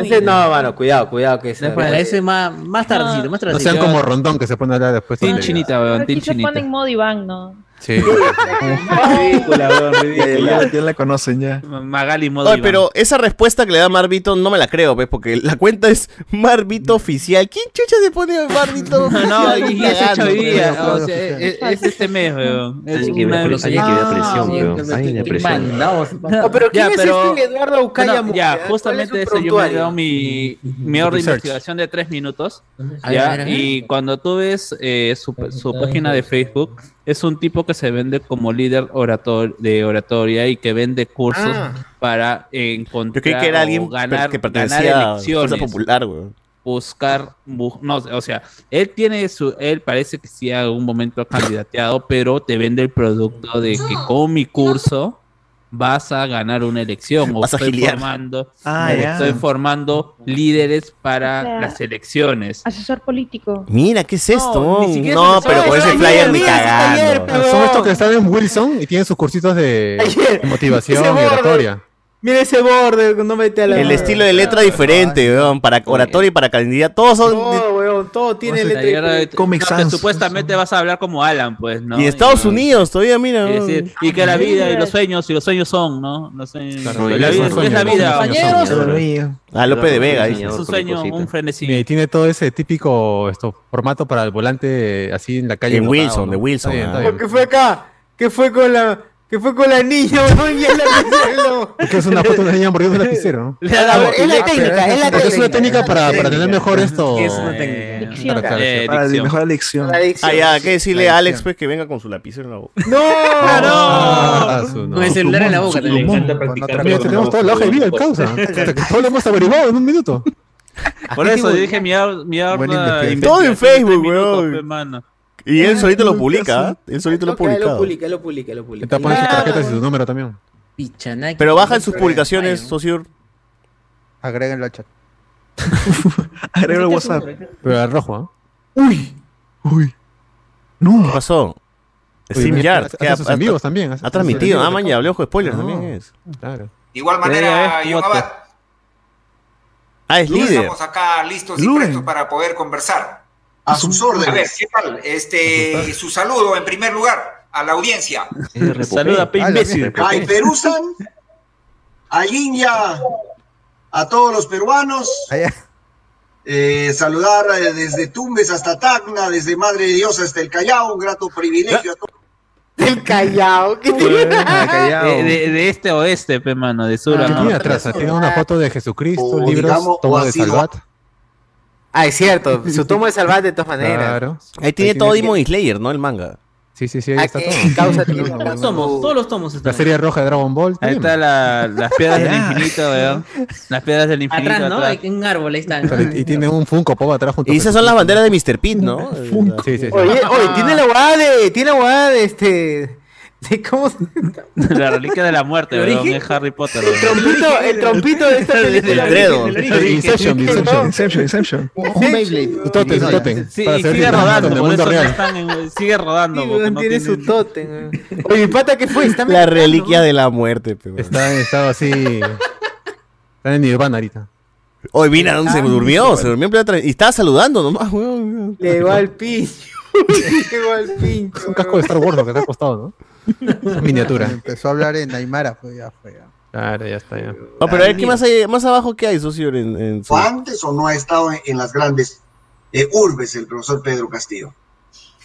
[SPEAKER 1] Ese no, mano, cuidado, cuidado que ese.
[SPEAKER 9] Después, ese más, más tardecito, más
[SPEAKER 2] No
[SPEAKER 9] tardecito.
[SPEAKER 6] [LAUGHS]
[SPEAKER 2] sean como Rondón que se pone a hablar después.
[SPEAKER 6] Tin
[SPEAKER 2] de-
[SPEAKER 6] chinita, weón, tin
[SPEAKER 19] Aquí se
[SPEAKER 6] chinita.
[SPEAKER 19] ponen modo Iván, ¿no?
[SPEAKER 6] [LAUGHS]
[SPEAKER 2] Sí.
[SPEAKER 9] Ridícula, weón, ridícula.
[SPEAKER 3] Ya la conocen ya.
[SPEAKER 6] Magali modo
[SPEAKER 3] Oye,
[SPEAKER 6] Iván.
[SPEAKER 3] pero esa respuesta que le da Marvito no me la creo, ¿ves? Porque la cuenta es Marvito Oficial. ¿Quién chucha se pone Marvito Oficial? [LAUGHS]
[SPEAKER 6] No,
[SPEAKER 3] Ni
[SPEAKER 6] y es hecho
[SPEAKER 3] cagando,
[SPEAKER 6] hoy día,
[SPEAKER 3] creo.
[SPEAKER 6] o sea, es, es este mes, weón. Es
[SPEAKER 8] Alguien que vea
[SPEAKER 6] una- Ah,
[SPEAKER 8] presión, alguien que vea presión, weón. Alguien que vea presión.
[SPEAKER 1] No, pero ¿quién
[SPEAKER 6] Ya,
[SPEAKER 1] es
[SPEAKER 6] pero-
[SPEAKER 1] este Eduardo Ucaya
[SPEAKER 6] Bueno, ya, justamente eso, yo me he
[SPEAKER 1] prontuario?
[SPEAKER 6] dado mi, mi orden de
[SPEAKER 1] Research.
[SPEAKER 6] investigación de tres minutos.
[SPEAKER 1] A ver,
[SPEAKER 6] ya,
[SPEAKER 1] a ver, a ver.
[SPEAKER 6] y cuando tú ves eh, su, su página de Facebook, es un tipo que se vende como líder orator de oratoria y que vende cursos
[SPEAKER 3] Ah.
[SPEAKER 6] para encontrar
[SPEAKER 3] Yo creí que era
[SPEAKER 6] o
[SPEAKER 3] alguien
[SPEAKER 6] ganar,
[SPEAKER 3] que
[SPEAKER 6] ganar
[SPEAKER 3] pertenecía a Fuerza
[SPEAKER 6] elecciones
[SPEAKER 3] Popular, weón.
[SPEAKER 6] buscar, bu- no, o sea, él tiene su, él parece que sí en algún momento ha candidateado, [LAUGHS] pero te vende el producto de que con mi curso vas a ganar una elección o
[SPEAKER 3] Vas a
[SPEAKER 6] estoy
[SPEAKER 3] giliar.
[SPEAKER 6] formando,
[SPEAKER 3] Ah,
[SPEAKER 6] o
[SPEAKER 3] ya.
[SPEAKER 6] estoy formando líderes para
[SPEAKER 19] O sea,
[SPEAKER 6] las elecciones.
[SPEAKER 19] Asesor político.
[SPEAKER 3] Mira, ¿qué es
[SPEAKER 1] Oh,
[SPEAKER 3] esto?
[SPEAKER 6] ni
[SPEAKER 3] No,
[SPEAKER 6] siquiera se
[SPEAKER 3] pero
[SPEAKER 6] sabe,
[SPEAKER 3] con
[SPEAKER 6] es
[SPEAKER 3] ese
[SPEAKER 6] ayer,
[SPEAKER 3] flyer ni
[SPEAKER 6] mira, es ayer,
[SPEAKER 3] cagando.
[SPEAKER 2] Ah, Son estos que están en Wilson y tienen sus cursitos de
[SPEAKER 1] [LAUGHS]
[SPEAKER 2] de motivación y
[SPEAKER 1] Ese borde.
[SPEAKER 2] oratoria.
[SPEAKER 1] Mira ese borde, no mete a la.
[SPEAKER 3] El estilo de letra diferente, weón. Para oratoria y para candidato. Todos son.
[SPEAKER 1] No, weón, todo tiene
[SPEAKER 6] Entonces,
[SPEAKER 1] letra
[SPEAKER 6] ayer,
[SPEAKER 1] diferente.
[SPEAKER 6] eh, no,
[SPEAKER 3] [LAUGHS]
[SPEAKER 6] que supuestamente vas a hablar como Alan, pues, ¿no?
[SPEAKER 3] Y Estados Unidos, todavía, mira.
[SPEAKER 6] Y,
[SPEAKER 3] weón.
[SPEAKER 6] decir, y que la vida y los sueños, y los sueños son, ¿no? No sé.
[SPEAKER 2] Claro,
[SPEAKER 6] la
[SPEAKER 2] y los
[SPEAKER 6] vida es- es
[SPEAKER 2] sueños,
[SPEAKER 6] la
[SPEAKER 2] los
[SPEAKER 6] vida.
[SPEAKER 2] sueños son, Compañeros.
[SPEAKER 3] Ah, López de Vega,
[SPEAKER 6] Es
[SPEAKER 3] dice.
[SPEAKER 6] un sueño, un frenesí.
[SPEAKER 2] Y tiene todo ese típico esto, formato para el volante eh, así en la calle.
[SPEAKER 3] En
[SPEAKER 2] botado,
[SPEAKER 3] Wilson,
[SPEAKER 2] ¿no?
[SPEAKER 3] de Wilson,
[SPEAKER 2] Está bien,
[SPEAKER 3] ah.
[SPEAKER 2] está bien.
[SPEAKER 1] ¿Qué fue acá? ¿Qué fue con la.? ¿Qué fue con la niña, [LAUGHS] weón? Y es la
[SPEAKER 2] Es que es una foto de una niña mordiendo un lapicero. ¿no?
[SPEAKER 1] Le ha dado- es la
[SPEAKER 2] Ah, pero
[SPEAKER 1] técnica, es la
[SPEAKER 2] porque Es una
[SPEAKER 1] técnica.
[SPEAKER 2] técnica para, para tener mejor esto.
[SPEAKER 1] Es una
[SPEAKER 2] Claro, claro,
[SPEAKER 6] Eh,
[SPEAKER 2] para
[SPEAKER 6] dicción.
[SPEAKER 2] mejor
[SPEAKER 10] elección.
[SPEAKER 3] Ah, ya, ¿qué decirle
[SPEAKER 10] La
[SPEAKER 3] a Alex
[SPEAKER 10] adicción.
[SPEAKER 3] pues que venga con su lapicero en la boca?
[SPEAKER 1] ¡No!
[SPEAKER 2] Ah, su- no.
[SPEAKER 9] Con el celular en la boca,
[SPEAKER 2] Su
[SPEAKER 9] le
[SPEAKER 2] pulmón.
[SPEAKER 9] encanta practicar.
[SPEAKER 2] Mira, tenemos toda la hoja de vida en
[SPEAKER 16] [LAUGHS]
[SPEAKER 2] causa. Todo lo hemos averiguado en un minuto.
[SPEAKER 6] Por eso dije mi ar- mi ar-
[SPEAKER 2] Buena
[SPEAKER 6] ah,
[SPEAKER 2] investigación.
[SPEAKER 3] Todo en Facebook,
[SPEAKER 6] minutos,
[SPEAKER 3] weón.
[SPEAKER 6] pe,
[SPEAKER 9] [LAUGHS]
[SPEAKER 6] mano.
[SPEAKER 3] Y él solito lo publica, ¿ah? Él solito lo
[SPEAKER 1] Ok, Lo
[SPEAKER 3] publica.
[SPEAKER 1] publica, lo publica, lo publica.
[SPEAKER 2] eh, Te pones sus tarjetas y su número también.
[SPEAKER 9] Pichanaki.
[SPEAKER 3] Pero baja en sus publicaciones,
[SPEAKER 1] [LAUGHS]
[SPEAKER 3] Sociur.
[SPEAKER 5] Agréguenlo
[SPEAKER 3] [LAUGHS]
[SPEAKER 5] al chat.
[SPEAKER 10] Agrega el WhatsApp.
[SPEAKER 2] Pero al rojo, ¿ah?
[SPEAKER 10] Uy. Uy.
[SPEAKER 3] No. ¿Qué pasó? Steam
[SPEAKER 2] mira,
[SPEAKER 3] Yard.
[SPEAKER 2] hace-
[SPEAKER 3] que
[SPEAKER 2] hace
[SPEAKER 3] ha-
[SPEAKER 2] sus
[SPEAKER 3] ha-
[SPEAKER 2] en vivos también, hace
[SPEAKER 3] Ha
[SPEAKER 2] sus en
[SPEAKER 3] transmitido.
[SPEAKER 2] vivos
[SPEAKER 3] Ah,
[SPEAKER 2] de
[SPEAKER 3] man, ya hablé ojo de spoiler también es. eh,
[SPEAKER 2] Claro.
[SPEAKER 16] De igual
[SPEAKER 2] Ya,
[SPEAKER 16] manera,
[SPEAKER 2] ya,
[SPEAKER 16] John
[SPEAKER 2] Jota.
[SPEAKER 16] Abad,
[SPEAKER 3] Ah, es líder.
[SPEAKER 16] estamos acá listos y prestos para poder conversar.
[SPEAKER 3] A sus
[SPEAKER 16] A ver, ¿qué tal? Este, su saludo en primer lugar a la audiencia.
[SPEAKER 6] Saluda, pe imbécil.
[SPEAKER 16] Ay,
[SPEAKER 6] Pe-
[SPEAKER 16] Perusan, al India, a todos los peruanos. Eh, saludar eh, desde Tumbes hasta Tacna, desde Madre de Dios hasta el Callao, un grato privilegio.
[SPEAKER 1] El Callao. ¿qué Ah,
[SPEAKER 6] De, de- de este a oeste, pe mano, de sur a
[SPEAKER 2] ¿Qué tiene
[SPEAKER 6] norte.
[SPEAKER 2] atrás? Tiene una foto de Jesucristo,
[SPEAKER 16] O
[SPEAKER 2] libros,
[SPEAKER 16] digamos,
[SPEAKER 2] toma
[SPEAKER 16] o
[SPEAKER 2] de
[SPEAKER 16] así lo-
[SPEAKER 2] Salvat.
[SPEAKER 1] Ah, es cierto.
[SPEAKER 2] [LAUGHS]
[SPEAKER 1] Su tomo de salvar de todas maneras.
[SPEAKER 2] Claro.
[SPEAKER 3] Ahí tiene todo Demon Slayer, ¿no? El manga.
[SPEAKER 2] Sí, sí, sí, ahí está
[SPEAKER 1] que
[SPEAKER 2] todo.
[SPEAKER 1] causa
[SPEAKER 9] Los tomos, todos los tomos
[SPEAKER 2] La
[SPEAKER 9] están.
[SPEAKER 2] serie roja de Dragon Ball.
[SPEAKER 6] Ahí
[SPEAKER 2] también.
[SPEAKER 6] está la- las piedras del
[SPEAKER 2] Ah.
[SPEAKER 6] infinito, weón. Las piedras del infinito.
[SPEAKER 9] Atrás, ¿no?
[SPEAKER 6] atrás.
[SPEAKER 9] Hay un árbol, ahí están.
[SPEAKER 2] Pero- Y tiene un Funko Pop atrás junto
[SPEAKER 3] Y
[SPEAKER 2] a
[SPEAKER 3] esas son las banderas de Mr. Pete, ¿no? Eh,
[SPEAKER 2] Funko. Sí, sí, sí.
[SPEAKER 1] Oye, oye, tiene la guada de. Tiene la guada de este. De cómo.
[SPEAKER 6] [LAUGHS] La reliquia de la muerte,
[SPEAKER 1] ¿El
[SPEAKER 6] weón.
[SPEAKER 1] origen?
[SPEAKER 6] Es Harry Potter,
[SPEAKER 1] El trompito, el trompito de esta película.
[SPEAKER 2] Inception, Inception,
[SPEAKER 10] Inception, Inception.
[SPEAKER 1] Un Beyblade.
[SPEAKER 2] Su totem, su totem.
[SPEAKER 6] Sí,
[SPEAKER 2] Para
[SPEAKER 6] y
[SPEAKER 2] saber si
[SPEAKER 6] sigue
[SPEAKER 2] estamos
[SPEAKER 6] rodando,
[SPEAKER 2] en el
[SPEAKER 6] por
[SPEAKER 2] mundo
[SPEAKER 6] eso no
[SPEAKER 2] real.
[SPEAKER 6] están en- sigue rodando. porque no
[SPEAKER 1] tiene
[SPEAKER 6] tienen-
[SPEAKER 1] su totem. weón. Oye, mi pata, ¿qué fue?
[SPEAKER 3] [LAUGHS]
[SPEAKER 1] Está
[SPEAKER 3] La reliquia de la muerte, pe, weón.
[SPEAKER 2] Está en estado así. Está en Nirvana ahorita.
[SPEAKER 3] Hoy mira, ¿dónde se durmió? Se durmió en plena tra- Y estaba saludando nomás, Ah, weón.
[SPEAKER 1] Le llegó al pincho. Le llegó al pincho.
[SPEAKER 2] Un casco de Star Wars lo que te ha costado, [LAUGHS] ¿no? Miniatura.
[SPEAKER 5] Empezó a hablar en Aymara, pues ya fue. ya.
[SPEAKER 2] Claro, ya está. Ya.
[SPEAKER 3] No,
[SPEAKER 6] Ah,
[SPEAKER 3] pero a ver, ¿qué más, hay, más abajo qué hay, socio? En, en su-
[SPEAKER 16] ¿O antes o no ha estado en, en las grandes eh, urbes el profesor Pedro Castillo?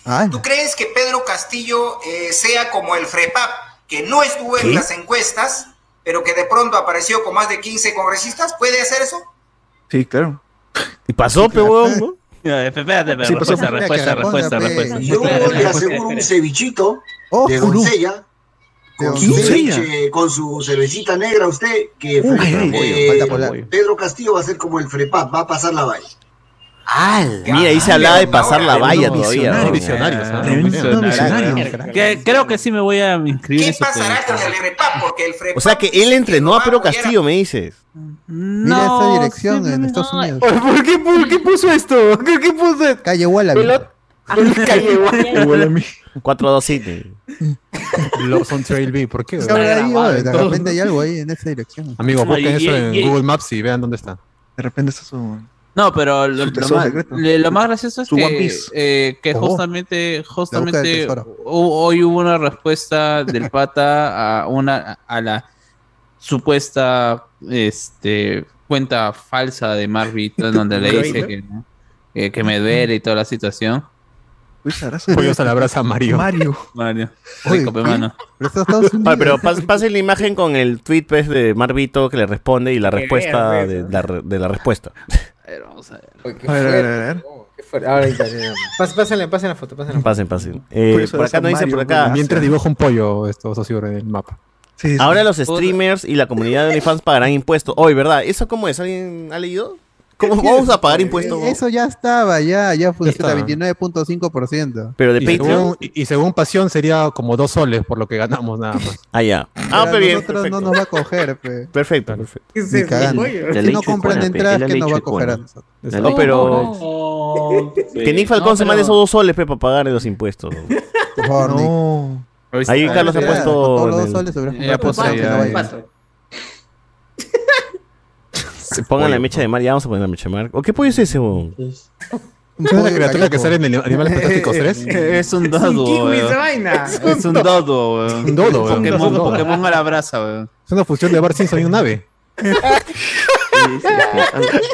[SPEAKER 5] Ay,
[SPEAKER 16] ¿Tú crees que Pedro Castillo eh, sea como el FREPAP, que no estuvo en
[SPEAKER 5] ¿Qué?
[SPEAKER 16] las encuestas, pero que de pronto apareció con más de 15 congresistas? ¿Puede hacer eso?
[SPEAKER 10] Sí, claro.
[SPEAKER 3] Y pasó, pe, weón, ¿no?
[SPEAKER 6] No, eh, espérate, espérate,
[SPEAKER 16] Sí, pues,
[SPEAKER 6] respuesta,
[SPEAKER 16] hombre,
[SPEAKER 6] respuesta,
[SPEAKER 16] que responda,
[SPEAKER 6] respuesta,
[SPEAKER 16] pe.
[SPEAKER 6] respuesta.
[SPEAKER 5] pues,
[SPEAKER 16] Yo le aseguro
[SPEAKER 6] [LAUGHS]
[SPEAKER 16] un cevichito
[SPEAKER 5] Oh,
[SPEAKER 16] de doncella con su,
[SPEAKER 6] doncella.
[SPEAKER 16] leche, con su cervecita negra a usted que
[SPEAKER 6] Uy,
[SPEAKER 16] eh,
[SPEAKER 6] ay, ay, falta polar.
[SPEAKER 16] Pedro Castillo va a ser como el frepap, va a pasar la valla.
[SPEAKER 3] Mira, ahí se hablaba de pasar la valla
[SPEAKER 6] Visionarios,
[SPEAKER 3] todavía. ¿no?
[SPEAKER 6] visionarios, ¿ah?
[SPEAKER 3] Tremendo
[SPEAKER 6] Visionarios.
[SPEAKER 3] visionario.
[SPEAKER 6] Que- Creo que sí me voy a inscribir en su
[SPEAKER 3] O sea que él entrenó a Pedro Castillo, me dices.
[SPEAKER 5] Mira esta dirección en Estados Unidos. ¿Por
[SPEAKER 7] qué, por qué puso esto? ¿Qué, qué puso esto?
[SPEAKER 5] Calle Wallaby.
[SPEAKER 7] Pelot-
[SPEAKER 3] Ah,
[SPEAKER 5] Calle [LAUGHS] Wallaby.
[SPEAKER 3] 4-2-7.
[SPEAKER 2] Lawson Trail B, ¿por qué?
[SPEAKER 5] ¿Qué
[SPEAKER 2] weón?
[SPEAKER 5] habrá ahí, oye? De repente hay algo ahí en esa dirección.
[SPEAKER 2] Amigo, busquen eso en
[SPEAKER 6] y-
[SPEAKER 2] Google Maps y vean dónde está.
[SPEAKER 5] De repente eso es un...
[SPEAKER 6] No, pero lo,
[SPEAKER 5] Su
[SPEAKER 6] lo
[SPEAKER 5] tesoro
[SPEAKER 6] más,
[SPEAKER 5] secreto.
[SPEAKER 6] le- lo más gracioso es
[SPEAKER 5] Su One
[SPEAKER 6] que,
[SPEAKER 5] Piece.
[SPEAKER 6] eh, que
[SPEAKER 5] Oh.
[SPEAKER 6] justamente,
[SPEAKER 5] La boca del
[SPEAKER 6] justamente
[SPEAKER 5] tesoro.
[SPEAKER 6] ho- hoy hubo una respuesta del pata a una a la supuesta este cuenta falsa de Marvit donde le dice que, que- que me duele y toda la situación.
[SPEAKER 2] Pollos a la brasa, Mario.
[SPEAKER 5] Mario.
[SPEAKER 6] Mario. Rico, pe, mano.
[SPEAKER 3] Pa- Pero pas- pasen la imagen con el tweet pues, de Marvito que le responde y la
[SPEAKER 6] Que
[SPEAKER 3] respuesta
[SPEAKER 6] lea,
[SPEAKER 3] de, la, re- de la respuesta.
[SPEAKER 1] A ver, a ver, a ver. Oh, Qué fuerte. Ahora ya, ya, ya. Pas- Pásenle, pásenle la foto, pásenle.
[SPEAKER 3] Pasen, pasen. Eh, por acá no dicen, por acá.
[SPEAKER 2] Mientras dibujo un pollo, esto socio en el mapa.
[SPEAKER 3] Ahora los streamers y la comunidad de OnlyFans pagarán impuestos. Hoy, ¿verdad? ¿Eso cómo es? ¿Alguien ha leído? ¿Cómo vamos a pagar impuestos?
[SPEAKER 5] Eh, Eso ya estaba, ya, ya funciona.
[SPEAKER 2] está.
[SPEAKER 5] 29.5%.
[SPEAKER 3] Pero de
[SPEAKER 2] y
[SPEAKER 3] Patreon.
[SPEAKER 2] Según, y, y según Pasión sería como dos soles por lo que ganamos nada más.
[SPEAKER 3] [LAUGHS] Ah, ya.
[SPEAKER 5] Ah,
[SPEAKER 3] pero bien,
[SPEAKER 5] Nosotros
[SPEAKER 3] perfecto.
[SPEAKER 5] no nos va a coger, pe.
[SPEAKER 3] Perfecto, perfecto.
[SPEAKER 5] Ni cagando. Si no compran entradas, que nos va a coger a nosotros?
[SPEAKER 3] No, pero. Que Nick Falcón se mande esos dos soles pe, para pagar los impuestos.
[SPEAKER 5] [LAUGHS] Por favor, no.
[SPEAKER 3] Ahí Carlos ha puesto.
[SPEAKER 5] Oh, Con todos los
[SPEAKER 3] en
[SPEAKER 5] dos
[SPEAKER 3] el-
[SPEAKER 5] soles hubieras
[SPEAKER 3] Eh,
[SPEAKER 5] comprado
[SPEAKER 3] apuesta
[SPEAKER 5] papas,
[SPEAKER 3] ahí,
[SPEAKER 5] no
[SPEAKER 3] ahí.
[SPEAKER 5] vayas.
[SPEAKER 3] Pongan la mecha de mar, ya vamos a poner la mecha de mar. ¿O qué pollo es ese, weón?
[SPEAKER 2] ¿Es una criatura que sale en el-
[SPEAKER 5] [LAUGHS]
[SPEAKER 2] Animales Fantásticos 3?
[SPEAKER 6] Es un dodo.
[SPEAKER 2] kiwi esa
[SPEAKER 6] weón.
[SPEAKER 2] vaina.
[SPEAKER 6] Es un dodo, weón.
[SPEAKER 2] Un dodo, weón.
[SPEAKER 6] Pokémon,
[SPEAKER 2] Un dodo.
[SPEAKER 6] Pokémon a la brasa, weón.
[SPEAKER 2] Es una fusión de Bart Simpson y
[SPEAKER 3] [LAUGHS]
[SPEAKER 2] un ave.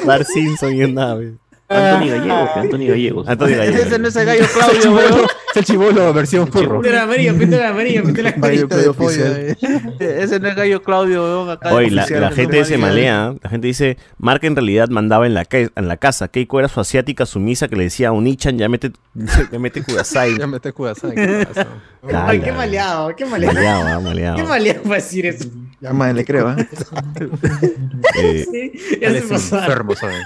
[SPEAKER 3] Bar Simpson y un ave.
[SPEAKER 8] Anthony Gallegos, pe, Anthony Gallegos.
[SPEAKER 3] Anthony
[SPEAKER 1] [LAUGHS]
[SPEAKER 8] Gallegos.
[SPEAKER 7] no es el gallo
[SPEAKER 2] Es el
[SPEAKER 7] Claudio,
[SPEAKER 2] chibolo-
[SPEAKER 7] weón.
[SPEAKER 2] es el chibolo versión furro.
[SPEAKER 7] Pinta la amarillo, pinta la amarillo, pinta la amarillo.
[SPEAKER 6] [LAUGHS] Ese no es gallo Claudio, weón. Acá
[SPEAKER 3] Oye, la,
[SPEAKER 6] oficial,
[SPEAKER 3] la
[SPEAKER 6] no
[SPEAKER 3] gente se
[SPEAKER 6] mames.
[SPEAKER 3] malea. ¿eh? La gente dice, Marca en realidad mandaba en la, ca- en la casa. Keiko era su asiática sumisa que le decía a Unichan, ya mete, [LAUGHS] ya mete Kudasai.
[SPEAKER 2] [LAUGHS]
[SPEAKER 3] Eh,
[SPEAKER 2] Ya me te cuidas, ¿sabes qué pasa?
[SPEAKER 7] Ay, qué maleado, qué maleado.
[SPEAKER 3] Maleado, ah, maleado.
[SPEAKER 7] Qué maleado para decir eso.
[SPEAKER 5] Ya más le creo, ¿eh?
[SPEAKER 3] Eh,
[SPEAKER 7] Sí,
[SPEAKER 3] [LAUGHS]
[SPEAKER 7] ya se pasaron.
[SPEAKER 2] ¿sabes?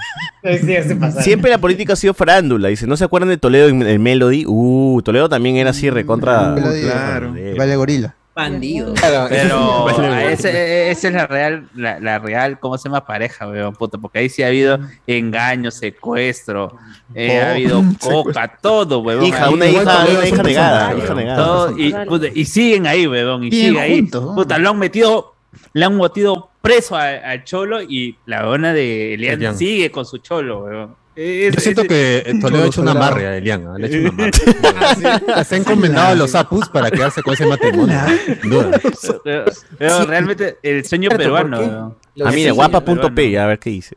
[SPEAKER 7] Sí, ya se pasaron.
[SPEAKER 3] Siempre la política ha sido farándula. Dice, ¿no se acuerdan de Toledo en el Melody? Uh, Toledo también era así recontra.
[SPEAKER 5] Melody,
[SPEAKER 3] claro.
[SPEAKER 5] Vale, gorila.
[SPEAKER 7] Bandido.
[SPEAKER 6] Pero
[SPEAKER 3] [LAUGHS] Vale,
[SPEAKER 6] ese- e, esa es la real, la, la real, ¿cómo se llama? Pareja, weón, puta, porque ahí sí ha habido engaño, secuestro, eh, ha
[SPEAKER 3] Oh, [LAUGHS]
[SPEAKER 6] habido coca, todo, weón.
[SPEAKER 3] Hija,
[SPEAKER 6] Ahí,
[SPEAKER 3] una
[SPEAKER 6] weón,
[SPEAKER 3] hija-
[SPEAKER 6] todo,
[SPEAKER 3] una hija
[SPEAKER 6] weón,
[SPEAKER 3] negada,
[SPEAKER 6] todo,
[SPEAKER 3] una hija
[SPEAKER 6] weón.
[SPEAKER 3] negada.
[SPEAKER 6] Todo, y, puta, y siguen ahí, weón, y
[SPEAKER 3] Siguen
[SPEAKER 6] siguen ahí.
[SPEAKER 3] juntos, ¿no?
[SPEAKER 6] Puta, lo han metido, le han metido preso a- al cholo y la dona de Elian
[SPEAKER 2] Elian.
[SPEAKER 6] sigue con su cholo, weón.
[SPEAKER 2] Yo siento que eh, Toledo ha hecho una amarre a Elian, ¿eh? le ha hecho
[SPEAKER 3] [LAUGHS]
[SPEAKER 2] una amarre. Se ha encomendado a los apus para quedarse con ese matrimonio. Sin
[SPEAKER 6] [LAUGHS]
[SPEAKER 2] duda.
[SPEAKER 6] Pero- pero realmente el sueño
[SPEAKER 1] Cierto,
[SPEAKER 6] peruano,
[SPEAKER 1] ¿por qué?
[SPEAKER 6] weón.
[SPEAKER 3] Ah, mira, guapa.p, a ver qué dice.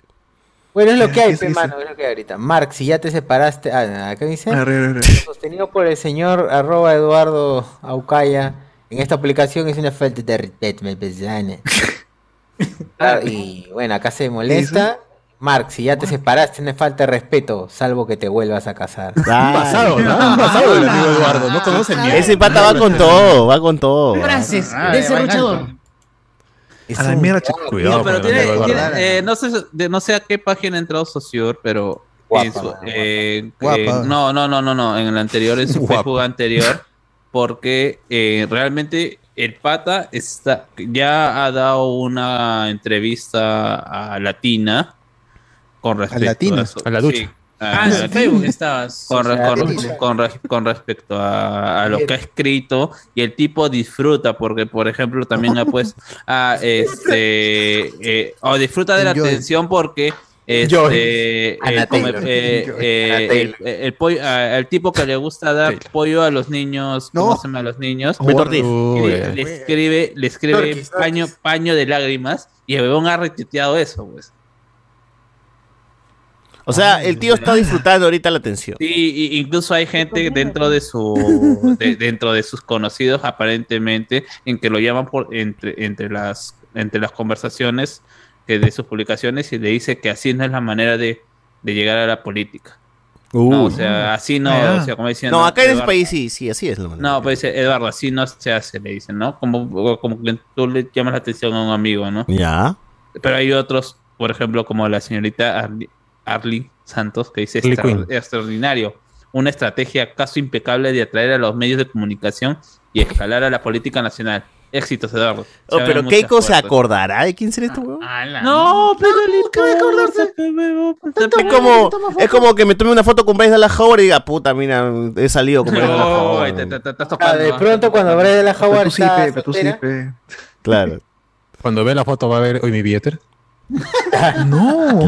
[SPEAKER 1] Bueno, es lo que hay, pe, mano, es lo que hay ahorita. Mark, si ya te separaste, ah, acá dice,
[SPEAKER 5] Arre, arre,
[SPEAKER 1] sostenido por el señor arroba Eduardo Aucaya, en esta publicación es una falta de respeto, me pesane. Ah, y bueno, acá se molesta. Mark, si ya te separaste, no es falta de respeto, salvo que te vuelvas a casar.
[SPEAKER 3] Ah,
[SPEAKER 2] Pasado, ¿no? Un pasado del amigo Eduardo. No conoce ni
[SPEAKER 3] Ese pata va con todo, va con todo.
[SPEAKER 7] Frases
[SPEAKER 6] Ah,
[SPEAKER 7] de ese
[SPEAKER 6] bacán.
[SPEAKER 7] luchador.
[SPEAKER 5] A la mierda, chico.
[SPEAKER 6] No, pero
[SPEAKER 2] porque
[SPEAKER 6] tiene-
[SPEAKER 2] no te va a
[SPEAKER 6] tiene-
[SPEAKER 2] guardar.
[SPEAKER 6] eh, no, sé, de- no sé a qué página ha entrado Socior, pero. en su- eh,
[SPEAKER 2] Guapa.
[SPEAKER 6] eh, no, no, no, no, no. En el anterior, en su
[SPEAKER 2] [LAUGHS] Guapa.
[SPEAKER 6] Facebook anterior. Porque eh, realmente el pata está, ya ha dado una entrevista a Latina con respecto
[SPEAKER 5] Latina,
[SPEAKER 6] su-
[SPEAKER 5] a la ducha.
[SPEAKER 6] sí,
[SPEAKER 7] Ah,
[SPEAKER 6] a-
[SPEAKER 7] en su Facebook estabas.
[SPEAKER 6] con, re- con-
[SPEAKER 7] Latina.
[SPEAKER 6] con re- con respecto a, a lo que ha escrito y el tipo disfruta porque por ejemplo también ha puesto ah, este eh, o disfruta de la
[SPEAKER 7] Enjoy.
[SPEAKER 6] atención porque este,
[SPEAKER 7] Enjoy.
[SPEAKER 6] eh,
[SPEAKER 7] Ana
[SPEAKER 6] come-
[SPEAKER 7] Taylor.
[SPEAKER 6] eh,
[SPEAKER 7] Enjoy.
[SPEAKER 6] eh,
[SPEAKER 7] Ana Taylor.
[SPEAKER 6] el, el pollo- a- al tipo que le gusta dar pollo a los niños ¿cómo se llama? a los niños
[SPEAKER 3] Beto Ortiz.
[SPEAKER 6] Y le, le
[SPEAKER 3] Uy.
[SPEAKER 6] escribe le escribe
[SPEAKER 3] Torquis,
[SPEAKER 6] paño paño de lágrimas y el bebón ha retuiteado eso pues
[SPEAKER 3] O sea, el tío está disfrutando ahorita la atención.
[SPEAKER 6] Sí, y- incluso hay gente dentro de su de- dentro de sus conocidos aparentemente en que lo llaman por entre entre las entre las conversaciones que de sus publicaciones y le dice que así no es la manera de, de llegar a la política.
[SPEAKER 2] Uh,
[SPEAKER 6] No, o sea, así no,
[SPEAKER 3] Ah.
[SPEAKER 6] o sea, como dicen.
[SPEAKER 3] No, acá en ese
[SPEAKER 6] Eduardo.
[SPEAKER 3] país sí, sí, así es la manera.
[SPEAKER 6] No, pues dice, Eduardo, así no se hace, le dicen, ¿no? Como, como que tú le llamas la atención a un amigo, ¿no?
[SPEAKER 3] Ya.
[SPEAKER 6] Pero hay otros, por ejemplo, como la señorita Arli, Arli Santos, que dice
[SPEAKER 2] Harley
[SPEAKER 6] "Extra-
[SPEAKER 2] Quinn.
[SPEAKER 6] extraordinario. Una estrategia caso impecable de atraer a los medios de comunicación y escalar a la política nacional. Éxitos, Eduardo.
[SPEAKER 3] Oh,
[SPEAKER 6] Se
[SPEAKER 3] pero
[SPEAKER 6] abren muchas
[SPEAKER 3] Keiko se
[SPEAKER 6] puertas.
[SPEAKER 3] acordará de quién será este huevón.
[SPEAKER 6] No, pero ¿qué
[SPEAKER 1] voy a acordarse?
[SPEAKER 3] Es como, es como que me tome una foto con Bryce Dallas Howard y diga, puta, mira, he salido con Bryce Dallas
[SPEAKER 6] No,
[SPEAKER 3] Howard.
[SPEAKER 6] te, te- te estás
[SPEAKER 1] Ah,
[SPEAKER 6] tocando.
[SPEAKER 1] de pronto cuando Bryce de la Jaguar
[SPEAKER 6] Pero tú sí,
[SPEAKER 1] está
[SPEAKER 6] pe, pero tú sí,
[SPEAKER 1] soltera,
[SPEAKER 3] Claro.
[SPEAKER 2] Cuando ve la foto va a ver hoy
[SPEAKER 3] [LAUGHS]
[SPEAKER 2] mi billete.
[SPEAKER 3] No.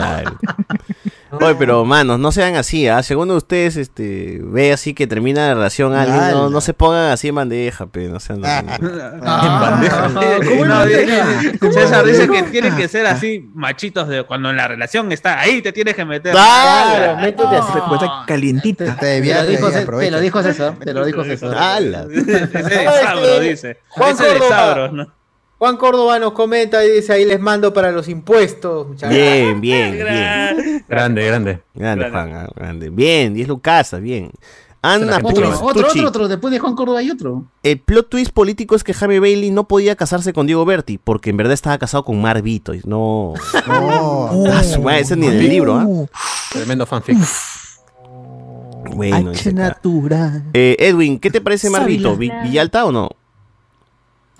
[SPEAKER 3] Oye, pero manos, no sean así, ¿ah? Si alguno de ustedes este, ve así que termina la relación a alguien, no, no se pongan así en bandeja, pe, no sean así.
[SPEAKER 6] ¿Cómo Ah, no, dice- César dice que tienen que ser así machitos de cuando en la relación está ahí te tienes que meter.
[SPEAKER 3] Claro,
[SPEAKER 1] métete así.
[SPEAKER 6] Recuerda
[SPEAKER 5] calientita.
[SPEAKER 12] Te,
[SPEAKER 6] viaje,
[SPEAKER 12] lo dijo,
[SPEAKER 6] ya,
[SPEAKER 12] Ce- te lo dijo César, te lo dijo César.
[SPEAKER 3] ¡Hala!
[SPEAKER 6] Ese desabro, dice.
[SPEAKER 1] Juan
[SPEAKER 6] Ese desabro,
[SPEAKER 1] Córdoba.
[SPEAKER 6] ¿no?
[SPEAKER 1] Juan Córdoba nos comenta y dice, ahí les mando para los impuestos. Muchas
[SPEAKER 3] Bien, bien,
[SPEAKER 1] Gra-
[SPEAKER 3] bien.
[SPEAKER 2] Grande, grande.
[SPEAKER 3] Grande, Juan, ah, grande. Bien, 10 lucasas, bien. Ana
[SPEAKER 12] Otro,
[SPEAKER 3] Pulis
[SPEAKER 12] otro,
[SPEAKER 3] Tucci.
[SPEAKER 12] otro, otro, después de Juan Córdoba hay
[SPEAKER 4] [LAUGHS]
[SPEAKER 12] otro.
[SPEAKER 3] El plot twist político es que Jaime Bailey no podía casarse con Diego Berti, porque en verdad estaba casado con Mar Vito. Y
[SPEAKER 12] [LAUGHS]
[SPEAKER 3] No.
[SPEAKER 2] No.
[SPEAKER 3] Ah, su madre, ese ni del
[SPEAKER 2] Fanfic.
[SPEAKER 3] libro, ¿ah?
[SPEAKER 2] Tremendo fanfic.
[SPEAKER 3] Bueno, dice acá.
[SPEAKER 5] natural.
[SPEAKER 3] Eh, Edwin, ¿qué te parece Mar
[SPEAKER 5] Sabila.
[SPEAKER 3] Vito? ¿Vi- ¿Villalta o no?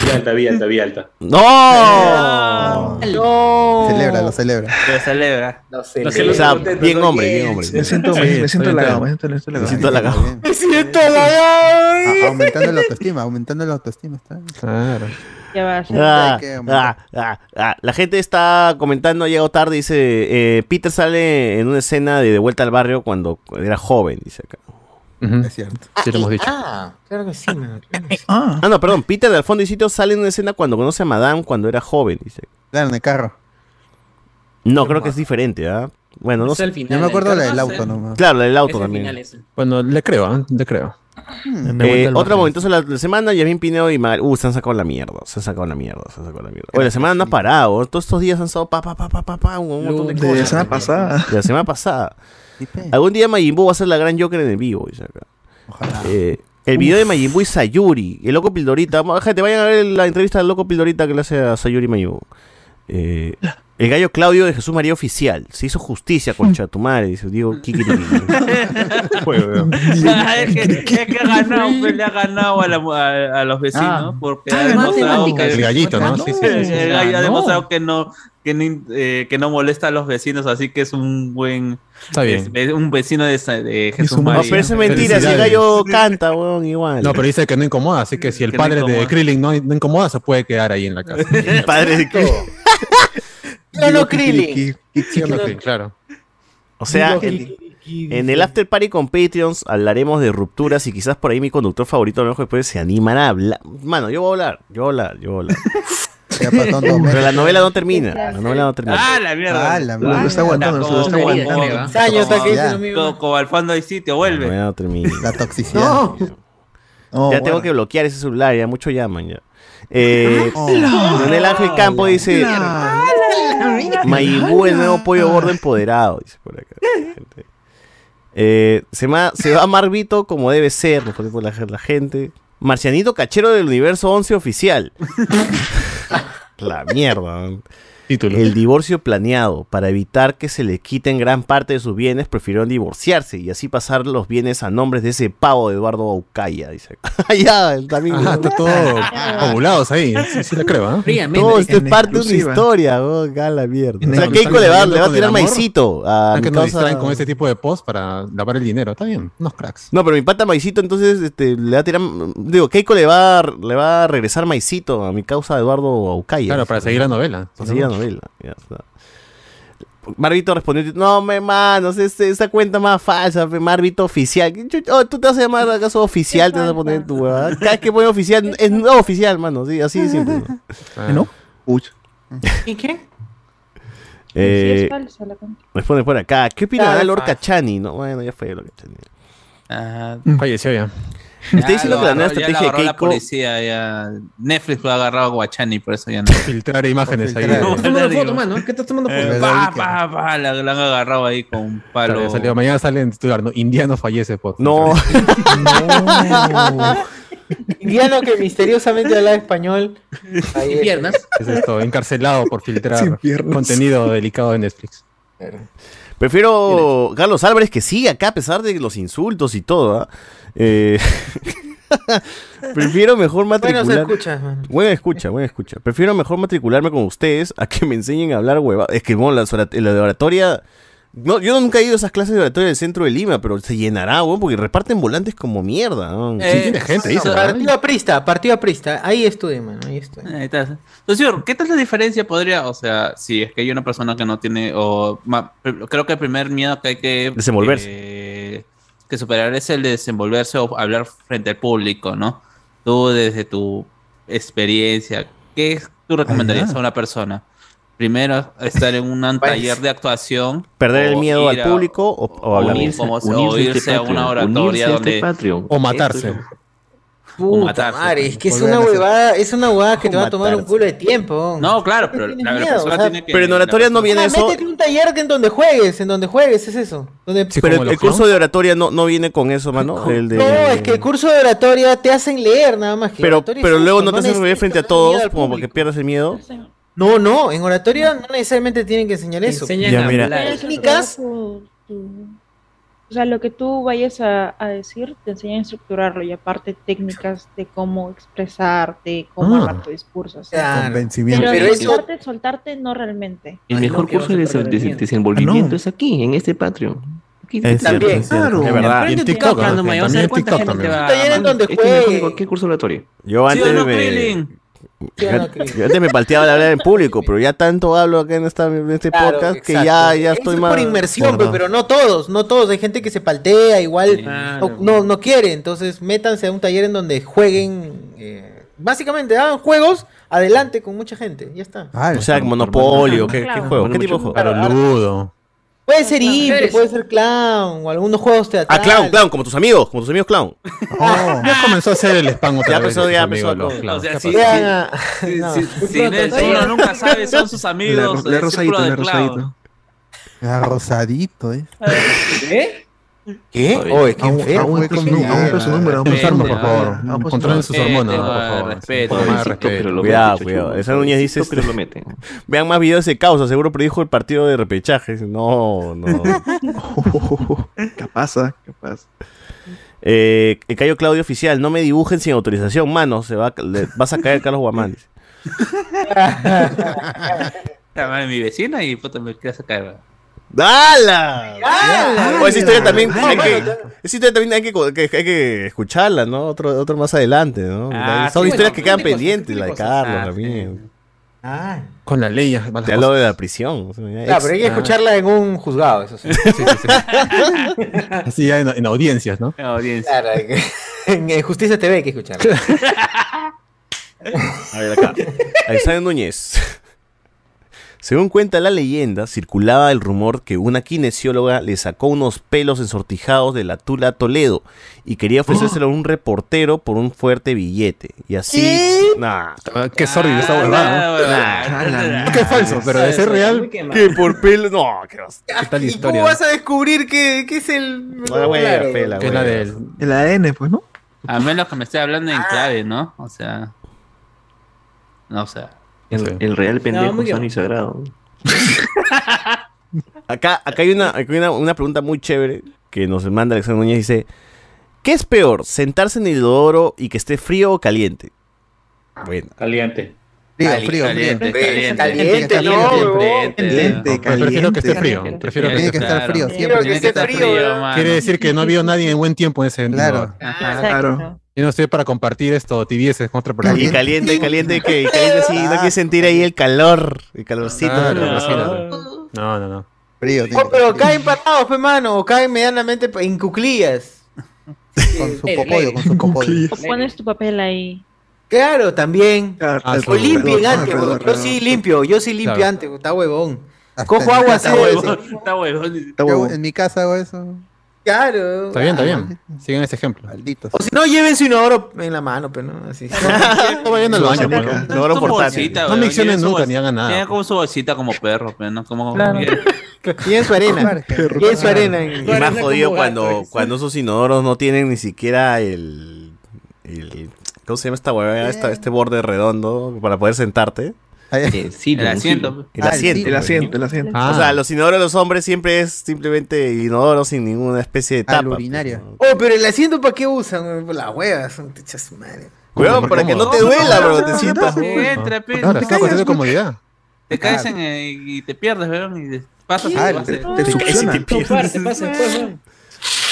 [SPEAKER 9] Vialta, Vialta, Vialta.
[SPEAKER 3] ¡No!
[SPEAKER 1] No.
[SPEAKER 5] Celebra, lo celebra.
[SPEAKER 6] Lo celebra.
[SPEAKER 1] Lo
[SPEAKER 3] O sea, bien hombre, bien hombre.
[SPEAKER 5] Me siento, me, me siento halagado, me siento,
[SPEAKER 3] Me siento halagado.
[SPEAKER 1] Me siento halagado.
[SPEAKER 5] A- Aumentando la autoestima, aumentando la autoestima. Está bien.
[SPEAKER 2] Claro.
[SPEAKER 19] Ya va a ser.
[SPEAKER 3] Ah,
[SPEAKER 5] Qué hombre.
[SPEAKER 3] ah, ah, ah. La gente está comentando, ha llegado tarde, dice, eh, Peter sale en una escena de De vuelta al barrio cuando era joven, dice acá.
[SPEAKER 5] Es cierto.
[SPEAKER 3] Sí, lo hemos dicho.
[SPEAKER 1] Ah, claro que sí. mano, claro que sí.
[SPEAKER 3] Ah. no, perdón, Peter de Alfondo y Sitio sale en una escena cuando conoce a Madame cuando era joven, dice.
[SPEAKER 5] Claro, en el carro.
[SPEAKER 3] No, creo que es diferente, ¿ah? Bueno, no
[SPEAKER 5] Es
[SPEAKER 3] sé.
[SPEAKER 5] el final Yo me del acuerdo carro, la del ¿no? auto nomás.
[SPEAKER 3] Claro, la del auto
[SPEAKER 5] Es el
[SPEAKER 3] también.
[SPEAKER 5] final
[SPEAKER 2] Bueno, le creo, ¿ah? le creo.
[SPEAKER 5] Hmm.
[SPEAKER 3] Eh, otro momento de la, la semana, Yamín Pineo y Magal. Uh, se han sacado la mierda, se han sacado la mierda, se han sacado la mierda. Oye, la semana no ha parado, todos estos días han estado pa, pa, pa, pa, pa, pa, un, un montón de
[SPEAKER 5] De
[SPEAKER 3] cosas.
[SPEAKER 5] la semana pasada.
[SPEAKER 3] De la semana pasada. Algún día Majin Buu va a ser la gran Joker en el vivo, dice acá. Eh, el video de Majin Buu y Sayuri, el loco Pildorita. Vamos, Gente, vayan a ver la entrevista del loco Pildorita que le hace a Sayuri Majin Buu. Eh, el gallo Claudio de Jesús María Oficial. Se hizo justicia con Chatumare, dice Diego Kikiriki.
[SPEAKER 6] Ah, es, que, es que ha ganado, pues, le ha ganado a, la- a- a los vecinos.
[SPEAKER 2] Ah.
[SPEAKER 6] Porque
[SPEAKER 2] Ah,
[SPEAKER 6] ha
[SPEAKER 2] ganó
[SPEAKER 6] demostrado que,
[SPEAKER 2] matemáticas. El gallito, ¿no? Sí, sí, sí.
[SPEAKER 6] El- el gallo ha
[SPEAKER 2] Ganó.
[SPEAKER 6] demostrado que no, que, no, eh, que no molesta a los vecinos, así que es un buen.
[SPEAKER 2] Está bien.
[SPEAKER 6] es- es un vecino de, Sa- de Jesús
[SPEAKER 2] un-
[SPEAKER 6] María.
[SPEAKER 3] No, pero eso es mentira, si el gallo canta, weón, igual. [LAUGHS]
[SPEAKER 2] No, pero dice que no incomoda, así que si el
[SPEAKER 6] Que no
[SPEAKER 2] padre de
[SPEAKER 6] incomoda.
[SPEAKER 2] Krillin no, no incomoda, se puede quedar ahí en la casa.
[SPEAKER 3] El padre de Krillin.
[SPEAKER 1] Yo no Krillin.
[SPEAKER 2] Claro.
[SPEAKER 3] O sea,
[SPEAKER 1] Digo,
[SPEAKER 3] en, en el after party con Patreons hablaremos de rupturas y quizás por ahí mi conductor favorito, a lo mejor después se animará a hablar. Mano, yo voy a hablar, yo voy a hablar, yo voy a
[SPEAKER 5] [LAUGHS]
[SPEAKER 3] hablar. Pero la novela no termina, la novela no termina.
[SPEAKER 6] Ah, la mierda.
[SPEAKER 5] Ah, la mierda, lo está aguantando,
[SPEAKER 6] Como-
[SPEAKER 5] lo está
[SPEAKER 6] como-
[SPEAKER 5] aguantando.
[SPEAKER 6] como-
[SPEAKER 5] Saño está que dice lo mismo.
[SPEAKER 6] como- Como al fondo hay sitio,
[SPEAKER 3] La
[SPEAKER 6] vuelve.
[SPEAKER 3] novela no termina.
[SPEAKER 5] La toxicidad. No.
[SPEAKER 3] ya
[SPEAKER 5] bueno.
[SPEAKER 3] tengo que bloquear ese celular, ya muchos llaman ya. Eh,
[SPEAKER 5] Ah,
[SPEAKER 3] Leonel Ángel Campo dice, Mayimbu, [LAUGHS] el nuevo pollo gordo empoderado, dice por acá. gente. Eh, se, ma- se va Marvito como debe ser, nos pone por la, la gente. Marcianito Cachero del Universo 11 oficial. [LAUGHS] la mierda. ¿no? El divorcio planeado. Para evitar que se le quiten gran parte de sus bienes, prefirieron divorciarse y así pasar los bienes a nombres de ese pavo de Eduardo Aucaya. Dice. Ah, ya, el también.
[SPEAKER 2] Ah, está
[SPEAKER 5] [LAUGHS]
[SPEAKER 2] todo ovulados ahí. Sí, sí la creo, ¿ah?
[SPEAKER 3] Todo esto es parte de una historia, oh, gala mierda. O sea, Keiko le va, le va a tirar maicito a
[SPEAKER 2] Ah,
[SPEAKER 3] mi
[SPEAKER 2] que nos
[SPEAKER 3] causa-
[SPEAKER 2] distraen con ese tipo de post para lavar el dinero. Está bien, unos cracks.
[SPEAKER 3] No, pero mi pata maicito, entonces este, le va a tirar. Digo, Keiko le va, a- le va a regresar maicito a mi causa Eduardo Aucaya.
[SPEAKER 2] Claro, para seguir la novela.
[SPEAKER 3] Para seguir la novela. ya está. Marvito respondió: No, me manos, es- esa cuenta más falsa, pe, Marvito oficial. ¿Qué chucha? Oh, tú te vas a llamar acaso oficial, te vas a poner tu huevada. Cada vez que pone oficial, es no oficial, mano. Sí, así siempre. ¿no?
[SPEAKER 5] ¿No?
[SPEAKER 1] ¿Y qué?
[SPEAKER 3] Eh,
[SPEAKER 19] Sí, es falsa la cuenta.
[SPEAKER 3] Responde por acá. ¿Qué opinará
[SPEAKER 19] Ah,
[SPEAKER 3] Lord
[SPEAKER 19] ah.
[SPEAKER 3] Cachani? No, bueno, ya fue Lord Cachani.
[SPEAKER 6] Ajá.
[SPEAKER 2] Falleció ya.
[SPEAKER 3] Me está diciendo que la nueva
[SPEAKER 6] ya
[SPEAKER 3] estrategia de
[SPEAKER 6] agarró la
[SPEAKER 3] Keiko.
[SPEAKER 6] policía, ya. Netflix lo ha agarrado a Guachani, por eso ya no.
[SPEAKER 2] Filtrar
[SPEAKER 6] [LAUGHS]
[SPEAKER 2] imágenes Eh,
[SPEAKER 6] ahí.
[SPEAKER 2] Estás tomando
[SPEAKER 20] foto, mano. ¿Qué estás tomando foto?
[SPEAKER 6] Pa, pa, pa, la, la han agarrado ahí con un palo.
[SPEAKER 2] Claro, ya salió. Mañana sale en titular, ¿no? Indiano fallece por.
[SPEAKER 3] No.
[SPEAKER 6] Eh,
[SPEAKER 1] [LAUGHS] Indiano que misteriosamente habla español. Ahí es.
[SPEAKER 2] Es esto, encarcelado por filtrar contenido delicado de Netflix.
[SPEAKER 3] Prefiero Carlos Álvarez que sigue acá a pesar de los insultos y todo. ¿ah? Eh, [LAUGHS] prefiero mejor matricular.
[SPEAKER 1] escucha, man.
[SPEAKER 3] Buena escucha, buena escucha. Prefiero mejor matricularme con ustedes a que me enseñen a hablar hueva. Es que bueno, la, ora- la de oratoria. No, yo nunca he ido a esas clases de oratoria del centro de Lima, pero se llenará, weón, porque reparten volantes como mierda. ¿no?
[SPEAKER 6] Eh, Sí, tiene gente ahí, ¿no?
[SPEAKER 1] Partido aprista, partido aprista. Ahí estoy, mano. Ahí estoy.
[SPEAKER 6] Ahí está. Entonces, señor, ¿qué tal la diferencia podría, o sea, si es que hay una persona que no tiene, o ma- pr- creo que el primer miedo que hay que...
[SPEAKER 3] Desenvolverse.
[SPEAKER 6] eh, que superar es el de desenvolverse o hablar frente al público, ¿no? Tú desde tu experiencia, ¿qué es- tú recomendarías
[SPEAKER 3] Ajá.
[SPEAKER 6] a una persona? Primero, estar en
[SPEAKER 1] [LAUGHS]
[SPEAKER 6] un
[SPEAKER 1] Pues,
[SPEAKER 6] taller de actuación.
[SPEAKER 3] Perder el
[SPEAKER 6] o
[SPEAKER 3] miedo
[SPEAKER 6] ir
[SPEAKER 3] al
[SPEAKER 6] a-
[SPEAKER 3] público o, o hablar.
[SPEAKER 6] unirse- como se- o irse a
[SPEAKER 1] este
[SPEAKER 6] una oratoria donde-
[SPEAKER 2] O matarse.
[SPEAKER 1] Puta
[SPEAKER 6] matarse,
[SPEAKER 3] pues,
[SPEAKER 1] madre, es que es
[SPEAKER 6] volver
[SPEAKER 1] una
[SPEAKER 6] a hacer-
[SPEAKER 1] huevada, es una huevada que te va a tomar un
[SPEAKER 6] matarse.
[SPEAKER 1] culo de tiempo.
[SPEAKER 6] No, claro, pero la, la
[SPEAKER 1] miedo,
[SPEAKER 6] persona
[SPEAKER 1] o sea,
[SPEAKER 6] tiene que...
[SPEAKER 3] Pero en oratoria no viene
[SPEAKER 1] Ah,
[SPEAKER 3] eso.
[SPEAKER 1] Métete en un taller que en donde juegues, en donde juegues, es eso. Donde-
[SPEAKER 3] Pero el, el curso de oratoria no, no viene con eso, mano. El de...
[SPEAKER 1] No, es que el curso de oratoria te hacen leer nada más que
[SPEAKER 3] Pero,
[SPEAKER 1] oratoria
[SPEAKER 3] pero
[SPEAKER 1] es
[SPEAKER 3] luego
[SPEAKER 1] eso,
[SPEAKER 3] no te haces
[SPEAKER 1] neces-
[SPEAKER 3] reír frente a
[SPEAKER 1] miedo
[SPEAKER 3] todos
[SPEAKER 1] al
[SPEAKER 3] como porque pierdas el miedo.
[SPEAKER 1] No, no, en oratoria no necesariamente tienen que enseñar eso.
[SPEAKER 3] Ya, a mira. hablar.
[SPEAKER 19] Pero es un trabajo, tu- O sea, lo que tú vayas a, a decir, te enseñan a estructurarlo y aparte técnicas de cómo expresarte, cómo
[SPEAKER 8] Ah.
[SPEAKER 19] armar tu discurso. o sea.
[SPEAKER 1] Claro.
[SPEAKER 8] Convencimiento.
[SPEAKER 19] Pero,
[SPEAKER 8] Pero eso-
[SPEAKER 19] soltarte, soltarte no realmente.
[SPEAKER 8] El mejor curso de desen- de- desenvolvimiento es aquí, en este Patreon. Aquí
[SPEAKER 3] Es
[SPEAKER 8] te-
[SPEAKER 3] cierto, es cierto. Claro. Es verdad.
[SPEAKER 8] Y
[SPEAKER 3] Aprende
[SPEAKER 8] en
[SPEAKER 3] tu
[SPEAKER 8] TikTok.
[SPEAKER 3] idioma,
[SPEAKER 8] ¿no?
[SPEAKER 3] mayor,
[SPEAKER 8] También
[SPEAKER 3] ¿sabes
[SPEAKER 8] en
[SPEAKER 3] cuánta
[SPEAKER 8] TikTok
[SPEAKER 3] gente
[SPEAKER 8] también.
[SPEAKER 3] va- Un taller en donde
[SPEAKER 8] Este es mejor que
[SPEAKER 3] juegue.
[SPEAKER 8] cualquier curso oratorio.
[SPEAKER 3] Yo
[SPEAKER 8] ¿Sí o
[SPEAKER 3] antes
[SPEAKER 8] no,
[SPEAKER 3] me.
[SPEAKER 8] Krillin?
[SPEAKER 1] ¿Sí o no,
[SPEAKER 3] Yo, yo antes me palteaba de hablar en público, pero ya tanto hablo acá en, esta- en este
[SPEAKER 1] Claro,
[SPEAKER 3] podcast que
[SPEAKER 1] exacto.
[SPEAKER 3] ya, ya
[SPEAKER 1] Eso
[SPEAKER 3] estoy
[SPEAKER 1] es
[SPEAKER 3] más.
[SPEAKER 1] Por inmersión, pe, pero no todos, no todos. Hay gente que se paltea, igual no, no, no quiere. Entonces, métanse a un taller en donde jueguen. eh, básicamente, hagan juegos adelante con mucha gente. Ya está.
[SPEAKER 3] o sea, Monopolio, ¿qué, qué juego? ¿Qué tipo de juego?
[SPEAKER 2] Claro, ludo.
[SPEAKER 1] Puede ser imp,
[SPEAKER 15] mujeres.
[SPEAKER 1] puede ser clown, o algunos juegos
[SPEAKER 3] Ah,
[SPEAKER 1] teatrales.
[SPEAKER 3] clown, clown, como tus amigos, como tus amigos clown.
[SPEAKER 2] Oh, Ya comenzó a hacer el spam otra
[SPEAKER 3] Ya
[SPEAKER 2] vez.
[SPEAKER 3] empezó,
[SPEAKER 2] de
[SPEAKER 3] ya
[SPEAKER 2] sus
[SPEAKER 3] empezó
[SPEAKER 2] amigos,
[SPEAKER 3] todo.
[SPEAKER 2] los
[SPEAKER 6] O sea,
[SPEAKER 2] clowns.
[SPEAKER 6] sí, sí.
[SPEAKER 2] ¿Qué pasa?
[SPEAKER 6] Sí,
[SPEAKER 1] no.
[SPEAKER 6] sí, sí, en eso uno nunca sabe, son sus amigos.
[SPEAKER 5] Le
[SPEAKER 6] el círculo
[SPEAKER 5] rosadito, le
[SPEAKER 6] del clown.
[SPEAKER 5] rosadito. Le Ah, rosadito, eh.
[SPEAKER 23] ¿Eh?
[SPEAKER 7] ¿Qué?
[SPEAKER 1] ¿Qué? Oye, qué
[SPEAKER 5] Aún- eh,
[SPEAKER 1] feo.
[SPEAKER 5] aún
[SPEAKER 1] fue
[SPEAKER 5] con
[SPEAKER 1] con
[SPEAKER 5] nu-
[SPEAKER 1] mi-
[SPEAKER 5] aún con su número, aún con su
[SPEAKER 2] Respeto,
[SPEAKER 5] número,
[SPEAKER 2] por favor.
[SPEAKER 5] Aún con su
[SPEAKER 2] Controlen sus
[SPEAKER 5] número.
[SPEAKER 2] hormonas, por
[SPEAKER 6] Respeto,
[SPEAKER 2] favor.
[SPEAKER 6] respeto.
[SPEAKER 2] Por más
[SPEAKER 6] Pobrecito,
[SPEAKER 2] respeto.
[SPEAKER 3] Cuidado, cuidado. Esa Núñez dice. este,
[SPEAKER 8] Pero lo meten.
[SPEAKER 3] [LAUGHS] Vean más videos de causa, seguro predijo el partido de repechaje. No, no.
[SPEAKER 5] ¿Qué pasa? ¿Qué pasa?
[SPEAKER 3] Eh, Cayo Claudio Oficial, no me dibujen sin autorización, mano. Se va, a- le- vas a caer Carlos Guamán.
[SPEAKER 6] La madre de mi vecina y puta me quería sacar. weón.
[SPEAKER 3] ¡Dala!
[SPEAKER 6] ¡Dala!
[SPEAKER 3] O esa historia también
[SPEAKER 6] ¡Dala!
[SPEAKER 3] hay que, esa historia también hay que, co- que- hay que escucharla, ¿no? Otro, otro más adelante, ¿no?
[SPEAKER 2] Ah,
[SPEAKER 3] Son
[SPEAKER 2] sí,
[SPEAKER 3] historias
[SPEAKER 2] bueno,
[SPEAKER 3] que quedan
[SPEAKER 2] tiene cosas,
[SPEAKER 3] pendientes, la de Carlos
[SPEAKER 2] Ah,
[SPEAKER 3] también.
[SPEAKER 1] Ah,
[SPEAKER 2] Con la ley. ya, malas
[SPEAKER 3] Te hablo
[SPEAKER 2] cosas.
[SPEAKER 3] de la prisión. o sea, ya
[SPEAKER 1] claro,
[SPEAKER 3] ex-
[SPEAKER 1] pero hay que escucharla en un juzgado, eso sí.
[SPEAKER 2] Así Ah, ya en, en audiencias, ¿no?
[SPEAKER 6] audiencia.
[SPEAKER 1] [LAUGHS] Claro, hay que- en en Justicia TV hay que escucharla.
[SPEAKER 3] A ver acá. Alexander Núñez. Según cuenta la leyenda, circulaba el rumor que una kinesióloga le sacó unos pelos ensortijados de la tula Toledo y quería ofrecérselo a un reportero por un fuerte billete. Y así. Nah.
[SPEAKER 2] Qué sórdido esa huevada. ¿no? Qué falso, pero de ser real.
[SPEAKER 3] Que por pelos. No, qué vas.
[SPEAKER 2] ¿Qué tal la
[SPEAKER 1] ¿Y cómo
[SPEAKER 2] historia?
[SPEAKER 1] vas a descubrir que, que es el.
[SPEAKER 3] La wea, fe, la
[SPEAKER 2] Que es la
[SPEAKER 3] wea.
[SPEAKER 2] del.
[SPEAKER 5] El ADN, pues, ¿no?
[SPEAKER 6] A menos que me esté hablando en clave, ¿no? O sea. No, o sea.
[SPEAKER 8] El, el real pendejo
[SPEAKER 6] muy bien.
[SPEAKER 8] sano y sagrado.
[SPEAKER 3] [LAUGHS] Acá, acá hay, una, acá hay una, una pregunta muy chévere que nos manda Alexander Núñez. Dice: ¿Qué es peor, sentarse en el inodoro y que esté frío o caliente? Bueno.
[SPEAKER 7] Caliente.
[SPEAKER 5] Frío,
[SPEAKER 7] Cali-
[SPEAKER 5] frío,
[SPEAKER 7] caliente,
[SPEAKER 5] frío.
[SPEAKER 7] caliente.
[SPEAKER 1] Caliente, no, huevón.
[SPEAKER 5] Caliente, caliente.
[SPEAKER 2] Pues Prefiero que esté frío. Prefiero
[SPEAKER 5] Tiene que estar frío siempre.
[SPEAKER 1] Prefiero que esté frío, ¿verdad?
[SPEAKER 2] Quiere decir que no ha habido nadie en buen tiempo en ese
[SPEAKER 5] Claro.
[SPEAKER 2] Ajá.
[SPEAKER 5] Claro.
[SPEAKER 2] Yo no estoy para compartir esto, tibieces con otra persona.
[SPEAKER 3] Y caliente, caliente,
[SPEAKER 5] Ah,
[SPEAKER 3] que y caliente sí, no quieres sentir ahí el calor, el calorcito de la
[SPEAKER 2] Claro.
[SPEAKER 3] persona.
[SPEAKER 2] No, no, no.
[SPEAKER 5] Frío,
[SPEAKER 1] No, pero caen empatados, pe mano, o caen medianamente pe- en cuclillas.
[SPEAKER 5] Con su popollo, con su popollo.
[SPEAKER 19] O pones tu papel ahí.
[SPEAKER 1] Claro, también.
[SPEAKER 5] Ah,
[SPEAKER 1] O limpien antes,
[SPEAKER 5] perdón,
[SPEAKER 1] huevón. yo
[SPEAKER 5] perdón.
[SPEAKER 1] sí limpio, yo sí limpio
[SPEAKER 2] Claro.
[SPEAKER 1] antes, huevón, está huevón. Cojo
[SPEAKER 5] en mi
[SPEAKER 1] agua
[SPEAKER 5] casa
[SPEAKER 1] así.
[SPEAKER 5] hago
[SPEAKER 1] sí.
[SPEAKER 6] Está huevón.
[SPEAKER 5] Yo en mi casa hago eso.
[SPEAKER 1] Claro.
[SPEAKER 2] Está bien, está
[SPEAKER 5] Ah,
[SPEAKER 2] bien. Sigan ese ejemplo.
[SPEAKER 1] O si no, lleven su inodoro en la mano, pero no, así.
[SPEAKER 2] No vayan al baño, pues, ¿no?
[SPEAKER 6] No
[SPEAKER 2] Inodoro portátil. No miccionen nunca, ni hagan nada. pues.
[SPEAKER 6] Tienen como su bolsita como perro, pero no como.
[SPEAKER 1] Claro. Y en su arena. Y en su arena. en-
[SPEAKER 3] Y más jodido cuando, cuando esos inodoros no tienen ni siquiera el. el- ¿Cómo se llama esta huevada? Esta- este borde redondo para poder sentarte.
[SPEAKER 5] Eh,
[SPEAKER 8] Sí,
[SPEAKER 3] el asiento. El asiento.
[SPEAKER 5] El
[SPEAKER 3] pues.
[SPEAKER 5] asiento, el asiento.
[SPEAKER 3] O sea, los inodoros de los hombres siempre es simplemente inodoro sin ninguna especie de tapa. pues,
[SPEAKER 1] Al urinario. Oh, pero el asiento para qué usan? Las huevas, son techas madre.
[SPEAKER 3] Weón, para que no te duela, bro.
[SPEAKER 1] Ah,
[SPEAKER 3] Te sientas.
[SPEAKER 6] Entra, pues, pe,
[SPEAKER 2] Claro,
[SPEAKER 6] no
[SPEAKER 2] es una cuestión de comodidad.
[SPEAKER 6] Te caes en, eh, y te pierdes, weón, y te pasas.
[SPEAKER 3] Ah,
[SPEAKER 6] y vas
[SPEAKER 3] te-
[SPEAKER 6] a-
[SPEAKER 3] te succiona.
[SPEAKER 7] te pasa después, weón.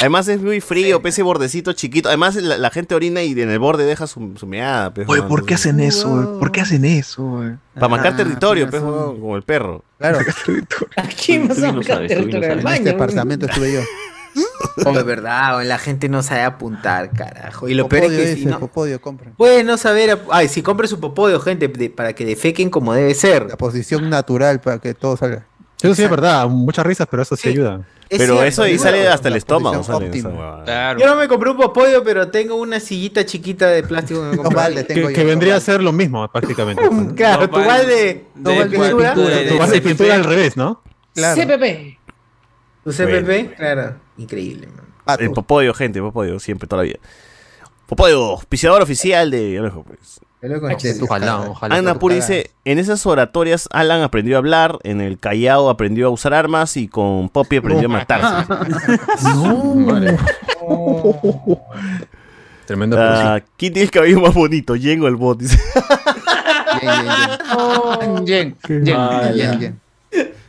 [SPEAKER 3] Además es muy frío, pe, ese bordecito chiquito. Además la, la gente orina y en el borde deja su, su meada. pe,
[SPEAKER 5] Oye,
[SPEAKER 3] weón.
[SPEAKER 5] ¿por qué hacen eso? weón? ¿Por qué hacen eso? weón?
[SPEAKER 3] Para marcar
[SPEAKER 5] Ah,
[SPEAKER 3] territorio,
[SPEAKER 5] tienes
[SPEAKER 3] pe,
[SPEAKER 5] razón.
[SPEAKER 3] weón, como el perro.
[SPEAKER 5] Claro.
[SPEAKER 7] Aquí
[SPEAKER 1] Tú
[SPEAKER 7] más
[SPEAKER 1] sí lo
[SPEAKER 7] acá
[SPEAKER 1] sabes,
[SPEAKER 7] te
[SPEAKER 1] tú sí lo
[SPEAKER 7] recorre el baño.
[SPEAKER 1] sabes. En este
[SPEAKER 7] weón.
[SPEAKER 1] departamento estuve [LAUGHS] yo. Oh, de verdad, weón, la gente no sabe apuntar, carajo. Y lo peor es
[SPEAKER 5] Popodio
[SPEAKER 1] que si
[SPEAKER 5] dice,
[SPEAKER 1] no,
[SPEAKER 5] Popodio, compra.
[SPEAKER 1] puedes no saber. ap- Ay, si compres su popodio, gente, de- para que defequen como debe ser. La
[SPEAKER 5] posición natural para que todo salga.
[SPEAKER 2] Eso sí es verdad, muchas risas, pero eso sí ayuda.
[SPEAKER 1] Es Pero cierto, eso ahí es sale verdad.
[SPEAKER 3] hasta el estómago,
[SPEAKER 2] sale
[SPEAKER 3] esa
[SPEAKER 1] Yo no me compré un popodio, pero tengo una sillita chiquita de plástico que me compré.
[SPEAKER 2] que, que vendría a ser lo mismo prácticamente. ¿no?
[SPEAKER 1] Claro,
[SPEAKER 2] No,
[SPEAKER 1] tu balde
[SPEAKER 2] tu balde de pintura, tu balde de pintura al revés, ¿no?
[SPEAKER 7] CPP.
[SPEAKER 1] Tu CPP, claro. Increíble,
[SPEAKER 3] El Eh, popodio, gente, popodio, siempre, toda la vida. Popodio, auspiciador oficial de. pues.
[SPEAKER 2] Ojalá, ojalá.
[SPEAKER 3] Ana Puri dice, en esas oratorias Alan aprendió a hablar, en el Callao aprendió a usar armas y con Poppy aprendió a
[SPEAKER 5] [LAUGHS]
[SPEAKER 3] matarse.
[SPEAKER 2] [LAUGHS] Tremendo.
[SPEAKER 3] Ah, ¿Quién tiene el cabello más bonito? Yengo el bot.
[SPEAKER 2] [LAUGHS]
[SPEAKER 3] dice.
[SPEAKER 4] Jen, Jen,
[SPEAKER 3] mala.
[SPEAKER 4] Jen,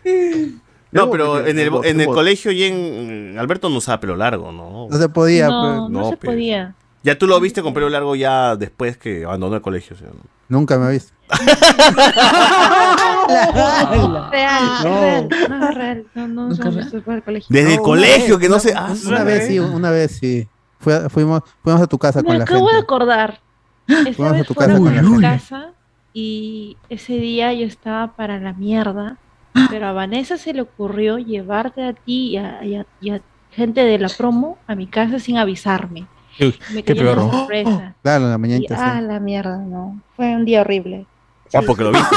[SPEAKER 4] Jen.
[SPEAKER 3] No, pero en el,
[SPEAKER 5] Bot,
[SPEAKER 3] en el
[SPEAKER 5] bot.
[SPEAKER 3] colegio Yen, Alberto no usaba pelo largo, ¿no?
[SPEAKER 5] No se podía,
[SPEAKER 19] No,
[SPEAKER 5] pues.
[SPEAKER 19] no se
[SPEAKER 3] pe.
[SPEAKER 19] podía.
[SPEAKER 3] Ya tú lo viste con pelo largo ya después que abandonó el colegio. ¿sí o no?
[SPEAKER 5] Nunca me ha visto.
[SPEAKER 19] Real,
[SPEAKER 5] No.
[SPEAKER 19] real, no, real. No, no, no, no se fue al colegio.
[SPEAKER 5] Desde
[SPEAKER 19] No,
[SPEAKER 5] el
[SPEAKER 19] una vez,
[SPEAKER 5] colegio, que no se-
[SPEAKER 19] una-
[SPEAKER 5] ah, Una vez sí, una vez sí. Fui a- fuimos, fuimos a tu casa
[SPEAKER 19] Me
[SPEAKER 5] con la
[SPEAKER 19] acabo de
[SPEAKER 5] gente. [GASPS]
[SPEAKER 19] acordar. Esa
[SPEAKER 5] Vamos a
[SPEAKER 19] vez
[SPEAKER 5] tu
[SPEAKER 19] fueron
[SPEAKER 5] casa
[SPEAKER 19] a
[SPEAKER 5] con la
[SPEAKER 19] mi
[SPEAKER 5] gente.
[SPEAKER 19] casa y ese día yo estaba para la
[SPEAKER 5] [GASPS]
[SPEAKER 19] mierda, pero a Vanessa se le ocurrió llevarte a ti y a, y a- y a gente de la promo a mi casa sin avisarme. Me
[SPEAKER 5] Qué
[SPEAKER 19] cayó una
[SPEAKER 5] peor, ¿no?
[SPEAKER 19] sorpresa.
[SPEAKER 5] Claro, en la
[SPEAKER 19] Y,
[SPEAKER 5] mañanita.
[SPEAKER 19] ah,
[SPEAKER 5] sí.
[SPEAKER 19] la mierda, no. Fue un día horrible.
[SPEAKER 3] Ah, porque lo viste.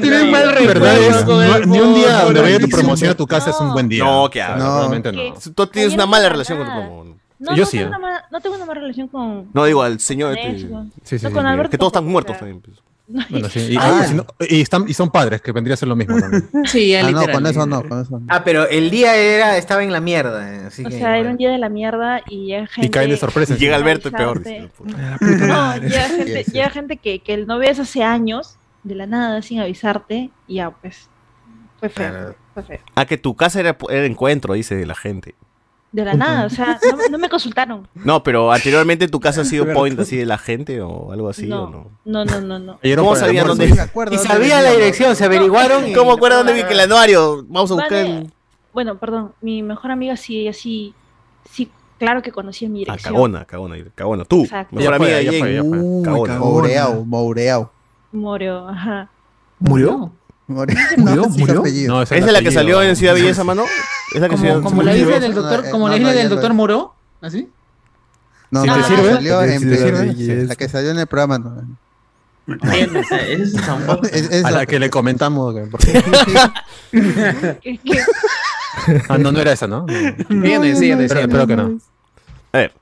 [SPEAKER 2] Tienes mal recuerdo. Ni un día donde vaya tu promoción a tu casa es un buen día.
[SPEAKER 3] No, que
[SPEAKER 2] No, realmente no.
[SPEAKER 3] Tú tienes una mala relación con tu promo.
[SPEAKER 19] No,
[SPEAKER 2] Yo
[SPEAKER 19] no
[SPEAKER 2] sí,
[SPEAKER 19] tengo
[SPEAKER 2] ¿eh?
[SPEAKER 19] una mala- no tengo una mala relación con... [LAUGHS]
[SPEAKER 3] No, digo al señor. este-
[SPEAKER 19] Eso.
[SPEAKER 2] Sí, sí,
[SPEAKER 19] No,
[SPEAKER 2] sí,
[SPEAKER 19] con
[SPEAKER 2] sí.
[SPEAKER 19] Alberto
[SPEAKER 3] Que todos están
[SPEAKER 19] tampoco,
[SPEAKER 3] muertos
[SPEAKER 19] o sea.
[SPEAKER 3] también.
[SPEAKER 2] Bueno, sí, y,
[SPEAKER 19] Ah.
[SPEAKER 2] y si no- y están, y son padres, que vendría a ser lo mismo también.
[SPEAKER 19] Sí,
[SPEAKER 5] Ah, no, con eso no, con eso no.
[SPEAKER 1] Ah, pero el día era, estaba en la mierda. eh, Así
[SPEAKER 19] O
[SPEAKER 1] que,
[SPEAKER 19] sea, era un día de la mierda y ya gente...
[SPEAKER 3] Y llega Alberto, el peor.
[SPEAKER 19] avisarte.
[SPEAKER 3] dice.
[SPEAKER 19] No, llega gente,
[SPEAKER 3] Sí, sí.
[SPEAKER 19] llega gente que, que no ves hace años, de la nada, sin avisarte, y ya pues. Fue feo,
[SPEAKER 3] Claro.
[SPEAKER 19] fue feo.
[SPEAKER 3] Ah, que tu casa era, era encuentro, dice la gente.
[SPEAKER 19] De la nada, o sea, no, no me
[SPEAKER 3] [LAUGHS]
[SPEAKER 19] consultaron.
[SPEAKER 3] No, pero anteriormente tu casa ha
[SPEAKER 2] [LAUGHS]
[SPEAKER 3] sido point así de la gente o algo así,
[SPEAKER 19] No.
[SPEAKER 3] ¿o no?
[SPEAKER 19] No, no, no, no.
[SPEAKER 3] ¿Cómo sabían dónde
[SPEAKER 1] Y sabía la dirección, se averiguaron. y-
[SPEAKER 3] ¿Cómo acuerdan dónde vi que el anuario? Vamos a buscar
[SPEAKER 19] Vale,
[SPEAKER 3] el...
[SPEAKER 19] Bueno, perdón, mi mejor amiga sí, ella sí, sí, claro que conocía mi
[SPEAKER 3] Ah,
[SPEAKER 19] dirección.
[SPEAKER 3] cagona, cagona, cagona. Tú,
[SPEAKER 19] Exacto.
[SPEAKER 3] mejor
[SPEAKER 2] Ya fue,
[SPEAKER 3] amiga
[SPEAKER 2] ya
[SPEAKER 3] de
[SPEAKER 2] fue, ya
[SPEAKER 3] Jen.
[SPEAKER 2] fue. Uh,
[SPEAKER 3] Uy, cagona.
[SPEAKER 5] Moureao, Moureao.
[SPEAKER 19] Moreo, ajá.
[SPEAKER 5] ¿Murió? ¿Murió? ¿Murió?
[SPEAKER 2] No,
[SPEAKER 3] ¿Esa es la que salió en Ciudad Belleza, mano? ¿Es la que
[SPEAKER 7] Como,
[SPEAKER 3] salió-
[SPEAKER 7] como la isla del
[SPEAKER 5] No,
[SPEAKER 7] doctor,
[SPEAKER 5] eh,
[SPEAKER 7] como la
[SPEAKER 5] no,
[SPEAKER 7] isla
[SPEAKER 5] no,
[SPEAKER 7] del
[SPEAKER 5] ya
[SPEAKER 7] doctor
[SPEAKER 5] no.
[SPEAKER 7] Moro, ¿así?
[SPEAKER 5] No,
[SPEAKER 7] Si
[SPEAKER 5] no,
[SPEAKER 7] te
[SPEAKER 5] la que
[SPEAKER 7] sirve.
[SPEAKER 5] salió en
[SPEAKER 7] Si te sirve,
[SPEAKER 5] Perú,
[SPEAKER 7] yes.
[SPEAKER 5] La que salió en el programa. no. [LAUGHS]
[SPEAKER 2] Es- es
[SPEAKER 5] A
[SPEAKER 2] a
[SPEAKER 5] la
[SPEAKER 2] la que le comentamos.
[SPEAKER 5] [LAUGHS]
[SPEAKER 2] porque- ah, no, no era esa, ¿no?
[SPEAKER 7] Viene, sí, viene,
[SPEAKER 2] Pero-
[SPEAKER 7] sí.
[SPEAKER 2] Espero que no.
[SPEAKER 3] A ver.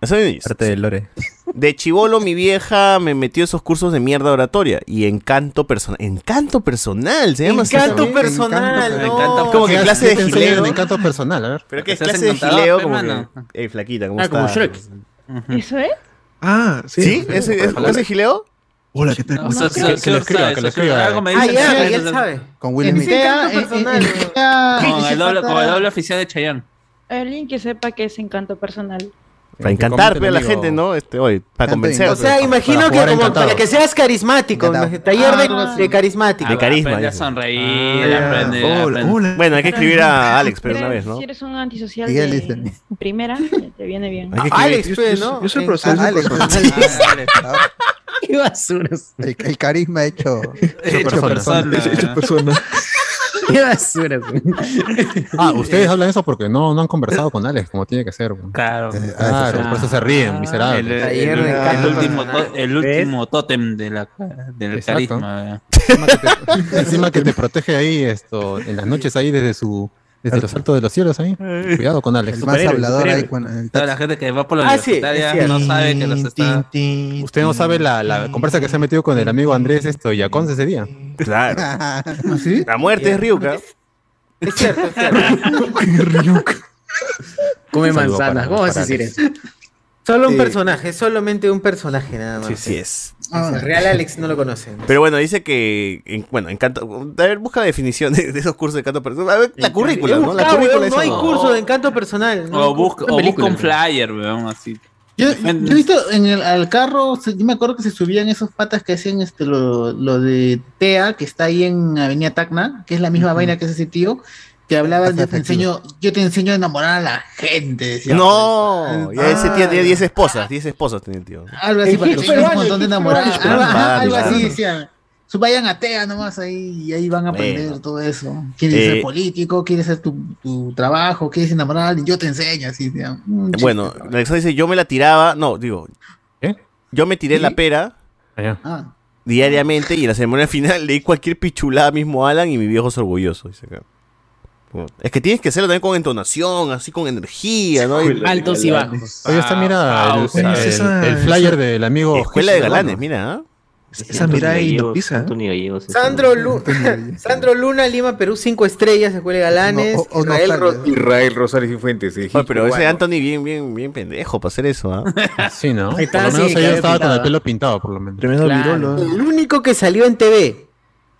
[SPEAKER 3] Eso es-
[SPEAKER 2] Parte del Lore.
[SPEAKER 3] [LAUGHS] De chivolo, mi vieja me metió esos cursos de mierda oratoria y encanto personal. Encanto personal, se llama así
[SPEAKER 1] Encanto
[SPEAKER 3] también.
[SPEAKER 1] personal,
[SPEAKER 3] Encanto
[SPEAKER 1] no.
[SPEAKER 3] personal. Como que
[SPEAKER 2] ¿Qué
[SPEAKER 3] clase
[SPEAKER 2] te
[SPEAKER 3] de
[SPEAKER 2] enseñan
[SPEAKER 3] gileo.
[SPEAKER 2] en encanto personal, a ver.
[SPEAKER 3] Pero que es
[SPEAKER 2] Te hacen
[SPEAKER 3] clase de
[SPEAKER 2] contador,
[SPEAKER 3] gileo
[SPEAKER 2] pe,
[SPEAKER 3] como que.
[SPEAKER 2] mano.
[SPEAKER 3] Ey, flaquita, ¿cómo
[SPEAKER 2] Ah,
[SPEAKER 3] estás?
[SPEAKER 2] como Shrek.
[SPEAKER 19] ¿Eso es?
[SPEAKER 5] Ah,
[SPEAKER 3] sí. ¿Sí? ¿Es, es clase de gileo?
[SPEAKER 5] Hola, ¿qué tal?
[SPEAKER 6] No, so- so-
[SPEAKER 5] Que lo escriba,
[SPEAKER 6] so-
[SPEAKER 5] que lo
[SPEAKER 6] so-
[SPEAKER 5] escriba.
[SPEAKER 6] algo me
[SPEAKER 1] Ah,
[SPEAKER 6] dicen,
[SPEAKER 1] ya,
[SPEAKER 6] sí,
[SPEAKER 1] ya
[SPEAKER 6] sí, sí.
[SPEAKER 1] sabe.
[SPEAKER 5] Con
[SPEAKER 1] En este
[SPEAKER 5] Will Smith.
[SPEAKER 1] SEA,
[SPEAKER 19] Encanto
[SPEAKER 1] en- en-
[SPEAKER 19] personal.
[SPEAKER 1] en-
[SPEAKER 6] Con
[SPEAKER 1] [LAUGHS]
[SPEAKER 6] el doble, con el doble oficial de Chayanne.
[SPEAKER 2] Ah,
[SPEAKER 19] Alguien que sepa que es encanto personal.
[SPEAKER 3] Para encantar
[SPEAKER 2] comenten,
[SPEAKER 3] pe, a la
[SPEAKER 2] amigo.
[SPEAKER 3] gente, ¿no? Este, oye, para convencer.
[SPEAKER 1] O sea, imagino que como para que seas carismático, imagi- taller de, de carismático.
[SPEAKER 3] De carisma.
[SPEAKER 6] Aprende a
[SPEAKER 3] dice.
[SPEAKER 6] sonreír, aprende. aprende.
[SPEAKER 3] Bueno, hay que escribir a Alex, pero una vez, ¿no?
[SPEAKER 19] Si eres un antisocial
[SPEAKER 3] Miguel
[SPEAKER 19] de [LAUGHS] primera, te viene bien.
[SPEAKER 3] Hay que escribir-
[SPEAKER 1] Alex, pues, ¿no?
[SPEAKER 5] Yo soy profesor.
[SPEAKER 1] Ah, [LAUGHS] Alex.
[SPEAKER 5] Qué basuras. El, el carisma hecho.
[SPEAKER 2] Hecho persona.
[SPEAKER 5] Hecho persona.
[SPEAKER 6] Qué basura, güey.
[SPEAKER 2] [LAUGHS] Ah, ustedes hablan eso porque no, no han conversado con Alex, como tiene que ser. Claro, claro. Por eso se ríen, miserables.
[SPEAKER 6] Ah, El, el- el último, to- el último tótem de la, del
[SPEAKER 2] Exacto.
[SPEAKER 6] carisma.
[SPEAKER 1] [LAUGHS]
[SPEAKER 2] Encima que te protege ahí esto, en las noches ahí desde su desde los altos de los cielos ahí.
[SPEAKER 6] Eh.
[SPEAKER 2] Cuidado con Alex.
[SPEAKER 6] El más hablador ahí con Toda la gente que va por la
[SPEAKER 2] Ah, sí, es
[SPEAKER 6] universitaria
[SPEAKER 2] cierto.
[SPEAKER 6] no sabe que los está.
[SPEAKER 2] Usted no sabe la, la conversa que se ha metido con el amigo Andrés esto y Aconce ese día.
[SPEAKER 6] [LAUGHS]
[SPEAKER 3] Claro.
[SPEAKER 4] ¿Ah,
[SPEAKER 3] La muerte es Ryuka.
[SPEAKER 1] Es cierto,
[SPEAKER 3] [LAUGHS]
[SPEAKER 1] es cierto.
[SPEAKER 2] Come manzanas,
[SPEAKER 1] ¿cómo vas a decir eso? [LAUGHS] Solo un personaje, solamente un personaje nada más.
[SPEAKER 3] Sí, sí es.
[SPEAKER 1] O sea, Real Alex no lo conoce.
[SPEAKER 3] Pero bueno, dice que, en- bueno, encanto. A ver, busca definiciones de esos cursos de canto personal. A ver, la currícula,
[SPEAKER 1] He
[SPEAKER 3] ¿no? La
[SPEAKER 1] buscado,
[SPEAKER 3] currícula
[SPEAKER 1] weón,
[SPEAKER 3] esa,
[SPEAKER 1] no hay curso de encanto personal.
[SPEAKER 6] O busca, o busca un
[SPEAKER 1] película.
[SPEAKER 6] flyer, weón, así.
[SPEAKER 4] Yo, yo he visto en el al carro, se- yo me acuerdo que se subían esos patas que hacían este lo, lo de TEA, que está ahí en Avenida Tacna, que es la misma vaina que hace ese tío, que hablaba, yo te enseño, yo te enseño a enamorar a la gente. decía.
[SPEAKER 1] Ah.
[SPEAKER 3] No, ya ese tío
[SPEAKER 4] Ay.
[SPEAKER 3] tenía 10 esposas, 10 esposas tenía el tío.
[SPEAKER 4] Algo así,
[SPEAKER 12] El
[SPEAKER 4] para que
[SPEAKER 12] hit
[SPEAKER 4] tengas un
[SPEAKER 12] peruano,
[SPEAKER 4] montón
[SPEAKER 12] el
[SPEAKER 4] de Ah,
[SPEAKER 12] hit
[SPEAKER 4] enamoradas.
[SPEAKER 3] peruano.
[SPEAKER 4] Algo, ajá, algo así
[SPEAKER 3] Claro.
[SPEAKER 4] decían. Su- Vayan a TEA nomás ahí y ahí van a aprender
[SPEAKER 3] Bueno.
[SPEAKER 4] todo eso. Quieres
[SPEAKER 3] Eh.
[SPEAKER 4] ser político, quieres hacer tu, tu trabajo, quieres enamorar a alguien, yo te enseño. Así, decían. Mm, chiste.
[SPEAKER 3] Eh, Bueno, Alexandra dice, yo me la tiraba, no, digo,
[SPEAKER 2] ¿Eh?
[SPEAKER 3] yo me tiré la pera
[SPEAKER 4] Ah.
[SPEAKER 3] diariamente y en la ceremonia final leí cualquier pichulada mismo Alan y mi viejo es orgulloso, dice acá. Bueno, Es que tienes que hacerlo también con entonación, así con energía, ¿no? Y-
[SPEAKER 2] Altos y bajos. Ah, Oye, está, mira, el-
[SPEAKER 3] Pausa.
[SPEAKER 2] el-
[SPEAKER 3] Oye, esa-
[SPEAKER 2] el flyer del amigo
[SPEAKER 3] Escuela de
[SPEAKER 2] Jesús
[SPEAKER 3] galanes,
[SPEAKER 2] Urbano.
[SPEAKER 3] mira, ¿ah?
[SPEAKER 2] Esa mirada ahí lo pisa, ¿eh?
[SPEAKER 8] Antonio Gallegos. ese.
[SPEAKER 1] Sandro, Lu- [LAUGHS] Sandro Luna, Lima, Perú, 5 estrellas, Escuela de Galanes. Israel Ro-
[SPEAKER 25] Israel Rosales Cifuentes. eh,
[SPEAKER 3] Oye, pero ese
[SPEAKER 25] cubano.
[SPEAKER 3] Anthony bien, bien, bien pendejo para hacer eso, ¿ah?
[SPEAKER 2] [LAUGHS] Sí, ¿no?
[SPEAKER 1] Ahí está,
[SPEAKER 2] por lo menos
[SPEAKER 1] sí,
[SPEAKER 2] ella
[SPEAKER 1] cabello
[SPEAKER 2] estaba con
[SPEAKER 1] pintado.
[SPEAKER 2] el pelo pintado, por lo menos.
[SPEAKER 1] Claro. El único que salió en TV.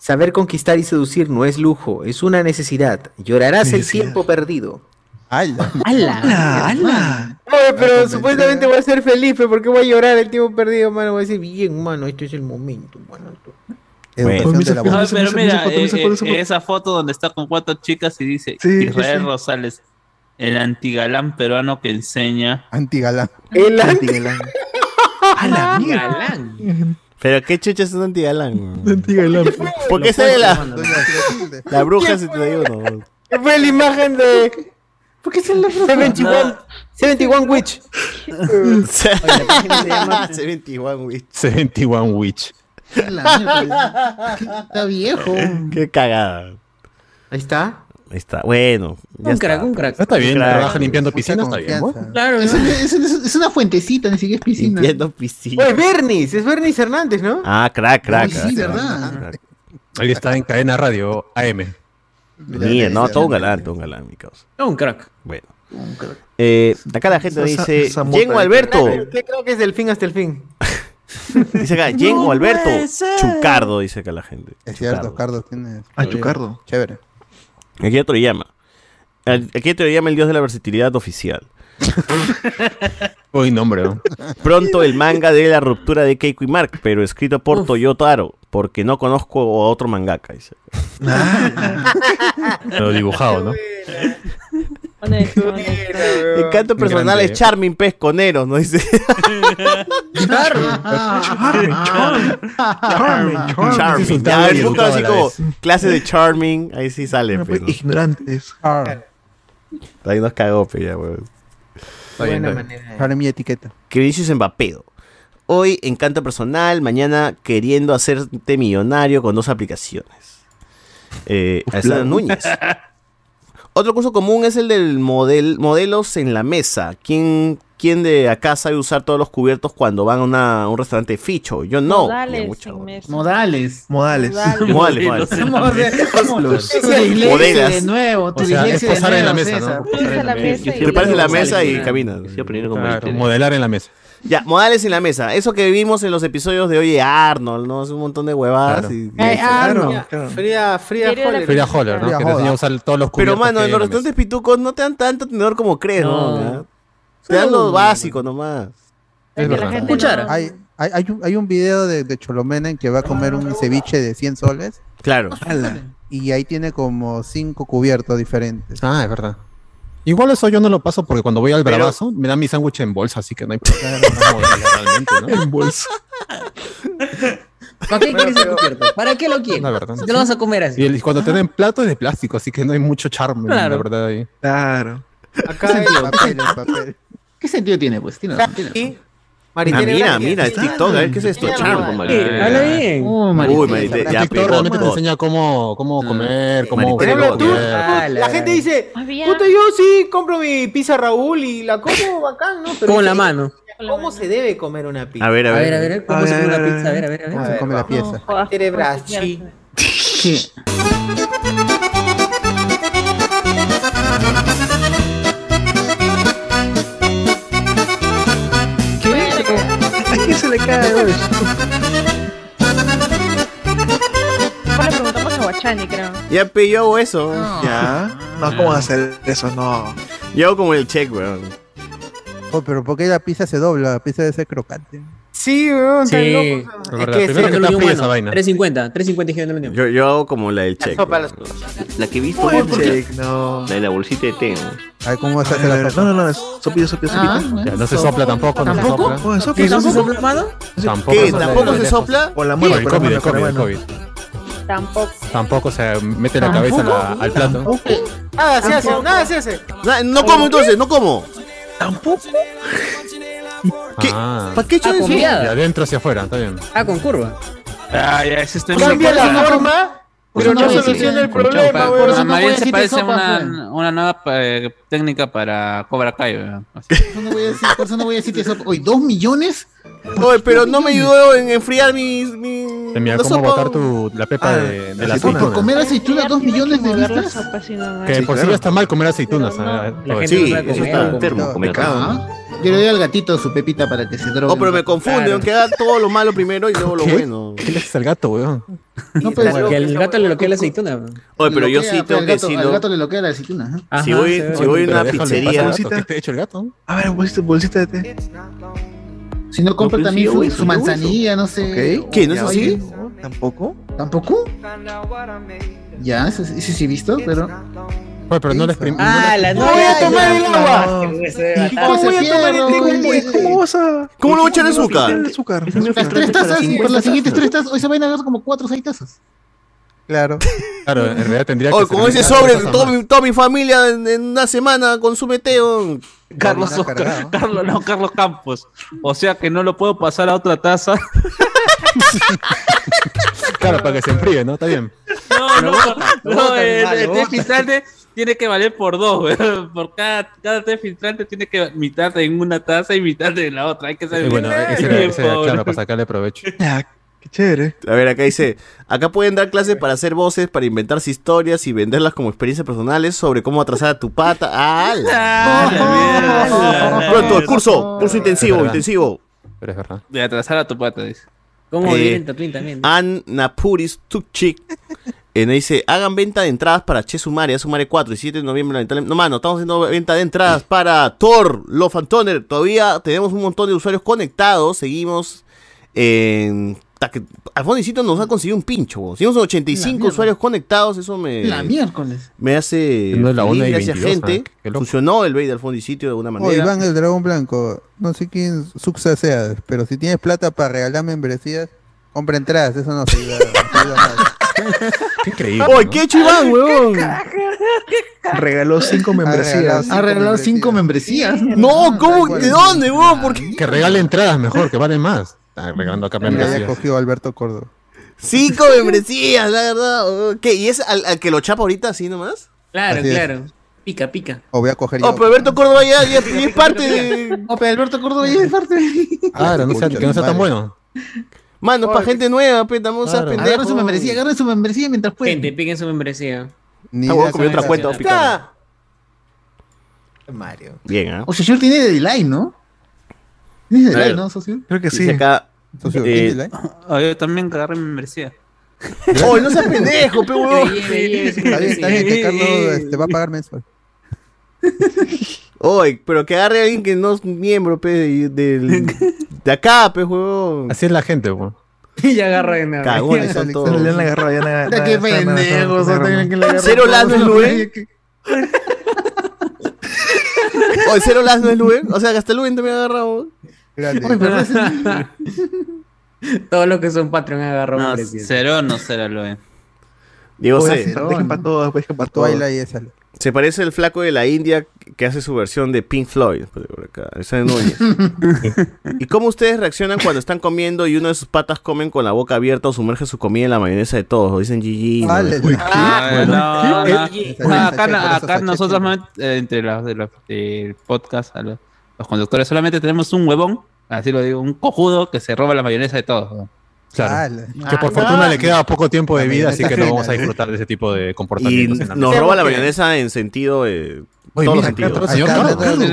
[SPEAKER 1] Saber conquistar y seducir no es lujo, es una necesidad. Llorarás el tiempo perdido.
[SPEAKER 5] ¡Hala!
[SPEAKER 1] ¡Hala! ¡Hala! Oye, pero supuestamente voy a ser feliz, pero ¿por qué voy a llorar el tiempo perdido, mano? Voy a decir, bien, mano, este es el momento, mano.
[SPEAKER 6] No, pero mira,
[SPEAKER 1] foto,
[SPEAKER 6] eh,
[SPEAKER 1] esa foto, esa
[SPEAKER 6] eh,
[SPEAKER 1] foto.
[SPEAKER 6] esa foto donde está con cuatro chicas y dice
[SPEAKER 5] Sí, sí,
[SPEAKER 6] Israel
[SPEAKER 5] sí.
[SPEAKER 6] Rosales, el antigalán peruano que enseña.
[SPEAKER 5] Antigalán.
[SPEAKER 1] El
[SPEAKER 5] antigalán.
[SPEAKER 6] ¡A la
[SPEAKER 3] Pero qué chucha es un antigalán.
[SPEAKER 5] Antigalán.
[SPEAKER 3] ¿Por qué sale la, la bruja [LAUGHS] 71?
[SPEAKER 1] ¿Qué fue la imagen de. ¿Por qué es la foto? 71, 71 Witch.
[SPEAKER 3] Oye, la página se llama 71
[SPEAKER 1] ¿eh?
[SPEAKER 2] [LAUGHS]
[SPEAKER 3] Witch.
[SPEAKER 2] 71 Witch.
[SPEAKER 3] [LAUGHS]
[SPEAKER 4] Está viejo.
[SPEAKER 1] ¿Eh?
[SPEAKER 3] Qué cagada.
[SPEAKER 1] Ahí está.
[SPEAKER 3] Ahí está. Bueno. ya
[SPEAKER 1] Un
[SPEAKER 3] está.
[SPEAKER 1] crack, un crack.
[SPEAKER 2] Está bien,
[SPEAKER 3] Un crack.
[SPEAKER 2] trabaja limpiando piscinas, está bien.
[SPEAKER 4] Claro, es, es- es- es una fuentecita, ni siquiera es piscina.
[SPEAKER 3] Limpiando piscina.
[SPEAKER 1] Oye, Bernis, es Bernis Hernández, ¿no?
[SPEAKER 3] Ah, crack, crack.
[SPEAKER 1] Uy,
[SPEAKER 3] crack,
[SPEAKER 1] sí,
[SPEAKER 3] crack, Ah,
[SPEAKER 1] verdad.
[SPEAKER 3] crack.
[SPEAKER 2] Ahí está en cadena radio AM.
[SPEAKER 3] Mira, no, todo un galán, todo un galán, mi causa.
[SPEAKER 6] un crack.
[SPEAKER 3] Bueno. Eh, acá la gente
[SPEAKER 1] Esa-
[SPEAKER 3] dice,
[SPEAKER 1] esa mota
[SPEAKER 3] Yengo
[SPEAKER 1] de-
[SPEAKER 3] Alberto.
[SPEAKER 1] ¿Qué creo que es del fin hasta el fin?
[SPEAKER 3] [LAUGHS] Dice acá, Yengo
[SPEAKER 1] No
[SPEAKER 3] Alberto.
[SPEAKER 1] puede ser.
[SPEAKER 3] Chucardo, dice acá la gente.
[SPEAKER 5] Es cierto, Cardo tiene. Ah, Chucardo.
[SPEAKER 1] [LAUGHS]
[SPEAKER 5] Chévere.
[SPEAKER 3] Aquí otro llama. Aquí otro llama el dios de la versatilidad oficial.
[SPEAKER 2] [LAUGHS] Uy, nombre.
[SPEAKER 3] Pronto el manga de la ruptura de Keiko y Mark, pero escrito por Toyotaro, porque no conozco a otro mangaka. Dice.
[SPEAKER 2] Lo dibujado, ¿no?
[SPEAKER 19] Honesto,
[SPEAKER 3] El canto personal es Charming Pesconero, ¿no?
[SPEAKER 2] [LAUGHS]
[SPEAKER 3] Dice. Charming.
[SPEAKER 5] Charming.
[SPEAKER 3] Ya, a ver,
[SPEAKER 5] Charming.
[SPEAKER 3] búscalo así
[SPEAKER 5] Educado a la
[SPEAKER 3] como clase de Charming, ahí sí sale.
[SPEAKER 2] pues,
[SPEAKER 3] pero.
[SPEAKER 5] Ignorantes.
[SPEAKER 3] Ahí nos cagó, pe, ya, weón.
[SPEAKER 5] bien, Buena está bien. manera. Para mi etiqueta.
[SPEAKER 3] Que dices en vapedo. Hoy encanto personal, mañana queriendo hacerte millonario con dos aplicaciones. Eh, Alessandra
[SPEAKER 25] la-
[SPEAKER 5] [LAUGHS]
[SPEAKER 3] Núñez. Otro curso común es el del model, modelos en la mesa. ¿Quién, ¿Quién de acá sabe usar todos los cubiertos cuando van a, una- a un restaurante de ficho? Yo no.
[SPEAKER 19] Modales
[SPEAKER 3] Ni
[SPEAKER 19] en mesa.
[SPEAKER 4] Modales.
[SPEAKER 5] Modales.
[SPEAKER 3] Modales, modales.
[SPEAKER 5] [LAUGHS]
[SPEAKER 3] Modelas.
[SPEAKER 4] De nuevo, tu
[SPEAKER 2] O sea, es
[SPEAKER 4] dislexia de
[SPEAKER 2] posar en la
[SPEAKER 4] nuevo,
[SPEAKER 2] mesa,
[SPEAKER 4] César.
[SPEAKER 2] ¿no?
[SPEAKER 3] Preparas la mesa y caminas.
[SPEAKER 2] Claro, modelar en la mesa.
[SPEAKER 3] Ya, modales en la mesa. Eso que vimos en los episodios de Oye Arnold, ¿no? Es un montón de huevadas.
[SPEAKER 2] Claro.
[SPEAKER 3] y- y
[SPEAKER 1] Eh,
[SPEAKER 3] eso.
[SPEAKER 1] ah, no. Fría, fría,
[SPEAKER 3] Diario de la
[SPEAKER 1] Holler.
[SPEAKER 2] Frida Holler, ¿no?
[SPEAKER 3] Frida
[SPEAKER 2] Que te enseña
[SPEAKER 3] Holler.
[SPEAKER 2] a usar todos los
[SPEAKER 3] Pero,
[SPEAKER 2] cubiertos
[SPEAKER 3] mano,
[SPEAKER 2] que
[SPEAKER 3] en los
[SPEAKER 2] hay la mesa.
[SPEAKER 3] restaurantes pitucos no te dan tanto tenedor como crees, ¿no?
[SPEAKER 5] No.
[SPEAKER 3] Te dan
[SPEAKER 5] Solo
[SPEAKER 3] lo
[SPEAKER 5] un-
[SPEAKER 3] básico nomás.
[SPEAKER 5] Es
[SPEAKER 3] verdad. gente
[SPEAKER 5] Cuchara.
[SPEAKER 3] no-
[SPEAKER 5] Hay, hay, hay, un, hay un video de, de Cholomena en que va a comer un ceviche de 100 soles.
[SPEAKER 3] Claro.
[SPEAKER 5] Y ahí tiene como cinco cubiertos diferentes.
[SPEAKER 2] Ah, es verdad. Igual eso yo no lo paso porque cuando voy al bravazo me dan mi [LAUGHS] sándwich en bolsa, así que no hay problema. realmente, ¿no?
[SPEAKER 5] En bolsa.
[SPEAKER 20] ¿Para qué quieres el cubierto? ¿Para qué lo quieres?
[SPEAKER 2] La verdad.
[SPEAKER 20] Te lo vas a comer así.
[SPEAKER 2] Y el- cuando te dan plato es de plástico, así que no hay mucho charme,
[SPEAKER 20] Claro.
[SPEAKER 2] la verdad. Ahí.
[SPEAKER 4] Claro.
[SPEAKER 1] Acá hay papel,
[SPEAKER 4] papel. ¿Qué sentido tiene, pues? Tiene, tiene-
[SPEAKER 3] Ah, mira, mira, es TikTok, a ver qué es esto, charco, Maritere.
[SPEAKER 4] Habla bien.
[SPEAKER 3] Uy, Maritere, ya
[SPEAKER 2] TikTok
[SPEAKER 3] pegó,
[SPEAKER 2] realmente te
[SPEAKER 3] pegó.
[SPEAKER 2] enseña cómo, cómo comer, cómo
[SPEAKER 3] Maritere,
[SPEAKER 2] cómo
[SPEAKER 3] tú-
[SPEAKER 2] comer.
[SPEAKER 20] Ah,
[SPEAKER 1] La gente dice, puta, yo sí compro mi pizza Raúl y la como bacán, ¿no? Pero
[SPEAKER 20] Con la
[SPEAKER 1] sí,
[SPEAKER 20] mano.
[SPEAKER 1] ¿Cómo se debe comer una pizza?
[SPEAKER 3] A ver, a ver.
[SPEAKER 20] A ver, a ver, ¿cómo se come la pizza? A ver, a ver, a ver.
[SPEAKER 1] ¿Cómo se come la
[SPEAKER 20] pieza?
[SPEAKER 1] Cerebrachi.
[SPEAKER 10] ¿A quién se le cae, güey?
[SPEAKER 19] Mejor le preguntamos a Guachani, creo.
[SPEAKER 3] Ya pilló eso.
[SPEAKER 10] Ya. No, ¿cómo vas a hacer eso? No.
[SPEAKER 3] Yo hago como el check, weón.
[SPEAKER 5] Oh, pero ¿por qué la pizza se dobla? La pizza debe ser crocante.
[SPEAKER 1] Sí, weón,
[SPEAKER 20] Sí.
[SPEAKER 1] están locos.
[SPEAKER 20] Es
[SPEAKER 3] verdad, primero que está fría esa vaina.
[SPEAKER 20] 350, 350 dijeron del
[SPEAKER 3] Yo, yo hago como la del check.
[SPEAKER 1] sopa, la-
[SPEAKER 8] La que he visto.
[SPEAKER 10] Uy,
[SPEAKER 8] weón,
[SPEAKER 10] ¿por
[SPEAKER 8] la-
[SPEAKER 10] qué? No.
[SPEAKER 8] La de la bolsita de té. weón.
[SPEAKER 5] A ver, ¿cómo vas a hacer
[SPEAKER 10] Eh,
[SPEAKER 5] la sopa?
[SPEAKER 10] No, no, no. es Sopito, sopito,
[SPEAKER 20] Ah,
[SPEAKER 10] sopito.
[SPEAKER 2] Ya, no se sopla tampoco, no se
[SPEAKER 10] ¿Tampoco?
[SPEAKER 2] sopla.
[SPEAKER 11] Pues,
[SPEAKER 10] Bueno, sopito,
[SPEAKER 20] ¿Tampoco
[SPEAKER 10] sopito.
[SPEAKER 20] plumado?
[SPEAKER 2] Tampoco
[SPEAKER 3] ¿Qué?
[SPEAKER 2] sopla
[SPEAKER 3] ¿Tampoco
[SPEAKER 2] de
[SPEAKER 3] se
[SPEAKER 2] lejos.
[SPEAKER 3] sopla?
[SPEAKER 10] Por la
[SPEAKER 2] Por
[SPEAKER 10] mano,
[SPEAKER 2] el
[SPEAKER 10] por la
[SPEAKER 2] COVID,
[SPEAKER 10] mano,
[SPEAKER 2] el
[SPEAKER 10] por la
[SPEAKER 2] COVID, el
[SPEAKER 10] mano.
[SPEAKER 2] COVID.
[SPEAKER 19] Tampoco.
[SPEAKER 2] Tampoco se mete la cabeza la- al plato.
[SPEAKER 1] Nada se hace, nada se hace.
[SPEAKER 3] Na- No, como entonces, no como.
[SPEAKER 20] ¿Tampoco?
[SPEAKER 3] ¿Qué?
[SPEAKER 2] Ah.
[SPEAKER 3] ¿Para qué he hecho
[SPEAKER 20] Ah,
[SPEAKER 3] eso?
[SPEAKER 20] comida.
[SPEAKER 2] De adentro hacia afuera, está bien.
[SPEAKER 20] Ah, con curva.
[SPEAKER 6] Ah, ya, ese está
[SPEAKER 1] Cambia la forma,
[SPEAKER 6] Por
[SPEAKER 1] pero
[SPEAKER 6] eso
[SPEAKER 1] no
[SPEAKER 6] puede
[SPEAKER 1] soluciona
[SPEAKER 6] ser.
[SPEAKER 1] el problema,
[SPEAKER 6] Por eso
[SPEAKER 1] weón.
[SPEAKER 6] María se
[SPEAKER 4] decirte
[SPEAKER 6] parece a
[SPEAKER 4] sopa,
[SPEAKER 6] una, una nueva eh, técnica para Cobra Kai, weón. Así.
[SPEAKER 4] Yo no voy a decir, por eso no voy a decir que eso. Oye, ¿dos millones?
[SPEAKER 3] Oye, pero no me ayudó en enfriar mis. mi-
[SPEAKER 2] Te mira
[SPEAKER 3] la
[SPEAKER 2] cómo
[SPEAKER 3] sopa.
[SPEAKER 2] botar tu, la pepa
[SPEAKER 10] Ah,
[SPEAKER 2] de, de la
[SPEAKER 10] aceituna.
[SPEAKER 2] aceituna.
[SPEAKER 4] ¿Por comer aceituna dos millones de
[SPEAKER 19] Mover la
[SPEAKER 4] vistas?
[SPEAKER 19] sopa si no
[SPEAKER 2] Que
[SPEAKER 19] agarra.
[SPEAKER 2] de por sí,
[SPEAKER 10] claro.
[SPEAKER 2] ya está mal comer aceitunas. ah,
[SPEAKER 20] la
[SPEAKER 2] todo
[SPEAKER 20] gente
[SPEAKER 2] eso.
[SPEAKER 3] Sí,
[SPEAKER 20] no sabe
[SPEAKER 3] eso
[SPEAKER 20] comer,
[SPEAKER 3] está.
[SPEAKER 20] weón.
[SPEAKER 8] Termo, comer.
[SPEAKER 4] Ah, Yo le doy al gatito su pepita para que se drogue.
[SPEAKER 3] Oh, pero me confunde, aunque haga todo lo malo primero y luego lo
[SPEAKER 2] ¿Qué?
[SPEAKER 3] bueno.
[SPEAKER 2] ¿Qué le haces al gato, weón?
[SPEAKER 4] No,
[SPEAKER 20] Claro,
[SPEAKER 4] pero-
[SPEAKER 20] que al gato le bloquea la aceituna. weón.
[SPEAKER 3] Oye, pero
[SPEAKER 4] le
[SPEAKER 3] yo
[SPEAKER 4] loquea,
[SPEAKER 3] sí
[SPEAKER 4] pero
[SPEAKER 3] tengo
[SPEAKER 4] al
[SPEAKER 3] que
[SPEAKER 4] gato- Al
[SPEAKER 3] decirlo.
[SPEAKER 4] gato le bloquea la aceituna. ajá.
[SPEAKER 3] Si
[SPEAKER 20] Ajá,
[SPEAKER 3] voy,
[SPEAKER 20] se ve.
[SPEAKER 3] si voy a
[SPEAKER 2] Pero
[SPEAKER 3] una
[SPEAKER 2] déjale, pasa
[SPEAKER 3] pizzería.
[SPEAKER 2] el gato, ¿Qué te ha hecho el gato?
[SPEAKER 10] A ver, bolsita, bolsita de té.
[SPEAKER 4] Si no compra
[SPEAKER 10] No, pero
[SPEAKER 4] también
[SPEAKER 10] sí,
[SPEAKER 4] su,
[SPEAKER 10] uso,
[SPEAKER 4] su
[SPEAKER 10] yo
[SPEAKER 4] manzanilla, no sé.
[SPEAKER 10] Ok.
[SPEAKER 3] ¿Qué? ¿No es
[SPEAKER 10] Ya,
[SPEAKER 3] así?
[SPEAKER 10] oye, no, ¿Tampoco?
[SPEAKER 4] ¿Tampoco? Ya, eso, sí- eso sí he visto, pero.
[SPEAKER 2] Oye, pero no les prim-
[SPEAKER 20] Ah, la
[SPEAKER 1] No voy a tomar el agua.
[SPEAKER 10] No.
[SPEAKER 1] ¿Y cómo voy a tomar el
[SPEAKER 4] ¿Cómo
[SPEAKER 1] agua?
[SPEAKER 4] es?
[SPEAKER 10] ¿Cómo vas a...?
[SPEAKER 3] ¿Cómo le voy a echar
[SPEAKER 10] El
[SPEAKER 3] azúcar?
[SPEAKER 10] azúcar.
[SPEAKER 8] Ese mío
[SPEAKER 4] Las
[SPEAKER 8] filtró
[SPEAKER 4] tres
[SPEAKER 8] hasta
[SPEAKER 4] tazas, por
[SPEAKER 8] 50
[SPEAKER 4] las siguientes
[SPEAKER 8] tazas.
[SPEAKER 4] tres tazas, hoy se van a dar como cuatro o seis tazas.
[SPEAKER 5] Claro.
[SPEAKER 2] Claro, en realidad tendría que
[SPEAKER 3] Oye, con
[SPEAKER 2] servir
[SPEAKER 3] ese
[SPEAKER 2] las
[SPEAKER 3] sobre,
[SPEAKER 2] cosas
[SPEAKER 3] toda
[SPEAKER 2] más.
[SPEAKER 3] mi, toda mi familia en, en una semana consume té. weón.
[SPEAKER 6] Carlos,
[SPEAKER 5] Está cargado.
[SPEAKER 6] Carlos, no, Carlos Campos. O sea que no lo puedo pasar a otra [LAUGHS] taza.
[SPEAKER 2] Claro, para que se enfríe, ¿no? Está bien.
[SPEAKER 6] No, no, no,
[SPEAKER 20] bótalo,
[SPEAKER 6] el,
[SPEAKER 20] malo,
[SPEAKER 6] el té
[SPEAKER 20] bótalo.
[SPEAKER 6] filtrante tiene que valer por dos, weón. [LAUGHS] Por cada, cada té filtrante tiene que mitad en una taza y mitad en la otra. Hay que
[SPEAKER 2] Y
[SPEAKER 6] saber.
[SPEAKER 2] bueno,
[SPEAKER 6] bien el
[SPEAKER 2] ese era, ese era,
[SPEAKER 6] tiempo, [LAUGHS]
[SPEAKER 2] claro,
[SPEAKER 6] weón.
[SPEAKER 2] para sacarle provecho.
[SPEAKER 10] Ya, qué chévere.
[SPEAKER 3] A ver, acá dice, acá pueden dar clases para hacer voces, para inventarse historias y venderlas como experiencias personales sobre cómo atrasar a tu pata. ¡Ala!
[SPEAKER 6] Ah, la mierda.
[SPEAKER 3] Pronto, el curso, curso
[SPEAKER 2] Es
[SPEAKER 3] intensivo,
[SPEAKER 2] verdad.
[SPEAKER 3] intensivo.
[SPEAKER 2] Pero es verdad.
[SPEAKER 6] De atrasar a tu pata, dice.
[SPEAKER 20] ¿Cómo
[SPEAKER 3] Eh,
[SPEAKER 20] vivir en Tatuín también?
[SPEAKER 3] Annapuris Tukchik. Eh, dice, hagan venta de entradas para Che Sumare, a Sumare 4 y 7 de noviembre. lamentablemente- No, mano, estamos haciendo venta de entradas para Thor, Love and Thunder. Todavía tenemos un montón de usuarios conectados. Seguimos en... ta- que- Alfonso Isito nos ha conseguido un pincho. weón. Seguimos en 85
[SPEAKER 4] mierda.
[SPEAKER 3] usuarios conectados. Eso me...
[SPEAKER 4] La miércoles.
[SPEAKER 3] me hace
[SPEAKER 2] No es la
[SPEAKER 3] feliz,
[SPEAKER 2] una y
[SPEAKER 3] gracias
[SPEAKER 2] 22,
[SPEAKER 3] gente.
[SPEAKER 2] ah, qué loco.
[SPEAKER 3] Fusionó el Bay del fondo y sitio de alguna
[SPEAKER 5] Oh,
[SPEAKER 3] manera.
[SPEAKER 5] Iván el dragón blanco. No sé quién Suxa sea, pero si tienes plata para regalar membresías, compra entradas. Eso no se [LAUGHS] ayuda.
[SPEAKER 3] [LAUGHS]
[SPEAKER 5] no ayuda nada.
[SPEAKER 2] Qué increíble.
[SPEAKER 3] ¡Oy,
[SPEAKER 2] ¿no?
[SPEAKER 3] qué hecho Iván, weón!
[SPEAKER 5] [LAUGHS]
[SPEAKER 10] Regaló cinco membresías.
[SPEAKER 4] Ha regalado cinco membresías.
[SPEAKER 3] No, ¿cómo? ¿De dónde, weón? ¿Por qué?
[SPEAKER 2] Que regale entradas mejor, que valen más. Está regalando acá
[SPEAKER 5] Mira, ya
[SPEAKER 2] membresías.
[SPEAKER 5] cogió Alberto Cordo.
[SPEAKER 3] Cinco membresías, la verdad. weón. ¿Qué? ¿Y es al, al que lo chapa ahorita así nomás?
[SPEAKER 20] Claro,
[SPEAKER 5] así es.
[SPEAKER 20] claro. Pica, pica.
[SPEAKER 5] O voy a coger yo.
[SPEAKER 3] Oh, pero Alberto Córdoba ya, ya- ya es parte de...
[SPEAKER 4] No, pero Alberto Córdoba ya es parte.
[SPEAKER 2] Claro, Ah, no sea, que no sea tan bueno.
[SPEAKER 3] Mano, es para gente nueva, pe, tampoco seas
[SPEAKER 2] Claro.
[SPEAKER 3] pendejo.
[SPEAKER 4] Agarren su membresía, agarren su membresía mientras pueden.
[SPEAKER 20] Gente, piquen su membresía.
[SPEAKER 5] Ni
[SPEAKER 3] Ah, weón,
[SPEAKER 5] idea
[SPEAKER 3] comió otra
[SPEAKER 5] cómo se
[SPEAKER 3] cuenta,
[SPEAKER 5] hace.
[SPEAKER 3] weón, picado.
[SPEAKER 1] Mario.
[SPEAKER 3] Bien, ¿ah?
[SPEAKER 4] O sea, yo tiene de delay, ¿no? Tiene
[SPEAKER 3] A
[SPEAKER 4] delay,
[SPEAKER 3] ver.
[SPEAKER 4] ¿no, socio?
[SPEAKER 10] Creo que sí.
[SPEAKER 3] Dice acá...
[SPEAKER 5] Socio,
[SPEAKER 3] Eh,
[SPEAKER 5] ¿quién delay?
[SPEAKER 6] Ah, yo también agarré mi membresía.
[SPEAKER 3] ¡Oh, no seas pendejo, pe, weón!
[SPEAKER 20] Ahí, ahí, ahí, su
[SPEAKER 5] Está bien, está bien,
[SPEAKER 20] membresía.
[SPEAKER 5] que Carlos este, va a
[SPEAKER 10] [LAUGHS]
[SPEAKER 5] pagar mensual.
[SPEAKER 3] Oye, pero que agarre a alguien que no es miembro, pe, de, del- de acá, pe, weón.
[SPEAKER 2] Así es la gente, weón.
[SPEAKER 20] Y agarra de nada.
[SPEAKER 3] Cagones son
[SPEAKER 10] No le
[SPEAKER 3] todos.
[SPEAKER 10] han agarrado, ya nada.
[SPEAKER 4] Puta, qué pendejos. o sea, tienen que la agarren
[SPEAKER 3] Cero ¿eh?
[SPEAKER 4] todos,
[SPEAKER 3] las no es
[SPEAKER 4] ¿no?
[SPEAKER 3] Luen. [LAUGHS] Oye, ¿eh?
[SPEAKER 20] [LAUGHS]
[SPEAKER 3] cero las no es Luen. O sea, hasta Luen también ha agarrado.
[SPEAKER 10] [LAUGHS]
[SPEAKER 5] Grande. Ah,
[SPEAKER 4] Oye, pero ese-
[SPEAKER 20] Todos los que son Patreon agarran
[SPEAKER 6] No,
[SPEAKER 20] un precio.
[SPEAKER 6] Cerón no será lo
[SPEAKER 3] Diego
[SPEAKER 6] Voy a
[SPEAKER 3] C.
[SPEAKER 6] hacer, dejen
[SPEAKER 3] para todos, dejen para
[SPEAKER 6] todos.
[SPEAKER 3] Se parece el flaco de la India que hace su versión de Pink Floyd. Pues, Por acá, ese es Núñez. ¿Y cómo ustedes reaccionan cuando están comiendo y uno de sus patas comen con la boca abierta o sumerge su comida en la mayonesa de todos? O dicen GG. ¿no?
[SPEAKER 6] Vale.
[SPEAKER 3] Uy,
[SPEAKER 6] Ah,
[SPEAKER 3] bueno.
[SPEAKER 6] no,
[SPEAKER 3] Eh,
[SPEAKER 6] no. Ah, Acá,
[SPEAKER 3] por eso
[SPEAKER 6] acá
[SPEAKER 3] sachet,
[SPEAKER 6] nosotros, eh, entre los de los del podcast, a los, los conductores, solamente tenemos un huevón, así lo digo, un cojudo que se roba la mayonesa de todos. ¿no?
[SPEAKER 2] Claro.
[SPEAKER 6] Ala.
[SPEAKER 2] Que por
[SPEAKER 6] Ah,
[SPEAKER 2] fortuna
[SPEAKER 6] no.
[SPEAKER 2] le queda poco tiempo de
[SPEAKER 6] La
[SPEAKER 2] vida, así
[SPEAKER 6] mayonesa
[SPEAKER 2] que no
[SPEAKER 6] ajena.
[SPEAKER 2] vamos a disfrutar de ese tipo de
[SPEAKER 3] Y
[SPEAKER 2] comportamientos. en la
[SPEAKER 3] nos
[SPEAKER 2] mesa.
[SPEAKER 3] roba la mayonesa en sentido. eh, todos
[SPEAKER 2] Oye,
[SPEAKER 3] los
[SPEAKER 2] mira,
[SPEAKER 3] sentidos.
[SPEAKER 2] acá otro señor, ¿no?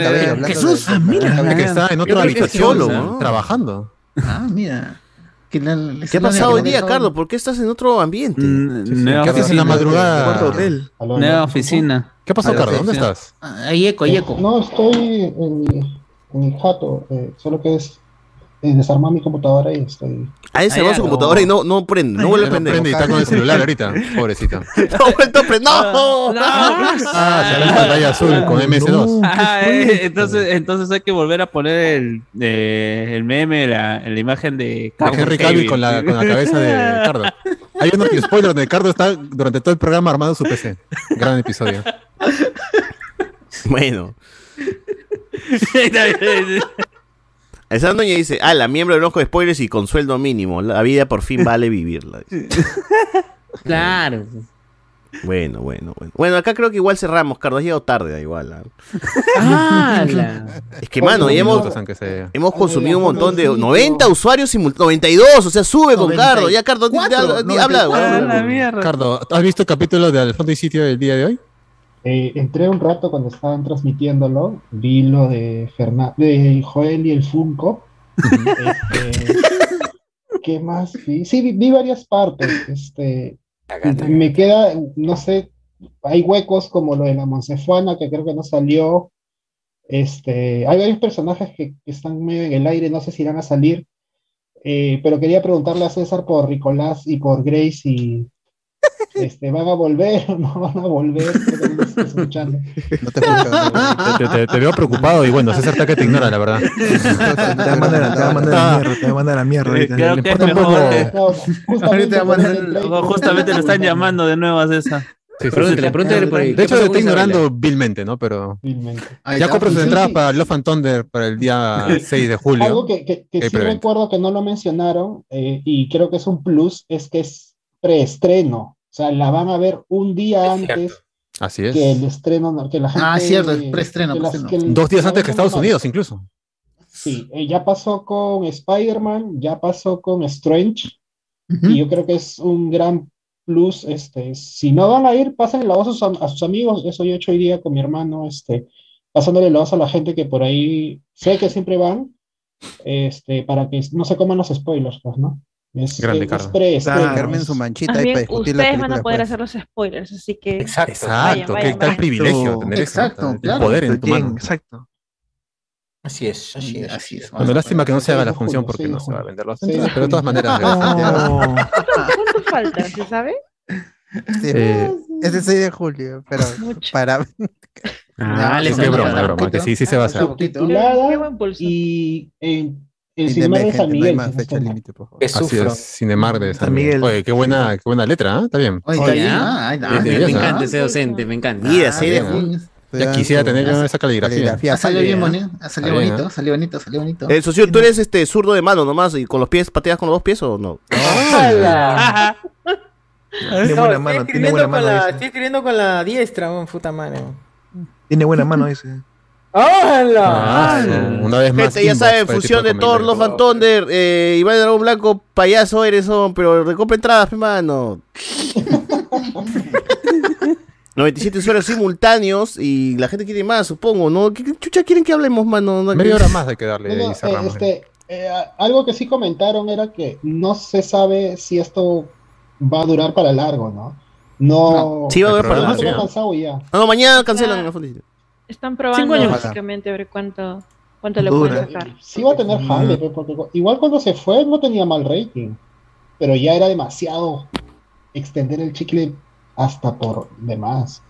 [SPEAKER 6] eh,
[SPEAKER 2] Jesús, ah, mira, que está en otra habitación ¿no? trabajando.
[SPEAKER 4] Ah, mira. Que la- la-
[SPEAKER 3] ¿Qué ha
[SPEAKER 4] la-
[SPEAKER 3] pasado hoy
[SPEAKER 4] la-
[SPEAKER 3] día,
[SPEAKER 4] la-
[SPEAKER 3] Carlos? ¿Por qué estás en otro ambiente?
[SPEAKER 6] nueva
[SPEAKER 3] ¿Qué haces en
[SPEAKER 6] oficina.
[SPEAKER 3] la madrugada?
[SPEAKER 6] Hotel. Nueva oficina.
[SPEAKER 2] ¿Qué
[SPEAKER 6] pasó, Carlos? ¿Dónde estás?
[SPEAKER 4] Ah, Ahí eco, ahí eco.
[SPEAKER 11] No, estoy en mi, en mi jato, eh, solo que es eh, desarmar mi computadora y estoy.
[SPEAKER 3] Ah, él cerró
[SPEAKER 11] Ay,
[SPEAKER 3] su
[SPEAKER 11] no.
[SPEAKER 3] computadora y no, no prende, no
[SPEAKER 11] Ay,
[SPEAKER 3] vuelve a
[SPEAKER 11] no
[SPEAKER 3] prender.
[SPEAKER 11] prende y está con el
[SPEAKER 2] celular ahorita, pobrecito.
[SPEAKER 3] [LAUGHS] No ha vuelto a prender. ¡No!
[SPEAKER 2] Ah, será la pantalla azul con MS2.
[SPEAKER 6] Ah, eh, entonces, entonces hay que volver a poner el, eh, el meme, la, la imagen de Cowboy
[SPEAKER 2] Ah, Henry Cavill
[SPEAKER 6] Davis.
[SPEAKER 2] con la, con la cabeza de Cardo.
[SPEAKER 6] [LAUGHS]
[SPEAKER 2] Hay uno que spoiler donde Cardo está durante todo el programa armando su PC. Gran episodio.
[SPEAKER 3] [LAUGHS] Bueno. Esa doña dice, ah, la miembro del ojo de spoilers y con sueldo mínimo. La vida por fin vale vivirla.
[SPEAKER 20] Claro.
[SPEAKER 3] Bueno, bueno, bueno. Bueno, acá creo que igual cerramos, Carlos. Has llegado tarde, da igual. ah. Es que, mano, ya hemos, hemos consumido un montón de... 90 usuarios simultáneos. 92, o sea, sube con Cardo. Ya, Cardo, di- di- habla. di- habla, güey.
[SPEAKER 2] Cardo, ¿has visto el capítulo de Al fondo y sitio del día de hoy?
[SPEAKER 11] Eh, entré un rato cuando estaban transmitiéndolo, vi lo de, Fernan de Joel y el Funko. Este, ¿Qué más? vi? Sí, vi, vi varias partes. Este, me queda, no sé, hay huecos como lo de la Monsefuana, que creo que no salió. Este, hay varios personajes que, que están medio en el aire, no sé si irán a salir. Eh, pero quería preguntarle a César por Ricolás y por Grace y este, van a volver o no van a volver. Creo que no me estoy
[SPEAKER 2] [LAUGHS]
[SPEAKER 11] escuchando. [LAUGHS]
[SPEAKER 2] Te, te- te veo preocupado y bueno, César está que te ignora, la verdad.
[SPEAKER 10] Te va a mandar a te va a mandar a la mierda, te va a mandar a la mierda. ahorita.
[SPEAKER 6] Creo
[SPEAKER 10] Le
[SPEAKER 6] que es
[SPEAKER 10] importa un
[SPEAKER 6] mejor.
[SPEAKER 10] poco-
[SPEAKER 6] eh, Ahorita mandan- o justamente lo están llamando de nuevo a César.
[SPEAKER 2] Pregúntale, pregúntale por ahí. De hecho, te está ignorando vilmente, ¿no? Pero.
[SPEAKER 11] Ahí
[SPEAKER 2] Ya
[SPEAKER 11] está.
[SPEAKER 2] compras tus
[SPEAKER 11] Sí,
[SPEAKER 2] entradas
[SPEAKER 11] sí.
[SPEAKER 2] para Love and Thunder para el
[SPEAKER 11] [LAUGHS]
[SPEAKER 2] día 6 de
[SPEAKER 11] Algo
[SPEAKER 2] julio.
[SPEAKER 11] que, que- que
[SPEAKER 2] Hay
[SPEAKER 11] sí
[SPEAKER 2] preventa.
[SPEAKER 11] recuerdo que no lo mencionaron eh, y creo que es un plus, es que es preestreno. O sea, la van a ver un día antes
[SPEAKER 2] Así
[SPEAKER 11] que
[SPEAKER 2] es.
[SPEAKER 11] el estreno, no- que la gente...
[SPEAKER 4] Ah, cierto, es preestreno,
[SPEAKER 11] que las-
[SPEAKER 4] preestreno.
[SPEAKER 11] que el-
[SPEAKER 2] Dos días
[SPEAKER 11] la
[SPEAKER 2] antes
[SPEAKER 11] ven
[SPEAKER 2] que Estados
[SPEAKER 11] normal.
[SPEAKER 2] Unidos, incluso.
[SPEAKER 11] Sí, eh, ya pasó con Spider-Man, ya pasó con Strange, y yo creo que es un gran plus, este, si no van a ir, pásenle la voz a sus, am- a sus amigos, eso yo he hecho hoy día con mi hermano, este, pasándole la voz a la gente que por ahí sé que siempre van, este, para que no se coman los spoilers, pues, ¿no? Es,
[SPEAKER 2] Grande,
[SPEAKER 11] es- es
[SPEAKER 2] Carlos.
[SPEAKER 11] preestreno,
[SPEAKER 5] Claro. Carmen su manchita
[SPEAKER 19] Más
[SPEAKER 5] ahí
[SPEAKER 19] bien,
[SPEAKER 5] para discutir la
[SPEAKER 19] ustedes van
[SPEAKER 5] película.
[SPEAKER 19] a poder
[SPEAKER 5] después.
[SPEAKER 19] hacer los spoilers, así que.
[SPEAKER 2] Exacto.
[SPEAKER 19] Vayan,
[SPEAKER 2] Exacto,
[SPEAKER 19] vayan,
[SPEAKER 2] qué tal
[SPEAKER 19] vayan.
[SPEAKER 2] privilegio tener eso,
[SPEAKER 4] Exacto,
[SPEAKER 2] el
[SPEAKER 4] claro.
[SPEAKER 2] poder en tu
[SPEAKER 4] Bien,
[SPEAKER 2] mano.
[SPEAKER 4] Exacto.
[SPEAKER 20] Así es, así es.
[SPEAKER 4] Así es.
[SPEAKER 2] Bueno, lástima que no se haga la función porque no se va a vender los entradas, pero de todas
[SPEAKER 11] [LAUGHS]
[SPEAKER 2] maneras,
[SPEAKER 11] Ah,
[SPEAKER 2] este,
[SPEAKER 5] No.
[SPEAKER 2] gracias.
[SPEAKER 19] ¿Cuánto falta? ¿Se sabe?
[SPEAKER 5] Sí,
[SPEAKER 11] pues.
[SPEAKER 2] Eh,
[SPEAKER 5] es el 6 de julio, pero para.
[SPEAKER 2] Ah,
[SPEAKER 5] les
[SPEAKER 2] sí, qué broma, broma, que sí, sí se va a hacer.
[SPEAKER 11] subtitulada y en, en
[SPEAKER 5] Sin
[SPEAKER 11] Sin Mar de
[SPEAKER 5] emergencia,
[SPEAKER 11] San
[SPEAKER 5] no hay
[SPEAKER 11] Miguel,
[SPEAKER 5] más
[SPEAKER 11] si no
[SPEAKER 5] fecha
[SPEAKER 11] estoy mal.
[SPEAKER 5] límite, por favor.
[SPEAKER 2] Así es, Cinemar de San
[SPEAKER 5] Miguel.
[SPEAKER 2] Ah, Miguel. Oye, qué buena, qué buena letra, ¿eh? Está bien.
[SPEAKER 20] Oye, está bien, ah, ahí está.
[SPEAKER 2] Bien,
[SPEAKER 20] Me-
[SPEAKER 2] bien,
[SPEAKER 20] me
[SPEAKER 2] ¿eh?
[SPEAKER 20] encanta ese docente, me encanta.
[SPEAKER 2] Mira, sí, de junio. Ah, Ya quisiera tener yo esa caligrafía.
[SPEAKER 4] Ha salido bien bonito, ha
[SPEAKER 2] Está
[SPEAKER 4] salido
[SPEAKER 2] bien,
[SPEAKER 4] bonito,
[SPEAKER 2] ¿eh?
[SPEAKER 4] salió bonito, salió bonito.
[SPEAKER 3] Eh, socio, ¿tú eres este zurdo de mano nomás y con los pies pateas con los dos pies o no?
[SPEAKER 2] Ah,
[SPEAKER 20] ¡Hala!
[SPEAKER 10] Tiene
[SPEAKER 20] No,
[SPEAKER 10] buena
[SPEAKER 20] estoy
[SPEAKER 10] mano, tiene
[SPEAKER 20] escribiendo
[SPEAKER 10] buena
[SPEAKER 20] con
[SPEAKER 10] mano.
[SPEAKER 20] la-
[SPEAKER 10] dice.
[SPEAKER 20] Estoy escribiendo con la diestra, weón, puta madre.
[SPEAKER 10] Tiene buena mano, dice.
[SPEAKER 2] Ah,
[SPEAKER 20] ¡Hala!
[SPEAKER 2] una vez más.
[SPEAKER 3] Gente, ya
[SPEAKER 2] inbox
[SPEAKER 3] saben,
[SPEAKER 2] para este
[SPEAKER 3] fusión
[SPEAKER 2] tipo
[SPEAKER 3] de Thor, Love and Thunder, eh, Iván Dragón Blanco, payaso eres, son, pero recompra entradas, mi mano. 97 usuarios simultáneos y la gente quiere más, supongo, ¿no? ¿Qué, qué chucha quieren que hablemos, mano? No,
[SPEAKER 2] Media
[SPEAKER 3] que-
[SPEAKER 2] hora más hay que darle
[SPEAKER 11] Bueno,
[SPEAKER 2] y cerramos.
[SPEAKER 11] eh, este, eh, a- algo que sí comentaron era que no se sabe si esto va a durar para largo, ¿no? No.
[SPEAKER 4] Ah,
[SPEAKER 3] Sí, va a haber
[SPEAKER 11] Pero
[SPEAKER 3] para
[SPEAKER 11] no se
[SPEAKER 3] la-
[SPEAKER 11] lo han cansado ya.
[SPEAKER 3] No, no, mañana cancelan.
[SPEAKER 19] Claro.
[SPEAKER 3] la fundita.
[SPEAKER 19] Están probando
[SPEAKER 11] años.
[SPEAKER 19] básicamente a ver cuánto, cuánto le
[SPEAKER 11] Dura.
[SPEAKER 19] pueden sacar.
[SPEAKER 11] Sí va a tener
[SPEAKER 3] Mm.
[SPEAKER 11] jale, pe, porque cu- igual cuando se fue no tenía mal rating, pero ya era demasiado extender el chicle hasta por demás.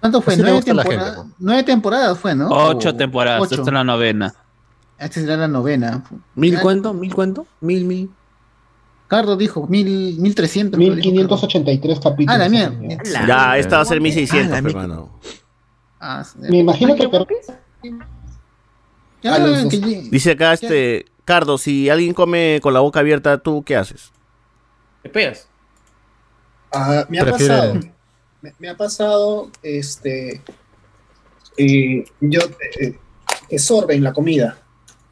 [SPEAKER 4] ¿Cuánto fue?
[SPEAKER 11] Así le
[SPEAKER 4] Nueve
[SPEAKER 11] gusta a la
[SPEAKER 4] temporadas.
[SPEAKER 11] gente,
[SPEAKER 4] Nueve temporadas fue, ¿no?
[SPEAKER 6] Ocho
[SPEAKER 4] O-
[SPEAKER 6] temporadas,
[SPEAKER 4] ocho.
[SPEAKER 6] esta es la novena.
[SPEAKER 4] Esta será la novena. Ah,
[SPEAKER 27] ¿Mil
[SPEAKER 4] Ya-
[SPEAKER 27] cuánto? ¿Mil cuánto? Mil, mil.
[SPEAKER 4] Cardo dijo, mil, mil trescientos. Mil quinientos
[SPEAKER 28] ochenta y tres capítulos.
[SPEAKER 4] Ah, la mierda.
[SPEAKER 11] este,
[SPEAKER 3] Ya, esta va a ser
[SPEAKER 4] Ah,
[SPEAKER 3] 1600,
[SPEAKER 4] la mierda.
[SPEAKER 3] hermano.
[SPEAKER 4] Ah,
[SPEAKER 28] Me imagino que Cardo
[SPEAKER 4] Ya,
[SPEAKER 28] A los
[SPEAKER 4] que
[SPEAKER 28] dos.
[SPEAKER 4] llegue.
[SPEAKER 3] Ah, Dice acá
[SPEAKER 4] [LAUGHS]
[SPEAKER 3] este. Cardo, si alguien come con la boca abierta, ¿tú qué haces?
[SPEAKER 29] ¿Te pegas?
[SPEAKER 11] Ah, me ha
[SPEAKER 3] Prefiero-
[SPEAKER 11] pasado. Me, me ha pasado, este, eh, yo, eh, que sorben la comida,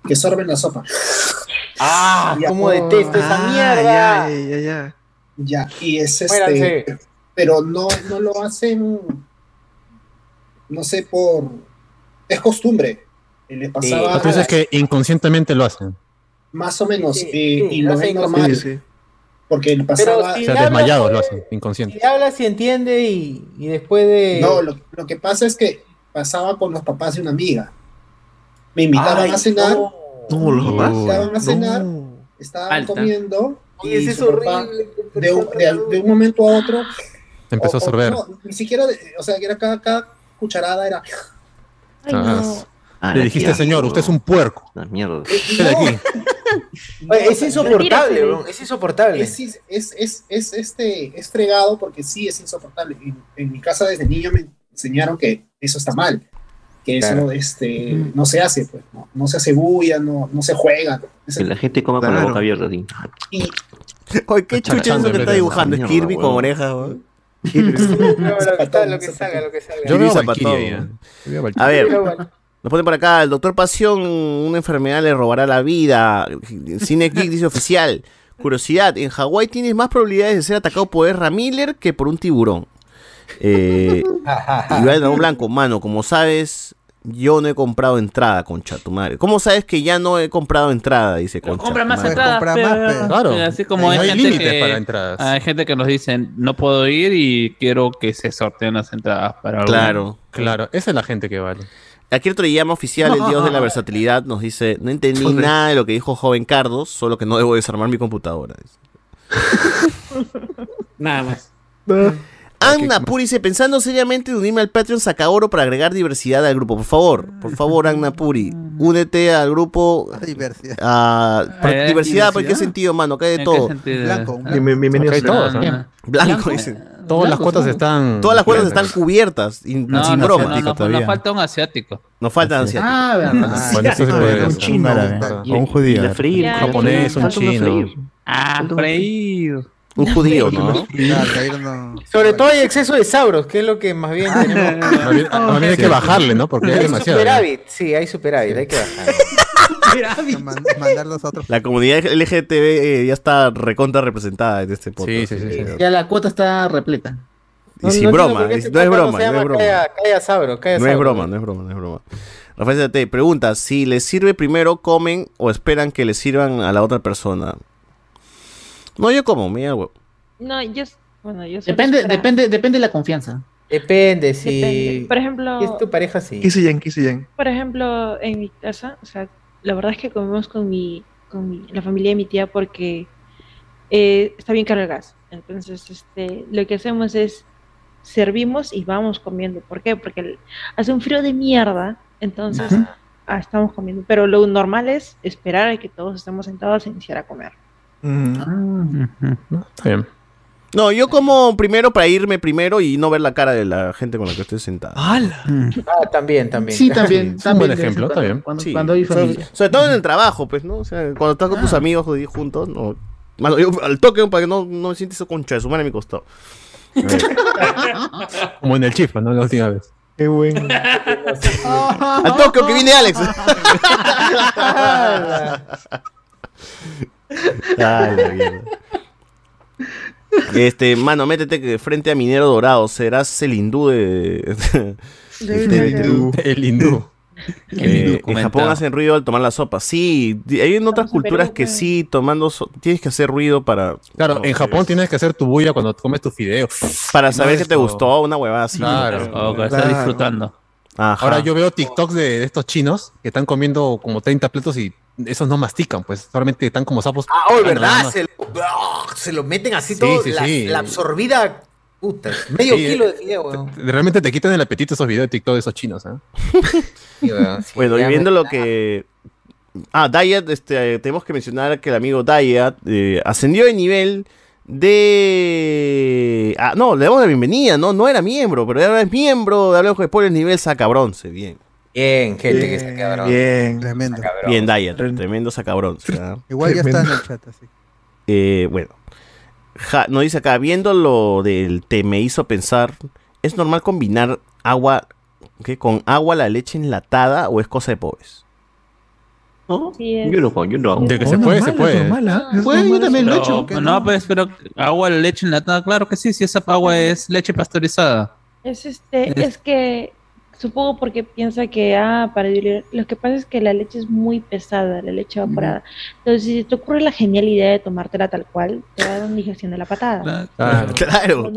[SPEAKER 11] que sorben la sopa.
[SPEAKER 1] Ah,
[SPEAKER 11] Ya.
[SPEAKER 1] cómo detesto esa
[SPEAKER 11] Ah,
[SPEAKER 1] mierda.
[SPEAKER 11] ya, Ya, y es este,
[SPEAKER 1] Muéranse.
[SPEAKER 11] pero no, no lo hacen, no sé, por, es costumbre. Y le pasaba
[SPEAKER 2] Tú dices que inconscientemente lo hacen.
[SPEAKER 11] más o menos, eh, y lo
[SPEAKER 1] hacen
[SPEAKER 11] ven normal,
[SPEAKER 2] sí.
[SPEAKER 11] porque le
[SPEAKER 1] Pero
[SPEAKER 11] pasaba...
[SPEAKER 2] O sea, desmayados lo hacen, inconsciente.
[SPEAKER 1] Si hablas y entiende y, y después de.
[SPEAKER 11] No, lo, lo que pasa es que pasaba con los papás de una amiga. Me invitaban
[SPEAKER 1] Ay,
[SPEAKER 11] a cenar,
[SPEAKER 1] No,
[SPEAKER 11] me invitaban a cenar, estaban
[SPEAKER 1] Alta.
[SPEAKER 11] comiendo
[SPEAKER 1] Oye, ese es
[SPEAKER 11] su papá, de, un, de- de un momento a otro,
[SPEAKER 2] Empezó a sorber.
[SPEAKER 11] no, ni siquiera, de- o sea, que era cada, cada cucharada era
[SPEAKER 2] Ah,
[SPEAKER 5] Ah,
[SPEAKER 2] Le
[SPEAKER 5] la
[SPEAKER 2] dijiste,
[SPEAKER 5] mierda.
[SPEAKER 2] señor, usted es un puerco.
[SPEAKER 5] La mierda.
[SPEAKER 2] Ven aquí.
[SPEAKER 1] Oye, es insoportable,
[SPEAKER 11] Retírate.
[SPEAKER 1] bro, es insoportable.
[SPEAKER 11] Es, es, es, es, este, es fregado porque sí es insoportable. En, en mi casa desde niño me enseñaron que eso está mal, que
[SPEAKER 5] Claro.
[SPEAKER 11] eso este, no se hace, pues, no, no se hace bulla, no, no se juega.
[SPEAKER 5] Que la gente coma con la boca abierta, así.
[SPEAKER 3] Oye, qué chucha es eso que está dibujando. Es
[SPEAKER 5] Mierda,
[SPEAKER 3] Kirby con
[SPEAKER 5] huevón.
[SPEAKER 3] orejas, weón.
[SPEAKER 1] lo que salga, lo que salga.
[SPEAKER 3] Yo
[SPEAKER 2] veo
[SPEAKER 3] veo
[SPEAKER 2] Valkyria ya. Yo veo Valkyria.
[SPEAKER 3] A ver,
[SPEAKER 1] Yo veo Valkyria.
[SPEAKER 3] nos ponen por acá, el doctor Pasión, una enfermedad le robará la vida. Cine Geek dice oficial. Curiosidad, en Hawái tienes más probabilidades de ser atacado por Ezra Miller que por un tiburón. Eh, Iván Dragón Blanco, mano, como sabes, yo no he comprado entrada, concha tu madre. ¿Cómo sabes que ya no he comprado entrada? Dice concha.
[SPEAKER 6] Compra
[SPEAKER 3] tu
[SPEAKER 6] más
[SPEAKER 3] madre.
[SPEAKER 6] entradas. pero-
[SPEAKER 2] Claro.
[SPEAKER 6] pero Así como
[SPEAKER 2] No
[SPEAKER 6] hay,
[SPEAKER 2] hay
[SPEAKER 6] gente
[SPEAKER 2] límites
[SPEAKER 6] que-
[SPEAKER 2] para entradas.
[SPEAKER 6] Hay gente que nos dicen, no puedo ir y quiero que se sorteen las entradas para algún-
[SPEAKER 3] Claro.
[SPEAKER 2] Claro, esa es la gente que vale.
[SPEAKER 3] Aquí otro llama oficial, el dios de la versatilidad, nos dice, no entendí nada de lo que dijo joven Cardos, solo que no debo desarmar mi computadora. dice.
[SPEAKER 29] Nada más.
[SPEAKER 3] Anna Puri dice, pensando seriamente en unirme al Patreon saca oro para agregar diversidad al grupo. Por favor, por favor, Anna Puri, únete al grupo. Diversidad.
[SPEAKER 27] Eh,
[SPEAKER 3] diversidad, ¿por
[SPEAKER 27] diversidad.
[SPEAKER 3] qué sentido, mano? Acá hay de
[SPEAKER 27] ¿En
[SPEAKER 3] todo.
[SPEAKER 27] qué sentido? Blanco. Bien- bien-
[SPEAKER 2] bienvenido
[SPEAKER 3] Acá hay
[SPEAKER 2] sea.
[SPEAKER 3] todos, ¿no?
[SPEAKER 2] Blanco.
[SPEAKER 3] Blanco,
[SPEAKER 6] eh,
[SPEAKER 3] dicen.
[SPEAKER 2] Todas las cuotas están.
[SPEAKER 3] Todas las cuotas están cubiertas, y-
[SPEAKER 6] No,
[SPEAKER 3] sin
[SPEAKER 6] no,
[SPEAKER 3] broma.
[SPEAKER 6] no, no, no,
[SPEAKER 3] todavía.
[SPEAKER 6] nos falta un asiático.
[SPEAKER 3] Nos faltan asiáticos.
[SPEAKER 6] Ah, verdad.
[SPEAKER 3] Bueno, eso se puede
[SPEAKER 6] Un
[SPEAKER 3] hacer.
[SPEAKER 6] chino,
[SPEAKER 3] árabe,
[SPEAKER 6] y-
[SPEAKER 3] o un judío.
[SPEAKER 6] y la freír,
[SPEAKER 2] Un
[SPEAKER 6] Ya,
[SPEAKER 2] japonés,
[SPEAKER 6] ya,
[SPEAKER 2] un
[SPEAKER 6] falta uno
[SPEAKER 2] chino.
[SPEAKER 6] freír. Ah, freír.
[SPEAKER 3] Un judío, ¿no?
[SPEAKER 1] Sobre todo hay exceso de sabros, que es lo que más bien
[SPEAKER 10] Ah,
[SPEAKER 1] tenemos.
[SPEAKER 2] Más bien- más bien hay que bajarle, ¿no? Porque hay
[SPEAKER 1] hay
[SPEAKER 2] demasiado. ¿eh?
[SPEAKER 1] superávit, sí, hay superávit, hay que bajar.
[SPEAKER 30] Mandarlos a otro.
[SPEAKER 3] La comunidad LGTB eh, ya está recontra representada en este podcast. Sí, sí, sí.
[SPEAKER 4] Ya la cuota está repleta.
[SPEAKER 3] Y sin broma, es-
[SPEAKER 1] este
[SPEAKER 3] no es broma, no es broma.
[SPEAKER 1] Calla, calla sabro, calla
[SPEAKER 3] No
[SPEAKER 1] sabro.
[SPEAKER 3] es broma, no es broma, no es broma. Rafael te pregunta, si les sirve primero, comen o esperan que les sirvan a la otra persona. No, yo como, mira, huevo.
[SPEAKER 19] No, yo. Bueno, yo soy
[SPEAKER 4] Depende,
[SPEAKER 19] esperada.
[SPEAKER 4] depende, depende de la confianza.
[SPEAKER 1] Depende,
[SPEAKER 19] sí. Depende. Por ejemplo-
[SPEAKER 1] Si es tu pareja, sí.
[SPEAKER 31] ¿Qué sillan? ¿Qué sillan?
[SPEAKER 19] Por ejemplo, en mi casa, o sea, la verdad es que comemos con mi, con mi- la familia de mi tía porque eh, está bien caro el gas. Entonces, este, lo que hacemos es servimos y vamos comiendo. ¿Por qué? Porque el- hace un frío de mierda, entonces ah, estamos comiendo. Pero lo normal es esperar a que todos estemos sentados e iniciar a comer.
[SPEAKER 2] Está bien.
[SPEAKER 3] No, yo como primero para irme primero y no ver la cara de la gente con la que estoy sentada.
[SPEAKER 1] Ah, también, también.
[SPEAKER 3] Mm. Sí, también,
[SPEAKER 1] Es un buen
[SPEAKER 3] también,
[SPEAKER 1] ejemplo,
[SPEAKER 3] sí,
[SPEAKER 1] está bien.
[SPEAKER 3] Sí. sobre, sobre todo en el trabajo, pues, ¿no? O sea, cuando estás con tus amigos jodidos, juntos, no. Mano, yo al toque para que no, no me sientes eso concha de su madre a mi costado.
[SPEAKER 2] Como en el chifa, ¿no? La última vez.
[SPEAKER 31] Qué bueno.
[SPEAKER 3] Al toque que viene
[SPEAKER 2] [LAUGHS]
[SPEAKER 3] Alex. [LAUGHS] Ay, la mierda. Este, mano, métete que frente a Minero Dorado serás el hindú de. [LAUGHS] El hindú.
[SPEAKER 2] El hindú
[SPEAKER 3] Eh, en
[SPEAKER 2] comentado.
[SPEAKER 3] Japón hacen ruido al tomar la sopa. Sí, di- hay en otras culturas que sí, tomando so- tienes que hacer ruido para.
[SPEAKER 2] Claro, en Japón tienes que hacer tu bulla cuando comes tus fideos.
[SPEAKER 3] Para saber que te gustó una huevada así.
[SPEAKER 2] Claro,
[SPEAKER 3] O que
[SPEAKER 6] estás disfrutando.
[SPEAKER 3] Ajá.
[SPEAKER 2] Ahora yo veo TikToks de, de estos chinos que están comiendo como 30 platos y esos no mastican, pues solamente están como sapos.
[SPEAKER 1] Ah, oh,
[SPEAKER 2] Bueno, nada
[SPEAKER 1] ¿verdad?
[SPEAKER 2] más.
[SPEAKER 1] Se lo, ah, se lo meten así
[SPEAKER 2] Sí,
[SPEAKER 1] todo,
[SPEAKER 2] sí,
[SPEAKER 1] la,
[SPEAKER 2] sí.
[SPEAKER 1] la absorbida, puta, medio
[SPEAKER 2] Sí,
[SPEAKER 1] kilo
[SPEAKER 2] eh,
[SPEAKER 1] de fideo, weón.
[SPEAKER 2] Realmente te quitan el apetito esos videos de TikTok de esos chinos, ¿eh?
[SPEAKER 1] Sí, weón, sí,
[SPEAKER 3] Bueno, y
[SPEAKER 1] ya,
[SPEAKER 3] viendo
[SPEAKER 1] weón.
[SPEAKER 3] lo que Ah, Diet, este, tenemos que mencionar que el amigo Diet eh, ascendió de nivel de... Ah, no, le damos la bienvenida, ¿no? No era miembro, pero ahora es miembro de Hablemos de Spoilers nivel sacabronce, bien.
[SPEAKER 17] Bien, gente, que está cabrón.
[SPEAKER 3] Bien,
[SPEAKER 5] tremendo.
[SPEAKER 3] Bien, Diet, tremendo sacabronce. ¿ah?
[SPEAKER 5] Igual ya está en el chat, así.
[SPEAKER 3] Eh, bueno, Ja- nos dice acá, viendo lo del te me hizo pensar, ¿es normal combinar agua ¿qué? con agua la leche enlatada o es cosa de pobres?
[SPEAKER 19] Sí, es.
[SPEAKER 8] Yo no, yo no hago.
[SPEAKER 2] De que se puede, se [LAUGHS] puede.
[SPEAKER 4] Pues yo también lo he hecho.
[SPEAKER 6] No, pues, pero agua, leche enlatada, claro que sí, si esa agua es leche pasteurizada.
[SPEAKER 19] Es este,
[SPEAKER 6] Es-
[SPEAKER 19] es que supongo porque piensa que ah, para diluir- lo que pasa es que la leche es muy pesada, la leche evaporada. Entonces, si te ocurre la genial idea de tomártela tal cual, te va a dar una digestión de la patada.
[SPEAKER 3] Claro, claro.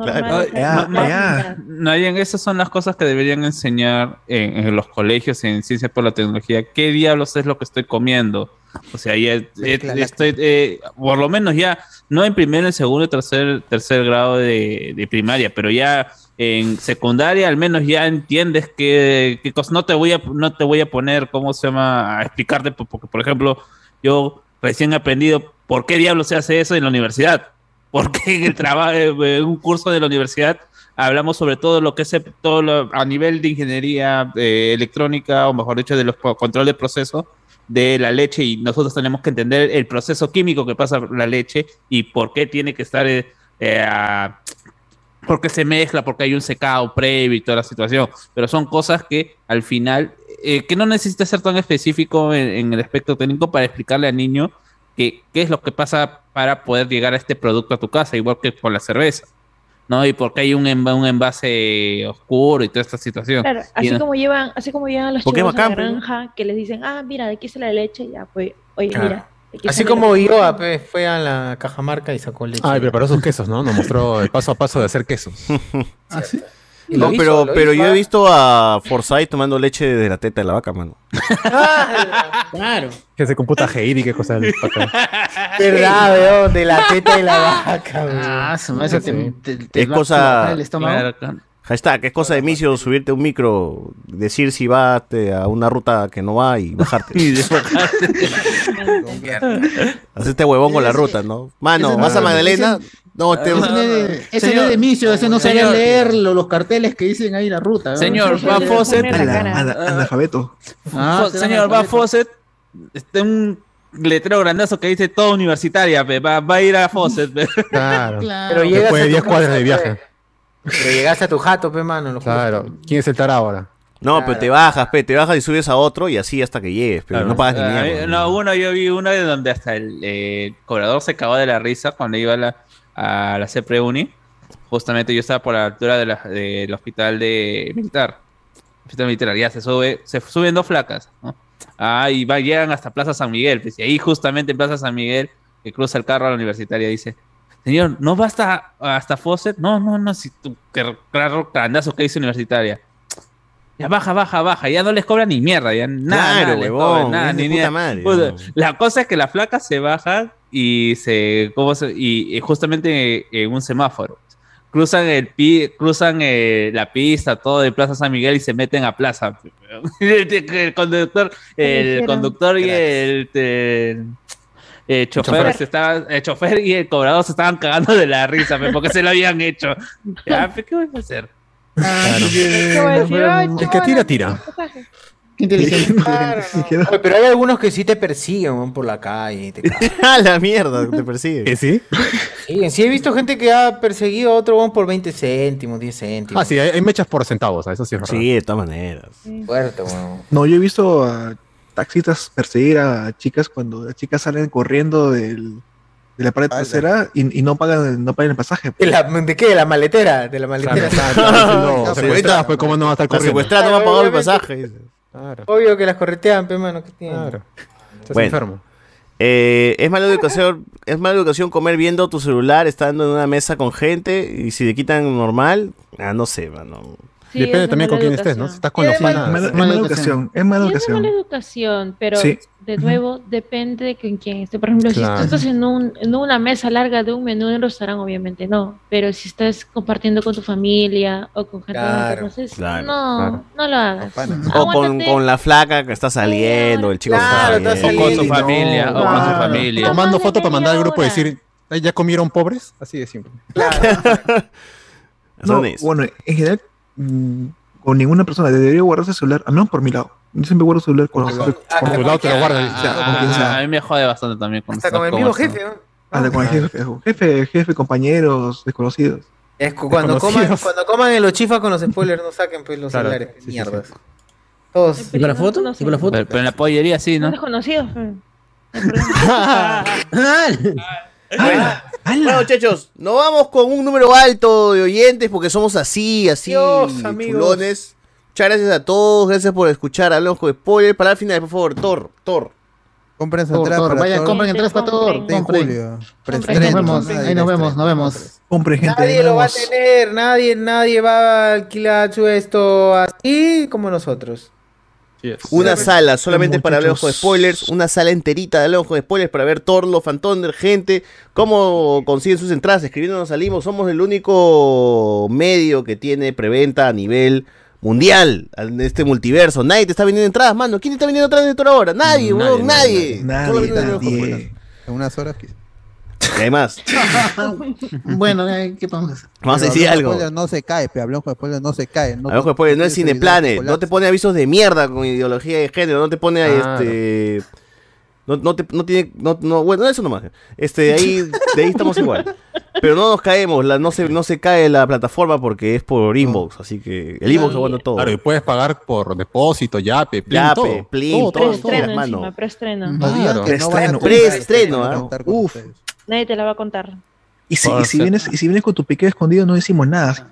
[SPEAKER 6] Ah, no, no, Nayan, esas son las cosas que deberían enseñar en, en los colegios en ciencias por la tecnología. ¿Qué diablos es lo que estoy comiendo? O sea, ya eh, estoy, eh, por lo menos ya, no en primero, en segundo, tercer, tercer grado de, de primaria, pero ya en secundaria al menos ya entiendes que, que cos- no te voy a no te voy a poner cómo se llama a explicarte po- porque por ejemplo yo recién he aprendido por qué diablos se hace eso en la universidad porque en el trabajo, en un curso de la universidad, hablamos sobre todo lo que es el- todo lo- a nivel de ingeniería eh, electrónica, o mejor dicho, de los po- control de proceso de la leche, y nosotros tenemos que entender el proceso químico que pasa por la leche y por qué tiene que estar eh, eh, a- porque se mezcla, porque hay un secado previo y toda la situación. Pero son cosas que al final, eh, que no necesita ser tan específico en, en el aspecto técnico para explicarle al niño que- qué es lo que pasa para poder llegar a este producto a tu casa, igual que con la cerveza. ¿No? Y porque hay un, env- un envase oscuro y toda esta situación.
[SPEAKER 19] Claro,
[SPEAKER 6] Y
[SPEAKER 19] así
[SPEAKER 6] no-
[SPEAKER 19] como llevan, así como llevan a los
[SPEAKER 6] Porque es
[SPEAKER 19] chicos a la
[SPEAKER 6] bacán, pues.
[SPEAKER 19] granja, que les dicen, ah, mira, de aquí es la leche, ya, pues, oye,
[SPEAKER 2] Claro.
[SPEAKER 19] mira. de aquí
[SPEAKER 1] Así
[SPEAKER 19] sale
[SPEAKER 1] como
[SPEAKER 19] la-
[SPEAKER 1] Ioa pe, fue a la Cajamarca y sacó leche.
[SPEAKER 2] Ah, y preparó sus quesos, ¿no? Nos mostró el paso a paso de hacer quesos.
[SPEAKER 3] No, pero, pero yo he visto a Forsyth tomando leche de la teta de la vaca, mano.
[SPEAKER 1] Ah,
[SPEAKER 20] Claro.
[SPEAKER 2] Que se computa Heidi, qué
[SPEAKER 3] [LAUGHS]
[SPEAKER 2] cosa. del pato.
[SPEAKER 1] Verdad, weón, de la teta de la vaca, weón.
[SPEAKER 4] Ah, su madre, eso te, te- te
[SPEAKER 3] es
[SPEAKER 4] va a
[SPEAKER 3] cosa.
[SPEAKER 4] bajar el estómago.
[SPEAKER 3] Hashtag, es cosa de misio subirte a un micro, decir si vas te- a una ruta que no va y bajarte.
[SPEAKER 6] [LAUGHS]
[SPEAKER 3] Hacerte este huevón con la ruta, Ah, ¿no? Mano,
[SPEAKER 4] Ese-
[SPEAKER 3] vas a
[SPEAKER 4] ese-
[SPEAKER 3] Magdalena. No, te.
[SPEAKER 4] Ese no es de- ese no es
[SPEAKER 3] Señor.
[SPEAKER 4] de inicio, ese no sabe
[SPEAKER 3] Señor.
[SPEAKER 4] leer lo- los carteles que dicen ahí la ruta. ¿no?
[SPEAKER 6] Señor,
[SPEAKER 4] Eso
[SPEAKER 6] va
[SPEAKER 4] se le
[SPEAKER 6] Fawcett.
[SPEAKER 4] pone en la cara.
[SPEAKER 6] Analfabeto.
[SPEAKER 4] Ah, será
[SPEAKER 6] señor, va Fawcett. Está un letrero grandazo que dice todo universitaria, pe, va, va a ir a Fawcett. pe. [LAUGHS]
[SPEAKER 2] Claro.
[SPEAKER 1] Pero llegas
[SPEAKER 2] Después de
[SPEAKER 1] a tu
[SPEAKER 2] 10 cuadras de
[SPEAKER 1] casa, pues,
[SPEAKER 2] viaje.
[SPEAKER 1] Pero llegaste a tu jato, pe, mano. lo juro.
[SPEAKER 2] Claro. ¿Quién es el tar ahora?
[SPEAKER 3] No, pero te bajas, pe, te bajas y subes a otro y así hasta que llegues, pero no pagas ni
[SPEAKER 6] Ah,
[SPEAKER 3] mierda.
[SPEAKER 6] no, uno, yo vi uno de donde hasta el eh, cobrador se cagó de la risa cuando iba a la, a la CEPRE Uni. Justamente yo estaba por la altura de la- del hospital de militar. Hospital militar, ya se sube, se suben dos flacas, ¿no? Ah, y va, llegan hasta Plaza San Miguel. pues, y ahí justamente en Plaza San Miguel, que cruza el carro a la universitaria, dice, señor, ¿no va hasta, hasta Fawcett? No, no, no, si tú, qué carro candazo que dice universitaria. Ya baja, baja, baja, ya no les cobran ni mierda, ya nada.
[SPEAKER 3] Claro,
[SPEAKER 6] nada les
[SPEAKER 3] huevón,
[SPEAKER 6] cobran, nada,
[SPEAKER 3] es de
[SPEAKER 6] ni
[SPEAKER 3] puta
[SPEAKER 6] mierda.
[SPEAKER 3] madre,
[SPEAKER 6] Puta,
[SPEAKER 3] ¿no?
[SPEAKER 6] La cosa es que la flaca se baja y se, ¿cómo se- y, y justamente en un semáforo. pues, Cruzan el pi, cruzan eh, la pista, todo de Plaza San Miguel y se meten a Plaza. pues, [LAUGHS] el conductor, el
[SPEAKER 23] Ligero.
[SPEAKER 6] conductor y el, el- el chofer,
[SPEAKER 23] Chofer.
[SPEAKER 6] se estaba- el chofer y el cobrador se estaban cagando de la risa pe, porque se lo habían hecho. Ya, pe, ¿Qué voy a hacer?
[SPEAKER 4] Ah,
[SPEAKER 2] El que tira, tira.
[SPEAKER 17] [LAUGHS]
[SPEAKER 4] Qué
[SPEAKER 1] inteligente. Oye, pero hay algunos que sí te persiguen, weón, por la
[SPEAKER 3] [LAUGHS]
[SPEAKER 1] calle. y te cagan.
[SPEAKER 3] A la mierda, te persigue.
[SPEAKER 2] ¿Que sí?
[SPEAKER 1] Sí, sí he visto gente que ha perseguido a otro weón por 20 céntimos, 10 céntimos.
[SPEAKER 2] Ah, sí, hay, hay mechas por centavos, a eso sí es verdad.
[SPEAKER 3] Sí, de todas maneras.
[SPEAKER 1] Fuerte, weón.
[SPEAKER 10] No, yo he visto a taxistas perseguir a chicas cuando las chicas salen corriendo del, de la pared trasera y, y no pagan el- no pagan el pasaje.
[SPEAKER 1] ¿De, la- de qué? ¿De la maletera? De la maletera.
[SPEAKER 17] [LAUGHS]
[SPEAKER 2] No, secuestrada, pues cómo no va a estar
[SPEAKER 3] La
[SPEAKER 2] corriendo.
[SPEAKER 3] secuestrada no va a pagar el pasaje.
[SPEAKER 1] Obvio que las corretean, pe, mano. ¿qué tiene?
[SPEAKER 2] Estás
[SPEAKER 3] Bueno.
[SPEAKER 2] enfermo.
[SPEAKER 3] Eh, es mala educación, es mala educación comer viendo tu celular, estando en una mesa con gente, y si te quitan normal, ah, no sé, mano.
[SPEAKER 19] Sí,
[SPEAKER 2] Depende
[SPEAKER 19] es
[SPEAKER 2] también
[SPEAKER 19] mala
[SPEAKER 2] con quién
[SPEAKER 19] educación.
[SPEAKER 2] estés, ¿no? Si estás con
[SPEAKER 19] Y
[SPEAKER 2] los
[SPEAKER 19] es mala-
[SPEAKER 2] panas.
[SPEAKER 10] mala- es mala educación, es mala
[SPEAKER 19] Sí, es de mala
[SPEAKER 10] educación.
[SPEAKER 19] educación, pero
[SPEAKER 10] Sí.
[SPEAKER 19] de nuevo depende de con quién esté. Por ejemplo, si
[SPEAKER 10] Claro.
[SPEAKER 19] tú estás en, un- en una mesa larga de un menú en un restaurante, obviamente no. Pero si estás compartiendo con tu familia o con gente que
[SPEAKER 3] Claro,
[SPEAKER 19] no conoces,
[SPEAKER 3] claro,
[SPEAKER 19] no,
[SPEAKER 3] claro.
[SPEAKER 19] no lo hagas.
[SPEAKER 3] O con,
[SPEAKER 19] Aguántate.
[SPEAKER 3] con la flaca que está saliendo, el chico que
[SPEAKER 2] Claro,
[SPEAKER 3] está
[SPEAKER 2] está
[SPEAKER 3] saliendo.
[SPEAKER 2] saliendo. O con su familia, o con su
[SPEAKER 3] Claro.
[SPEAKER 2] familia. Tomando foto para mandar al grupo y decir, "Ay, ¿ya comieron pobres? Así de simple.
[SPEAKER 10] No,
[SPEAKER 2] Son eso.
[SPEAKER 10] bueno, en general, mm, con ninguna persona debería guardarse el celular, al menos por mi lado. Yo siempre guardo el celular con, con- con-
[SPEAKER 6] Ah,
[SPEAKER 10] o sea, con
[SPEAKER 6] ah,
[SPEAKER 10] quien sea.
[SPEAKER 6] A mí me jode bastante también. cuando estás conversando.
[SPEAKER 10] Hasta con el jefe, jefe, jefe, compañeros, desconocidos.
[SPEAKER 17] Es cu- cuando
[SPEAKER 10] Desconocidos.
[SPEAKER 17] coman, cuando coman en los chifas con los spoilers, no saquen pues los
[SPEAKER 10] Claro,
[SPEAKER 17] celulares.
[SPEAKER 10] sí, sí,
[SPEAKER 17] mierdas. Todos.
[SPEAKER 6] ¿Y con la foto?
[SPEAKER 17] ¿Y con la foto?
[SPEAKER 6] Pero, pero en la pollería sí, ¿no?
[SPEAKER 19] Desconocidos.
[SPEAKER 3] [LAUGHS] Bueno, muchachos, nos vamos con un número alto de oyentes porque somos así, así,
[SPEAKER 17] Dios, amigos.
[SPEAKER 3] chulones. Muchas gracias a todos, gracias por escuchar. Hablamos con spoiler. Para el final, por favor, Thor, Thor.
[SPEAKER 5] Compren
[SPEAKER 3] Thor,
[SPEAKER 5] entradas
[SPEAKER 3] Thor,
[SPEAKER 5] para
[SPEAKER 3] vayan,
[SPEAKER 5] todos.
[SPEAKER 3] compren
[SPEAKER 4] entradas para todos,
[SPEAKER 5] Está en
[SPEAKER 4] compren.
[SPEAKER 5] julio.
[SPEAKER 4] Ahí nos
[SPEAKER 5] Preestreno,
[SPEAKER 4] vemos,
[SPEAKER 5] nada,
[SPEAKER 4] ahí nos vemos, nos vemos.
[SPEAKER 10] Hombre, gente,
[SPEAKER 17] Nadie lo va a tener, nadie, nadie va a alquilar su esto así como nosotros.
[SPEAKER 3] Una sala solamente para hablar
[SPEAKER 17] Muchachos.
[SPEAKER 3] con spoilers, una sala enterita de hablar con spoilers para ver Thor, los Thunder, gente, cómo consiguen sus entradas, escribiéndonos salimos, somos el único medio que tiene preventa a nivel mundial, en este multiverso. Nadie te está vendiendo entradas, mano. ¿Quién te está vendiendo entradas de Thor ahora? Nadie, huevón, nadie. Solo
[SPEAKER 5] Nadie,
[SPEAKER 3] vendiendo de los
[SPEAKER 5] nadie. En unas horas que...
[SPEAKER 3] Y además,
[SPEAKER 4] bueno, eh, ¿qué podemos hacer?
[SPEAKER 3] Vamos a
[SPEAKER 5] Pero
[SPEAKER 3] decir
[SPEAKER 5] Hablamos
[SPEAKER 3] algo.
[SPEAKER 5] de spoilers No se cae, pero hablamos de spoilers no se cae. No,
[SPEAKER 3] Hablamos con spoilers, no es cineplanes, no te pone avisos de mierda con ideología de género, no te pone
[SPEAKER 5] Claro.
[SPEAKER 3] este. No, no te- no tiene. No, no- bueno, eso nomás. Este, ahí, de ahí estamos igual. Pero no nos caemos, la, no, se, no se cae la plataforma porque es por inbox, así que el inbox lo aguanta todo.
[SPEAKER 2] Claro, y puedes pagar por depósito, yape, plin,
[SPEAKER 3] Yape,
[SPEAKER 2] todo.
[SPEAKER 3] plin, Ah,
[SPEAKER 2] todo, todo, todo.
[SPEAKER 19] Preestreno
[SPEAKER 3] todo, hermano.
[SPEAKER 19] encima, preestreno.
[SPEAKER 2] No digas que no van
[SPEAKER 3] Preestreno,
[SPEAKER 2] a
[SPEAKER 3] preestreno, ¿ah?
[SPEAKER 10] Uf,
[SPEAKER 19] Nadie te la va a contar.
[SPEAKER 10] y si,
[SPEAKER 2] Por
[SPEAKER 10] y si
[SPEAKER 2] ser-
[SPEAKER 10] vienes, y si vienes con tu piqué escondido, no decimos nada.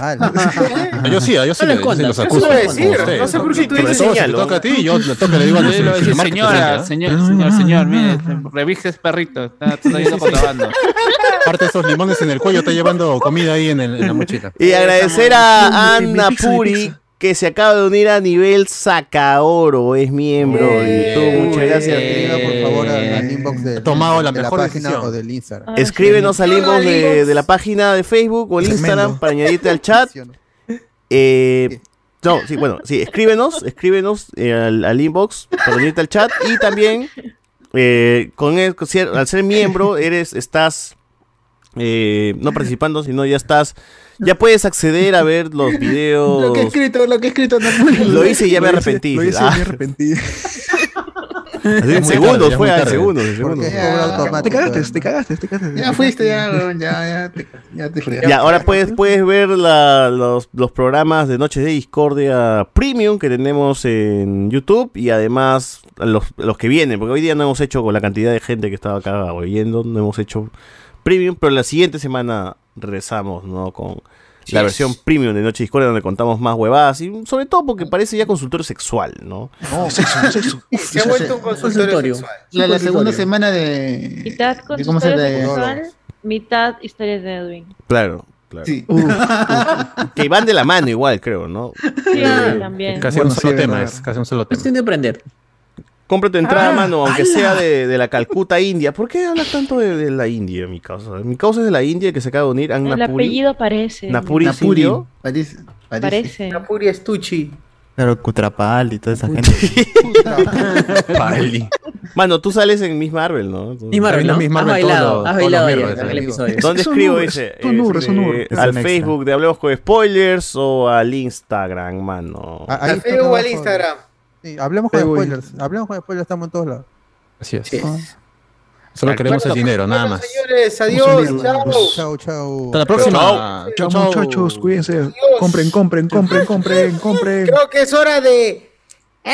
[SPEAKER 2] Ah, Yo sí, ah, yo sí,
[SPEAKER 10] No
[SPEAKER 2] le-
[SPEAKER 10] lo
[SPEAKER 2] yo sí
[SPEAKER 10] escondas,
[SPEAKER 2] los
[SPEAKER 10] eso
[SPEAKER 2] acuso.
[SPEAKER 10] iba a decir,
[SPEAKER 2] como ustedes.
[SPEAKER 10] no sé por qué tú
[SPEAKER 2] Sobre
[SPEAKER 10] dices
[SPEAKER 2] todo si te
[SPEAKER 10] señalo.
[SPEAKER 2] toca a ti, yo le toca, le digo al
[SPEAKER 6] Sí, lo voy a
[SPEAKER 2] del
[SPEAKER 6] decir,
[SPEAKER 2] marketing,
[SPEAKER 6] señora,
[SPEAKER 2] ¿ah?
[SPEAKER 6] señor, señor, señor, mire, revise ese perrito, está, está yendo contrabando.
[SPEAKER 2] Aparte de esos limones en el cuello, está llevando comida ahí en, el- en la
[SPEAKER 10] [LAUGHS]
[SPEAKER 2] mochila.
[SPEAKER 3] Y agradecer a Ana Puri que se acaba de unir a nivel Sacaoro, es miembro de YouTube. Muchas gracias.
[SPEAKER 5] Por favor, al- al inbox de,
[SPEAKER 2] tomado la
[SPEAKER 5] de
[SPEAKER 2] mejor
[SPEAKER 5] página
[SPEAKER 2] decisión.
[SPEAKER 5] o del
[SPEAKER 4] Ah,
[SPEAKER 5] Instagram.
[SPEAKER 3] Escríbenos, salimos de,
[SPEAKER 5] Inbox.
[SPEAKER 3] de la página de Facebook o el Instagram para añadirte
[SPEAKER 10] [LAUGHS]
[SPEAKER 3] al chat. Eh, no, sí, bueno, sí, escríbenos, escríbenos eh, al, al inbox para añadirte al chat y también eh, con el- con ser- al ser miembro eres, estás eh, no participando, sino ya estás, ya puedes acceder a ver los videos.
[SPEAKER 4] Lo que he escrito, lo que he escrito no pude.
[SPEAKER 3] Lo hice y ya me arrepentí.
[SPEAKER 10] Lo hice
[SPEAKER 3] Ah.
[SPEAKER 10] y me arrepentí.
[SPEAKER 3] En segundos, fue en segundos, en segundos.
[SPEAKER 10] Te cagaste, Pues te cagaste, te cagaste.
[SPEAKER 4] Ya fuiste, ya, weón, ya, ya te, ya te fregaste.
[SPEAKER 3] Y ahora puedes, puedes ver la- los, los programas de Noches de Discordia Premium que tenemos en YouTube y además los, los que vienen, porque hoy día no hemos hecho con la cantidad de gente que estaba acá oyendo, no hemos hecho Premium, pero la siguiente semana regresamos ¿no? con la
[SPEAKER 5] Yes.
[SPEAKER 3] versión Premium de Noche de Discordia donde contamos más huevadas y sobre todo porque parece ya consultorio sexual, ¿no?
[SPEAKER 17] [LAUGHS] Se ha vuelto un consultorio sexual.
[SPEAKER 4] La, la segunda
[SPEAKER 3] Consultorio.
[SPEAKER 4] semana
[SPEAKER 3] Eh,
[SPEAKER 4] de.
[SPEAKER 19] Mitad
[SPEAKER 4] ¿De cómo se
[SPEAKER 19] consultorio
[SPEAKER 4] te-
[SPEAKER 19] sexual, mitad historias de Edwin.
[SPEAKER 3] Claro, claro. [LAUGHS] que van de la mano igual, creo, ¿no?
[SPEAKER 19] Sí,
[SPEAKER 3] Eh,
[SPEAKER 19] también.
[SPEAKER 2] Casi un solo tema, es casi un solo tema.
[SPEAKER 3] de aprender. Compra tu entrada,
[SPEAKER 2] Ah,
[SPEAKER 3] mano, aunque
[SPEAKER 2] ala.
[SPEAKER 3] sea de, de la Calcuta India. ¿Por qué hablas tanto de, de la India, mi causa? Mi causa es de la India que se acaba de unir. Anna
[SPEAKER 19] El
[SPEAKER 3] Puri.
[SPEAKER 19] apellido parece.
[SPEAKER 3] Napuri es indio.
[SPEAKER 4] Parece.
[SPEAKER 19] Parece.
[SPEAKER 17] Napuri Estucci.
[SPEAKER 14] Claro, Cutrapal y toda esa gente. [LAUGHS]
[SPEAKER 2] Pali.
[SPEAKER 3] Mano, tú sales en Miss Marvel, ¿no? Entonces-
[SPEAKER 14] Miss Marvel, ¿no?
[SPEAKER 3] Miss Marvel
[SPEAKER 14] Has
[SPEAKER 3] todos
[SPEAKER 14] bailado,
[SPEAKER 3] los-
[SPEAKER 14] has
[SPEAKER 3] todos los
[SPEAKER 14] bailado ya
[SPEAKER 3] miércoles,
[SPEAKER 14] en el
[SPEAKER 3] amigo.
[SPEAKER 14] episodio.
[SPEAKER 3] ¿Dónde
[SPEAKER 14] Es un
[SPEAKER 3] escribo
[SPEAKER 14] Uber,
[SPEAKER 3] ese?
[SPEAKER 14] es un Uber, es un Uber.
[SPEAKER 3] Este,
[SPEAKER 14] Es
[SPEAKER 3] Al
[SPEAKER 14] un extra.
[SPEAKER 3] Facebook de Hablemos con Spoilers o al Instagram, mano.
[SPEAKER 14] Ah,
[SPEAKER 5] Ahí está
[SPEAKER 17] Facebook o al
[SPEAKER 5] abajo.
[SPEAKER 17] Instagram.
[SPEAKER 5] Sí, hablemos con
[SPEAKER 3] Facebook.
[SPEAKER 5] spoilers. Hablemos con spoilers, estamos en todos lados.
[SPEAKER 2] Así es. Solo queremos el dinero, nada más.
[SPEAKER 17] Señores,
[SPEAKER 5] Vamos
[SPEAKER 17] adiós.
[SPEAKER 5] a leer,
[SPEAKER 17] Chao.
[SPEAKER 5] vamos. Chao, chao.
[SPEAKER 2] Hasta la próxima. Ah, Chao.
[SPEAKER 10] Chao, muchachos, cuídense. Compren, compren, compren, compren, compren.
[SPEAKER 1] Ah,
[SPEAKER 17] Creo que es hora de.